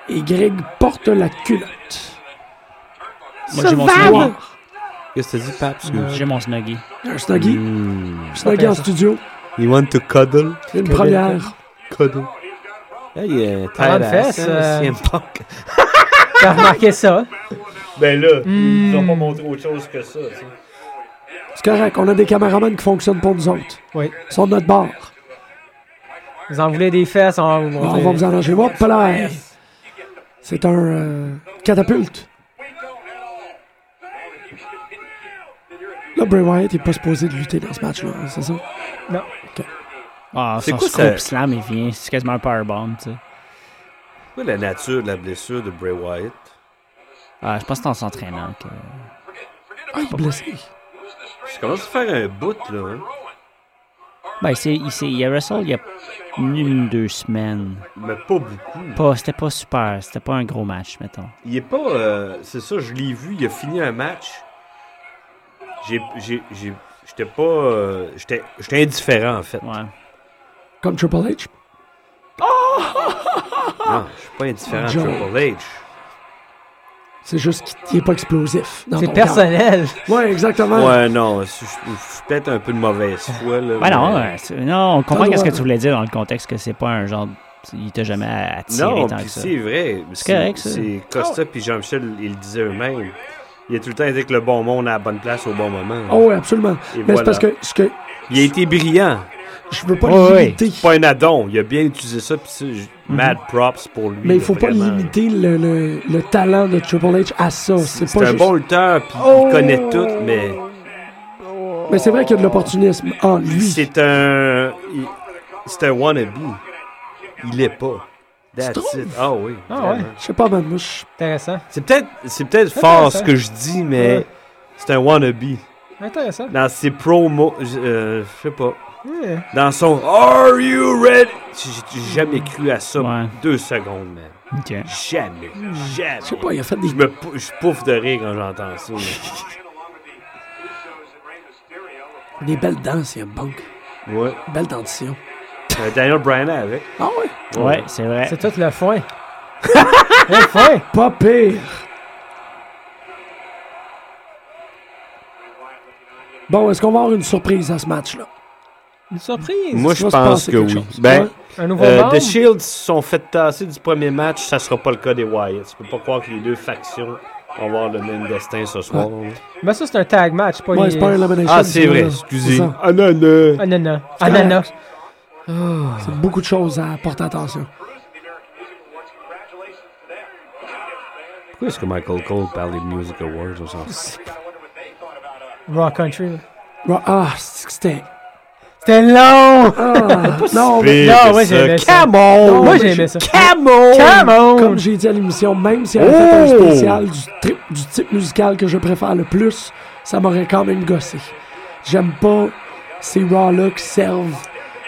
[SPEAKER 3] Et Greg porte la culotte.
[SPEAKER 6] Moi, j'ai mon
[SPEAKER 3] Survivor!
[SPEAKER 6] snuggie.
[SPEAKER 5] Qu'est-ce que t'as dit, Paps?
[SPEAKER 6] J'ai mon snuggie.
[SPEAKER 3] Un snuggie. Un snuggie en
[SPEAKER 4] Mmh. ça. hein.
[SPEAKER 3] studio.
[SPEAKER 5] You want to cuddle?
[SPEAKER 3] Une première.
[SPEAKER 5] Cuddle. Hey, euh,
[SPEAKER 4] Parlant de
[SPEAKER 5] t'as la
[SPEAKER 4] fesses, euh,
[SPEAKER 5] CM Punk.
[SPEAKER 4] T'as remarqué ça?
[SPEAKER 5] Ben là, ils ont pas montré autre chose que ça,
[SPEAKER 3] C'est correct, on a des caméramans qui fonctionnent pour nous autres.
[SPEAKER 4] Oui.
[SPEAKER 3] Ils sont de notre bord.
[SPEAKER 4] Vous en voulez des fesses? On va vous
[SPEAKER 3] On
[SPEAKER 4] montrer.
[SPEAKER 3] va vous en manger. Hop là! C'est un euh, catapulte. Là, Bray Wyatt n'est pas supposé de lutter dans ce match-là, hein, c'est ça?
[SPEAKER 4] Non.
[SPEAKER 6] Ah,
[SPEAKER 5] C'est
[SPEAKER 6] son
[SPEAKER 5] quoi
[SPEAKER 6] scoop
[SPEAKER 5] ça?
[SPEAKER 6] slam, il vient. C'est quasiment un powerbomb, tu sais.
[SPEAKER 5] Pourquoi la nature de la blessure de Bray Wyatt?
[SPEAKER 6] Ah, je pense que c'est en s'entraînant. que-
[SPEAKER 3] Ah, il est blessé.
[SPEAKER 5] Je commence à faire un bout, là. hein.
[SPEAKER 6] Ben, il, s'est- il, s'est- il a wrestle il y a une, deux semaines.
[SPEAKER 5] Mais pas beaucoup.
[SPEAKER 6] Pas, c'était pas super. C'était pas un gros match, mettons.
[SPEAKER 5] Il est pas. euh, c'est ça, je l'ai vu, il a fini un match. J'ai. j'ai- j'ai- J'étais pas. euh, J'étais j'étais indifférent, en fait.
[SPEAKER 6] Ouais.
[SPEAKER 3] Comme Triple H.
[SPEAKER 5] Non, je suis pas indifférent à
[SPEAKER 3] Joe.
[SPEAKER 5] Triple H.
[SPEAKER 3] C'est juste qu'il n'est pas explosif. dans
[SPEAKER 4] C'est
[SPEAKER 3] ton cadre.
[SPEAKER 4] personnel.
[SPEAKER 3] Ouais, exactement.
[SPEAKER 5] Ouais, non, je je- je suis peut-être un peu de mauvaise foi, là.
[SPEAKER 6] Ben non,
[SPEAKER 5] mais-
[SPEAKER 6] ouais, c'est- non, on
[SPEAKER 3] Ça
[SPEAKER 6] comprend qu'est-ce
[SPEAKER 3] doit-
[SPEAKER 6] que tu voulais dire dans le contexte que c'est pas un genre. Il t'a jamais attiré
[SPEAKER 5] Non,
[SPEAKER 6] tant
[SPEAKER 5] puis
[SPEAKER 6] que ça.
[SPEAKER 5] c'est vrai. C'est
[SPEAKER 6] correct, ça.
[SPEAKER 5] C'est Costa puis Jean-Michel, ils le disaient eux-mêmes. Il a tout le temps été que le bon monde à la bonne place au bon moment.
[SPEAKER 3] Oh, oui, absolument.
[SPEAKER 5] Et
[SPEAKER 3] Mais
[SPEAKER 5] voilà.
[SPEAKER 3] c'est parce que, ce que
[SPEAKER 5] Il a été brillant.
[SPEAKER 3] je veux pas
[SPEAKER 6] Ouais,
[SPEAKER 3] limiter,
[SPEAKER 5] C'est Pas un addon. Il a bien utilisé ça. Puis ça, je- mad props pour lui.
[SPEAKER 3] mais il
[SPEAKER 5] là,
[SPEAKER 3] faut pas
[SPEAKER 5] vraiment.
[SPEAKER 3] limiter le, le- le talent de Triple H à ça. C'est
[SPEAKER 5] C'est
[SPEAKER 3] pas
[SPEAKER 5] un
[SPEAKER 3] juste- Oh!
[SPEAKER 5] bon lutteur, puis il connaît tout, mais
[SPEAKER 3] Mais c'est vrai qu'il y a de l'opportunisme en lui.
[SPEAKER 5] c'est un. il- C'est un wannabe. Il l'est pas. That's it. Ah oui.
[SPEAKER 4] Ah ouais.
[SPEAKER 5] vraiment.
[SPEAKER 3] Je sais pas, man. Moi, je-
[SPEAKER 4] Intéressant.
[SPEAKER 5] C'est peut-être c'est peut-être fort
[SPEAKER 4] ça.
[SPEAKER 5] ce que je dis, mais
[SPEAKER 4] Ouais.
[SPEAKER 5] c'est un wannabe.
[SPEAKER 4] Intéressant.
[SPEAKER 5] Dans ses promos, je euh, je sais pas.
[SPEAKER 4] Hmm.
[SPEAKER 5] Dans son Are you ready? J'ai j'ai jamais cru à ça.
[SPEAKER 6] Ouais.
[SPEAKER 5] Deux secondes, man.
[SPEAKER 6] Ok.
[SPEAKER 5] Jamais. Jamais.
[SPEAKER 3] je sais pas, il a fait des.
[SPEAKER 5] Je me pou- je pouffe de rire quand j'entends ça. là.
[SPEAKER 3] Des belles dents, c'est un bunk.
[SPEAKER 5] Ouais.
[SPEAKER 3] Belle dentition.
[SPEAKER 5] Euh, Daniel Bryan avec.
[SPEAKER 3] Ah ouais?
[SPEAKER 6] Ouais, c'est vrai.
[SPEAKER 4] C'est tout le foin. le foin.
[SPEAKER 3] Pas pire. Bon, est-ce qu'on va avoir une surprise à ce match-là?
[SPEAKER 4] Une surprise.
[SPEAKER 5] Moi,
[SPEAKER 3] Il
[SPEAKER 5] je
[SPEAKER 3] va se
[SPEAKER 5] pense
[SPEAKER 3] passer
[SPEAKER 5] que
[SPEAKER 3] quelque
[SPEAKER 5] oui.
[SPEAKER 3] chose.
[SPEAKER 5] Ben,
[SPEAKER 3] Ouais.
[SPEAKER 4] Un nouveau
[SPEAKER 5] euh,
[SPEAKER 4] membre.
[SPEAKER 5] The Shields se sont fait tasser du premier match. Ça sera pas le cas des Wyatt. Tu peux pas croire que les deux factions vont avoir le même destin ce
[SPEAKER 3] Ah,
[SPEAKER 5] soir. là.
[SPEAKER 4] Mais ça, c'est un tag match, pas
[SPEAKER 3] Ouais,
[SPEAKER 4] une-
[SPEAKER 3] c'est pas un elimination.
[SPEAKER 5] Ah, c'est vrai.
[SPEAKER 3] là. euh, C'est
[SPEAKER 5] Excusez.
[SPEAKER 3] ça.
[SPEAKER 5] Ah non, non.
[SPEAKER 4] Ananas. Ananas.
[SPEAKER 3] C'est beaucoup de choses à porter attention.
[SPEAKER 5] Pourquoi est-ce que Michael Cole parle des Music Awards au sens?
[SPEAKER 7] uh,
[SPEAKER 4] Raw Country.
[SPEAKER 3] Ra- Ah, c'est que c'était.
[SPEAKER 4] C'était long!
[SPEAKER 3] Ah, non, mais
[SPEAKER 4] Non, ouais, j'aimais ça.
[SPEAKER 5] Come on!
[SPEAKER 4] Moi, j'aimais ça.
[SPEAKER 5] Come on!
[SPEAKER 4] Come on!
[SPEAKER 3] comme j'ai dit à l'émission, même si elle a fait un spécial du, trip- du type musical que je préfère le plus, ça m'aurait quand même gossé. J'aime pas ces Raw-là qui servent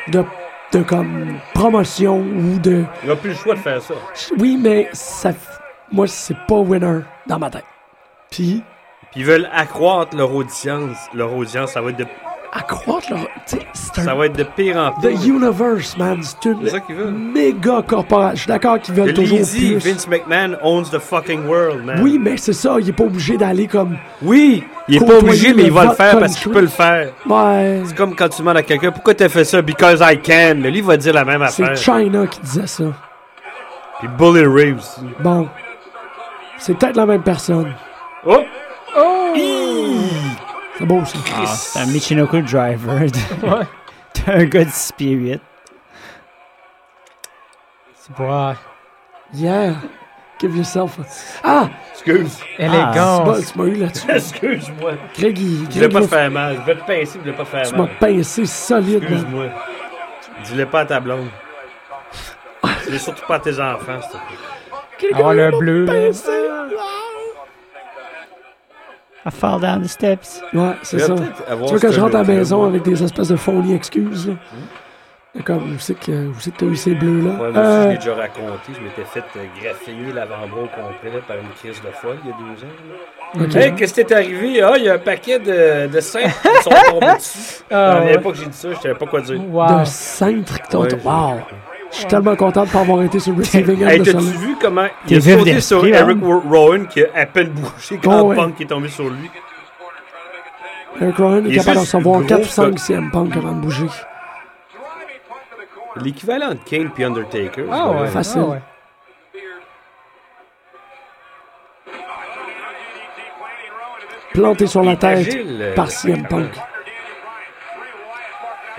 [SPEAKER 3] de, de comme promotion ou de.
[SPEAKER 5] Il n'a plus le choix de faire ça.
[SPEAKER 3] Oui, mais ça, f- moi, c'est pas winner dans ma tête. Puis,
[SPEAKER 5] Puis ils veulent accroître leur audience. Leur audience, ça va être de,
[SPEAKER 3] Accroître leur. tu sais, C'est
[SPEAKER 5] ça
[SPEAKER 3] un.
[SPEAKER 5] va être de pire en pire.
[SPEAKER 3] The Universe, man. C'est une
[SPEAKER 5] C'est ça qu'ils veulent.
[SPEAKER 3] méga corporation. Je suis d'accord qu'ils veulent
[SPEAKER 5] Je l'ai
[SPEAKER 3] toujours
[SPEAKER 5] dit,
[SPEAKER 3] plus.
[SPEAKER 5] Vince McMahon owns the fucking world, man.
[SPEAKER 3] Oui, mais c'est ça. Il est pas obligé d'aller comme.
[SPEAKER 5] Oui, il est pas
[SPEAKER 3] Côtoyer
[SPEAKER 5] obligé, mais
[SPEAKER 3] le
[SPEAKER 5] il va le
[SPEAKER 3] vote
[SPEAKER 5] faire
[SPEAKER 3] comme
[SPEAKER 5] parce qu'il
[SPEAKER 3] Trump.
[SPEAKER 5] peut le faire.
[SPEAKER 3] Ouais.
[SPEAKER 5] C'est comme quand tu demandes à quelqu'un pourquoi t'as fait ça, because I can. Mais lui, il va dire la même
[SPEAKER 3] C'est
[SPEAKER 5] affaire.
[SPEAKER 3] China qui disait ça.
[SPEAKER 5] Puis Bully Ray aussi.
[SPEAKER 3] Bon. C'est peut-être la même personne.
[SPEAKER 5] Oh!
[SPEAKER 3] C'est beau, ça.
[SPEAKER 6] Ah, c'est un Michinoku driver. de- T'as un gars de 6 pieds 8.
[SPEAKER 4] C'est pas
[SPEAKER 3] Yeah. Give yourself a... Ah!
[SPEAKER 5] Excuse.
[SPEAKER 3] C'est
[SPEAKER 4] élégant.
[SPEAKER 3] bon, tu m'as eu là-dessus.
[SPEAKER 5] Excuse-moi.
[SPEAKER 3] Greg, il...
[SPEAKER 5] Oh, Je voulais
[SPEAKER 3] Greg,
[SPEAKER 5] pas
[SPEAKER 3] il-
[SPEAKER 5] te faire mal. Je vais te pincer, je voulais pas te faire
[SPEAKER 3] tu m'as
[SPEAKER 5] mal.
[SPEAKER 3] pincé solide, man.
[SPEAKER 5] Excuse-moi. Dis-le pas à ta blonde. Dis-le surtout pas à tes enfants, s'il te plaît.
[SPEAKER 4] Avoir le bleu. là.
[SPEAKER 6] I fall down the steps.
[SPEAKER 3] Ouais, c'est ça.
[SPEAKER 5] Faudrait
[SPEAKER 3] Tu
[SPEAKER 5] peut-être avoir
[SPEAKER 3] vois, quand
[SPEAKER 5] ce
[SPEAKER 3] je rentre à la
[SPEAKER 5] look-là,
[SPEAKER 3] maison
[SPEAKER 5] moi.
[SPEAKER 3] avec des espèces de folies excuses, là. Comme, où c'est que, où c'est que t'as eu ces bleus-là?
[SPEAKER 5] Ouais, moi aussi, je
[SPEAKER 3] Euh,
[SPEAKER 5] l'ai déjà raconté. Je m'étais fait euh, graffiner l'avant-bras au complet là, par une crise de folle il y a deux ans. là. Hey, qu'est-ce qui t'est arrivé? Ah, il y a un paquet de, de cinq qui sont tombés dessus.
[SPEAKER 4] Ah,
[SPEAKER 5] Ah,
[SPEAKER 4] ouais.
[SPEAKER 5] pas que j'ai dit ça, je savais pas quoi dire.
[SPEAKER 4] Wow.
[SPEAKER 3] De cintre que t'as...
[SPEAKER 5] Ouais,
[SPEAKER 3] wow! Je suis tellement content de pas avoir été sur le receiving end
[SPEAKER 5] Hey,
[SPEAKER 3] de
[SPEAKER 5] t'as-tu
[SPEAKER 3] ça.
[SPEAKER 5] vu comment
[SPEAKER 6] T'es
[SPEAKER 5] il a
[SPEAKER 6] vif
[SPEAKER 5] sauté
[SPEAKER 6] d'esprit,
[SPEAKER 5] sur
[SPEAKER 6] hein?
[SPEAKER 5] Eric Ro- Rowan qui a à peine bougé quand
[SPEAKER 3] Oh, ouais.
[SPEAKER 5] Punk est tombé sur lui?
[SPEAKER 3] Eric Rowan
[SPEAKER 5] Il
[SPEAKER 3] est
[SPEAKER 5] est
[SPEAKER 3] capable de
[SPEAKER 5] juste
[SPEAKER 3] recevoir
[SPEAKER 5] gros,
[SPEAKER 3] 4 ou
[SPEAKER 5] ça.
[SPEAKER 3] 5 CM Punk avant de bouger.
[SPEAKER 5] L'équivalent de Kane puis Undertaker.
[SPEAKER 4] Ah ouais.
[SPEAKER 3] Facile.
[SPEAKER 4] ah ouais.
[SPEAKER 3] Planté sur la tête
[SPEAKER 5] agile, euh,
[SPEAKER 3] par CM Punk.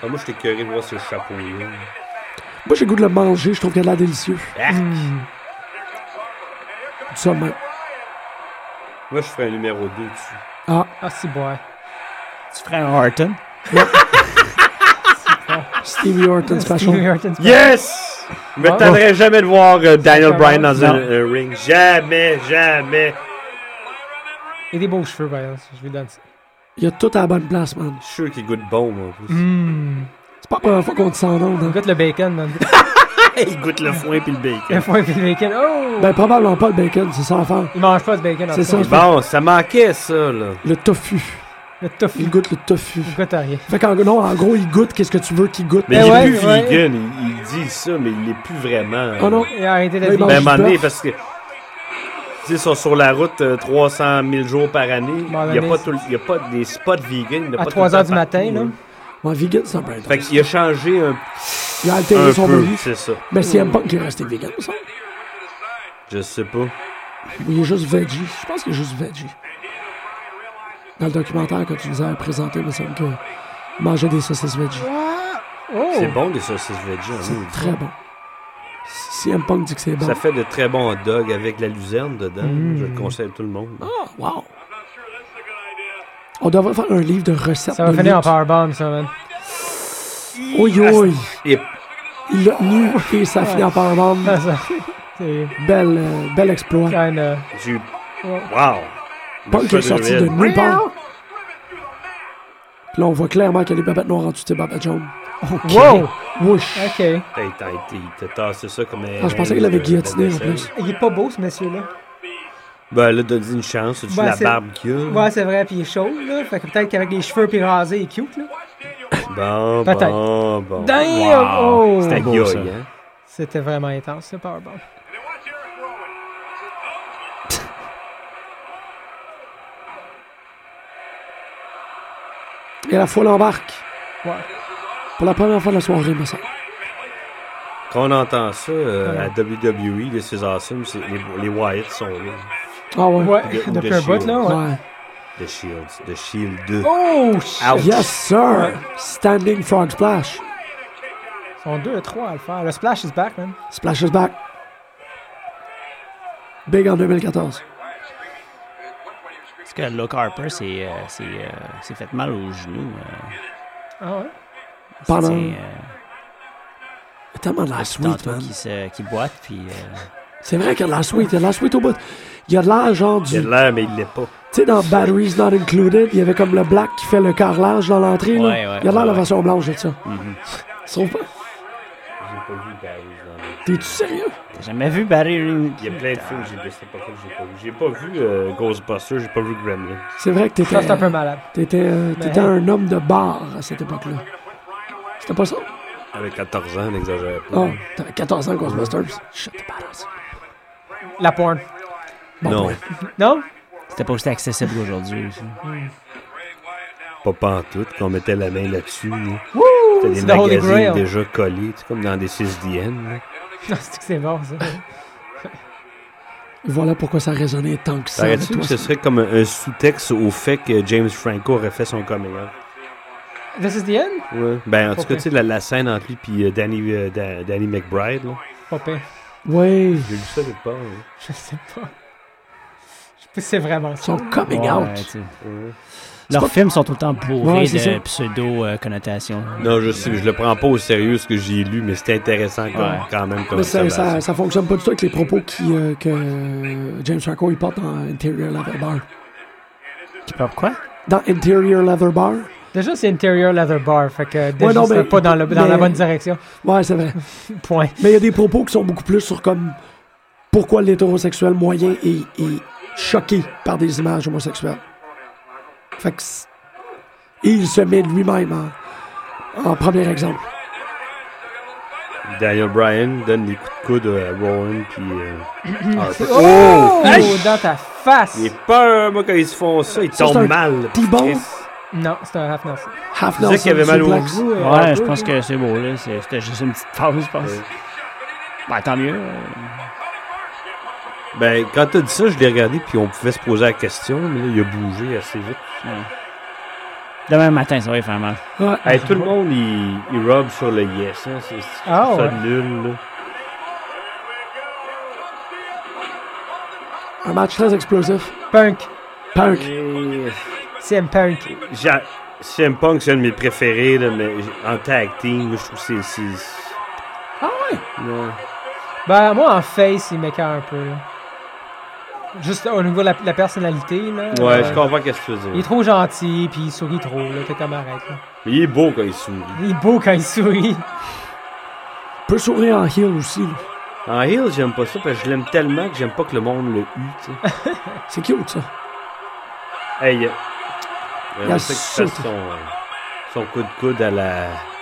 [SPEAKER 5] Ah, moi, j'étais curé de voir ce chapeau-là.
[SPEAKER 3] Moi, j'ai le goût de le manger. Je trouve qu'il a l'air délicieux.
[SPEAKER 5] Ah!
[SPEAKER 3] Tout ça, même.
[SPEAKER 5] Moi, je ferais un numéro 2 dessus.
[SPEAKER 3] Ah,
[SPEAKER 4] Ah, c'est bon.
[SPEAKER 6] Tu ferais un Horton.
[SPEAKER 3] Stevie Horton
[SPEAKER 4] Stevie
[SPEAKER 3] Special.
[SPEAKER 4] Horton, c'est pas-
[SPEAKER 5] Yes! Je
[SPEAKER 4] Ah.
[SPEAKER 5] m'attendrais jamais de voir euh, Daniel
[SPEAKER 4] C'est
[SPEAKER 5] Bryan dans
[SPEAKER 6] pas
[SPEAKER 5] un,
[SPEAKER 6] mal.
[SPEAKER 5] un ring. Jamais, jamais.
[SPEAKER 4] Il a des beaux cheveux, par exemple. Je lui donne ça.
[SPEAKER 3] Il a tout à la bonne place, man.
[SPEAKER 5] Je suis sûr qu'il goûte bon, moi. en plus.
[SPEAKER 4] Hum.
[SPEAKER 3] C'est pas la première fois qu'on te sent non, hein.
[SPEAKER 4] Goûte le bacon, man.
[SPEAKER 5] Il goûte le foin puis le
[SPEAKER 4] Le
[SPEAKER 5] bacon.
[SPEAKER 4] foin puis le bacon. Oh!
[SPEAKER 3] Ben, probablement pas le bacon, c'est ça l'affaire.
[SPEAKER 4] Il mange pas de bacon. en
[SPEAKER 3] C'est
[SPEAKER 4] tout cas.
[SPEAKER 3] ça.
[SPEAKER 5] Bon, ça manquait, ça, là.
[SPEAKER 3] Le tofu.
[SPEAKER 4] Le tofu.
[SPEAKER 3] Il goûte le tofu.
[SPEAKER 4] Pourquoi t'as rien?
[SPEAKER 3] Fait qu'en non, en gros, il goûte qu'est-ce que tu veux qu'il goûte.
[SPEAKER 5] Mais
[SPEAKER 4] Eh
[SPEAKER 5] il est
[SPEAKER 4] ouais,
[SPEAKER 5] plus
[SPEAKER 4] ouais.
[SPEAKER 5] vegan. Il, il dit ça, mais il l'est plus vraiment.
[SPEAKER 3] Oh non.
[SPEAKER 4] Il a arrêté d'être
[SPEAKER 3] Oui, bon.
[SPEAKER 5] Ben, à un
[SPEAKER 4] vegan.
[SPEAKER 5] moment donné,
[SPEAKER 3] bœuf.
[SPEAKER 5] parce que. Tu sais, ils sont sur la route euh, 300 000 jours par année.
[SPEAKER 4] Bon,
[SPEAKER 5] Il n'y a,
[SPEAKER 4] mais-
[SPEAKER 5] pas tout le- il y a pas des spots vegan. il y en a
[SPEAKER 4] À
[SPEAKER 5] pas
[SPEAKER 4] 3
[SPEAKER 5] tout le
[SPEAKER 4] h
[SPEAKER 5] temps
[SPEAKER 4] du matin,
[SPEAKER 5] partout,
[SPEAKER 4] là.
[SPEAKER 3] Moi, vegan, c'est un peu intense.
[SPEAKER 5] Fait qu'il a changé un,
[SPEAKER 3] Il a
[SPEAKER 5] un
[SPEAKER 3] altéré son
[SPEAKER 5] peu,
[SPEAKER 3] menu.
[SPEAKER 5] c'est ça.
[SPEAKER 3] Mais CM Punk, il est resté vegan, ça.
[SPEAKER 5] Je sais pas.
[SPEAKER 3] Ou il est juste veggie. Je pense qu'il est juste veggie. Dans le documentaire, quand tu nous as présenté, il me semble que manger des saucisses veggie.
[SPEAKER 5] C'est bon des saucisses veggie. en nous.
[SPEAKER 3] Oh. Très bon. CM Punk dit que c'est bon.
[SPEAKER 5] Ça fait de très bons hot dogs avec la luzerne dedans.
[SPEAKER 3] Mm.
[SPEAKER 5] Je le conseille à tout le monde.
[SPEAKER 3] Ah, wow. On devrait faire un livre de recettes.
[SPEAKER 4] Ça va
[SPEAKER 3] de
[SPEAKER 4] finir en Ah,
[SPEAKER 3] lutte.
[SPEAKER 4] powerbomb, ça, man.
[SPEAKER 3] Oui, oui.
[SPEAKER 5] Et
[SPEAKER 3] Il l'a tenu et ça finit en powerbomb.
[SPEAKER 4] Ah, ça- C'est
[SPEAKER 3] Bel, euh, bel exploit.
[SPEAKER 4] kinda...
[SPEAKER 5] j'ai eu- Wow!
[SPEAKER 3] Punk est sorti de nulle part.
[SPEAKER 4] Meow.
[SPEAKER 3] Puis là, on voit clairement qu'il y a des babettes noires en dessous des babettes jaunes.
[SPEAKER 4] Wow!
[SPEAKER 3] Wouch.
[SPEAKER 4] OK.
[SPEAKER 5] Hey, t'as été- il t'a tassé ça comme un.
[SPEAKER 3] Ah, je pensais qu'il avait guillotiné en plus.
[SPEAKER 4] Il est pas beau, ce monsieur-là.
[SPEAKER 5] Ben là, donne une chance. Tu
[SPEAKER 3] Ben,
[SPEAKER 4] Ouais,
[SPEAKER 5] la
[SPEAKER 4] c'est-
[SPEAKER 5] barbe qu'il a.
[SPEAKER 4] Ouais, c'est vrai, puis il est chaud, là. Fait que peut-être qu'avec les cheveux puis rasé, il est cute, là.
[SPEAKER 5] Bon,
[SPEAKER 4] Peut-être.
[SPEAKER 5] bon, bon.
[SPEAKER 4] Damn! Oh!
[SPEAKER 6] C'était
[SPEAKER 5] Aïe,
[SPEAKER 6] beau, ça.
[SPEAKER 5] aïe, hein.
[SPEAKER 4] C'était vraiment intense, ce powerbomb.
[SPEAKER 3] Et la foule embarque.
[SPEAKER 4] Ouais.
[SPEAKER 3] Pour la première fois de la soirée, me semble.
[SPEAKER 5] Quand on entend ça euh, à WWE, là, c'est awesome. c'est- Les, les Wyatt sont là.
[SPEAKER 3] Ah ouais.
[SPEAKER 4] Ouais,
[SPEAKER 5] De-
[SPEAKER 4] depuis
[SPEAKER 5] de
[SPEAKER 4] un bout, là, ouais.
[SPEAKER 3] Ouais.
[SPEAKER 5] The Shield. The Shield 2.
[SPEAKER 4] Oh, shit!
[SPEAKER 5] Ouch.
[SPEAKER 3] Yes, sir. Standing frog splash.
[SPEAKER 4] Ils sont deux, trois à le faire. Le splash is back, man.
[SPEAKER 3] Splash is back. Big en 2014.
[SPEAKER 6] Parce que Luke Harper, c'est, euh, c'est, euh, c'est fait mal aux genoux. euh,
[SPEAKER 4] Ah ouais?
[SPEAKER 3] Pendant.
[SPEAKER 6] c'est,
[SPEAKER 3] Il
[SPEAKER 6] euh,
[SPEAKER 3] a tellement de la sweet,
[SPEAKER 6] tantôt
[SPEAKER 3] man.
[SPEAKER 6] qui, se, qui boite, puis euh,
[SPEAKER 3] C'est vrai qu'il y a de la sweet. Il y a de la sweet au bout. Il y a de l'air genre
[SPEAKER 5] Il a
[SPEAKER 3] du.
[SPEAKER 5] de l'air, mais il l'est pas.
[SPEAKER 3] Tu sais, dans Batteries Not Included, il y avait comme le black qui fait le carrelage dans l'entrée. là.
[SPEAKER 6] Ouais, ouais,
[SPEAKER 3] il y a de l'air
[SPEAKER 6] ouais,
[SPEAKER 3] de la
[SPEAKER 6] ouais.
[SPEAKER 3] version blanche de ça. Tu trouves pas?
[SPEAKER 5] J'ai pas vu Barry dans
[SPEAKER 3] T'es-tu sérieux?
[SPEAKER 6] T'as jamais vu Barry Ring?
[SPEAKER 5] Il y a plein de films que j'ai- de cette époque-là que j'ai pas vu. J'ai pas vu euh, Ghostbusters, j'ai pas vu Gremlin.
[SPEAKER 3] C'est vrai que t'étais,
[SPEAKER 4] Ça, c'est un peu hein? malade.
[SPEAKER 3] t'étais, euh, t'étais un homme de bar à cette époque-là. C'était pas ça?
[SPEAKER 5] Avec 14 ans, n'exagère pas.
[SPEAKER 3] Non, t'avais 14 ans, Ghostbusters. Shut the badass.
[SPEAKER 4] La porn.
[SPEAKER 3] Bon,
[SPEAKER 5] non,
[SPEAKER 3] ouais.
[SPEAKER 4] Non?
[SPEAKER 6] C'était pas aussi accessible aujourd'hui. ça.
[SPEAKER 5] pas pantoute, qu'on mettait la main là-dessus. là. C'était des
[SPEAKER 4] C'est Oh, The Holy
[SPEAKER 5] magazines
[SPEAKER 4] Grail.
[SPEAKER 5] déjà collés, tu sais, comme dans des 6DN. là.
[SPEAKER 4] Non, c'est que c'est bon, ça.
[SPEAKER 3] Voilà pourquoi ça résonnait tant que ça. avec
[SPEAKER 5] T'arrêtes-tu
[SPEAKER 3] toi,
[SPEAKER 5] que ce
[SPEAKER 3] ça.
[SPEAKER 5] serait comme un, un sous-texte au fait que James Franco aurait fait son coming out?
[SPEAKER 4] This is the end?
[SPEAKER 5] Ben, en tout
[SPEAKER 4] Pas
[SPEAKER 5] cas,
[SPEAKER 4] pire.
[SPEAKER 5] tu sais, la, la scène entre lui et Danny, euh, Dan- Danny McBride, là.
[SPEAKER 4] Pas pire.
[SPEAKER 3] Ouais,
[SPEAKER 5] J'ai lu ça quelque part. hein.
[SPEAKER 4] Je sais pas. Je sais pas si c'est vraiment ça.
[SPEAKER 3] son coming
[SPEAKER 6] Ouais,
[SPEAKER 3] out.
[SPEAKER 6] tu sais. Leurs films sont tout le temps
[SPEAKER 3] Ouais,
[SPEAKER 6] bourrés
[SPEAKER 3] c'est ça.
[SPEAKER 6] de pseudo-connotations.
[SPEAKER 5] Non, je sais, je le prends pas au sérieux ce que j'ai lu, mais c'était intéressant quand,
[SPEAKER 6] Ouais.
[SPEAKER 5] quand même comme
[SPEAKER 3] Mais ça, ça,
[SPEAKER 5] observation.
[SPEAKER 3] ça fonctionne pas du tout avec les propos qui, euh, que euh, James Franco il porte dans Interior Leather Bar.
[SPEAKER 6] Tu parles quoi?
[SPEAKER 3] Dans Interior Leather Bar?
[SPEAKER 4] Déjà, c'est Interior Leather Bar, fait que déjà,
[SPEAKER 3] non,
[SPEAKER 4] c'est
[SPEAKER 3] mais-
[SPEAKER 4] pas dans, le- dans
[SPEAKER 3] mais-
[SPEAKER 4] la bonne direction.
[SPEAKER 3] Ouais, c'est vrai.
[SPEAKER 4] Point.
[SPEAKER 3] Mais il y a des propos qui sont beaucoup plus sur comme pourquoi l'hétérosexuel moyen est, est choqué par des images homosexuelles. Fait que c'est- et il se met lui-même en, en premier exemple.
[SPEAKER 5] Daniel Bryan donne des coups de coude à Rowan, puis... euh, Harper.
[SPEAKER 4] Oh! Dans ta face!
[SPEAKER 5] Il est peur, moi, quand ils se font ça, ils
[SPEAKER 3] Ça, c'est un
[SPEAKER 5] tombent mal.
[SPEAKER 3] T-bone.
[SPEAKER 5] Chris.
[SPEAKER 4] Non, c'est un half Nelson.
[SPEAKER 3] Half
[SPEAKER 5] C'est ça qu'il avait mal au
[SPEAKER 3] suplex.
[SPEAKER 5] cou. euh,
[SPEAKER 6] Ouais, je pense que c'est beau, là. C'est- C'était juste une petite pause, je pense.
[SPEAKER 5] Ouais.
[SPEAKER 6] Ben, tant mieux. euh.
[SPEAKER 5] Ben, quand t'as dit ça, je l'ai regardé, puis on pouvait se poser la question, mais là, il a bougé assez vite.
[SPEAKER 6] Demain matin, ça va y faire mal.
[SPEAKER 3] Ouais.
[SPEAKER 5] Hey, tout le monde, il, il robe sur le yes, hein. C'est c'est-
[SPEAKER 4] Ah,
[SPEAKER 5] ça
[SPEAKER 4] ouais.
[SPEAKER 5] de nul, là.
[SPEAKER 3] Un match très explosif.
[SPEAKER 4] Punk.
[SPEAKER 3] Punk.
[SPEAKER 5] Et-
[SPEAKER 4] CM Punk.
[SPEAKER 5] J'a- CM Punk, c'est un de mes préférés, là, mais j- en tag team, je trouve que c'est- c'est.
[SPEAKER 3] Ah ouais?
[SPEAKER 5] non.
[SPEAKER 4] Ben, moi, en face, il m'écœure un peu, là. Juste au niveau de la, la personnalité, là.
[SPEAKER 5] Ouais,
[SPEAKER 4] euh,
[SPEAKER 5] je comprends ce que tu veux
[SPEAKER 4] Il est
[SPEAKER 5] dire.
[SPEAKER 4] trop gentil, puis il sourit trop, là. T'es comme arrête, là.
[SPEAKER 5] Mais il est beau quand il sourit.
[SPEAKER 4] Il est beau quand il sourit.
[SPEAKER 3] Peut sourire en heel aussi. là.
[SPEAKER 5] En heel, j'aime pas ça parce que je l'aime tellement que j'aime pas que le monde le hue, tu sais.
[SPEAKER 3] C'est cute ça.
[SPEAKER 5] hey, il y a.
[SPEAKER 3] Il a
[SPEAKER 5] on sait que ça,
[SPEAKER 3] sauté.
[SPEAKER 5] son, euh, son coup de coude à la.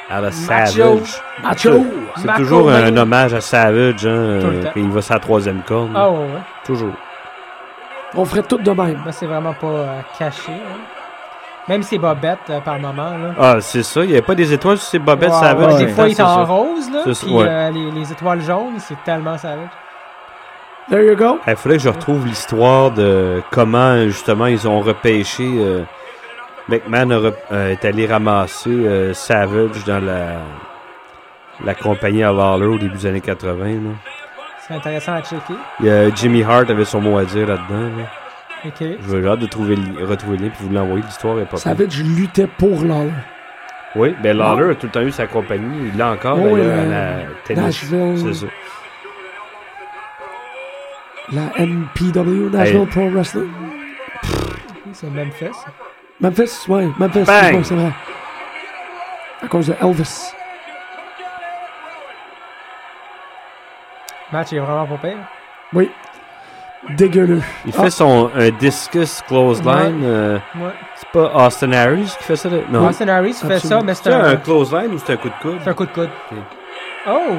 [SPEAKER 5] à la
[SPEAKER 4] Macho.
[SPEAKER 5] Savage.
[SPEAKER 3] Macho.
[SPEAKER 5] C'est
[SPEAKER 4] Macho
[SPEAKER 5] toujours un
[SPEAKER 4] Man.
[SPEAKER 5] hommage à Savage, hein.
[SPEAKER 4] Tout le
[SPEAKER 5] euh,
[SPEAKER 4] temps.
[SPEAKER 5] quand il va sa troisième corde.
[SPEAKER 4] Ah ouais, ouais.
[SPEAKER 5] Toujours.
[SPEAKER 3] On ferait tout de même.
[SPEAKER 4] Moi, c'est vraiment pas euh, caché, hein. Même ses bobettes, euh, par moment, là.
[SPEAKER 5] Ah, c'est ça. Il y avait pas des étoiles sur ses bobettes
[SPEAKER 4] Wow,
[SPEAKER 5] Savage.
[SPEAKER 4] ouais,
[SPEAKER 5] tout le
[SPEAKER 4] Des
[SPEAKER 5] temps,
[SPEAKER 4] fois, il est
[SPEAKER 5] c'est
[SPEAKER 4] en
[SPEAKER 5] ça.
[SPEAKER 4] rose, là.
[SPEAKER 5] C'est ça,
[SPEAKER 4] Puis
[SPEAKER 5] ouais.
[SPEAKER 4] euh, les, les étoiles jaunes, c'est tellement savage.
[SPEAKER 3] There you go.
[SPEAKER 5] Il faudrait que je retrouve l'histoire de comment justement ils ont repêché. euh, McMahon a rep- euh, est allé ramasser euh, Savage dans la, la compagnie à Lawler au début des années 80. là.
[SPEAKER 4] C'est intéressant à checker.
[SPEAKER 5] Il y a Jimmy Hart avait son mot à dire là-dedans. là.
[SPEAKER 4] OK.
[SPEAKER 5] Je veux hâte de trouver le- retrouver le lien puis vous l'envoyer. L'histoire est pas
[SPEAKER 3] Ça
[SPEAKER 5] pire.
[SPEAKER 3] veut dire que je luttais pour l'homme.
[SPEAKER 5] Oui, ben Lawler a tout le temps eu sa compagnie. Il l'a encore
[SPEAKER 3] Oui,
[SPEAKER 5] d'ailleurs,
[SPEAKER 3] euh,
[SPEAKER 5] à la tennis.
[SPEAKER 3] Nashville.
[SPEAKER 5] C'est ça.
[SPEAKER 3] La NPW, National Pro Wrestling.
[SPEAKER 4] C'est Memphis.
[SPEAKER 3] Memphis, ouais, Memphis,
[SPEAKER 5] Bang!
[SPEAKER 3] excuse-moi, c'est vrai. À cause de Elvis.
[SPEAKER 4] Le match est vraiment pas pire.
[SPEAKER 3] Oui. Dégueuleux.
[SPEAKER 5] Il
[SPEAKER 3] Ah.
[SPEAKER 5] fait son un discus clothesline. euh,
[SPEAKER 4] Ouais.
[SPEAKER 5] c'est pas Austin Harris qui fait ça? là? Non.
[SPEAKER 4] Austin Harris fait
[SPEAKER 3] Absolument.
[SPEAKER 4] ça, mais c'est
[SPEAKER 5] C'est un
[SPEAKER 4] un,
[SPEAKER 5] clothesline ou c'est un coup de coude?
[SPEAKER 4] c'est un coup de coude.
[SPEAKER 5] Ok.
[SPEAKER 4] Oh!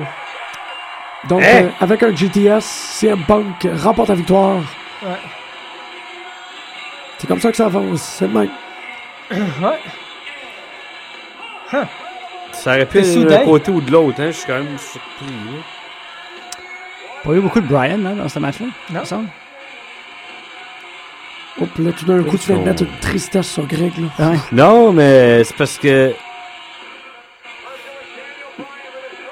[SPEAKER 3] Donc,
[SPEAKER 5] Hey!
[SPEAKER 3] euh, avec un GTS, CM Punk remporte la victoire.
[SPEAKER 4] Ouais.
[SPEAKER 3] C'est comme ça que ça avance. C'est le même.
[SPEAKER 4] Ouais.
[SPEAKER 5] Ça aurait pu
[SPEAKER 4] C'est
[SPEAKER 5] être
[SPEAKER 4] soudain.
[SPEAKER 5] d'un côté ou de l'autre, hein. Je suis quand même surpris. là.
[SPEAKER 6] Pas eu beaucoup de Brian, hein, dans ce match-là.
[SPEAKER 4] Non.
[SPEAKER 6] il me semble.
[SPEAKER 3] Hop, là, tout d'un coup, tu viens de
[SPEAKER 5] Son-
[SPEAKER 3] mettre une tristesse sur Greg, là.
[SPEAKER 5] Non, mais c'est parce que.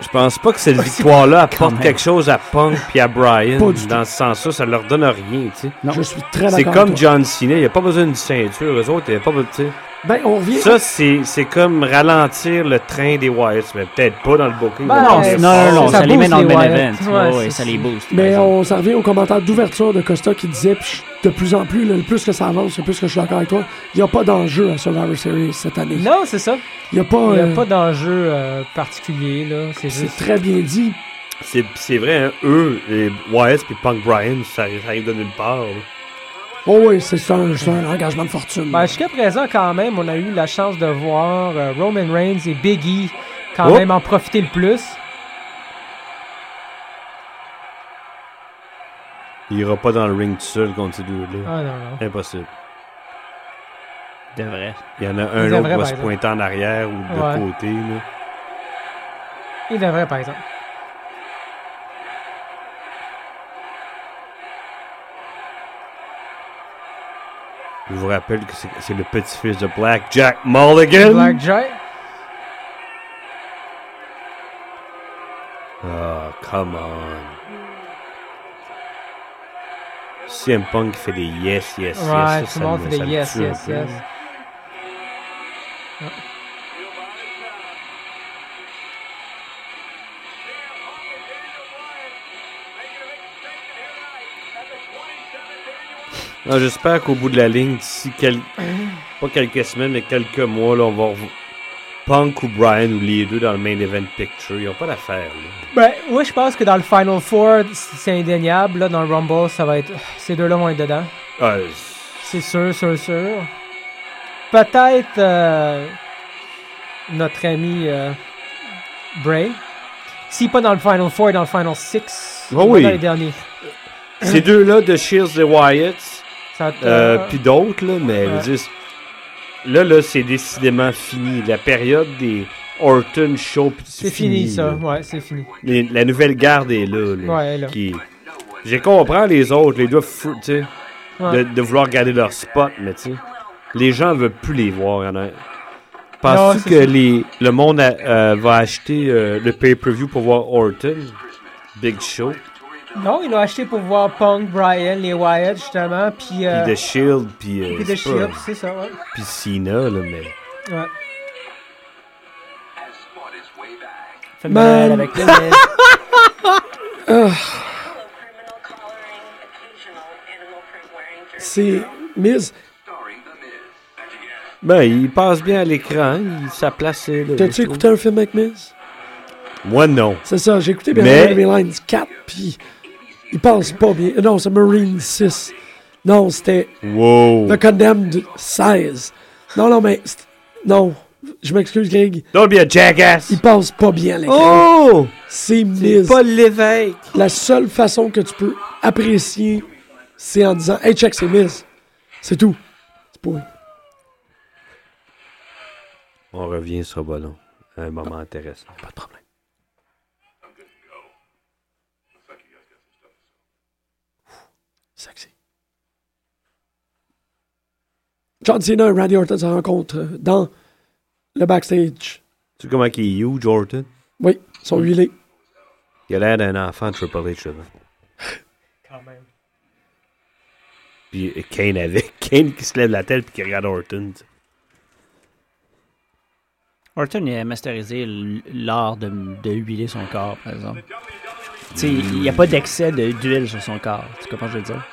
[SPEAKER 5] Je pense pas que cette victoire-là apporte
[SPEAKER 6] même.
[SPEAKER 5] quelque chose à Punk puis à Brian.
[SPEAKER 3] Pas du
[SPEAKER 5] Dans ce sens-là, ça leur donne rien, tu sais.
[SPEAKER 6] Non.
[SPEAKER 3] Je suis très d'accord.
[SPEAKER 5] C'est
[SPEAKER 3] avec
[SPEAKER 5] comme
[SPEAKER 3] toi.
[SPEAKER 5] John Cena, il a pas besoin d'une ceinture, eux autres, il a pas besoin, tu sais.
[SPEAKER 3] Ben, on revient.
[SPEAKER 5] Ça, c'est c'est comme ralentir le train des Wyatts, mais peut-être pas dans le booking.
[SPEAKER 4] Ben
[SPEAKER 5] on
[SPEAKER 4] non,
[SPEAKER 5] sait
[SPEAKER 4] c'est-
[SPEAKER 6] Non, non,
[SPEAKER 5] pas.
[SPEAKER 6] non,
[SPEAKER 4] Ça
[SPEAKER 6] ça, les met
[SPEAKER 4] booste
[SPEAKER 6] dans le
[SPEAKER 4] les
[SPEAKER 6] main
[SPEAKER 4] Wyatt.
[SPEAKER 6] event. Ouais,
[SPEAKER 4] Ouais,
[SPEAKER 6] ouais,
[SPEAKER 4] c'est
[SPEAKER 6] ça
[SPEAKER 4] ça.
[SPEAKER 6] les booste. par
[SPEAKER 3] Mais
[SPEAKER 6] exemple.
[SPEAKER 3] on s'en revient au commentaire d'ouverture de Costa qui disait, puis je- de plus en plus, là, le plus que ça avance, le plus que je suis d'accord avec toi, il n'y a pas d'enjeu à Survivor Series cette année.
[SPEAKER 4] Non, c'est ça.
[SPEAKER 3] Il n'y a pas.
[SPEAKER 4] Il n'y
[SPEAKER 3] euh,
[SPEAKER 4] a pas d'enjeu euh, particulier, là. C'est
[SPEAKER 3] C'est
[SPEAKER 4] juste.
[SPEAKER 3] très bien dit.
[SPEAKER 5] C'est c'est vrai, hein, eux, les YS puis Punk Brian, ça, ça arrive de nulle part. là.
[SPEAKER 3] Oh oui, c'est c'est un, c'est un engagement de fortune.
[SPEAKER 4] Ben, jusqu'à présent, quand même, on a eu la chance de voir euh, Roman Reigns et Biggie quand
[SPEAKER 5] Oh.
[SPEAKER 4] même en profiter le plus.
[SPEAKER 5] Il ira pas dans le ring tout seul contre ces deux-là.
[SPEAKER 4] Ah non, non.
[SPEAKER 5] Impossible.
[SPEAKER 6] De vrai.
[SPEAKER 5] Il y en a un
[SPEAKER 4] Il devrait,
[SPEAKER 5] autre qui va
[SPEAKER 4] par
[SPEAKER 5] se
[SPEAKER 4] exemple.
[SPEAKER 5] pointer en arrière ou de
[SPEAKER 4] Ouais.
[SPEAKER 5] côté. là.
[SPEAKER 4] Il devrait, par exemple.
[SPEAKER 5] Je vous rappelle que c'est c'est le petit-fils de Black Jack Mulligan.
[SPEAKER 4] Black Jack.
[SPEAKER 5] Ah, come on. CM Punk fait des yes, yes, yes.
[SPEAKER 4] Ouais,
[SPEAKER 5] ça,
[SPEAKER 4] tout
[SPEAKER 5] ça
[SPEAKER 4] le monde
[SPEAKER 5] me-
[SPEAKER 4] fait
[SPEAKER 5] ça
[SPEAKER 4] des
[SPEAKER 5] me
[SPEAKER 4] yes,
[SPEAKER 5] tue un
[SPEAKER 4] yes,
[SPEAKER 5] peu.
[SPEAKER 4] yes.
[SPEAKER 5] Non, J'espère qu'au bout de la ligne, d'ici quel- pas quelques semaines, mais quelques mois, là, on va revo- Punk ou Brian ou les deux dans le main event picture. Ils ont pas d'affaire. là.
[SPEAKER 4] Ben, oui, je pense que dans le Final Four, c- c'est indéniable. Là, dans le Rumble, ça va être. Ces deux-là vont être dedans.
[SPEAKER 5] Ah, c'est-
[SPEAKER 4] C'est sûr, sûr, sûr. Peut-être euh, notre ami euh, Bray. Si pas dans le Final Four et dans le Final Six,
[SPEAKER 5] Oh
[SPEAKER 4] au moins
[SPEAKER 5] oui.
[SPEAKER 4] dans les derniers.
[SPEAKER 5] Ces deux-là de Shields et Wyatt,
[SPEAKER 4] Ça va être,
[SPEAKER 5] euh,
[SPEAKER 4] euh,
[SPEAKER 5] puis d'autres, là, mais je veux dire, c'est- là, là, c'est décidément fini. La période des Orton Show, puis
[SPEAKER 4] c'est fini, ça.
[SPEAKER 5] là.
[SPEAKER 4] Ouais, c'est fini.
[SPEAKER 5] Les- la nouvelle garde est là. là,
[SPEAKER 4] Ouais, elle est là.
[SPEAKER 5] qui- J'ai compris les autres, les doigts fous, tu sais,
[SPEAKER 4] Ouais.
[SPEAKER 5] de, de vouloir garder leur spot, mais tu sais, les gens veulent plus les voir. y en a-
[SPEAKER 4] Non,
[SPEAKER 5] Penses-tu
[SPEAKER 4] c'est
[SPEAKER 5] que
[SPEAKER 4] ça.
[SPEAKER 5] les, le monde a- euh, va acheter euh, le pay-per-view pour voir Orton, Big Show,
[SPEAKER 4] Non, ils l'ont acheté pour voir Punk, Brian, les Wyatt, justement, puis. euh,
[SPEAKER 5] puis The Shield, puis euh,
[SPEAKER 4] puis The
[SPEAKER 5] c'est pas-
[SPEAKER 4] Shield, c'est ça, ouais.
[SPEAKER 5] puis Cena, là, mais
[SPEAKER 4] ouais.
[SPEAKER 6] Fais mal avec le mais-
[SPEAKER 8] Hello, criminal collaring, occasional animal print wearing jersey.
[SPEAKER 3] C'est Miz.
[SPEAKER 5] ben, il passe bien à l'écran, il- sa place est là. je
[SPEAKER 3] T'as-tu
[SPEAKER 5] trouve.
[SPEAKER 3] écouté un film avec Miz?
[SPEAKER 5] Moi, non.
[SPEAKER 3] C'est ça, j'ai écouté
[SPEAKER 5] Mais-
[SPEAKER 3] Behind Enemy Lines 4, puis il passe pas bien. Non, c'est Marine 6. Non, c'était
[SPEAKER 5] Wow.
[SPEAKER 3] The Condemned 16. Non, non, mais... c'est- Non, je m'excuse, Greg.
[SPEAKER 5] Don't be a jackass.
[SPEAKER 3] Il passe pas bien, les gars.
[SPEAKER 5] Oh!
[SPEAKER 3] C'est Miz.
[SPEAKER 5] Paul Lévesque.
[SPEAKER 3] La seule façon que tu peux apprécier, c'est en disant « Hey, check, c'est Miz. » C'est tout. C'est pas...
[SPEAKER 5] On revient sur Bono. Un moment intéressant. Pas de problème.
[SPEAKER 3] Sexy. John Cena et Randy Orton se rencontrent euh, dans le backstage.
[SPEAKER 5] Tu sais comment il est huge, Orton?
[SPEAKER 3] Oui, ils sont huilés.
[SPEAKER 5] Il a l'air d'un enfant de Triple H, là.
[SPEAKER 4] Quand même.
[SPEAKER 5] Puis euh, Kane avec. Kane qui se lève la tête puis qui regarde Orton. tu sais.
[SPEAKER 6] Orton il a masterisé l- l'art de, de huiler son corps, par exemple. Tu sais, il n'y a pas d'excès de- d'huile sur son corps. Tu comprends ce que je veux dire?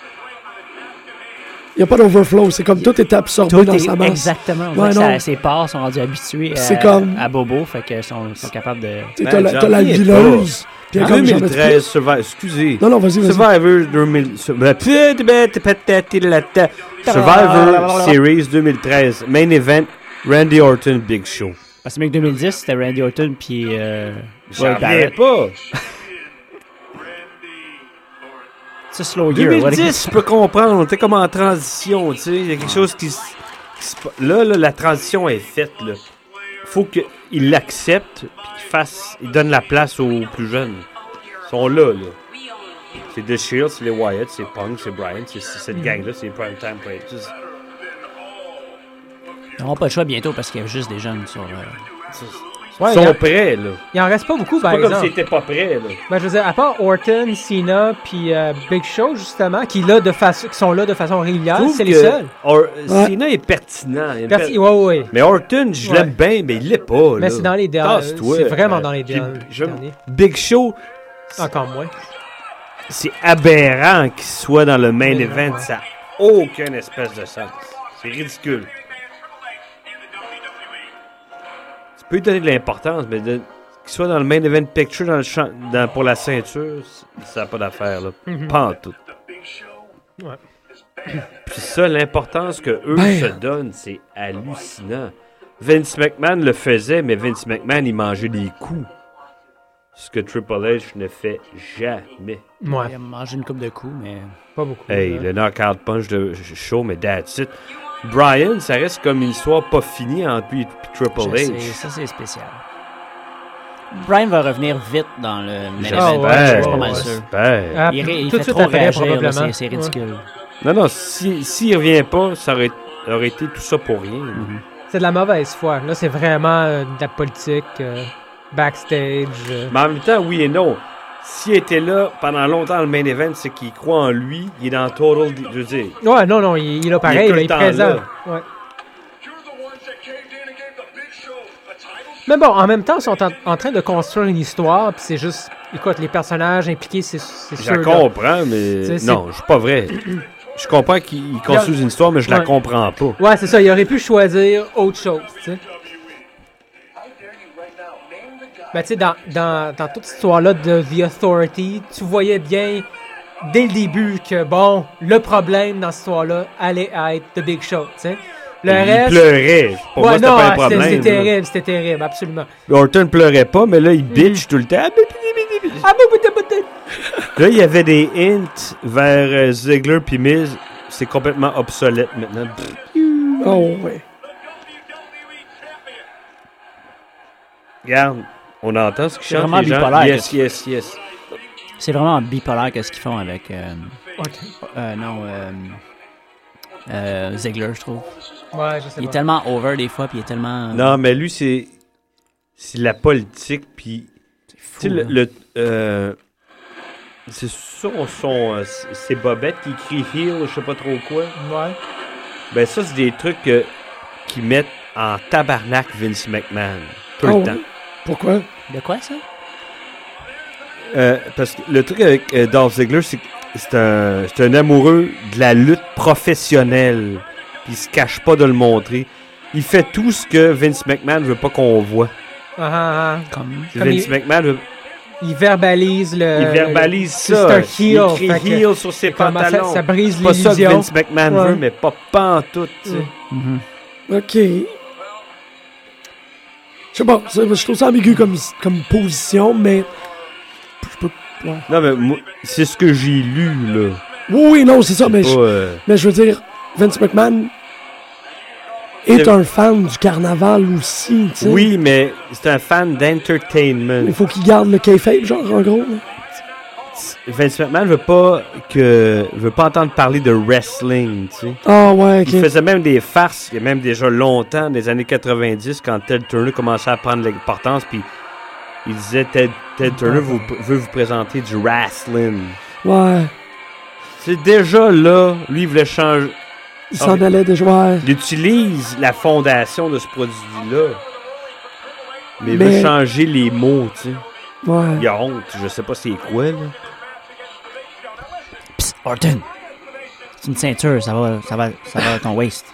[SPEAKER 3] Il n'y a pas d'overflow, c'est comme tout est absorbé
[SPEAKER 6] Tout
[SPEAKER 3] dans
[SPEAKER 6] est
[SPEAKER 3] sa masse.
[SPEAKER 6] Exactement. On
[SPEAKER 3] Ouais,
[SPEAKER 6] dirait que
[SPEAKER 3] non.
[SPEAKER 6] sa- ses parts sont rendus habitués à,
[SPEAKER 3] C'est comme-
[SPEAKER 6] à Bobo, fait qu'ils sont, sont capables de.
[SPEAKER 3] Tu sais,
[SPEAKER 5] Ben,
[SPEAKER 3] T'as la,
[SPEAKER 5] j'en
[SPEAKER 3] t'as la
[SPEAKER 5] reviens
[SPEAKER 3] huileuse. Puis
[SPEAKER 5] Hein?
[SPEAKER 3] elle est comme, j'en ai plus.
[SPEAKER 5] 2013, Survivor. Excusez.
[SPEAKER 3] Non, non, vas-y, vas-y.
[SPEAKER 5] Survivor 2000. sur- ben, put- ben, t- patati la ta- Survivor Series 2013. Main event. Randy Orton, Big Show.
[SPEAKER 6] Parce que mec 2010, c'était Randy Orton puis euh, Wade
[SPEAKER 5] reviens
[SPEAKER 6] Barrett.
[SPEAKER 5] pas.
[SPEAKER 6] C'est slow year. what a-
[SPEAKER 5] 2010, je peux comprendre. T'es comme en transition, tu sais. Il y a quelque chose qui, se- qui se pa- là, là, la transition est faite, là. Faut qu'il l'accepte, puis qu'il fasse... Il donne la place aux plus jeunes. Ils sont là, là. C'est The Shield, c'est les Wyatt, c'est Punk, c'est Bryan, c'est c'est
[SPEAKER 4] Mm.
[SPEAKER 5] cette gang-là, c'est Prime Time Players.
[SPEAKER 6] Ils n'auront pas le choix bientôt parce qu'il y a juste des jeunes sur. euh,
[SPEAKER 5] Ils
[SPEAKER 4] Ouais, il,
[SPEAKER 5] sont
[SPEAKER 4] en,
[SPEAKER 5] prêts, là.
[SPEAKER 4] il en reste pas beaucoup, par
[SPEAKER 5] Pas comme
[SPEAKER 4] exemple.
[SPEAKER 5] s'ils étaient pas prêts, là.
[SPEAKER 4] Ben, je veux dire, à part Orton, Cena, puis euh, Big Show, justement, qui, là, de façon- qui sont là de façon régulière,
[SPEAKER 5] Trouve
[SPEAKER 4] Ah, c'est
[SPEAKER 5] que Ben,
[SPEAKER 4] les seuls.
[SPEAKER 5] Or- Cena est pertinent. Il est
[SPEAKER 4] Perti- ouais, ouais, ouais.
[SPEAKER 5] Mais Orton, je
[SPEAKER 4] Ouais.
[SPEAKER 5] l'aime bien, mais il l'est pas.
[SPEAKER 4] Mais
[SPEAKER 5] là.
[SPEAKER 4] c'est dans les derniers.
[SPEAKER 5] Tasse-toi,
[SPEAKER 4] C'est vraiment
[SPEAKER 5] euh,
[SPEAKER 4] dans les
[SPEAKER 5] puis
[SPEAKER 4] derniers.
[SPEAKER 5] je-
[SPEAKER 4] derniers.
[SPEAKER 5] Big Show,
[SPEAKER 4] Encore moins.
[SPEAKER 5] c'est aberrant qu'il soit dans le main
[SPEAKER 4] Mais
[SPEAKER 5] event.
[SPEAKER 4] ouais.
[SPEAKER 5] Ça n'a aucune espèce de sens. C'est ridicule. Tu peux lui donner de l'importance, mais de- qu'il soit dans le main event picture dans le champ- dans- pour la ceinture, c- ça n'a pas d'affaire, là.
[SPEAKER 4] Mhm.
[SPEAKER 5] Pas en tout.
[SPEAKER 4] Ouais.
[SPEAKER 5] Puis ça, l'importance que eux
[SPEAKER 3] Ben.
[SPEAKER 5] se donnent, c'est hallucinant. Vince McMahon le faisait, mais Vince McMahon, il mangeait des coups. Ce que Triple H ne fait jamais.
[SPEAKER 6] Il
[SPEAKER 4] Ouais,
[SPEAKER 6] a mangé une coupe de coups, mais.
[SPEAKER 4] pas beaucoup.
[SPEAKER 5] Hey, le knockout punch de show, mais that's it. Brian, ça reste comme une histoire pas finie entre lui et Triple
[SPEAKER 6] je sais,
[SPEAKER 5] H.
[SPEAKER 6] ça, c'est spécial. Brian va revenir vite dans
[SPEAKER 5] Ah
[SPEAKER 6] le main event.
[SPEAKER 4] ouais,
[SPEAKER 6] je suis pas
[SPEAKER 4] ouais,
[SPEAKER 6] mal
[SPEAKER 4] ouais.
[SPEAKER 6] sûr.
[SPEAKER 5] j'espère.
[SPEAKER 4] Ah,
[SPEAKER 6] Il, ré- il
[SPEAKER 4] tout de
[SPEAKER 6] fait
[SPEAKER 4] suite
[SPEAKER 6] trop
[SPEAKER 4] après,
[SPEAKER 6] réagir, là,
[SPEAKER 4] probablement.
[SPEAKER 6] c'est c'est ridicule.
[SPEAKER 5] Non, non, s'il si, s'il revient pas, ça aurait, aurait été tout ça pour rien. là.
[SPEAKER 6] Mm-hmm.
[SPEAKER 4] C'est de la mauvaise foi. Là, c'est vraiment euh, de la politique, euh, backstage. euh.
[SPEAKER 5] Mais en même temps, oui et non. S'il était là pendant longtemps le main event, c'est qu'il croit en lui. Il est dans total. Je veux dire,
[SPEAKER 4] Ouais, non, non, il, il est là pareil,
[SPEAKER 5] tout
[SPEAKER 4] là,
[SPEAKER 5] le
[SPEAKER 4] il est
[SPEAKER 5] temps
[SPEAKER 4] présent.
[SPEAKER 5] là.
[SPEAKER 4] Ouais.
[SPEAKER 7] You're the ones that caved in and gave the big show a title
[SPEAKER 4] Mais bon, en même temps, ils sont en, en train de construire une histoire, puis c'est juste, écoute, les personnages impliqués, c'est c'est
[SPEAKER 5] je la
[SPEAKER 4] sûr. là.
[SPEAKER 5] comprends, mais
[SPEAKER 4] C'est- c'est-
[SPEAKER 5] non, je suis pas vrai. je comprends qu'il construise une histoire, mais je la
[SPEAKER 4] Ouais.
[SPEAKER 5] comprends pas.
[SPEAKER 4] Ouais, c'est ça, il aurait pu choisir autre chose, tu sais. Ben, tu sais, dans, dans, dans toute cette histoire-là de The Authority, tu voyais bien dès le début que, bon, le problème dans cette histoire-là allait être The Big Show, tu sais. Le
[SPEAKER 5] il
[SPEAKER 4] reste.
[SPEAKER 5] pleurait. Pour moi,
[SPEAKER 4] ouais,
[SPEAKER 5] c'était
[SPEAKER 4] non,
[SPEAKER 5] pas un
[SPEAKER 4] c'était-
[SPEAKER 5] problème.
[SPEAKER 4] c'était
[SPEAKER 5] là.
[SPEAKER 4] terrible, c'était terrible, absolument.
[SPEAKER 5] Orton pleurait pas, mais là, il bitch tout le temps. Ah, bi- bi- bi- bi-
[SPEAKER 4] Ah, bah, bah, bah, bah,
[SPEAKER 5] bi- Là, il y avait des hints vers euh, Ziggler puis Miz. C'est complètement obsolète maintenant. Pff,
[SPEAKER 3] Oh, ouais.
[SPEAKER 5] regarde, on entend ce qu'ils
[SPEAKER 6] C'est
[SPEAKER 5] chantent
[SPEAKER 6] vraiment
[SPEAKER 5] les gens.
[SPEAKER 6] bipolaire,
[SPEAKER 5] Yes,
[SPEAKER 6] qu'est-ce-
[SPEAKER 5] yes, yes.
[SPEAKER 6] C'est vraiment bipolaire que ce qu'ils font avec. euh,
[SPEAKER 4] Ok.
[SPEAKER 6] euh, non, euh, euh, Ziegler, je trouve.
[SPEAKER 4] Ouais, je sais
[SPEAKER 6] Il est
[SPEAKER 4] pas.
[SPEAKER 6] tellement over des fois, puis il est tellement. euh,
[SPEAKER 5] Non, mais lui, c'est c'est la politique, puis...
[SPEAKER 6] fou,
[SPEAKER 5] Tu
[SPEAKER 6] hein.
[SPEAKER 5] sais, le...
[SPEAKER 6] là.
[SPEAKER 5] le- euh, c'est son... son euh, c- c'est Bobette qui crie « heel », je sais pas trop quoi.
[SPEAKER 4] Ouais.
[SPEAKER 5] Ben ça, c'est des trucs que- qui mettent en tabarnak Vince McMahon, tout
[SPEAKER 3] Ah
[SPEAKER 5] le
[SPEAKER 3] ouais?
[SPEAKER 5] temps.
[SPEAKER 3] Pourquoi?
[SPEAKER 6] De quoi ça?
[SPEAKER 5] Euh, parce que le truc avec euh, Dolph Ziggler, c'est que c'est un, c'est un amoureux de la lutte professionnelle. Puis il se cache pas de le montrer. Il fait tout ce que Vince McMahon veut pas qu'on voit.
[SPEAKER 4] Ah, ah, ah.
[SPEAKER 6] Comme.
[SPEAKER 4] Comme
[SPEAKER 5] Vince
[SPEAKER 4] il-
[SPEAKER 5] McMahon, veut-
[SPEAKER 4] Il verbalise le.
[SPEAKER 5] il verbalise
[SPEAKER 4] c'est
[SPEAKER 5] ça.
[SPEAKER 4] un heel,
[SPEAKER 5] il
[SPEAKER 4] fait
[SPEAKER 5] écrit
[SPEAKER 4] que-
[SPEAKER 5] heel sur ses
[SPEAKER 4] Comment ça-
[SPEAKER 5] pantalons.
[SPEAKER 4] ça, brise
[SPEAKER 5] C'est pas ça que
[SPEAKER 4] l'illusion.
[SPEAKER 5] Vince McMahon
[SPEAKER 4] Ouais. Mm.
[SPEAKER 5] veut, mais pas pantoute. tu sais.
[SPEAKER 4] Ouais.
[SPEAKER 6] Mhm.
[SPEAKER 3] OK. Je sais pas, c'est- je trouve ça ambigu comme, comme position, mais... Je peux... ouais.
[SPEAKER 5] Non, mais moi, c'est ce que j'ai lu, là.
[SPEAKER 3] Oui, oui, non, c'est ça, mais,
[SPEAKER 5] Pas,
[SPEAKER 3] je,
[SPEAKER 5] euh,
[SPEAKER 3] mais je veux dire, Vince McMahon est
[SPEAKER 5] C'est-
[SPEAKER 3] un fan du carnaval aussi, tu sais.
[SPEAKER 5] Oui, mais c'est un fan d'entertainment.
[SPEAKER 3] Il faut qu'il garde le kayfabe, genre, en gros. là.
[SPEAKER 5] Vince McMahon veut pas que veut pas entendre parler de wrestling, tu sais.
[SPEAKER 3] Ah ouais,
[SPEAKER 5] Il
[SPEAKER 3] OK.
[SPEAKER 5] faisait même des farces, il y a même déjà longtemps, des années 90, quand Ted Turner commençait à prendre l'importance, puis il disait Ted, Ted Turner vous- veut vous présenter du wrestling.
[SPEAKER 3] Ouais,
[SPEAKER 5] C'est déjà là, lui il voulait changer.
[SPEAKER 3] il
[SPEAKER 5] Ah,
[SPEAKER 3] s'en allait déjà. Ouais.
[SPEAKER 5] Il utilise la fondation de ce produit-là, mais il
[SPEAKER 3] Mais-
[SPEAKER 5] veut changer les mots, tu sais.
[SPEAKER 3] ouais.
[SPEAKER 5] Il a honte, je sais pas c'est quoi, là.
[SPEAKER 6] Psst, Orton! C'est une ceinture, ça va, ça va, ça va à ton waist.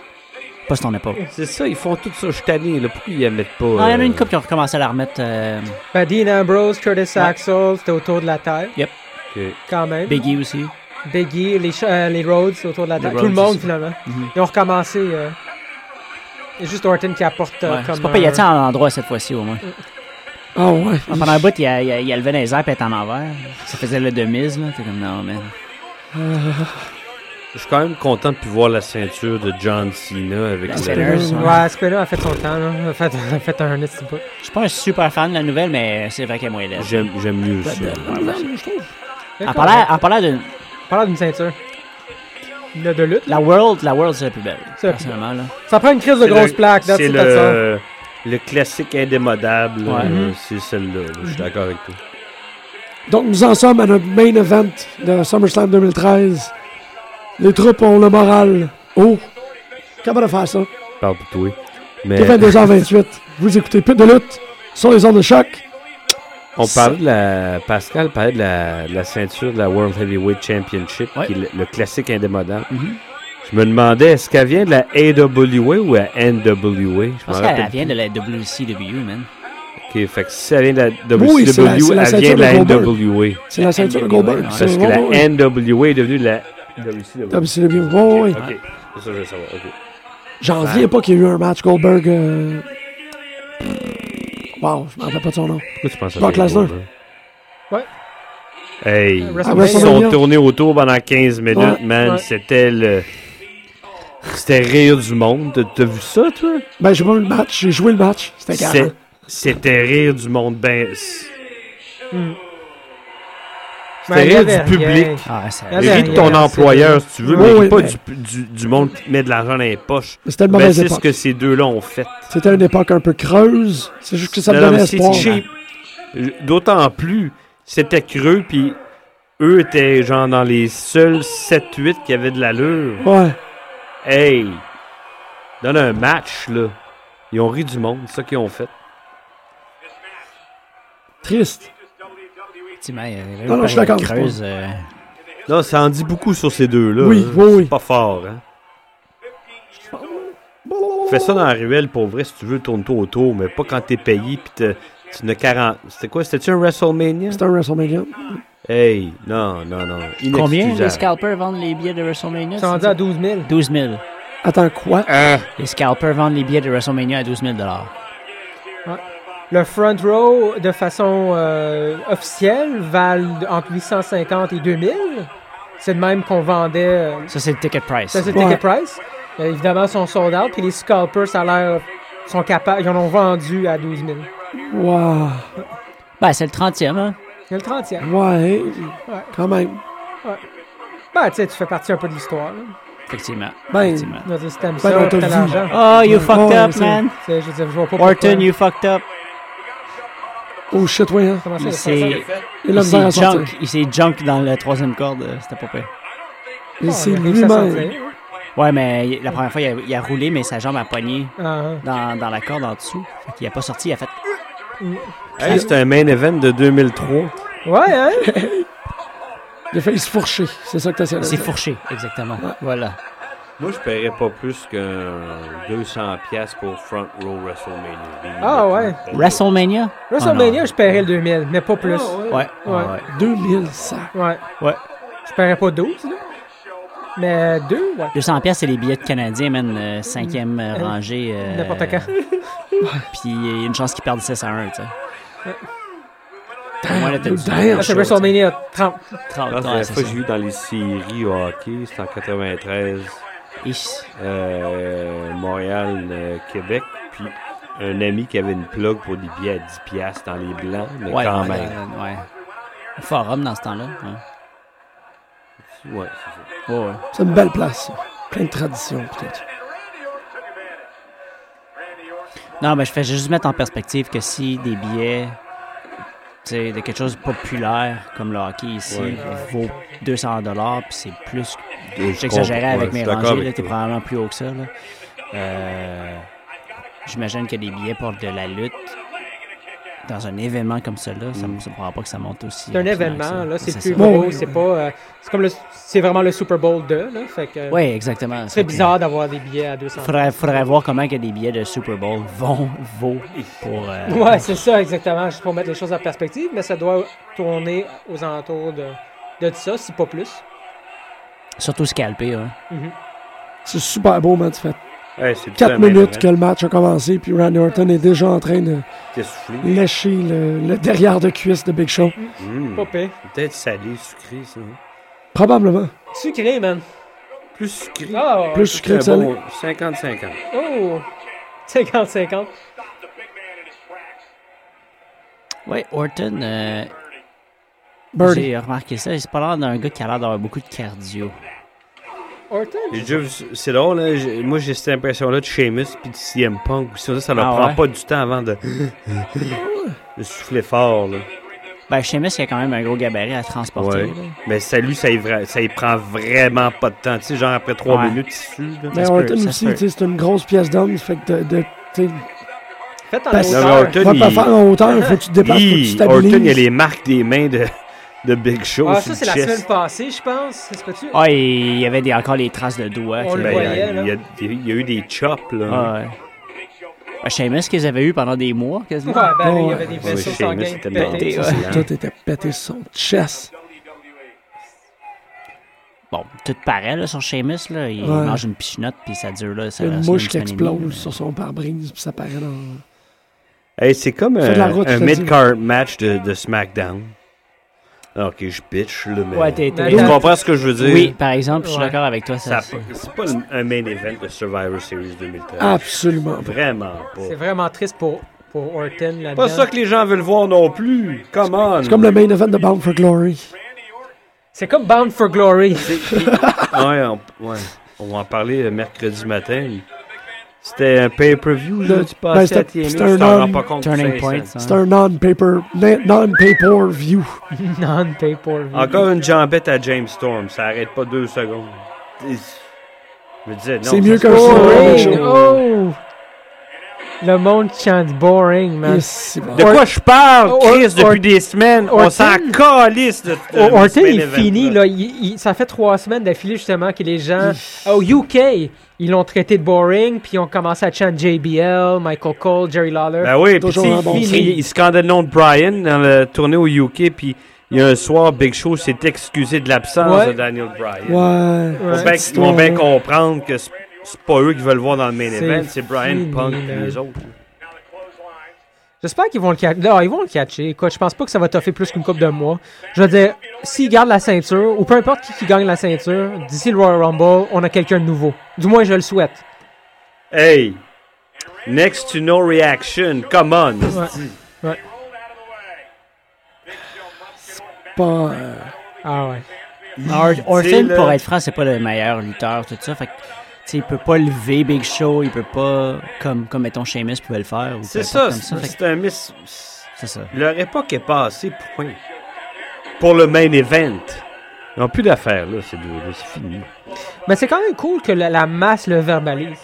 [SPEAKER 6] Pas sur ton épaule.
[SPEAKER 5] C'est ça, ils font tout ça, je suis tanné, là. Pourquoi ils la mettent pas
[SPEAKER 6] Ah, il y en a
[SPEAKER 5] euh,
[SPEAKER 6] une coupe qui ont recommencé à la remettre. euh,
[SPEAKER 4] Ben, Dean Ambrose, Curtis Axel, c'était autour de la tête,
[SPEAKER 5] que-
[SPEAKER 4] quand même.
[SPEAKER 6] Biggie aussi.
[SPEAKER 4] Biggie, les, ch- euh, les Rhodes autour de la
[SPEAKER 6] Les
[SPEAKER 4] tête.
[SPEAKER 6] Rhodes
[SPEAKER 4] Tout le monde,
[SPEAKER 6] aussi.
[SPEAKER 4] finalement.
[SPEAKER 6] Mhm.
[SPEAKER 4] Ils ont recommencé. euh, Il y a juste Orton qui apporte euh,
[SPEAKER 6] Ouais,
[SPEAKER 4] comme.
[SPEAKER 6] C'est pas payé
[SPEAKER 4] un-
[SPEAKER 6] à l'endroit cette fois-ci au moins.
[SPEAKER 3] Ah ouais.
[SPEAKER 6] Ah, Pendant un bout, il, a- il, a- il a levé dans les airs puis était en envers. Ça faisait le demise, là. T'es comme, non, man.
[SPEAKER 5] Je suis quand même content de pouvoir voir la ceinture de John Cena avec
[SPEAKER 6] La
[SPEAKER 5] le-
[SPEAKER 6] Spinner.
[SPEAKER 4] Ouais, Spinner a fait son temps, là. A fait, a fait un petit bout.
[SPEAKER 6] Je suis pas un super fan de la nouvelle, mais c'est vrai qu'elle est moins laide.
[SPEAKER 5] J'aime j'aime mieux ça.
[SPEAKER 6] En parlant, en parlant de
[SPEAKER 4] On parle d'une ceinture. De, de lutte. là.
[SPEAKER 6] la World, la World, c'est la plus belle.
[SPEAKER 4] C'est la plus
[SPEAKER 6] Personnellement, là.
[SPEAKER 4] Ça prend une crise de
[SPEAKER 5] C'est
[SPEAKER 4] grosse
[SPEAKER 5] le-
[SPEAKER 4] plaque. that's
[SPEAKER 5] C'est
[SPEAKER 4] it, that's all.
[SPEAKER 5] le, le classique indémodable. là,
[SPEAKER 6] Ouais.
[SPEAKER 5] euh, C'est celle-là. là, Je suis d'accord avec toi.
[SPEAKER 3] Donc, nous en sommes à notre main event de SummerSlam 2013. Les troupes ont le moral. Oh! Comment de faire ça?
[SPEAKER 5] Parle pour toi. Mais
[SPEAKER 3] Il est 22h28. Vous écoutez Pute de lutte sur les ondes de choc.
[SPEAKER 5] on parlait de la. Pascal parlait de la, de la ceinture de la World Heavyweight Championship,
[SPEAKER 6] Ouais.
[SPEAKER 5] qui est le, le classique indémodable. Je me demandais, est-ce qu'elle vient de la AWA ou la NWA? Je
[SPEAKER 6] Je pense
[SPEAKER 5] m'en
[SPEAKER 6] qu'elle
[SPEAKER 5] rappelle
[SPEAKER 6] vient de la WCW, man.
[SPEAKER 5] plus. OK, fait que si elle vient de la WCW,
[SPEAKER 3] Oui, c'est la- c'est la
[SPEAKER 5] elle vient de la
[SPEAKER 3] ceinture de
[SPEAKER 5] NWA.
[SPEAKER 3] C'est la ceinture de Goldberg.
[SPEAKER 6] Ah,
[SPEAKER 5] Parce
[SPEAKER 3] C'est-
[SPEAKER 5] que
[SPEAKER 3] ouais,
[SPEAKER 5] la
[SPEAKER 3] ouais, ouais.
[SPEAKER 5] NWA est devenue la WCW.
[SPEAKER 3] Ah, mais c'est le bien. Ouais, ouais.
[SPEAKER 5] OK, c'est ça que je veux savoir. OK.
[SPEAKER 3] J'en reviens pas qu'il y a eu un match Goldberg. euh, Wow, je m'en rappelle pas de son nom.
[SPEAKER 5] Pourquoi tu penses à
[SPEAKER 3] Brock
[SPEAKER 5] Dave
[SPEAKER 3] Lesnar. Ah,
[SPEAKER 5] Goldberg?
[SPEAKER 4] Ouais.
[SPEAKER 5] Hey, ils
[SPEAKER 4] WrestleMania.
[SPEAKER 5] sont tournés autour pendant 15 minutes,
[SPEAKER 3] Ouais.
[SPEAKER 5] man.
[SPEAKER 4] Ouais.
[SPEAKER 5] C'était le... C'était rire du monde. T'as- T'as vu ça, toi?
[SPEAKER 3] Ben, j'ai pas vu le match, j'ai joué le match. C'était carré.
[SPEAKER 5] C'est- C'était rire du monde. Ben, c-
[SPEAKER 4] Mais il y
[SPEAKER 5] rire du
[SPEAKER 4] avait
[SPEAKER 5] public.
[SPEAKER 4] rien.
[SPEAKER 6] Ah, ça.
[SPEAKER 4] Ah, ben,
[SPEAKER 5] ris de ton
[SPEAKER 4] c'est-
[SPEAKER 5] employeur, si tu veux,
[SPEAKER 3] Oui,
[SPEAKER 5] mais
[SPEAKER 3] oui,
[SPEAKER 5] ris pas
[SPEAKER 3] mais-
[SPEAKER 5] du, du- du monde qui te met de l'argent dans les poches.
[SPEAKER 3] C'était une
[SPEAKER 5] Ben,
[SPEAKER 3] mauvaise
[SPEAKER 5] c'est ce
[SPEAKER 3] époque.
[SPEAKER 5] que ces deux-là ont fait.
[SPEAKER 3] C'était une époque un peu creuse. C'est juste que ça me
[SPEAKER 5] Non, non,
[SPEAKER 3] donnait
[SPEAKER 5] mais c'est
[SPEAKER 3] espoir.
[SPEAKER 5] cheap. D'autant plus, c'était creux, puis eux étaient genre dans les seuls 7-8 qui avaient de l'allure.
[SPEAKER 3] Ouais.
[SPEAKER 5] Hey! Donne un match, là. Ils ont ri du monde, c'est ça qu'ils ont fait.
[SPEAKER 3] Triste.
[SPEAKER 6] Effectivement, il y avait
[SPEAKER 3] Non, non, je suis d'accord.
[SPEAKER 6] Creuse, euh,
[SPEAKER 5] Là, ça en dit beaucoup sur ces deux-là.
[SPEAKER 3] Oui,
[SPEAKER 5] hein.
[SPEAKER 3] oui, oui.
[SPEAKER 5] C'est Pas fort, hein. Fais ça dans la ruelle pour vrai si tu veux, tourne-toi autour, mais pas quand t'es payé pis te- tu n'as 40. C'était quoi? C'était-tu un WrestleMania?
[SPEAKER 3] C'était un WrestleMania.
[SPEAKER 5] Hey, non, non, non.
[SPEAKER 6] Combien les
[SPEAKER 5] Inexcusable.
[SPEAKER 6] scalpers vendent les billets de WrestleMania?
[SPEAKER 4] Ils sont rendus
[SPEAKER 6] c'est
[SPEAKER 4] à
[SPEAKER 6] ça?
[SPEAKER 4] 12 000.
[SPEAKER 6] 12 000.
[SPEAKER 3] Attends, quoi?
[SPEAKER 5] Euh.
[SPEAKER 6] Les scalpers vendent les billets de WrestleMania à 12 000
[SPEAKER 4] Le front row, de façon euh, officielle, valent entre 850 et 2000. C'est le même qu'on vendait. euh,
[SPEAKER 6] Ça, c'est le ticket price.
[SPEAKER 4] ça, c'est
[SPEAKER 3] Ouais.
[SPEAKER 4] Ticket Price. Euh, évidemment, ils sont sold out. Puis les scalpers, ça a l'air. sont capables. Ils en ont vendu à 12 000.
[SPEAKER 3] Wow.
[SPEAKER 6] Ben, c'est le 30e, hein?
[SPEAKER 4] Il y a le 30e.
[SPEAKER 3] Ouais. Quand même.
[SPEAKER 4] Ben, tu sais, tu fais partie un peu de l'histoire. là.
[SPEAKER 6] Effectivement.
[SPEAKER 3] Ben,
[SPEAKER 6] Effectivement.
[SPEAKER 4] Je veux dire, si t'aimes
[SPEAKER 3] Ben,
[SPEAKER 4] ça,
[SPEAKER 3] on t'a
[SPEAKER 4] t'as
[SPEAKER 3] vu.
[SPEAKER 4] l'argent.
[SPEAKER 6] Oh, you
[SPEAKER 3] Ouais,
[SPEAKER 6] fucked
[SPEAKER 3] ouais,
[SPEAKER 6] up,
[SPEAKER 3] c'est-
[SPEAKER 6] man.
[SPEAKER 4] Tu sais, Je veux dire, je vois pas pourquoi.
[SPEAKER 6] Orton, you fucked up.
[SPEAKER 3] Oh shit, ouais. hein.
[SPEAKER 4] Comment ça,
[SPEAKER 6] Il
[SPEAKER 4] il fait
[SPEAKER 6] s'est
[SPEAKER 4] ça?
[SPEAKER 3] Il a
[SPEAKER 6] il
[SPEAKER 3] mis à
[SPEAKER 6] s'est junk,
[SPEAKER 3] sortir.
[SPEAKER 6] il s'est junk dans la troisième corde, euh, c'était pas pire.
[SPEAKER 3] Et c'est
[SPEAKER 4] Oh, Il a réussi à
[SPEAKER 3] lui-même.
[SPEAKER 4] sortir.
[SPEAKER 6] Ouais, mais il- la première fois, il a, il a roulé, mais sa jambe a pogné
[SPEAKER 4] Ah, ah.
[SPEAKER 6] dans, dans la corde en dessous. Fait qu'il a pas sorti, il a fait.
[SPEAKER 5] Hey, c'était un main event de 2003.
[SPEAKER 4] Ouais, hein?
[SPEAKER 3] Ah Il a failli se fourcher. C'est ça que t'as
[SPEAKER 6] Il s'est fourché, exactement. Voilà.
[SPEAKER 5] Moi, je paierais pas plus qu'un 200$ piastres pour Front Row WrestleMania.
[SPEAKER 4] Ah, ouais.
[SPEAKER 6] WrestleMania? Ah
[SPEAKER 4] WrestleMania,
[SPEAKER 6] non.
[SPEAKER 4] je paierais le 2000, mais pas plus.
[SPEAKER 6] Ouais, ouais.
[SPEAKER 4] Ouais.
[SPEAKER 6] ouais.
[SPEAKER 3] 2000 sacs.
[SPEAKER 4] Ouais.
[SPEAKER 6] Ouais.
[SPEAKER 4] Je paierais pas 12, là. Mais 2, ouais.
[SPEAKER 6] 200 pièces c'est les billets de Canadiens, man. euh, cinquième euh, rangée. euh,
[SPEAKER 4] Mm. N'importe quand.
[SPEAKER 6] Puis il y a une chance qu'ils perdent 6 à 1, tu sais. Pour moi, là, t'as
[SPEAKER 3] oh,
[SPEAKER 6] du-
[SPEAKER 3] damn.
[SPEAKER 6] t'as
[SPEAKER 4] Ah, c'est
[SPEAKER 6] chaud,
[SPEAKER 4] WrestleMania 30.
[SPEAKER 6] tu sais. 30,
[SPEAKER 5] Ah, La
[SPEAKER 6] ouais,
[SPEAKER 5] première
[SPEAKER 6] c'est
[SPEAKER 5] fois que
[SPEAKER 6] ça.
[SPEAKER 5] j'ai vu dans les séries au hockey, c'était en 93.
[SPEAKER 6] Ich.
[SPEAKER 5] euh, Montréal, euh, Québec. Puis un ami qui avait une plug pour des billets à 10$ piastres dans les blancs, mais
[SPEAKER 6] Ouais,
[SPEAKER 5] quand
[SPEAKER 6] ouais,
[SPEAKER 5] même.
[SPEAKER 6] euh, ouais. Au Forum dans ce temps-là. hein.
[SPEAKER 5] Ouais, c'est ça.
[SPEAKER 6] Ouais, ouais.
[SPEAKER 3] C'est une belle place. ça. Plein de traditions, peut-être.
[SPEAKER 6] Non, mais je fais juste mettre en perspective que si des billets tu sais, de quelque chose de populaire comme le hockey ici
[SPEAKER 5] Ouais.
[SPEAKER 6] vaut 200 dollars puis c'est plus
[SPEAKER 5] Je
[SPEAKER 6] j'exagérais
[SPEAKER 5] comprends,
[SPEAKER 6] avec
[SPEAKER 5] ouais, je
[SPEAKER 6] mes
[SPEAKER 5] suis d'accord
[SPEAKER 6] rangées
[SPEAKER 5] avec
[SPEAKER 6] là, t'es
[SPEAKER 5] toi.
[SPEAKER 6] probablement plus haut que ça là. Euh, j'imagine que des billets pour de la lutte dans un événement comme celui-là ça
[SPEAKER 5] Mm.
[SPEAKER 6] me surprend pas que ça monte aussi
[SPEAKER 4] C'est un
[SPEAKER 6] rapidement que
[SPEAKER 4] événement,
[SPEAKER 6] ça.
[SPEAKER 4] là. C'est
[SPEAKER 6] ça.
[SPEAKER 4] plus gros.
[SPEAKER 3] Ouais.
[SPEAKER 4] C'est pas. euh, c'est comme le. C'est vraiment le Super Bowl 2, là. Fait que.
[SPEAKER 6] ouais exactement
[SPEAKER 4] C'est bizarre d'avoir des billets à 200.
[SPEAKER 6] faudrait, faudrait voir comment que des billets de Super Bowl vont vaut pour euh,
[SPEAKER 4] Ouais, c'est ça, exactement. Juste pour mettre les choses en perspective, mais ça doit tourner aux alentours de, de ça, si pas plus.
[SPEAKER 6] surtout scalper hein.
[SPEAKER 3] C'est super beau, man. Tu fais
[SPEAKER 5] Ouais, c'est tout
[SPEAKER 3] 4
[SPEAKER 5] un main
[SPEAKER 3] minutes
[SPEAKER 5] event.
[SPEAKER 3] que le match a commencé, puis Randy Orton est déjà en train de
[SPEAKER 5] T'es soufflé.
[SPEAKER 3] lécher le, le derrière de cuisse de Big Show.
[SPEAKER 5] Mm.
[SPEAKER 4] Pas pire.
[SPEAKER 5] Peut-être salé, sucré, ça. hein.
[SPEAKER 3] Probablement.
[SPEAKER 4] Sucré, man.
[SPEAKER 5] Plus sucré.
[SPEAKER 4] Ah, ouais.
[SPEAKER 3] Plus sucré que
[SPEAKER 5] C'est un
[SPEAKER 3] salé.
[SPEAKER 5] bon 50-50.
[SPEAKER 4] Oh! 50-50.
[SPEAKER 6] ouais Orton euh,
[SPEAKER 3] Birdie.
[SPEAKER 6] J'ai remarqué ça. C'est pas l'air d'un gars qui a l'air d'avoir beaucoup de cardio.
[SPEAKER 4] Orton?
[SPEAKER 5] J'ai déjà vu- C'est drôle, hein, j'ai- moi j'ai cette impression-là de Sheamus puis de CM Punk. aussi. Ça, ça leur
[SPEAKER 6] Ah
[SPEAKER 5] prend
[SPEAKER 6] ouais?
[SPEAKER 5] pas du temps avant de. de souffler fort, là.
[SPEAKER 6] Ben, Sheamus, il y a quand même un gros gabarit à transporter.
[SPEAKER 5] Ouais.
[SPEAKER 6] là.
[SPEAKER 5] Mais salut, ça y, vra- ça y prend vraiment pas de temps. Tu sais, genre après 3
[SPEAKER 6] Ouais.
[SPEAKER 5] minutes, il sue, là.
[SPEAKER 3] Mais
[SPEAKER 6] se
[SPEAKER 3] Orton
[SPEAKER 6] peut, ça
[SPEAKER 3] aussi,
[SPEAKER 6] se peut.
[SPEAKER 3] tu sais, c'est une grosse pièce d'homme. Fait que de. de tu sais,
[SPEAKER 4] Faites en
[SPEAKER 3] Parce-
[SPEAKER 5] Non, mais
[SPEAKER 4] hauteur.
[SPEAKER 5] Orton,
[SPEAKER 3] va pas
[SPEAKER 5] il-
[SPEAKER 3] faire en hauteur, faut que tu te déplaces, faut que tu
[SPEAKER 5] Hi, Orton,
[SPEAKER 3] stabilises.
[SPEAKER 5] il y a les marques des mains de, de Big Show.
[SPEAKER 4] Ah,
[SPEAKER 5] sur
[SPEAKER 4] ça,
[SPEAKER 5] le
[SPEAKER 4] c'est la
[SPEAKER 5] chest.
[SPEAKER 4] semaine passée, je pense. C'est pas tu?
[SPEAKER 6] Ah, et il y avait des, encore les traces de doigts.
[SPEAKER 4] On
[SPEAKER 6] qui-
[SPEAKER 4] le
[SPEAKER 5] Ben,
[SPEAKER 4] voyait,
[SPEAKER 5] il,
[SPEAKER 6] Ben,
[SPEAKER 5] y a, il y a- il y a eu des chops, là.
[SPEAKER 6] Ah, ouais. Ben, Sheamus qu'ils avaient eu pendant des mois, quasiment.
[SPEAKER 4] Ouais, ben, lui, il y
[SPEAKER 3] Ouais.
[SPEAKER 4] avait des
[SPEAKER 5] Ouais,
[SPEAKER 4] vaisseaux
[SPEAKER 5] Sheamus
[SPEAKER 4] sanguins
[SPEAKER 5] était
[SPEAKER 4] pétés.
[SPEAKER 5] bon.
[SPEAKER 4] ouais.
[SPEAKER 5] Ouais.
[SPEAKER 3] Tout était pété sur son chest.
[SPEAKER 6] Bon, tout pareil là, sur Sheamus, là, il
[SPEAKER 3] Ouais.
[SPEAKER 6] mange une pichinotte, puis ça dure là, ça
[SPEAKER 3] Une
[SPEAKER 6] ça
[SPEAKER 3] mouche qui
[SPEAKER 6] dure une semaine et demie,
[SPEAKER 3] explose sur son pare-brise, puis ça paraît dans.
[SPEAKER 5] Hey, c'est comme
[SPEAKER 3] Fais
[SPEAKER 5] euh,
[SPEAKER 3] de la route,
[SPEAKER 5] un
[SPEAKER 3] je te dis.
[SPEAKER 5] mid-card match de, de SmackDown. Ok, je bitch, là, mais.
[SPEAKER 6] Ouais, t'es- t'es-
[SPEAKER 5] Tu comprends ce que je veux
[SPEAKER 6] là.
[SPEAKER 5] dire?
[SPEAKER 6] Oui, par exemple, je suis
[SPEAKER 4] Ouais.
[SPEAKER 6] d'accord avec toi.
[SPEAKER 5] Ça
[SPEAKER 6] Ça,
[SPEAKER 5] a pas- C'est pas le- un main event de Survivor Series 2013.
[SPEAKER 3] Ah. Absolument pas.
[SPEAKER 5] Vraiment
[SPEAKER 4] C'est
[SPEAKER 5] pas.
[SPEAKER 4] vraiment triste pour, pour Orton là-dedans.
[SPEAKER 5] Pas ça que les gens veulent voir non plus. Come on.
[SPEAKER 3] C'est comme le main event de Bound for Glory.
[SPEAKER 4] C'est comme Bound for Glory.
[SPEAKER 5] Ouais, on, ouais. On va en parler euh, mercredi matin. C'était un pay-per-view, là,
[SPEAKER 3] Le-
[SPEAKER 5] tu
[SPEAKER 3] ben,
[SPEAKER 5] passais
[SPEAKER 3] c'était-
[SPEAKER 5] à TNA, tu
[SPEAKER 3] c'était un
[SPEAKER 5] t'en rends
[SPEAKER 3] homme-
[SPEAKER 5] pas compte.
[SPEAKER 6] Turning
[SPEAKER 5] c'est-
[SPEAKER 6] point.
[SPEAKER 5] c'est-
[SPEAKER 6] ça.
[SPEAKER 3] C'est un non-paper, na- non-paper view.
[SPEAKER 4] Non-pay-per-view.
[SPEAKER 5] Encore une jambette à James Storm, ça arrête pas deux secondes. Et- Je me disais, non.
[SPEAKER 3] C'est
[SPEAKER 5] ça
[SPEAKER 3] mieux
[SPEAKER 5] se
[SPEAKER 3] qu'un
[SPEAKER 5] passe-
[SPEAKER 3] Survivor
[SPEAKER 4] Boring!
[SPEAKER 3] Series.
[SPEAKER 4] Oh! Le monde chante boring, man.
[SPEAKER 3] Et c'est bon.
[SPEAKER 5] De quoi je parle,
[SPEAKER 4] Or-
[SPEAKER 5] Chris,
[SPEAKER 4] Or-
[SPEAKER 5] depuis des semaines?
[SPEAKER 4] Orton-
[SPEAKER 5] On s'en calisse de, de
[SPEAKER 4] Oh, Orton
[SPEAKER 5] ce main
[SPEAKER 4] est
[SPEAKER 5] event-là.
[SPEAKER 4] fini, là. Il- il- ça fait trois semaines d'affilée, justement, que les gens au UK, ils l'ont traité de boring, puis ils ont commencé à chanter JBL, Michael Cole, Jerry Lawler.
[SPEAKER 5] Ben oui, puis
[SPEAKER 3] Toujours
[SPEAKER 5] tu sais,
[SPEAKER 3] un bon
[SPEAKER 5] il,
[SPEAKER 3] signe.
[SPEAKER 5] il- il scandait le nom de Brian dans la tournée au UK, puis il y a un soir, Big Show s'est excusé de l'absence
[SPEAKER 4] Ouais.
[SPEAKER 5] de Daniel
[SPEAKER 3] Ouais.
[SPEAKER 5] Bryan. Ils vont bien-
[SPEAKER 3] Cette
[SPEAKER 5] Ils vont bien
[SPEAKER 3] histoire-là.
[SPEAKER 5] comprendre que c'est c'est pas eux qui veulent voir dans le main
[SPEAKER 4] C'est
[SPEAKER 5] event, c'est Brian
[SPEAKER 4] fini,
[SPEAKER 5] Punk
[SPEAKER 4] là.
[SPEAKER 5] et les autres.
[SPEAKER 4] J'espère qu'ils vont le catcher. Non, ils vont le catcher. Écoute, je pense pas que ça va toffer plus qu'une coupe de mois. Je veux dire, s'ils gardent la ceinture, ou peu importe qui, qui gagne la ceinture, d'ici le Royal Rumble, on a quelqu'un de nouveau. Du moins, je le souhaite.
[SPEAKER 5] Hey! Next to no reaction, come on!
[SPEAKER 3] Pas, euh,
[SPEAKER 4] Ah ouais.
[SPEAKER 6] Or-
[SPEAKER 5] C'est
[SPEAKER 6] Orton,
[SPEAKER 5] le-
[SPEAKER 6] pour être franc, c'est pas le meilleur lutteur, tout ça. Fait que, tu sais, il peut pas lever Big Show, il peut pas, comme, comme mettons Sheamus pouvait le faire. ou peu
[SPEAKER 5] C'est
[SPEAKER 6] importe
[SPEAKER 5] ça,
[SPEAKER 6] comme Fait que
[SPEAKER 5] c'est un miss.
[SPEAKER 6] C'est ça.
[SPEAKER 5] Leur époque est passée, point. Pour le main event. Ils n'ont plus d'affaires, là, ces deux-là, c'est fini.
[SPEAKER 4] Mais c'est quand même cool que la, la masse le verbalise.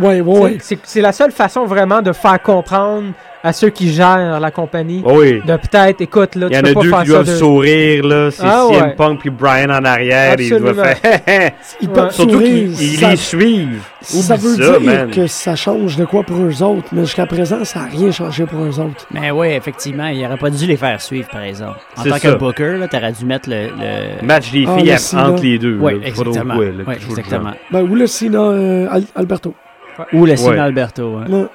[SPEAKER 3] ouais, ouais, ouais.
[SPEAKER 4] C'est- C'est la seule façon vraiment de faire comprendre à ceux qui gèrent la compagnie.
[SPEAKER 5] Oh oui!
[SPEAKER 4] De peut-être, écoute, là, tu
[SPEAKER 5] Il y en
[SPEAKER 4] peux
[SPEAKER 5] a
[SPEAKER 4] pas
[SPEAKER 5] deux
[SPEAKER 4] faire
[SPEAKER 5] qui
[SPEAKER 4] ça.
[SPEAKER 5] doivent
[SPEAKER 4] de-
[SPEAKER 5] sourire, là. C'est
[SPEAKER 4] Ah
[SPEAKER 5] CM
[SPEAKER 4] ouais.
[SPEAKER 5] Punk puis Brian en arrière. Ils
[SPEAKER 4] Absolument.
[SPEAKER 5] doivent faire.
[SPEAKER 3] Ils
[SPEAKER 4] Ouais.
[SPEAKER 3] peuvent
[SPEAKER 5] Surtout
[SPEAKER 3] sourire.
[SPEAKER 5] qu'ils ils
[SPEAKER 3] ça,
[SPEAKER 5] les suivent. Oublie
[SPEAKER 3] ça veut
[SPEAKER 5] ça,
[SPEAKER 3] dire
[SPEAKER 5] man.
[SPEAKER 3] que ça change de quoi pour eux autres, mais jusqu'à présent, ça n'a rien changé pour eux autres.
[SPEAKER 6] Mais oui, effectivement, il aurait pas dû les faire suivre, par exemple. En
[SPEAKER 5] C'est
[SPEAKER 6] tant
[SPEAKER 5] ça.
[SPEAKER 6] que booker, là, t'aurais dû mettre le. le...
[SPEAKER 5] Match des
[SPEAKER 3] Ah,
[SPEAKER 5] filles
[SPEAKER 3] mais si,
[SPEAKER 5] entre
[SPEAKER 3] là.
[SPEAKER 5] les deux.
[SPEAKER 6] Ouais,
[SPEAKER 5] là. Je sais pas trop
[SPEAKER 6] exactement.
[SPEAKER 5] quoi, là,
[SPEAKER 6] Ouais,
[SPEAKER 5] quelque chose de
[SPEAKER 6] exactement.
[SPEAKER 5] genre.
[SPEAKER 3] Ben, ou le Sina euh, Al- Alberto.
[SPEAKER 6] Ou le signe
[SPEAKER 5] Ouais.
[SPEAKER 6] Alberto. hein.
[SPEAKER 3] Non.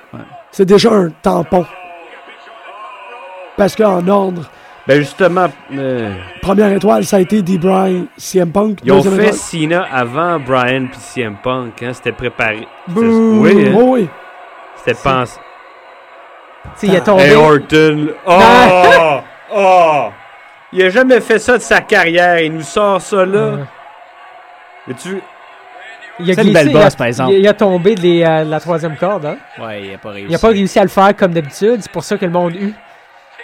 [SPEAKER 3] C'est déjà un tampon. Parce qu'en ordre,
[SPEAKER 5] Ben justement, euh,
[SPEAKER 3] première étoile, ça a été D. Bry, CM Punk.
[SPEAKER 5] ils ont
[SPEAKER 3] deuxième
[SPEAKER 5] fait
[SPEAKER 3] étoile-
[SPEAKER 5] Cena avant Brian puis CM Punk. Hein, c'était préparé. C'était-
[SPEAKER 4] Bouh.
[SPEAKER 5] Oui, hein,
[SPEAKER 3] Oh, oui.
[SPEAKER 5] c'était pensé.
[SPEAKER 4] Tu sais, il est tombé.
[SPEAKER 5] Hey Orton. Oh! oh! Il a jamais fait ça de sa carrière. Il nous sort ça là.
[SPEAKER 4] Ouais.
[SPEAKER 5] Mais tu
[SPEAKER 4] Il a
[SPEAKER 6] C'est une
[SPEAKER 4] glissé,
[SPEAKER 6] belle
[SPEAKER 4] il a-
[SPEAKER 6] bosse, par exemple.
[SPEAKER 4] Il, il a tombé de les, euh, de la troisième corde. Hein?
[SPEAKER 6] Ouais, il a pas réussi.
[SPEAKER 4] Il a pas réussi à le faire comme d'habitude. C'est pour ça que le monde eut.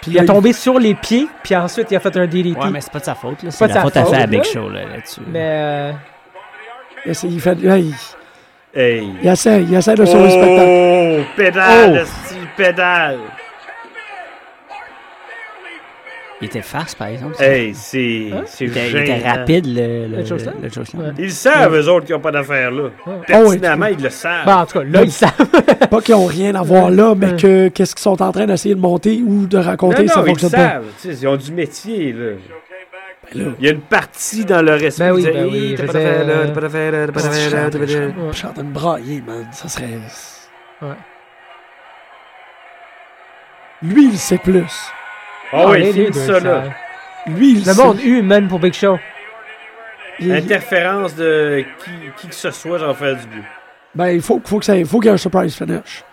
[SPEAKER 3] Puis
[SPEAKER 4] Il a tombé sur les pieds, puis ensuite il a fait un DDT.
[SPEAKER 6] Ouais,
[SPEAKER 4] mais
[SPEAKER 6] mais c'est pas de sa faute, là. C'est
[SPEAKER 4] de
[SPEAKER 6] la
[SPEAKER 4] sa
[SPEAKER 6] faute à
[SPEAKER 4] faute,
[SPEAKER 6] faire
[SPEAKER 4] là.
[SPEAKER 6] à Big Show, là, là-dessus.
[SPEAKER 4] euh,
[SPEAKER 3] Il essaie, il fait- ouais, il-
[SPEAKER 5] Hey.
[SPEAKER 3] il essaie- il essaie de sauver le spectacle.
[SPEAKER 5] Oh! Pédale,
[SPEAKER 3] Oh.
[SPEAKER 5] esti, pédale.
[SPEAKER 6] Il était farce, par exemple. ça.
[SPEAKER 5] Hey, c'est
[SPEAKER 4] Hein?
[SPEAKER 5] c'est
[SPEAKER 6] Il était, il était
[SPEAKER 5] Eh, gênant.
[SPEAKER 6] rapide, le, le,
[SPEAKER 4] Le Chokeslam?
[SPEAKER 6] le Chokeslam.
[SPEAKER 4] Ouais. Ah
[SPEAKER 5] Ils le savent, eux autres, qu'ils n'ont pas d'affaires là. Pertinemment, ils le savent.
[SPEAKER 4] ben, en tout cas, là, ils savent.
[SPEAKER 3] Pas qu'ils ont rien à voir là, mais que qu'est-ce qu'ils sont en train d'essayer de monter ou de raconter,
[SPEAKER 5] non, non,
[SPEAKER 3] ça
[SPEAKER 5] ils le
[SPEAKER 3] fonctionne pas.
[SPEAKER 5] savent. Tu sais, Ils ont du métier, là. Il y a une partie dans leur esprit.
[SPEAKER 4] Ben oui,
[SPEAKER 5] qui dit,
[SPEAKER 4] ben
[SPEAKER 5] Hey,
[SPEAKER 4] oui,
[SPEAKER 5] t'as
[SPEAKER 4] je
[SPEAKER 5] pas
[SPEAKER 4] veux
[SPEAKER 5] d'affaires
[SPEAKER 4] dire,
[SPEAKER 5] là, t'as pas d'affaires là, t'as pas d'affaires là, t'as pas d'affaires là.
[SPEAKER 3] Je suis en train de brailler, man. Ça serait.
[SPEAKER 4] Ouais.
[SPEAKER 3] Lui, il sait plus.
[SPEAKER 5] Ah
[SPEAKER 4] Ah,
[SPEAKER 5] oui,
[SPEAKER 4] les- les
[SPEAKER 5] filme
[SPEAKER 4] deux,
[SPEAKER 5] ça, là.
[SPEAKER 4] ça-
[SPEAKER 3] Lui, il
[SPEAKER 4] Le
[SPEAKER 3] sait.
[SPEAKER 4] monde eut, man, pour Big Show.
[SPEAKER 3] Il-
[SPEAKER 5] Interférence de qui, qui que ce soit, j'en fais du but.
[SPEAKER 3] Ben, il faut, faut que ça- il faut qu'il y ait un surprise finish.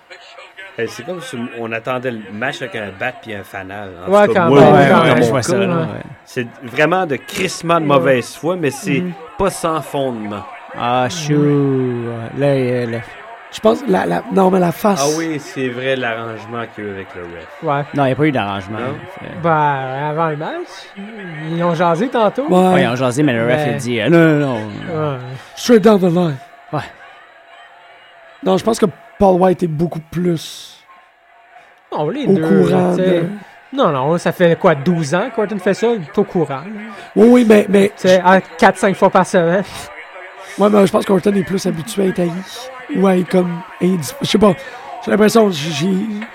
[SPEAKER 5] Hey, c'est comme si on attendait le match avec un bat puis un fanal. En
[SPEAKER 4] Ouais,
[SPEAKER 5] tout cas,
[SPEAKER 4] quand
[SPEAKER 5] moi,
[SPEAKER 4] même.
[SPEAKER 5] dans
[SPEAKER 4] Ouais, quand
[SPEAKER 5] mon
[SPEAKER 4] même, Mm-hmm. je
[SPEAKER 5] cas,
[SPEAKER 4] vois ça, là, ouais.
[SPEAKER 5] C'est vraiment de crissement de mauvaise foi, mais c'est pas sans fondement.
[SPEAKER 6] Ah, chou. Là, euh, là.
[SPEAKER 3] Je pense. La, la, non, mais la face.
[SPEAKER 5] Ah oui, c'est vrai l'arrangement qu'il y a eu avec le ref.
[SPEAKER 4] Ouais.
[SPEAKER 6] Non, il n'y a pas eu d'arrangement.
[SPEAKER 5] Non.
[SPEAKER 6] Fait-
[SPEAKER 4] Ben, avant le match, ils ont jasé tantôt.
[SPEAKER 3] Ouais.
[SPEAKER 6] Ouais, Ah, ils ont jasé, mais le ref
[SPEAKER 4] Mais-
[SPEAKER 6] a
[SPEAKER 5] Ben.
[SPEAKER 6] dit euh, non, non, non.
[SPEAKER 4] Ouais.
[SPEAKER 3] Straight down the line.
[SPEAKER 6] Ouais.
[SPEAKER 3] Non, je pense que Paul White est beaucoup plus
[SPEAKER 4] Non, les
[SPEAKER 3] au
[SPEAKER 4] deux,
[SPEAKER 3] courant.
[SPEAKER 4] tu sais.
[SPEAKER 3] de-
[SPEAKER 4] Non, non, ça fait quoi, 12 ans qu'Orton fait ça? Il est au courant. là.
[SPEAKER 3] Oui, oui, mais, mais,
[SPEAKER 4] Tu sais, 4-5 fois par semaine.
[SPEAKER 3] ouais, mais je pense qu'Orton est plus habitué à être haï. Ou à être comme. indif- Je sais pas. J'ai l'impression que j'ai-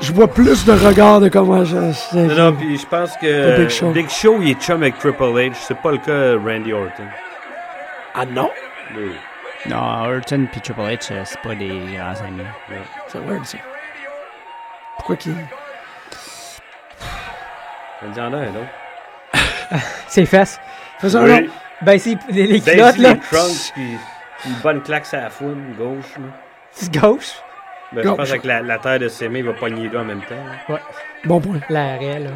[SPEAKER 3] je vois plus de regards de comment je. je-
[SPEAKER 5] Non, non, puis je pense que
[SPEAKER 3] Pas Oh, Big Show.
[SPEAKER 5] Big Show, il est chum avec Triple H. C'est pas le cas euh, Randy Orton.
[SPEAKER 3] Ah non?
[SPEAKER 5] Oui.
[SPEAKER 6] Non, Orton puis Triple H, euh, c'est pas des grands amis.
[SPEAKER 3] C'est weird ça. Pourquoi qu'il.
[SPEAKER 5] Il y en a un autre.
[SPEAKER 4] Ses fesses.
[SPEAKER 3] Fais un
[SPEAKER 5] Oui.
[SPEAKER 4] Ben, c'est les, les culottes,
[SPEAKER 5] Daisy
[SPEAKER 4] là.
[SPEAKER 5] les Trunks, puis une bonne claque sur la foule, gauche. là.
[SPEAKER 4] C'est gauche.
[SPEAKER 5] Ben, je
[SPEAKER 3] Gauche.
[SPEAKER 5] pense que la, la terre de ses mains il va pogner les deux en même temps. là.
[SPEAKER 3] Bon point.
[SPEAKER 4] L'arrêt, là.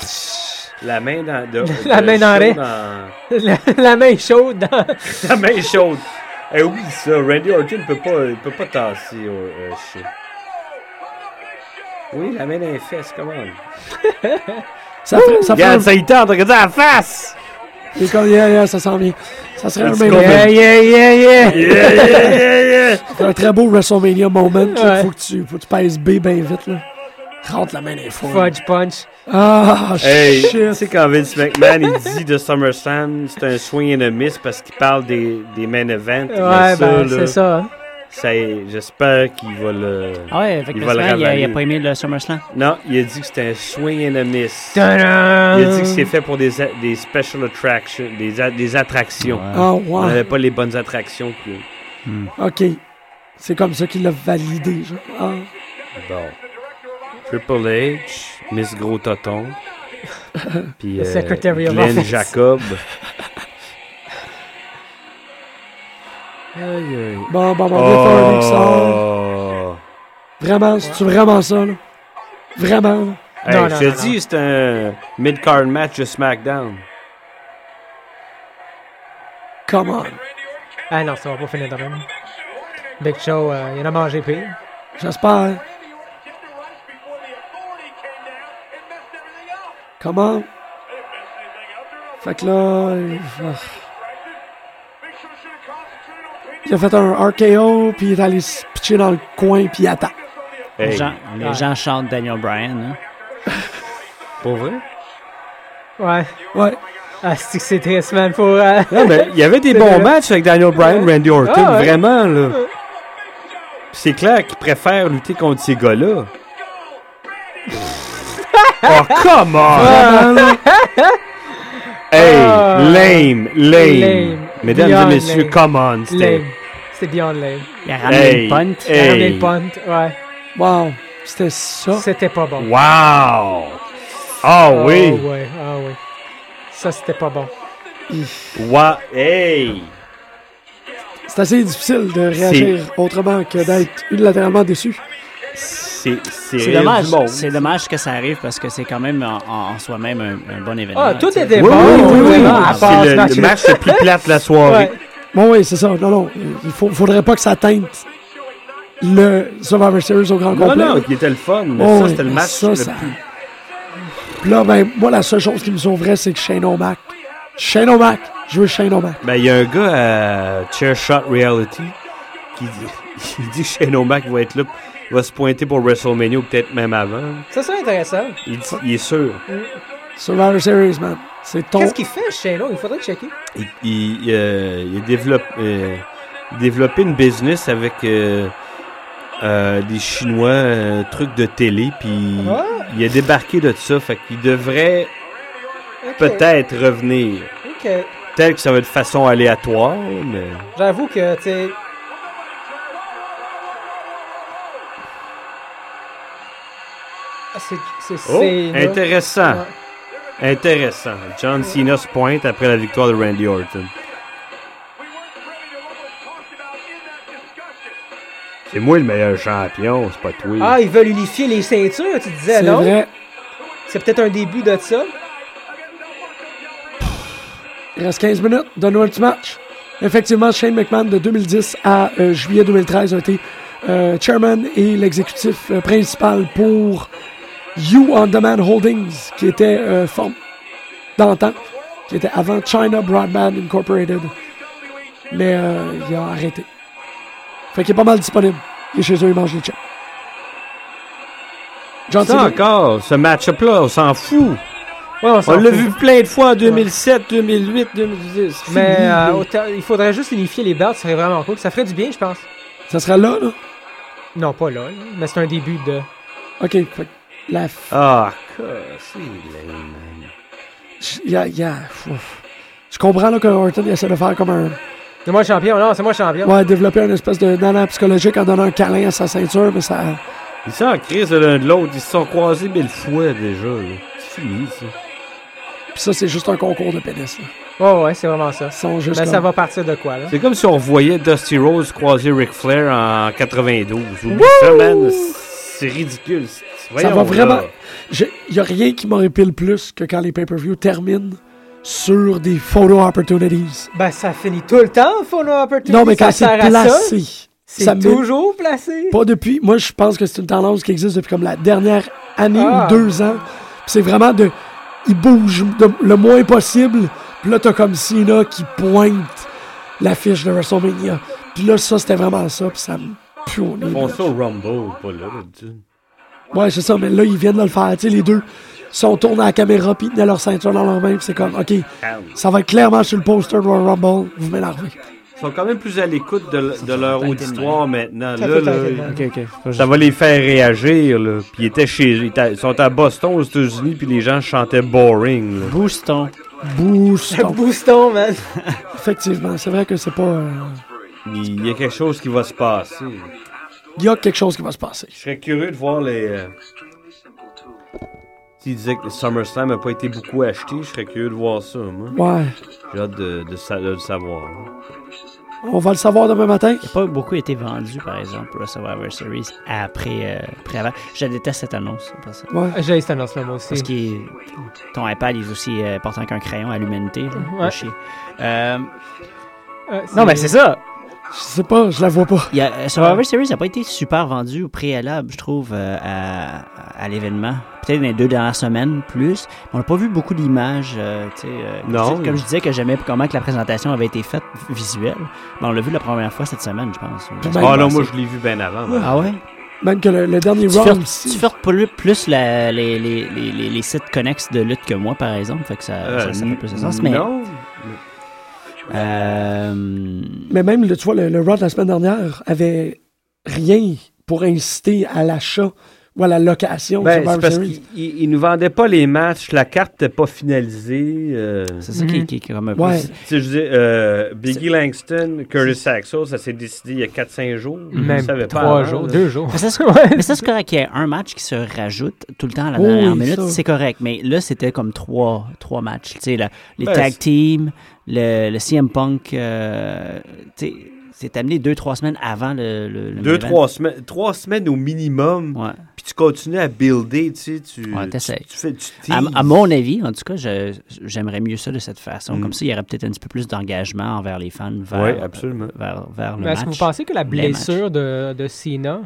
[SPEAKER 5] La main dans... de-
[SPEAKER 4] La
[SPEAKER 5] de
[SPEAKER 4] main dans l'arrêt.
[SPEAKER 5] Shaw dans-
[SPEAKER 4] La, la main chaude dans.
[SPEAKER 5] La main chaude. Eh oui, ça, Randy Orton peut pas, il peut pas tasser euh, euh, shit. Oui, la main dans les fesses, comment?
[SPEAKER 3] Ça, ferait- ça, ferait-
[SPEAKER 5] ça y tente, regarde la face!
[SPEAKER 3] C'est comme, yeah, yeah, ça sent bien. Ça serait un,
[SPEAKER 5] Let's go,
[SPEAKER 3] main event.
[SPEAKER 5] man.
[SPEAKER 4] Yeah, yeah, yeah, yeah.
[SPEAKER 5] Yeah, yeah, yeah, yeah!
[SPEAKER 3] C'est un très beau WrestleMania moment. là.
[SPEAKER 4] Ouais.
[SPEAKER 3] Faut, que tu, faut que tu pèses B bien vite. Là. Rentre la main des fois.
[SPEAKER 4] Fudge punch.
[SPEAKER 3] Ah,
[SPEAKER 5] Hey, tu
[SPEAKER 3] shit.
[SPEAKER 5] sais quand Vince McMahon il dit de SummerSlam, c'est un swing and a miss parce qu'il parle des, des main events. mais
[SPEAKER 4] Ouais, ben,
[SPEAKER 5] là,
[SPEAKER 4] c'est ça. hein.
[SPEAKER 5] ça est- J'espère qu'il va le.
[SPEAKER 6] Ah ouais, avec
[SPEAKER 5] Il
[SPEAKER 6] le
[SPEAKER 5] va le
[SPEAKER 6] slam, il, a- il a
[SPEAKER 5] ravaler. Oh.
[SPEAKER 6] pas aimé le SummerSlam.
[SPEAKER 5] Non, il a dit que c'était un swing and a miss.
[SPEAKER 4] Ta-da!
[SPEAKER 5] Il a dit que c'est fait pour des, a- des special attractions, des, a- des attractions.
[SPEAKER 3] Ah,
[SPEAKER 5] On
[SPEAKER 3] ouais.
[SPEAKER 5] n'avait pas les bonnes attractions. Puis...
[SPEAKER 3] OK. C'est comme ça qu'il l'a validé. genre. Ah.
[SPEAKER 5] Bon. Triple H, Miss Gros Toton, puis
[SPEAKER 4] Le
[SPEAKER 5] euh,
[SPEAKER 4] Secretary of
[SPEAKER 5] Glenn
[SPEAKER 4] Office.
[SPEAKER 5] Jacob. Aïe, aïe.
[SPEAKER 3] Bon, bon, bon. Mick Foley
[SPEAKER 4] hein.
[SPEAKER 3] qui sort.
[SPEAKER 5] Oh!
[SPEAKER 3] Vraiment, c'est-tu vraiment ça? Là? Vraiment? là?
[SPEAKER 5] Hey,
[SPEAKER 4] Non,
[SPEAKER 5] je
[SPEAKER 4] non,
[SPEAKER 5] te
[SPEAKER 4] non,
[SPEAKER 5] dis, c'est un mid-card match de SmackDown.
[SPEAKER 3] Come on.
[SPEAKER 4] Ah non, ça va pas finir de même. Big Show, euh, il en a mangé pire.
[SPEAKER 3] J'espère. Come on. Fait que là... euh, ah. Il a fait un RKO, puis il est allé se pitcher dans le coin, puis il attend.
[SPEAKER 5] Hey,
[SPEAKER 6] Les, gens, les
[SPEAKER 4] Ouais.
[SPEAKER 6] gens chantent Daniel Bryan. Hein.
[SPEAKER 5] pour vrai?
[SPEAKER 4] Ouais.
[SPEAKER 3] Ouais.
[SPEAKER 4] Ah, c'est que c'est triste, man, pour... euh,
[SPEAKER 5] Non, mais il y avait des
[SPEAKER 4] C'est
[SPEAKER 5] bons
[SPEAKER 4] vrai.
[SPEAKER 5] matchs avec Daniel Bryan, Randy Orton,
[SPEAKER 4] Ah, ouais.
[SPEAKER 5] vraiment, là. Puis C'est clair qu'il préfère lutter contre ces gars-là. oh, come on! hey,
[SPEAKER 4] Ah.
[SPEAKER 5] lame, lame,
[SPEAKER 4] Lame.
[SPEAKER 5] Mesdames
[SPEAKER 4] Beyond
[SPEAKER 5] et messieurs,
[SPEAKER 4] lame.
[SPEAKER 5] come on, c'était...
[SPEAKER 4] lame. C'était beyond lame.
[SPEAKER 6] Il a ramené
[SPEAKER 5] Hey,
[SPEAKER 6] une punt.
[SPEAKER 4] Il a
[SPEAKER 5] Hey.
[SPEAKER 4] ramené le punt, ouais.
[SPEAKER 3] Wow. C'était ça.
[SPEAKER 4] C'était pas bon.
[SPEAKER 5] Wow! Ah
[SPEAKER 4] Ah
[SPEAKER 5] oui!
[SPEAKER 4] ouais, ah oui. Ça, c'était pas bon.
[SPEAKER 5] Wa- Hey!
[SPEAKER 3] C'est assez difficile de réagir autrement que d'être unilatéralement déçu.
[SPEAKER 5] C'est c'est
[SPEAKER 6] C'est
[SPEAKER 5] rire
[SPEAKER 6] dommage,
[SPEAKER 5] du monde.
[SPEAKER 6] c'est dommage que ça arrive parce que c'est quand même en, en- en soi-même un, un bon événement.
[SPEAKER 4] Ah, tout
[SPEAKER 6] tu sais.
[SPEAKER 4] était
[SPEAKER 5] Oui,
[SPEAKER 4] bon.
[SPEAKER 5] oui,
[SPEAKER 4] tout
[SPEAKER 5] oui,
[SPEAKER 4] était
[SPEAKER 5] oui.
[SPEAKER 4] bon, à part
[SPEAKER 5] Ah,
[SPEAKER 4] ce
[SPEAKER 5] C'est le, le
[SPEAKER 4] match-là.
[SPEAKER 5] match le plus plat de la soirée.
[SPEAKER 4] Ouais.
[SPEAKER 3] Bon, oui, c'est ça. Non, non. Il faut, faudrait pas que ça teinte le Survivor Series au grand
[SPEAKER 5] Non,
[SPEAKER 3] complet.
[SPEAKER 5] non, qui était le fun. mais
[SPEAKER 3] Oh,
[SPEAKER 5] ça,
[SPEAKER 3] oui,
[SPEAKER 5] c'était le
[SPEAKER 3] mais
[SPEAKER 5] match
[SPEAKER 3] ça,
[SPEAKER 5] le
[SPEAKER 3] ça-
[SPEAKER 5] plus...
[SPEAKER 3] Puis là, ben, moi, la seule chose qui me sauverait, c'est que Shane O'Mac. Shane O'Mac. Je veux Shane O'Mac.
[SPEAKER 5] Ben, il y a un gars à Chair Shot Reality qui dit, il dit que Shane O'Mac va être là, va se pointer pour WrestleMania ou peut-être même avant.
[SPEAKER 4] Ça, c'est intéressant.
[SPEAKER 5] Il, dit- il est sûr.
[SPEAKER 3] Survivor Series, man. C'est ton.
[SPEAKER 4] Qu'est-ce qu'il fait, Shano? Il faudrait checker.
[SPEAKER 5] Il, il, euh, il a développé, euh, il a développé une business avec euh, euh, des Chinois, euh, trucs de télé, puis
[SPEAKER 4] Ah.
[SPEAKER 5] il a débarqué de ça. Fait qu'il devrait
[SPEAKER 4] Ok,
[SPEAKER 5] peut-être revenir.
[SPEAKER 4] Ok.
[SPEAKER 5] Peut-être que ça va être de façon aléatoire, mais...
[SPEAKER 4] J'avoue que, tu sais... Ah, c'est... c'est-
[SPEAKER 5] Oh,
[SPEAKER 4] c'est- là.
[SPEAKER 5] intéressant. Intéressant. John Cena se pointe après la victoire de Randy Orton. C'est moi le meilleur champion, c'est pas toi.
[SPEAKER 4] Ah, ils veulent unifier les ceintures, tu disais,
[SPEAKER 3] C'est
[SPEAKER 4] non?
[SPEAKER 3] vrai.
[SPEAKER 4] C'est peut-être un début de ça.
[SPEAKER 3] Il reste 15 minutes. Donne-nous un petit match. Effectivement, Shane McMahon, de 2010 à euh, juillet 2013, a été euh, chairman et l'exécutif euh, principal pour You On Demand Holdings, qui était euh, forme d'antan, qui était avant China Broadband Incorporated. Mais euh, il a arrêté. Fait qu'il est pas mal disponible. Il est chez eux, il mange les chips. John
[SPEAKER 5] Ça
[SPEAKER 3] Cena.
[SPEAKER 5] encore, ce match-up-là, on s'en fout.
[SPEAKER 4] Ouais, on
[SPEAKER 5] On
[SPEAKER 4] s'en
[SPEAKER 5] l'a
[SPEAKER 4] fout.
[SPEAKER 5] vu plein de fois en 2007, 2008, 2010.
[SPEAKER 4] Mais
[SPEAKER 5] Fini.
[SPEAKER 4] euh, autant- il faudrait juste unifier les belts, ce serait vraiment cool. Ça ferait du bien, je pense.
[SPEAKER 3] Ça sera là, là.
[SPEAKER 4] Non, pas là, là, mais c'est un début de.
[SPEAKER 3] OK, fait que la f-
[SPEAKER 5] Ah, que- c'est lame, man.
[SPEAKER 3] il y a- il y a- ouf. Je comprends là, que Orton essaie de faire comme un.
[SPEAKER 4] C'est moi le champion, non, c'est moi le champion.
[SPEAKER 3] Ouais, développer une espèce de nana psychologique en donnant un câlin à sa ceinture, mais ça.
[SPEAKER 5] Ils sont en crise de l'un de l'autre, ils se sont croisés mille fois déjà. là. C'est fini, ça.
[SPEAKER 3] Puis ça, c'est juste un concours de pénis. là.
[SPEAKER 4] Ouais, ouais, c'est vraiment ça.
[SPEAKER 3] Ils sont juste. comme-
[SPEAKER 4] Mais Ben, ça va partir de quoi, là?
[SPEAKER 5] C'est comme si on voyait Dusty Rose croiser Ric Flair en 92. Oublie ça, man. C'est ridicule. C'est-
[SPEAKER 3] Ça
[SPEAKER 5] voyons,
[SPEAKER 3] va
[SPEAKER 5] là.
[SPEAKER 3] vraiment. Il n'y a rien qui m'horripile plus que quand les pay-per-views terminent sur des photo opportunities.
[SPEAKER 4] Ben, ça finit tout le temps, Follow Opportunity.
[SPEAKER 3] Non, mais quand
[SPEAKER 4] ça
[SPEAKER 3] c'est
[SPEAKER 4] sert à ça.
[SPEAKER 3] placé. ça
[SPEAKER 4] C'est
[SPEAKER 3] me-
[SPEAKER 4] toujours placé.
[SPEAKER 3] Pas depuis. Moi, je pense que c'est une tendance qui existe depuis comme la dernière année
[SPEAKER 4] Ah.
[SPEAKER 3] ou deux ans. Puis c'est vraiment de. Il bouge de- le moins possible. Puis là, t'as comme Cena qui pointe l'affiche de WrestleMania. Puis là, ça, c'était vraiment ça. Puis ça me pue au nez.
[SPEAKER 5] Ils font ça au Rumble, pas là, là, tu sais.
[SPEAKER 3] Ouais, c'est ça. Mais là, ils viennent de le faire. Tu sais, les deux sont tournés à la caméra. Puis ils tenaient leur ceinture dans leur main. Puis c'est comme, OK, ça va être clairement sur le poster de Royal Rumble. Vous m'énervez.
[SPEAKER 5] Ils sont quand même plus à l'écoute de, l- de leur auditoire maintenant.
[SPEAKER 4] Ça
[SPEAKER 5] Là,
[SPEAKER 4] fait
[SPEAKER 5] là,
[SPEAKER 4] tranquillement.
[SPEAKER 5] ils- ça va les faire réagir. Là. Puis ils étaient chez ils étaient- ils sont à Boston aux États-Unis, puis les gens chantaient boring. Là.
[SPEAKER 6] Booston.
[SPEAKER 3] Boost.
[SPEAKER 4] Booston, man.
[SPEAKER 3] Effectivement, c'est vrai que c'est pas. euh,
[SPEAKER 5] Il y a quelque chose qui va se passer.
[SPEAKER 3] Il y a quelque chose qui va se passer.
[SPEAKER 5] Je serais curieux de voir les. euh, S'ils disaient que le SummerSlam n'a pas été beaucoup acheté, je serais curieux de voir ça, moi.
[SPEAKER 3] Ouais.
[SPEAKER 5] J'ai hâte de, de sa- de le savoir. là.
[SPEAKER 3] On va le savoir demain matin.
[SPEAKER 6] Il n'a pas beaucoup été vendu, par exemple, pour la Survivor Series après, euh, après avant. Je déteste cette annonce. Parce,
[SPEAKER 3] Ouais.
[SPEAKER 4] Ah, J'ai cette annonce-là, moi aussi.
[SPEAKER 6] parce que ton iPad est aussi euh, portant qu'un crayon à l'humanité. là.
[SPEAKER 4] Ouais.
[SPEAKER 6] Chier. Euh,
[SPEAKER 4] Euh,
[SPEAKER 6] non, mais c'est ça.
[SPEAKER 3] Je sais pas, je la vois pas.
[SPEAKER 6] Il y a- euh, Survivor Series n'a pas été super vendu au préalable, je trouve, euh, à, à l'événement. Peut-être dans les deux dernières semaines, plus. On n'a pas vu beaucoup d'images. euh, tu sais, euh,
[SPEAKER 5] Non.
[SPEAKER 6] je dis- Comme je disais que j'aimais comment que la présentation avait été faite visuelle. Ben, on l'a vu la première fois cette semaine, je pense.
[SPEAKER 3] Ben,
[SPEAKER 5] Ah non, moi je l'ai vu bien avant. moi.
[SPEAKER 6] Ah ouais?
[SPEAKER 3] Même que le, le dernier
[SPEAKER 6] Tu
[SPEAKER 3] round.
[SPEAKER 6] fais- tu fais plus, plus la- les, les, les, les- les sites connexes de lutte que moi, par exemple. Fait que ça,
[SPEAKER 5] Euh,
[SPEAKER 6] ça, ça fait plus de sens.
[SPEAKER 5] n-
[SPEAKER 6] Mais,
[SPEAKER 5] Non.
[SPEAKER 6] euh,
[SPEAKER 3] Mais même, le, tu vois, le, le Raw de la semaine dernière avait rien pour inciter à l'achat ou à la location du
[SPEAKER 5] Ben, c'est
[SPEAKER 3] Survivor
[SPEAKER 5] parce
[SPEAKER 3] Series.
[SPEAKER 5] qu'ils ils- ils nous vendaient pas les matchs, la carte n'était pas finalisée. euh,
[SPEAKER 6] c'est ça qui, qui est comme un peu-
[SPEAKER 3] Ouais.
[SPEAKER 5] Tu sais, je dis, euh, Biggie Langston, Curtis Axel, ça s'est décidé il y a 4-5 jours.
[SPEAKER 4] Même
[SPEAKER 5] Je savais pas
[SPEAKER 4] trois
[SPEAKER 5] avant,
[SPEAKER 4] jours,
[SPEAKER 5] là.
[SPEAKER 4] deux jours.
[SPEAKER 6] Mais ça, c'est mais ça, c'est correct qu'il y ait un match qui se rajoute tout le temps à la
[SPEAKER 3] Oui,
[SPEAKER 6] dernière minute.
[SPEAKER 3] ça.
[SPEAKER 6] C'est correct. Mais là, c'était comme trois, trois matchs. Tu sais, la- les
[SPEAKER 5] Ben,
[SPEAKER 6] tag
[SPEAKER 5] c'est-
[SPEAKER 6] teams, le, le CM Punk. euh, tu sais, c'est amené deux, trois semaines avant le. le, le
[SPEAKER 5] Deux,
[SPEAKER 6] main event.
[SPEAKER 5] trois semaines. Trois semaines au minimum.
[SPEAKER 6] Ouais.
[SPEAKER 5] Puis tu continues à builder, tu sais. Tu,
[SPEAKER 6] Ouais,
[SPEAKER 5] tu,
[SPEAKER 6] t'essayes.
[SPEAKER 5] tu fais tu
[SPEAKER 6] À,
[SPEAKER 5] teases.
[SPEAKER 6] à mon avis, en tout cas, je- j'aimerais mieux ça de cette façon. Comme ça, il y aurait peut-être un petit peu plus d'engagement envers les fans, vers,
[SPEAKER 5] Mm. Ouais, absolument.
[SPEAKER 6] vers, vers le
[SPEAKER 4] Mais
[SPEAKER 6] match.
[SPEAKER 4] Est-ce que vous pensez que la
[SPEAKER 6] Les
[SPEAKER 4] blessure de, de Cena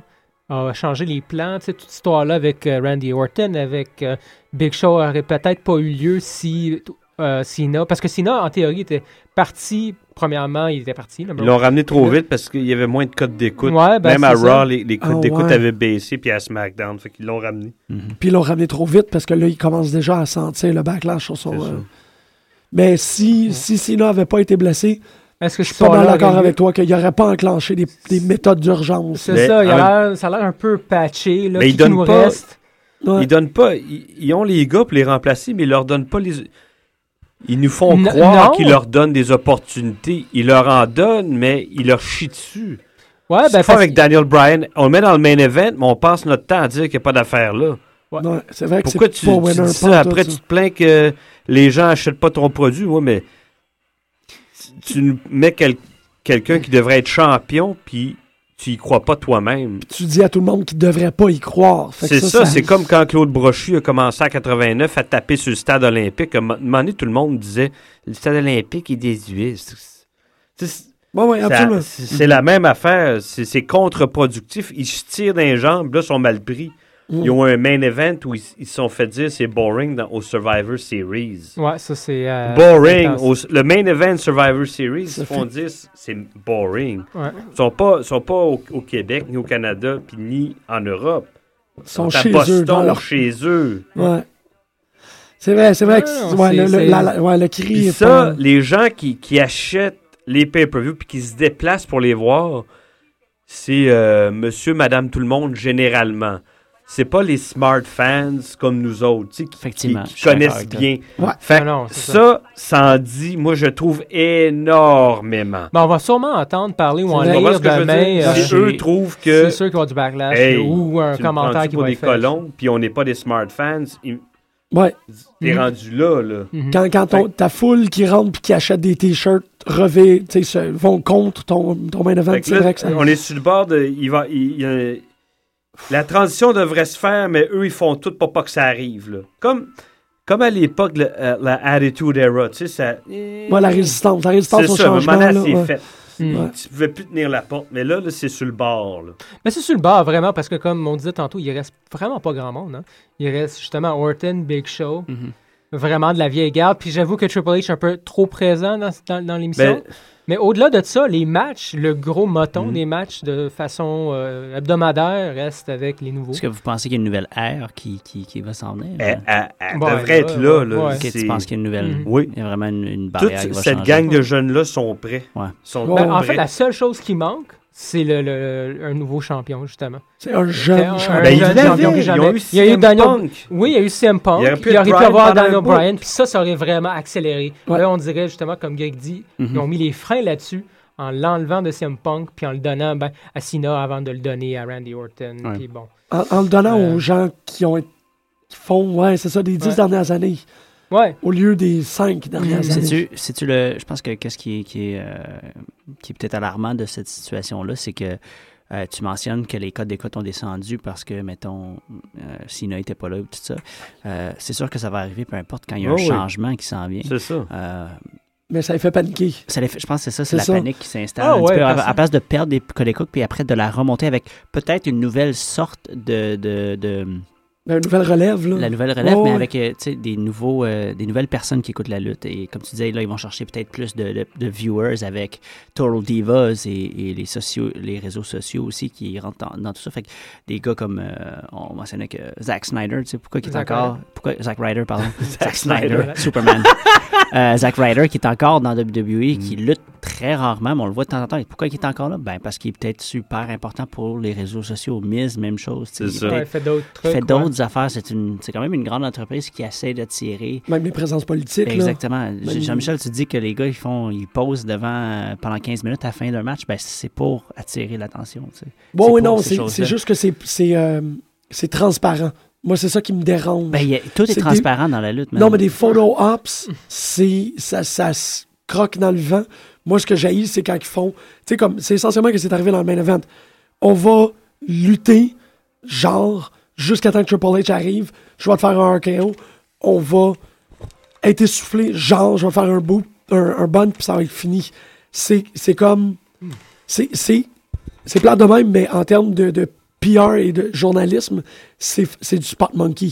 [SPEAKER 4] a changé les plans? Tu sais, toute cette histoire-là avec euh, Randy Orton, avec euh, Big Show aurait peut-être pas eu lieu si euh, Cena... Parce que Cena, en théorie, était parti... Premièrement, il était parti. number
[SPEAKER 5] Ils l'ont
[SPEAKER 4] one.
[SPEAKER 5] ramené trop vite parce qu'il y avait moins de codes d'écoute.
[SPEAKER 4] Ouais, ben,
[SPEAKER 5] Même
[SPEAKER 4] c'est
[SPEAKER 5] à
[SPEAKER 4] ça.
[SPEAKER 5] Raw, les, les codes
[SPEAKER 3] Ah,
[SPEAKER 5] d'écoute
[SPEAKER 3] ouais.
[SPEAKER 5] avaient baissé, puis à SmackDown, fait qu'ils l'ont ramené.
[SPEAKER 3] Puis ils l'ont ramené trop vite parce que là, il commence déjà à sentir le backlash sur son.
[SPEAKER 5] C'est ça.
[SPEAKER 3] euh, Mais si, si Cena avait pas été blessé,
[SPEAKER 4] Est-ce que
[SPEAKER 3] je suis pas mal d'accord avec toi qu'il n'aurait pas enclenché des, des méthodes d'urgence.
[SPEAKER 4] C'est
[SPEAKER 5] Mais
[SPEAKER 4] ça, il a
[SPEAKER 5] en
[SPEAKER 4] l'air- ça a l'air un peu patché. Là,
[SPEAKER 5] Mais
[SPEAKER 4] qui
[SPEAKER 5] il donne
[SPEAKER 4] nous
[SPEAKER 5] pas-
[SPEAKER 4] reste.
[SPEAKER 3] Ouais.
[SPEAKER 5] Ils donnent pas. Ils, ils ont les gars pour les remplacer, mais ils leur donnent pas les. Ils nous font
[SPEAKER 4] N- non.
[SPEAKER 5] croire qu'ils leur donnent des opportunités. Ils leur en donnent, mais ils leur chient dessus.
[SPEAKER 4] Ouais,
[SPEAKER 5] C'est
[SPEAKER 4] ben,
[SPEAKER 5] pas
[SPEAKER 4] parce-
[SPEAKER 5] avec Daniel Bryan. On le met dans le main event, mais on passe notre temps à dire qu'il n'y a pas d'affaire là.
[SPEAKER 3] Ouais, c'est vrai que c'est
[SPEAKER 5] Pourquoi tu,
[SPEAKER 3] pas
[SPEAKER 5] tu
[SPEAKER 3] winner
[SPEAKER 5] dis
[SPEAKER 3] pas,
[SPEAKER 5] ça? Après,
[SPEAKER 3] tout
[SPEAKER 5] tu
[SPEAKER 3] ça.
[SPEAKER 5] te plains que les gens achètent pas ton produit. Oui, mais tu- tu nous mets quel- quelqu'un qui devrait être champion, puis tu y crois pas toi-même.
[SPEAKER 3] Tu dis à tout le monde qu'il devrait pas y croire. Fait que
[SPEAKER 5] C'est ça, c'est comme quand Claude Brochu a commencé en 89 à taper sur le stade olympique. À un moment donné, tout le monde disait le stade olympique est désuet. C'est- c'est- c'est-
[SPEAKER 3] Ouais, ouais, absolument.
[SPEAKER 5] ça- C'est c'est la même affaire. C'est c'est contre-productif. Ils se tirent d'un jambes, là, sont mal pris.
[SPEAKER 3] Mm.
[SPEAKER 5] Ils ont un main event où ils ils se sont fait dire c'est boring dans- au Survivor Series.
[SPEAKER 4] Ouais, ça, c'est... euh,
[SPEAKER 5] Boring.
[SPEAKER 4] intense.
[SPEAKER 5] au- le main event Survivor Series, ils se
[SPEAKER 3] Ça
[SPEAKER 5] font dire c'est boring.
[SPEAKER 4] Ouais.
[SPEAKER 5] Ils sont pas, sont pas au, au Québec, ni au Canada, puis ni en Europe.
[SPEAKER 3] Ils sont
[SPEAKER 5] à
[SPEAKER 3] chez
[SPEAKER 5] Boston,
[SPEAKER 3] eux dans leur
[SPEAKER 5] chez eux.
[SPEAKER 3] Ouais. C'est vrai, c'est vrai que
[SPEAKER 4] Ah,
[SPEAKER 3] c'est-
[SPEAKER 4] non,
[SPEAKER 3] ouais,
[SPEAKER 4] c'est-
[SPEAKER 3] le, le-
[SPEAKER 4] c'est-
[SPEAKER 3] la- la- ouais, le cri
[SPEAKER 5] Puis
[SPEAKER 3] est
[SPEAKER 5] ça,
[SPEAKER 3] pas-
[SPEAKER 5] les gens qui, qui achètent les pay-per-view puis qui se déplacent pour les voir, c'est euh, monsieur, madame, tout le monde, généralement. C'est pas les smart fans comme nous autres, tu sais, qui- qui,
[SPEAKER 6] Effectivement,
[SPEAKER 5] qui
[SPEAKER 6] je suis d'accord
[SPEAKER 5] connaissent
[SPEAKER 6] avec toi.
[SPEAKER 5] bien.
[SPEAKER 3] Ouais.
[SPEAKER 5] Fait
[SPEAKER 4] Ah non,
[SPEAKER 5] que
[SPEAKER 4] c'est
[SPEAKER 5] ça, ça en dit, moi, je trouve énormément.
[SPEAKER 4] Ben, on va sûrement entendre parler ou en
[SPEAKER 3] vrai.
[SPEAKER 5] Tu comprends ce
[SPEAKER 4] lire
[SPEAKER 5] que je veux
[SPEAKER 4] demain.
[SPEAKER 5] dire?
[SPEAKER 4] euh,
[SPEAKER 5] Si eux trouvent que...
[SPEAKER 4] C'est sûr qu'il va y avoir du backlash
[SPEAKER 5] Hey,
[SPEAKER 4] ou un
[SPEAKER 5] tu me prends-tu
[SPEAKER 4] commentaire qui
[SPEAKER 5] pour
[SPEAKER 4] va
[SPEAKER 5] des
[SPEAKER 4] être fait.
[SPEAKER 5] colons, puis on n'est pas des smart fans. il-
[SPEAKER 3] Ouais.
[SPEAKER 5] T'es rendu là, là.
[SPEAKER 3] Quand, quand ton- ta foule qui rentre puis qui achète des t-shirts revêt, tu sais, se- vont contre ton, ton main event,
[SPEAKER 5] Fait que
[SPEAKER 3] c'est
[SPEAKER 5] là,
[SPEAKER 3] vrai que ça.
[SPEAKER 5] on est sur le bord de. Il va, il- il- euh, la transition devrait se faire, mais eux, ils font tout pour pas que ça arrive. là. Comme, comme à l'époque, le- euh, la Attitude Era, tu sais, ça.
[SPEAKER 3] Ouais, la résistance, la résistance
[SPEAKER 5] c'est
[SPEAKER 3] au
[SPEAKER 5] ça, à un
[SPEAKER 3] changement.
[SPEAKER 5] moment
[SPEAKER 3] là,
[SPEAKER 5] donné, c'est
[SPEAKER 3] ouais.
[SPEAKER 5] fait.
[SPEAKER 6] Mm.
[SPEAKER 4] Mhm.
[SPEAKER 3] Ouais.
[SPEAKER 5] Tu pouvais plus tenir la porte, mais là, là, c'est sur le bord. là.
[SPEAKER 4] Mais c'est sur le bord, vraiment, parce que comme on disait tantôt, il reste vraiment pas grand monde. hein. Il reste justement Orton, Big Show,
[SPEAKER 5] Mm-hmm.
[SPEAKER 6] Mhm.
[SPEAKER 4] vraiment de la vieille garde. Puis j'avoue que Triple H est un peu trop présent dans, dans- dans l'émission.
[SPEAKER 5] Ben- Mm-hmm.
[SPEAKER 4] Mais au-delà de ça, les matchs, le gros moton des matchs de façon euh, hebdomadaire reste avec les nouveaux.
[SPEAKER 6] Est-ce que vous pensez qu'il y a une nouvelle ère qui, qui, qui va s'en venir?
[SPEAKER 5] Elle, elle- elle
[SPEAKER 4] Ouais,
[SPEAKER 5] devrait être
[SPEAKER 4] ouais,
[SPEAKER 5] là.
[SPEAKER 4] ouais,
[SPEAKER 5] là.
[SPEAKER 4] ouais.
[SPEAKER 6] Ok,
[SPEAKER 5] C'est-
[SPEAKER 6] tu penses qu'il y a une nouvelle...
[SPEAKER 4] Mhm.
[SPEAKER 5] Oui.
[SPEAKER 6] Il y a vraiment une, une
[SPEAKER 5] Toute
[SPEAKER 6] barrière qui va
[SPEAKER 5] cette
[SPEAKER 6] changer.
[SPEAKER 5] gang de jeunes-là sont prêts.
[SPEAKER 6] Ouais.
[SPEAKER 5] Sont
[SPEAKER 3] Ben,
[SPEAKER 4] Ben, en fait,
[SPEAKER 5] prêts.
[SPEAKER 4] la seule chose qui manque, c'est le, le- un nouveau champion, justement.
[SPEAKER 3] C'est un
[SPEAKER 4] C'est un-
[SPEAKER 3] jeune
[SPEAKER 4] un
[SPEAKER 3] champion.
[SPEAKER 5] Ben, ils
[SPEAKER 4] jeune
[SPEAKER 5] l'avaient,
[SPEAKER 4] champion
[SPEAKER 5] ils
[SPEAKER 4] que
[SPEAKER 5] ont
[SPEAKER 4] jamais.
[SPEAKER 5] eu
[SPEAKER 4] Bah, Il y a eu
[SPEAKER 5] CM
[SPEAKER 4] Daniel-
[SPEAKER 5] Punk.
[SPEAKER 4] Oui, il y a eu CM Punk.
[SPEAKER 5] Il y aurait pu
[SPEAKER 4] Il y
[SPEAKER 5] être
[SPEAKER 4] aurait pu
[SPEAKER 5] Bryan
[SPEAKER 4] avoir
[SPEAKER 5] pendant un
[SPEAKER 4] Daniel
[SPEAKER 5] bout.
[SPEAKER 4] Bryan. Puis ça, ça aurait vraiment accéléré.
[SPEAKER 3] Ouais.
[SPEAKER 4] Là, on dirait justement, comme Greg dit,
[SPEAKER 6] Mhm.
[SPEAKER 4] ils ont mis les freins là-dessus en l'enlevant de CM Punk puis en le donnant ben, à Cena avant de le donner à Randy Orton.
[SPEAKER 6] Ouais.
[SPEAKER 4] Puis bon.
[SPEAKER 3] En, en le donnant
[SPEAKER 4] Euh.
[SPEAKER 3] aux gens qui ont été- qui font, ouais, c'est ça, des dix
[SPEAKER 4] Ouais.
[SPEAKER 3] dernières années,
[SPEAKER 4] Ouais.
[SPEAKER 3] au lieu des cinq dernières
[SPEAKER 4] Mhm.
[SPEAKER 3] années.
[SPEAKER 6] C'est-tu, c'est-tu le. Je pense que qu'est-ce qui est, qui est, euh, qui est peut-être alarmant de cette situation-là, c'est que euh, tu mentionnes que les codes d'écoute ont descendu parce que, mettons, euh, Sina n'était pas là ou tout ça. Euh, c'est sûr que ça va arriver peu importe quand il y a
[SPEAKER 5] Oh
[SPEAKER 6] un
[SPEAKER 5] oui.
[SPEAKER 6] changement qui s'en vient.
[SPEAKER 5] C'est ça.
[SPEAKER 6] Euh,
[SPEAKER 3] Mais ça les fait paniquer.
[SPEAKER 6] ça les fait- je pense que c'est ça, c'est,
[SPEAKER 3] C'est
[SPEAKER 6] la
[SPEAKER 3] ça.
[SPEAKER 6] panique qui s'installe.
[SPEAKER 4] Ah
[SPEAKER 6] un petit
[SPEAKER 4] ouais,
[SPEAKER 6] peu. à,
[SPEAKER 4] parce-
[SPEAKER 6] à place de perdre des codes d'écoute puis après de la remonter avec peut-être une nouvelle sorte de- de- de
[SPEAKER 3] Ben, une nouvelle relève, là.
[SPEAKER 6] la nouvelle relève,
[SPEAKER 3] Ouais,
[SPEAKER 6] mais
[SPEAKER 3] ouais.
[SPEAKER 6] avec euh, tu sais, des, nouveaux, euh, des nouvelles personnes qui écoutent la lutte. Et comme tu disais, là, ils vont chercher peut-être plus de, de- de viewers avec Total Divas et, et les, sociaux, les réseaux sociaux aussi qui rentrent dans, dans tout ça. Fait que des gars comme, euh, on mentionnait que Zack Snyder, tu sais, pourquoi qui est
[SPEAKER 4] Zack
[SPEAKER 6] encore...
[SPEAKER 4] Ryder.
[SPEAKER 6] Pourquoi, Zack Ryder, pardon. Zack
[SPEAKER 5] Snyder.
[SPEAKER 6] Snyder, Superman. Euh, Zack Ryder qui est encore dans
[SPEAKER 3] Mm.
[SPEAKER 6] WWE, qui lutte très rarement, mais on le voit de temps en temps. Et pourquoi il est encore là? Ben, parce qu'il est peut-être super important pour les réseaux sociaux. Miz, même chose. tu
[SPEAKER 5] C'est
[SPEAKER 6] sais, il est
[SPEAKER 5] ça.
[SPEAKER 6] peut-être
[SPEAKER 4] Ouais, fait d'autres trucs.
[SPEAKER 6] fait
[SPEAKER 4] ouais.
[SPEAKER 6] d'autres affaires. C'est une, c'est quand même une grande entreprise qui essaie d'attirer.
[SPEAKER 3] Même les présences politiques, là.
[SPEAKER 6] Exactement.
[SPEAKER 3] Ben,
[SPEAKER 6] Jean-Michel, tu dis que les gars, ils font, ils posent devant euh, pendant 15 minutes à la fin d'un match. Ben, c'est pour attirer l'attention. tu sais.
[SPEAKER 3] Bon,
[SPEAKER 6] C'est
[SPEAKER 3] oui,
[SPEAKER 6] pour
[SPEAKER 3] non,
[SPEAKER 6] ces
[SPEAKER 3] c'est
[SPEAKER 6] choses-là.
[SPEAKER 3] c'est juste que c'est- c'est euh, c'est transparent. Moi, c'est ça qui me dérange.
[SPEAKER 6] Ben, il y a- tout est,
[SPEAKER 3] C'est des-
[SPEAKER 6] transparent dans la lutte. man.
[SPEAKER 3] non, mais des photo ops, c'est ça, ça se croque dans le vent. Moi, ce que j'haïs, c'est quand ils font. Tu sais, comme c'est essentiellement que c'est arrivé dans le main event. On va lutter, genre, jusqu'à temps que Triple H arrive. Je vais te faire un RKO. On va être essoufflé, genre, je vais faire un bout, un, un bunt, puis ça va être fini. C'est c'est comme. C'est. c'est- C'est plat de même, mais en termes de, de PR et de journalisme, c'est c'est du spot monkey.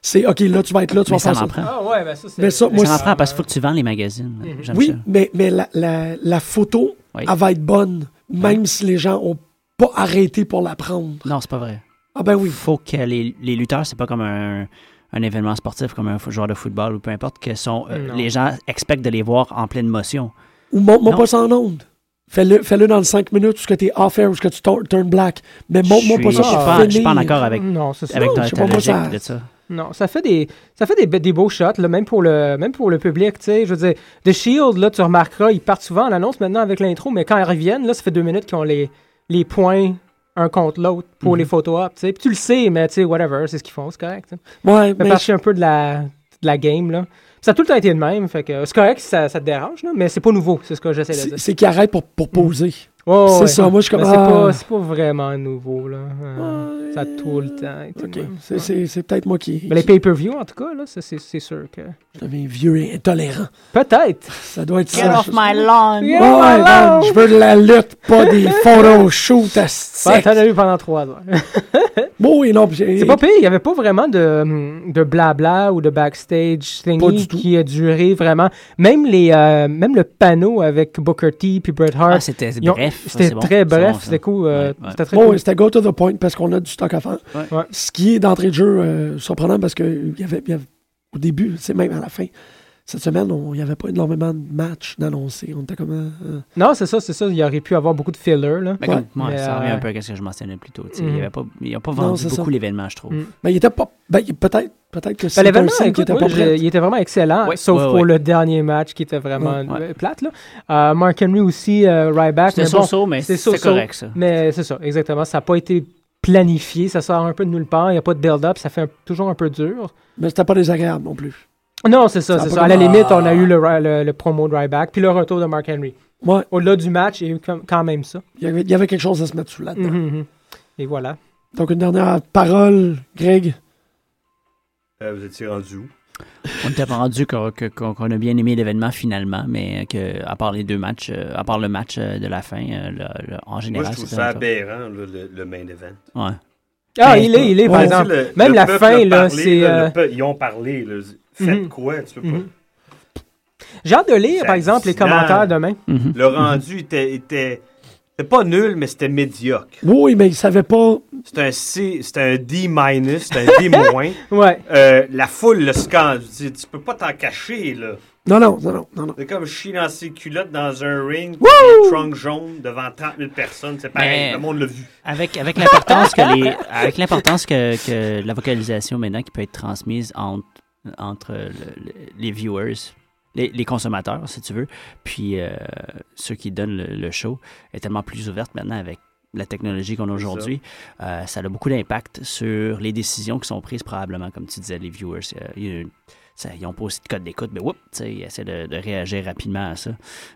[SPEAKER 3] C'est OK, là, tu vas être là, tu
[SPEAKER 6] Mais
[SPEAKER 3] vas
[SPEAKER 6] ça
[SPEAKER 3] faire
[SPEAKER 6] m'en
[SPEAKER 3] ça.
[SPEAKER 6] prend.
[SPEAKER 4] Ah ouais, ben ça, c'est.
[SPEAKER 3] Mais ça, moi,
[SPEAKER 6] Ça m'en
[SPEAKER 3] c'est- Mhm.
[SPEAKER 6] prend parce qu'il faut que tu vends les magazines. Jean-Michel.
[SPEAKER 3] Oui, mais, mais la, la, la photo,
[SPEAKER 6] Oui.
[SPEAKER 3] elle va être bonne, même si les gens ont pas arrêté pour la prendre.
[SPEAKER 6] Non, c'est pas vrai.
[SPEAKER 3] Ah ben
[SPEAKER 6] Il
[SPEAKER 3] oui.
[SPEAKER 6] faut que les, les lutteurs, c'est pas comme un, un événement sportif, comme un fo- joueur de football ou peu importe, que sont, euh,
[SPEAKER 4] Non.
[SPEAKER 6] les gens expectent de les voir en pleine motion.
[SPEAKER 3] Ou montre-moi
[SPEAKER 6] Non.
[SPEAKER 3] pas ça en onde. Fais-le fais -le dans le 5 minutes où ce que t'es off-air, où ce que tu turn, turn black. Mais montre-moi
[SPEAKER 6] Je
[SPEAKER 3] pas
[SPEAKER 6] suis-
[SPEAKER 3] ça
[SPEAKER 6] je suis
[SPEAKER 3] pour
[SPEAKER 6] pas- Je suis pas en
[SPEAKER 3] finir.
[SPEAKER 6] accord avec,
[SPEAKER 4] Non, c'est ça.
[SPEAKER 6] avec
[SPEAKER 3] Non,
[SPEAKER 6] ta,
[SPEAKER 3] je sais
[SPEAKER 6] ta
[SPEAKER 3] pas, moi,
[SPEAKER 6] logique
[SPEAKER 3] ça-
[SPEAKER 6] de ça.
[SPEAKER 4] Non, ça fait des ça fait des, be- des beaux shots, là, même pour le même pour le public, tu sais, je veux dire, The Shield, là, tu remarqueras, ils partent souvent en annonce maintenant avec l'intro, mais quand ils reviennent, là, ça fait deux minutes qu'ils ont les, les points un contre l'autre pour
[SPEAKER 3] Mhm.
[SPEAKER 4] les photos up, tu sais, puis tu le sais, mais tu sais, whatever, c'est ce qu'ils font, c'est correct. tu sais.
[SPEAKER 3] Ouais,
[SPEAKER 4] Ça fait
[SPEAKER 3] mais
[SPEAKER 4] partie un peu de la, de la game, là. Ça a tout le temps été le même, fait que euh, c'est correct si ça, ça te dérange, là, mais c'est pas nouveau, c'est ce que j'essaie de
[SPEAKER 3] c'est
[SPEAKER 4] dire.
[SPEAKER 3] c'est qu'ils arrêtent pour, pour poser.
[SPEAKER 4] Ouais, ouais,
[SPEAKER 3] c'est
[SPEAKER 4] ouais.
[SPEAKER 3] ça, moi, je suis comme,
[SPEAKER 4] Mais c'est
[SPEAKER 3] ah.
[SPEAKER 4] pas, c'est pas vraiment nouveau, là. Euh, Ça a tout le temps. été
[SPEAKER 3] Ok,
[SPEAKER 4] le même.
[SPEAKER 3] c'est- c'est c'est peut-être moi qui,
[SPEAKER 4] Mais les
[SPEAKER 3] qui
[SPEAKER 4] pay-per-view, en tout cas, là, ça, c'est c'est sûr que...
[SPEAKER 3] deviens vieux et intolérant.
[SPEAKER 4] Peut-être.
[SPEAKER 3] Ça doit être ça. je-
[SPEAKER 6] lawn!
[SPEAKER 3] Ouais, ouais, man, je veux de la lutte, pas des photoshoots à
[SPEAKER 4] Ouais,
[SPEAKER 3] sec.
[SPEAKER 4] t'en as eu pendant trois ans.
[SPEAKER 3] Bon, et non, puis-
[SPEAKER 4] C'est pas pire, il n'y avait pas vraiment de, hum, de blabla ou de backstage
[SPEAKER 3] Pas du
[SPEAKER 4] thingy
[SPEAKER 3] tout.
[SPEAKER 4] qui a duré vraiment. Même, les, euh, même le panneau avec Booker T puis Bret
[SPEAKER 6] Ah,
[SPEAKER 4] Hart.
[SPEAKER 6] c'était
[SPEAKER 4] ils ont-
[SPEAKER 6] bref. ça,
[SPEAKER 4] C'était
[SPEAKER 6] c'est bon,
[SPEAKER 4] très
[SPEAKER 6] c'est
[SPEAKER 4] bref,
[SPEAKER 6] bon, ça.
[SPEAKER 4] c'était cool. euh,
[SPEAKER 6] Ouais, ouais.
[SPEAKER 4] C'était très
[SPEAKER 3] Bon,
[SPEAKER 4] cool.
[SPEAKER 3] c'était go to the point parce qu'on a du stock à faire.
[SPEAKER 6] Ouais.
[SPEAKER 4] Ouais.
[SPEAKER 3] Ce qui est d'entrée de jeu euh, surprenant parce que il y avait, il y avait- au début, c'est même à la fin, Cette semaine, on- il n'y avait pas énormément de matchs d'annoncés. On était comme. euh, euh,
[SPEAKER 4] Non, c'est ça, c'est ça. Il aurait pu avoir beaucoup de filler, là.
[SPEAKER 6] Mais comme,
[SPEAKER 3] Ouais.
[SPEAKER 6] moi,
[SPEAKER 4] Mais,
[SPEAKER 6] ça revient
[SPEAKER 4] euh,
[SPEAKER 6] un peu à ce que je mentionnais plus tôt. tu sais.
[SPEAKER 4] Mhm.
[SPEAKER 6] Il n'y a pas, il a pas
[SPEAKER 3] Non,
[SPEAKER 6] vendu
[SPEAKER 3] c'est ça.
[SPEAKER 6] beaucoup l'événement, je trouve.
[SPEAKER 4] Mhm.
[SPEAKER 3] Ben, il était pas. Ben, il- peut-être. Peut-être que
[SPEAKER 4] Ben,
[SPEAKER 3] c'était un
[SPEAKER 4] L'événement,
[SPEAKER 3] signe qu'il
[SPEAKER 4] écoute,
[SPEAKER 3] était
[SPEAKER 4] oui,
[SPEAKER 3] pas
[SPEAKER 4] je-
[SPEAKER 3] prêt.
[SPEAKER 4] il était vraiment excellent,
[SPEAKER 6] Ouais,
[SPEAKER 4] sauf
[SPEAKER 6] ouais,
[SPEAKER 4] pour
[SPEAKER 6] ouais.
[SPEAKER 4] le dernier match qui était vraiment
[SPEAKER 6] Ouais.
[SPEAKER 4] euh, plate. Là. Euh, Mark Henry aussi, euh, Ryback,
[SPEAKER 6] C'était
[SPEAKER 4] mais bon,
[SPEAKER 6] so-so, mais
[SPEAKER 4] c'est
[SPEAKER 6] c'est
[SPEAKER 4] so-so.
[SPEAKER 6] correct, ça.
[SPEAKER 4] mais c'est ça, exactement. Ça n'a pas été planifié, ça sort un peu de nulle part, il n'y a pas de build-up, ça fait un- toujours un peu dur.
[SPEAKER 3] Mais c'était pas désagréable non plus.
[SPEAKER 4] Non, c'est ça,
[SPEAKER 3] Ça a
[SPEAKER 4] c'est
[SPEAKER 3] pas
[SPEAKER 4] ça. À la
[SPEAKER 3] comme-
[SPEAKER 4] limite, on a eu le, ri- le- le promo de Ryback, puis le retour de Mark Henry.
[SPEAKER 3] Ouais.
[SPEAKER 4] Au-delà du match, il y a eu quand- quand même ça.
[SPEAKER 3] Il y avait, il y avait quelque chose à se mettre sous la dent
[SPEAKER 4] Mhm, mhm. Et voilà.
[SPEAKER 3] Donc, une dernière parole, Greg.
[SPEAKER 5] Euh, vous étiez rendu où?
[SPEAKER 6] On était rendu qu'on que- qu'on- qu'on a bien aimé l'événement finalement, mais que à part les deux matchs, euh, à part le match euh, de la fin, euh, le- le- en
[SPEAKER 5] Moi,
[SPEAKER 6] général,
[SPEAKER 5] je trouve
[SPEAKER 6] c'était
[SPEAKER 5] ça
[SPEAKER 6] un peu-
[SPEAKER 5] aberrant, là, le, le main event.
[SPEAKER 6] Ouais.
[SPEAKER 4] Ah,
[SPEAKER 6] Ben,
[SPEAKER 4] il est, il est, par
[SPEAKER 3] Ouais,
[SPEAKER 4] exemple.
[SPEAKER 5] Tu sais, le-
[SPEAKER 4] Même
[SPEAKER 5] le
[SPEAKER 4] la
[SPEAKER 5] peuple
[SPEAKER 4] fin,
[SPEAKER 5] a
[SPEAKER 4] là,
[SPEAKER 5] parlé,
[SPEAKER 4] c'est,
[SPEAKER 5] le
[SPEAKER 4] euh,
[SPEAKER 5] peu- Ils ont parlé. là. Faites
[SPEAKER 4] Mhm.
[SPEAKER 5] quoi? Tu peux pas-
[SPEAKER 4] Mhm. J'ai hâte de lire,
[SPEAKER 5] C'est
[SPEAKER 4] par exemple, les
[SPEAKER 5] hallucinant.
[SPEAKER 4] commentaires demain.
[SPEAKER 6] Mhm.
[SPEAKER 5] Le rendu était... était... C'était pas nul, mais c'était médiocre.
[SPEAKER 3] Oui, mais il savait pas.
[SPEAKER 5] C'était un C, c'était un D minus, c'était un D moins.
[SPEAKER 4] Ouais.
[SPEAKER 5] Euh, la foule, le scandale, tu, tu peux pas t'en cacher, là.
[SPEAKER 3] Non, non, non, non, non. non.
[SPEAKER 5] C'est comme chier dans ses culottes dans un ring, puis un trunk jaune devant 30 000 personnes. C'est pareil,
[SPEAKER 6] Mais-
[SPEAKER 5] le monde l'a vu.
[SPEAKER 6] Avec, avec l'importance que les, avec l'importance que, que la vocalisation maintenant qui peut être transmise entre, entre le- le- les viewers, les, les consommateurs, si tu veux, puis euh, ceux qui donnent le, le show, est tellement plus ouverte maintenant avec la technologie qu'on a aujourd'hui. Euh, ça a beaucoup d'impact sur les décisions qui sont prises probablement, comme tu disais, les viewers. euh, ils- ça- ils n'ont pas aussi de code d'écoute, mais whoop, tu sais, ils essaient de, de réagir rapidement à ça.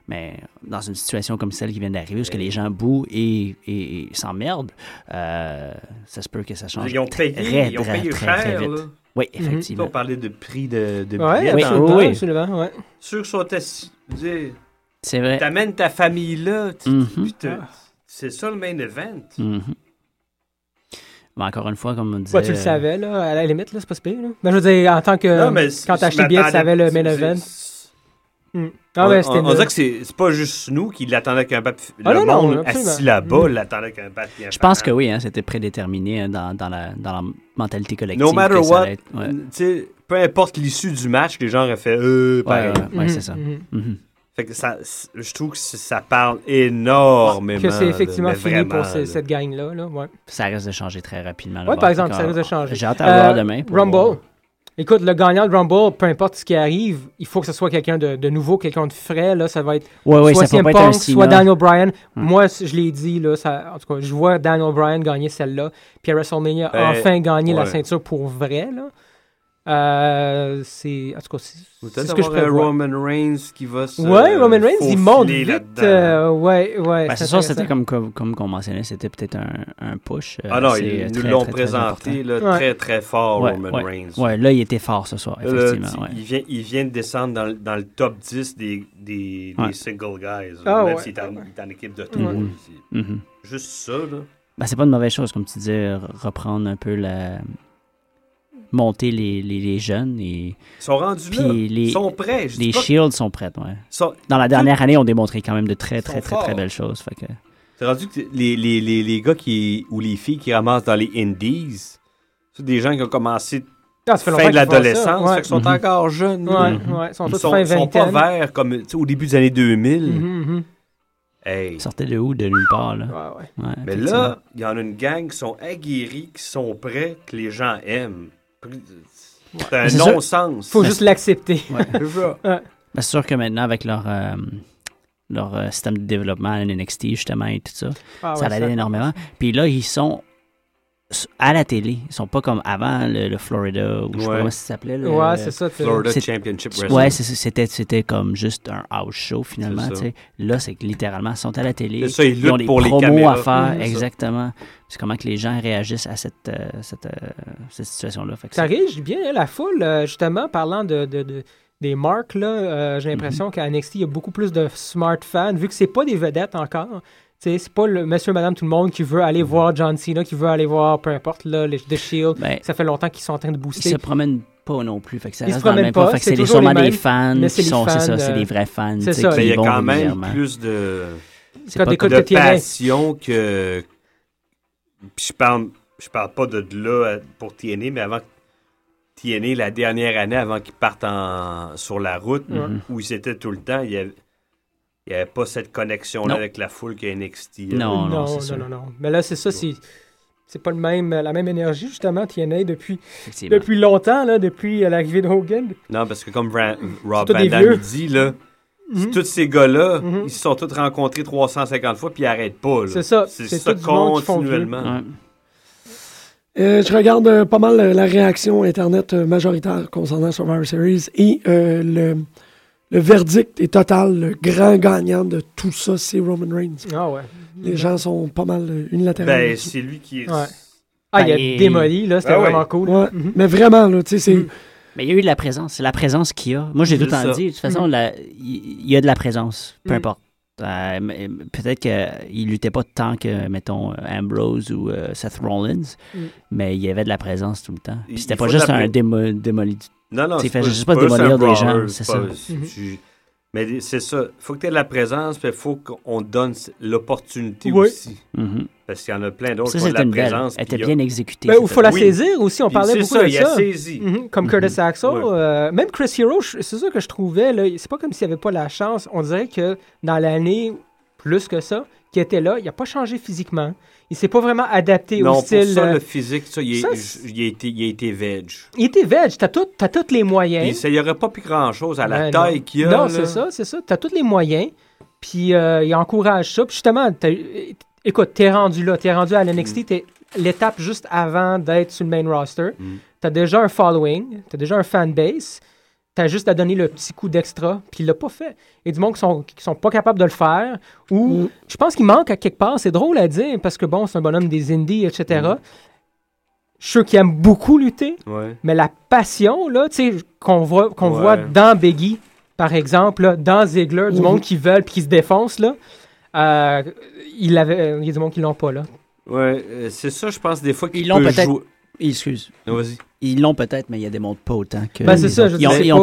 [SPEAKER 6] Mais dans une situation comme celle qui vient d'arriver, où ce que les gens bouent et, et- et s'emmerdent, euh, ça se peut que ça change
[SPEAKER 5] Ils ont payé,
[SPEAKER 6] très,
[SPEAKER 5] ils ont
[SPEAKER 6] très,
[SPEAKER 5] payé
[SPEAKER 6] très,
[SPEAKER 5] cher,
[SPEAKER 6] très vite.
[SPEAKER 5] là.
[SPEAKER 6] Oui,
[SPEAKER 5] Tu sais, on
[SPEAKER 6] effectivement.
[SPEAKER 5] parlait de prix de, de
[SPEAKER 4] Ouais,
[SPEAKER 5] billets. dans-
[SPEAKER 4] absolument,
[SPEAKER 6] oui.
[SPEAKER 4] absolument, ouais.
[SPEAKER 5] Ceux qui sont assis, je veux dire,
[SPEAKER 6] C'est
[SPEAKER 4] Eh.
[SPEAKER 6] vrai.
[SPEAKER 5] t'amènes ta famille là, tu-
[SPEAKER 6] Mhm.
[SPEAKER 5] puis te- c'est ça le main event.
[SPEAKER 6] Mhm. Mais encore une fois, comme on disait...
[SPEAKER 4] Ouais, Bah, tu le savais, là, à la limite, là, c'est pas si pire, là. Ben, je veux dire, en tant que.
[SPEAKER 5] euh, Non, mais c-
[SPEAKER 4] quand t'as
[SPEAKER 5] je
[SPEAKER 4] acheté le billet, tu savais le main
[SPEAKER 5] m'attendais-
[SPEAKER 4] event.
[SPEAKER 5] c'est-
[SPEAKER 4] Hmm.
[SPEAKER 5] On,
[SPEAKER 4] Ah, ouais,
[SPEAKER 5] on-
[SPEAKER 4] c'était.
[SPEAKER 5] on
[SPEAKER 4] nul.
[SPEAKER 5] dirait que c'est c'est pas juste nous qui l'attendaient avec un papier.
[SPEAKER 4] Ah,
[SPEAKER 5] le
[SPEAKER 4] non, non,
[SPEAKER 5] monde
[SPEAKER 4] absolument. Mm.
[SPEAKER 5] assis là-bas l'attendait avec un papier.
[SPEAKER 6] Je pense que oui, hein, c'était prédéterminé hein, dans, dans la, dans la mentalité collective.
[SPEAKER 5] No matter
[SPEAKER 6] que ça
[SPEAKER 5] what,
[SPEAKER 6] allait être- ouais.
[SPEAKER 5] tu sais, peu importe l'issue du match, les gens auraient fait euh,
[SPEAKER 6] Ouais,
[SPEAKER 5] pareil.
[SPEAKER 6] ouais, ouais,
[SPEAKER 4] Mhm,
[SPEAKER 6] c'est ça.
[SPEAKER 4] mhm.
[SPEAKER 6] Mhm.
[SPEAKER 5] Fait que ça, c- je trouve que c- ça parle énormément.
[SPEAKER 4] Que c'est
[SPEAKER 5] là,
[SPEAKER 4] effectivement
[SPEAKER 5] mais
[SPEAKER 4] fini pour
[SPEAKER 5] vraiment,
[SPEAKER 4] ce-
[SPEAKER 5] là.
[SPEAKER 4] cette gang-là, là, ouais.
[SPEAKER 6] Ça risque de changer très rapidement. là,
[SPEAKER 4] Ouais,
[SPEAKER 6] bon,
[SPEAKER 4] par exemple,
[SPEAKER 6] donc,
[SPEAKER 4] ça
[SPEAKER 6] on-
[SPEAKER 4] risque de changer.
[SPEAKER 6] J'ai hâte à voir
[SPEAKER 4] Euh,
[SPEAKER 6] demain. pour
[SPEAKER 4] Rumble.
[SPEAKER 6] voir.
[SPEAKER 4] Écoute, le gagnant de Rumble, peu importe ce qui arrive, il faut que ce soit quelqu'un de, de nouveau, quelqu'un de frais, là. Ça va être
[SPEAKER 6] Ouais, ouais,
[SPEAKER 4] soit
[SPEAKER 6] ça peut
[SPEAKER 4] CM
[SPEAKER 6] pas être un Hmm.
[SPEAKER 4] Punk,
[SPEAKER 6] signe.
[SPEAKER 4] soit Daniel Bryan. Moi, c- je l'ai dit, là, ça, en tout cas, je vois Daniel Bryan gagner celle-là. Puis à WrestleMania,
[SPEAKER 5] Euh,
[SPEAKER 4] enfin gagner la
[SPEAKER 5] ouais.
[SPEAKER 4] ceinture pour vrai, là. Euh, c'est. En tout cas, c'est c'est
[SPEAKER 5] Peut-être
[SPEAKER 4] ce que je
[SPEAKER 5] avoir un
[SPEAKER 4] prévois.
[SPEAKER 5] Roman Reigns qui va se.
[SPEAKER 4] Ouais, Roman Reigns, il
[SPEAKER 5] faufiler
[SPEAKER 4] monte vite.
[SPEAKER 5] là-dedans.
[SPEAKER 4] euh, ouais, ouais.
[SPEAKER 6] Ben, c'est sûr, c'était
[SPEAKER 4] intéressant.
[SPEAKER 6] comme, comme, comme on mentionnait, c'était peut-être un, un push. euh,
[SPEAKER 5] Ah non,
[SPEAKER 6] c'est, euh,
[SPEAKER 5] ils nous
[SPEAKER 6] très,
[SPEAKER 5] l'ont
[SPEAKER 6] très, très
[SPEAKER 5] présenté
[SPEAKER 6] important.
[SPEAKER 5] là,
[SPEAKER 4] Ouais.
[SPEAKER 5] très très fort,
[SPEAKER 6] Ouais,
[SPEAKER 5] Roman
[SPEAKER 6] ouais,
[SPEAKER 5] Reigns.
[SPEAKER 6] Ouais, là, il était fort ce soir,
[SPEAKER 5] Là, là,
[SPEAKER 6] effectivement.
[SPEAKER 5] tu-
[SPEAKER 6] ouais.
[SPEAKER 5] il, vient, il vient de descendre dans, le- dans le top 10 des, des, des
[SPEAKER 6] Ouais.
[SPEAKER 5] single guys. là,
[SPEAKER 4] Ah,
[SPEAKER 5] même
[SPEAKER 4] ouais.
[SPEAKER 5] s'il est en, il est en équipe de
[SPEAKER 6] Ouais.
[SPEAKER 5] trois.
[SPEAKER 6] Mhm.
[SPEAKER 5] c'est
[SPEAKER 6] Mhm.
[SPEAKER 5] Juste ça, là.
[SPEAKER 6] Ben, c'est pas une mauvaise chose, comme tu disais, re- reprendre un peu la. monter les, les, les jeunes
[SPEAKER 5] Ils
[SPEAKER 6] et.
[SPEAKER 5] sont rendus
[SPEAKER 6] Puis
[SPEAKER 5] là.
[SPEAKER 6] les-
[SPEAKER 5] ils sont prêts. je dis
[SPEAKER 6] Les
[SPEAKER 5] pas-
[SPEAKER 6] Shields sont prêtes, ouais.
[SPEAKER 5] sont-
[SPEAKER 6] Dans la dernière année, on démontré quand même de très,
[SPEAKER 5] Ils sont
[SPEAKER 6] très, très, très
[SPEAKER 5] forts.
[SPEAKER 6] belles choses. Fait que...
[SPEAKER 5] C'est rendu que les, les, les, les gars qui, ou les filles qui ramassent dans les indies, c'est des gens qui ont commencé
[SPEAKER 4] Ah, ça fait longtemps
[SPEAKER 5] fin de
[SPEAKER 4] qu'ils font ça,
[SPEAKER 5] l'adolescence,
[SPEAKER 4] ouais.
[SPEAKER 5] fait qu'ils sont
[SPEAKER 6] Mhm.
[SPEAKER 5] encore jeunes. là.
[SPEAKER 4] Ouais,
[SPEAKER 6] Mhm.
[SPEAKER 4] ouais, ils sont
[SPEAKER 5] Ils
[SPEAKER 4] tous
[SPEAKER 5] sont,
[SPEAKER 4] fin
[SPEAKER 5] ils sont pas
[SPEAKER 4] vingtaine.
[SPEAKER 5] verts comme tu sais, au début des années 2000.
[SPEAKER 4] Mhm, mhm.
[SPEAKER 5] Hey.
[SPEAKER 6] Sortait de où De nulle part, là.
[SPEAKER 4] Ouais, ouais.
[SPEAKER 6] Ouais,
[SPEAKER 5] Mais
[SPEAKER 6] effectivement.
[SPEAKER 5] là, il y en a une gang qui sont aguerris, qui sont prêts, que les gens aiment. C'est un
[SPEAKER 6] Mais c'est sûr-
[SPEAKER 5] non-sens.
[SPEAKER 4] Faut juste l'accepter.
[SPEAKER 5] C'est ça.
[SPEAKER 6] Ben, c'est sûr que maintenant, avec leur, euh, leur euh, système de développement, NXT, justement, et tout ça,
[SPEAKER 4] Ah,
[SPEAKER 6] ça
[SPEAKER 4] ouais,
[SPEAKER 6] l'aide énormément. Puis là, ils sont s- à la télé. Ils sont pas comme avant le, le Florida, ou je sais pas
[SPEAKER 5] Ouais.
[SPEAKER 6] comment ça s'appelait. le-
[SPEAKER 4] Ouais, c'est ça. tu-
[SPEAKER 5] Florida
[SPEAKER 6] C'est-
[SPEAKER 5] Championship
[SPEAKER 6] Ouais,
[SPEAKER 5] Wrestling.
[SPEAKER 6] c'est- c'est- c'était c'était comme juste un house show finalement.
[SPEAKER 5] C'est ça.
[SPEAKER 6] tu sais. Là, c'est que littéralement, ils sont à la télé.
[SPEAKER 5] C'est ça, ils
[SPEAKER 6] ont
[SPEAKER 5] luttent
[SPEAKER 6] des
[SPEAKER 5] pour les
[SPEAKER 6] promos
[SPEAKER 5] caméras.
[SPEAKER 6] à faire,
[SPEAKER 5] Mhm.
[SPEAKER 6] exactement. C'est comment que les gens réagissent à cette, euh, cette, euh, cette situation-là. Fait que
[SPEAKER 4] Ça
[SPEAKER 6] c'est-
[SPEAKER 4] réagit bien, hein, la foule, euh, justement, parlant de, de- de- des marques, là, euh, j'ai
[SPEAKER 6] Mhm.
[SPEAKER 4] l'impression qu'à NXT, il y a beaucoup plus de smart fans, vu que c'est pas des vedettes encore. Tu sais, C'est pas le monsieur, madame, tout le monde qui veut
[SPEAKER 6] Mhm.
[SPEAKER 4] aller voir John Cena, qui veut aller voir, peu importe, là, les, The Shield.
[SPEAKER 6] Ben,
[SPEAKER 4] Ça fait longtemps qu'ils sont en train de
[SPEAKER 6] ils se
[SPEAKER 4] booster.
[SPEAKER 6] promènent pas non plus. Fait que ça
[SPEAKER 4] Ils se
[SPEAKER 6] reste dans le
[SPEAKER 4] promènent
[SPEAKER 6] même
[SPEAKER 4] pas,
[SPEAKER 6] pas. Fait que
[SPEAKER 4] c'est
[SPEAKER 6] c'est les-
[SPEAKER 4] toujours les
[SPEAKER 6] sûrement des
[SPEAKER 4] mêmes,
[SPEAKER 6] fans
[SPEAKER 4] mais
[SPEAKER 6] qui
[SPEAKER 4] c'est les
[SPEAKER 6] sont, c'est
[SPEAKER 4] fans,
[SPEAKER 6] ça, c'est
[SPEAKER 4] euh,
[SPEAKER 6] des vrais fans.
[SPEAKER 4] c'est
[SPEAKER 6] tu sais,
[SPEAKER 4] ça.
[SPEAKER 6] qui
[SPEAKER 5] Mais il y a
[SPEAKER 6] vont
[SPEAKER 5] quand même
[SPEAKER 6] régulièrement.
[SPEAKER 5] plus de,
[SPEAKER 6] C'est
[SPEAKER 4] Quand
[SPEAKER 6] pas
[SPEAKER 4] t'écoutes
[SPEAKER 5] de
[SPEAKER 4] le TNA.
[SPEAKER 5] passion que. euh, Puis je parle, je parle pas de de là à- pour TNA, mais avant, TNA la dernière année avant qu'ils partent en- sur la route,
[SPEAKER 6] Mm-hmm.
[SPEAKER 5] où ils étaient tout le temps, il n'y avait, il y avait pas cette connexion-là
[SPEAKER 6] Non.
[SPEAKER 5] avec la foule que NXT. avait.
[SPEAKER 6] Non, non,
[SPEAKER 4] non,
[SPEAKER 6] c'est
[SPEAKER 4] non,
[SPEAKER 6] sûr.
[SPEAKER 4] non, non. Mais là, c'est ça, c'est. C'est pas le même, la même énergie, justement, TNA, depuis,
[SPEAKER 6] Effectivement.
[SPEAKER 4] depuis longtemps, là, depuis euh, l'arrivée de Hogan.
[SPEAKER 5] Non, parce que comme Ra- Rob
[SPEAKER 4] tous
[SPEAKER 5] Van
[SPEAKER 4] des
[SPEAKER 5] Damme
[SPEAKER 4] vieux. Hmm.
[SPEAKER 5] il dit, là, tous ces gars-là, ils se sont tous rencontrés 350 fois, puis ils n'arrêtent pas. là.
[SPEAKER 4] C'est ça.
[SPEAKER 5] C'est
[SPEAKER 4] C'est
[SPEAKER 5] ça
[SPEAKER 4] tout du monde qui font vieux.
[SPEAKER 5] continuellement.
[SPEAKER 6] Ouais.
[SPEAKER 3] Euh, je regarde euh, pas mal euh, la réaction Internet euh, majoritaire concernant Survivor Series et euh, le, le verdict est total. Le grand gagnant de tout ça, c'est Roman Reigns.
[SPEAKER 4] Ah ouais.
[SPEAKER 3] Les gens sont pas mal euh, unilatéraux.
[SPEAKER 5] Ben, c'est lui qui est.
[SPEAKER 4] Ouais. Ah, il a
[SPEAKER 6] Ben, il-
[SPEAKER 4] démoli, là, c'était
[SPEAKER 5] Ah ouais.
[SPEAKER 4] vraiment cool.
[SPEAKER 3] Ouais, Mais vraiment, là, tu sais, c'est.
[SPEAKER 6] Mais il y a eu de la présence. C'est la présence qu'il y a. Moi, j'ai tout
[SPEAKER 5] C'est
[SPEAKER 6] le
[SPEAKER 5] ça.
[SPEAKER 6] temps dit. De toute façon, la- il il y a de la présence. Peu
[SPEAKER 4] Mm.
[SPEAKER 6] importe. Euh, mais- mais Peut-être qu'il luttait pas tant que, mettons, Ambrose ou euh, Seth Rollins,
[SPEAKER 4] Mm.
[SPEAKER 6] mais il y avait de la présence tout le temps. Puis
[SPEAKER 5] Il-
[SPEAKER 6] c'était
[SPEAKER 5] il
[SPEAKER 6] pas
[SPEAKER 5] faut
[SPEAKER 6] juste
[SPEAKER 5] de la
[SPEAKER 6] un
[SPEAKER 5] pré-
[SPEAKER 6] démo- démoli.
[SPEAKER 5] Non, non,
[SPEAKER 6] C'est fait juste
[SPEAKER 5] c'est
[SPEAKER 6] pas
[SPEAKER 5] juste un
[SPEAKER 6] démolir des gens,
[SPEAKER 5] brawler,
[SPEAKER 6] c'est
[SPEAKER 5] pas-
[SPEAKER 6] ça.
[SPEAKER 4] Mhm.
[SPEAKER 5] c'est- tu- Mais c'est ça. faut que tu aies de la présence, puis il faut qu'on te donne l'opportunité
[SPEAKER 4] Oui.
[SPEAKER 5] aussi.
[SPEAKER 6] Mhm.
[SPEAKER 5] Parce qu'il y en a plein d'autres
[SPEAKER 6] Ça,
[SPEAKER 5] qui ont de
[SPEAKER 6] c'était
[SPEAKER 5] la
[SPEAKER 6] une belle.
[SPEAKER 5] présence. puis
[SPEAKER 6] Elle était
[SPEAKER 5] il y a-
[SPEAKER 6] bien exécutée.
[SPEAKER 4] Mais Ben, il faut la
[SPEAKER 5] Oui.
[SPEAKER 4] saisir aussi, on
[SPEAKER 5] puis
[SPEAKER 4] parlait
[SPEAKER 5] c'est
[SPEAKER 4] beaucoup
[SPEAKER 5] ça,
[SPEAKER 4] de
[SPEAKER 5] il a
[SPEAKER 4] ça.
[SPEAKER 5] saisi.
[SPEAKER 4] Mhm, Comme Curtis Axel,
[SPEAKER 5] Ouais.
[SPEAKER 4] euh, même Chris Hero, je- c'est ça que je trouvais, là, c'est pas comme s'il n'y avait pas la chance. On dirait que dans l'année, plus que ça, qui était là, il n'a pas changé physiquement. Il s'est pas vraiment adapté
[SPEAKER 5] Non,
[SPEAKER 4] au
[SPEAKER 5] pour
[SPEAKER 4] style.
[SPEAKER 5] ça,
[SPEAKER 4] euh,
[SPEAKER 5] le physique, ça, il, est-
[SPEAKER 4] ça,
[SPEAKER 5] j- il a, été, il a été veg.
[SPEAKER 4] Il était veg, t'as tout, t'as tous les
[SPEAKER 5] Puis
[SPEAKER 4] moyens.
[SPEAKER 5] ça, il n'y aurait pas plus grand-chose à la
[SPEAKER 4] Hein? Ben,
[SPEAKER 5] taille
[SPEAKER 4] non.
[SPEAKER 5] qu'il a.
[SPEAKER 4] Non,
[SPEAKER 5] là.
[SPEAKER 4] c'est ça, c'est ça. T'as tous les moyens. Puis euh, il encourage ça. Puis justement, t'as eu- écoute, t'es rendu là. T'es rendu à
[SPEAKER 5] Mm.
[SPEAKER 4] l'NXT. T'es l'étape juste avant d'être sur le main roster.
[SPEAKER 5] Mm.
[SPEAKER 4] T'as déjà un following. T'as déjà un fanbase. T'as juste à donner le petit coup d'extra. Puis il l'a pas fait. Il y a du monde qui sont, qui sont pas capables de le faire.
[SPEAKER 5] Mm.
[SPEAKER 4] Ou je pense qu'il manque à quelque part. C'est drôle à dire parce que bon, c'est un bonhomme des indies, etc.
[SPEAKER 5] Mm.
[SPEAKER 4] Je suis sûr qu'il aime beaucoup lutter.
[SPEAKER 5] Ouais.
[SPEAKER 4] Mais la passion, là, tu sais, qu'on voit, qu'on
[SPEAKER 5] Ouais.
[SPEAKER 4] voit dans Biggie, par exemple, là, dans Ziegler, du
[SPEAKER 3] Mhm.
[SPEAKER 4] monde qui veulent puis qui se défonce, là, euh, il, avait, euh, il y a du monde qui l'ont pas, là.
[SPEAKER 5] Ouais, euh, c'est ça, je pense, des fois qu'ils
[SPEAKER 6] Ils l'ont
[SPEAKER 5] peuvent
[SPEAKER 6] peut-être-
[SPEAKER 5] jouer-
[SPEAKER 6] Excuse.
[SPEAKER 5] Non, Vas-y.
[SPEAKER 6] Ils l'ont peut-être, mais ils ne démontrent pas autant que.
[SPEAKER 4] Ben, c'est
[SPEAKER 6] les
[SPEAKER 4] ça,
[SPEAKER 6] autres.
[SPEAKER 4] je
[SPEAKER 6] ils ont,
[SPEAKER 4] sais
[SPEAKER 6] ils ont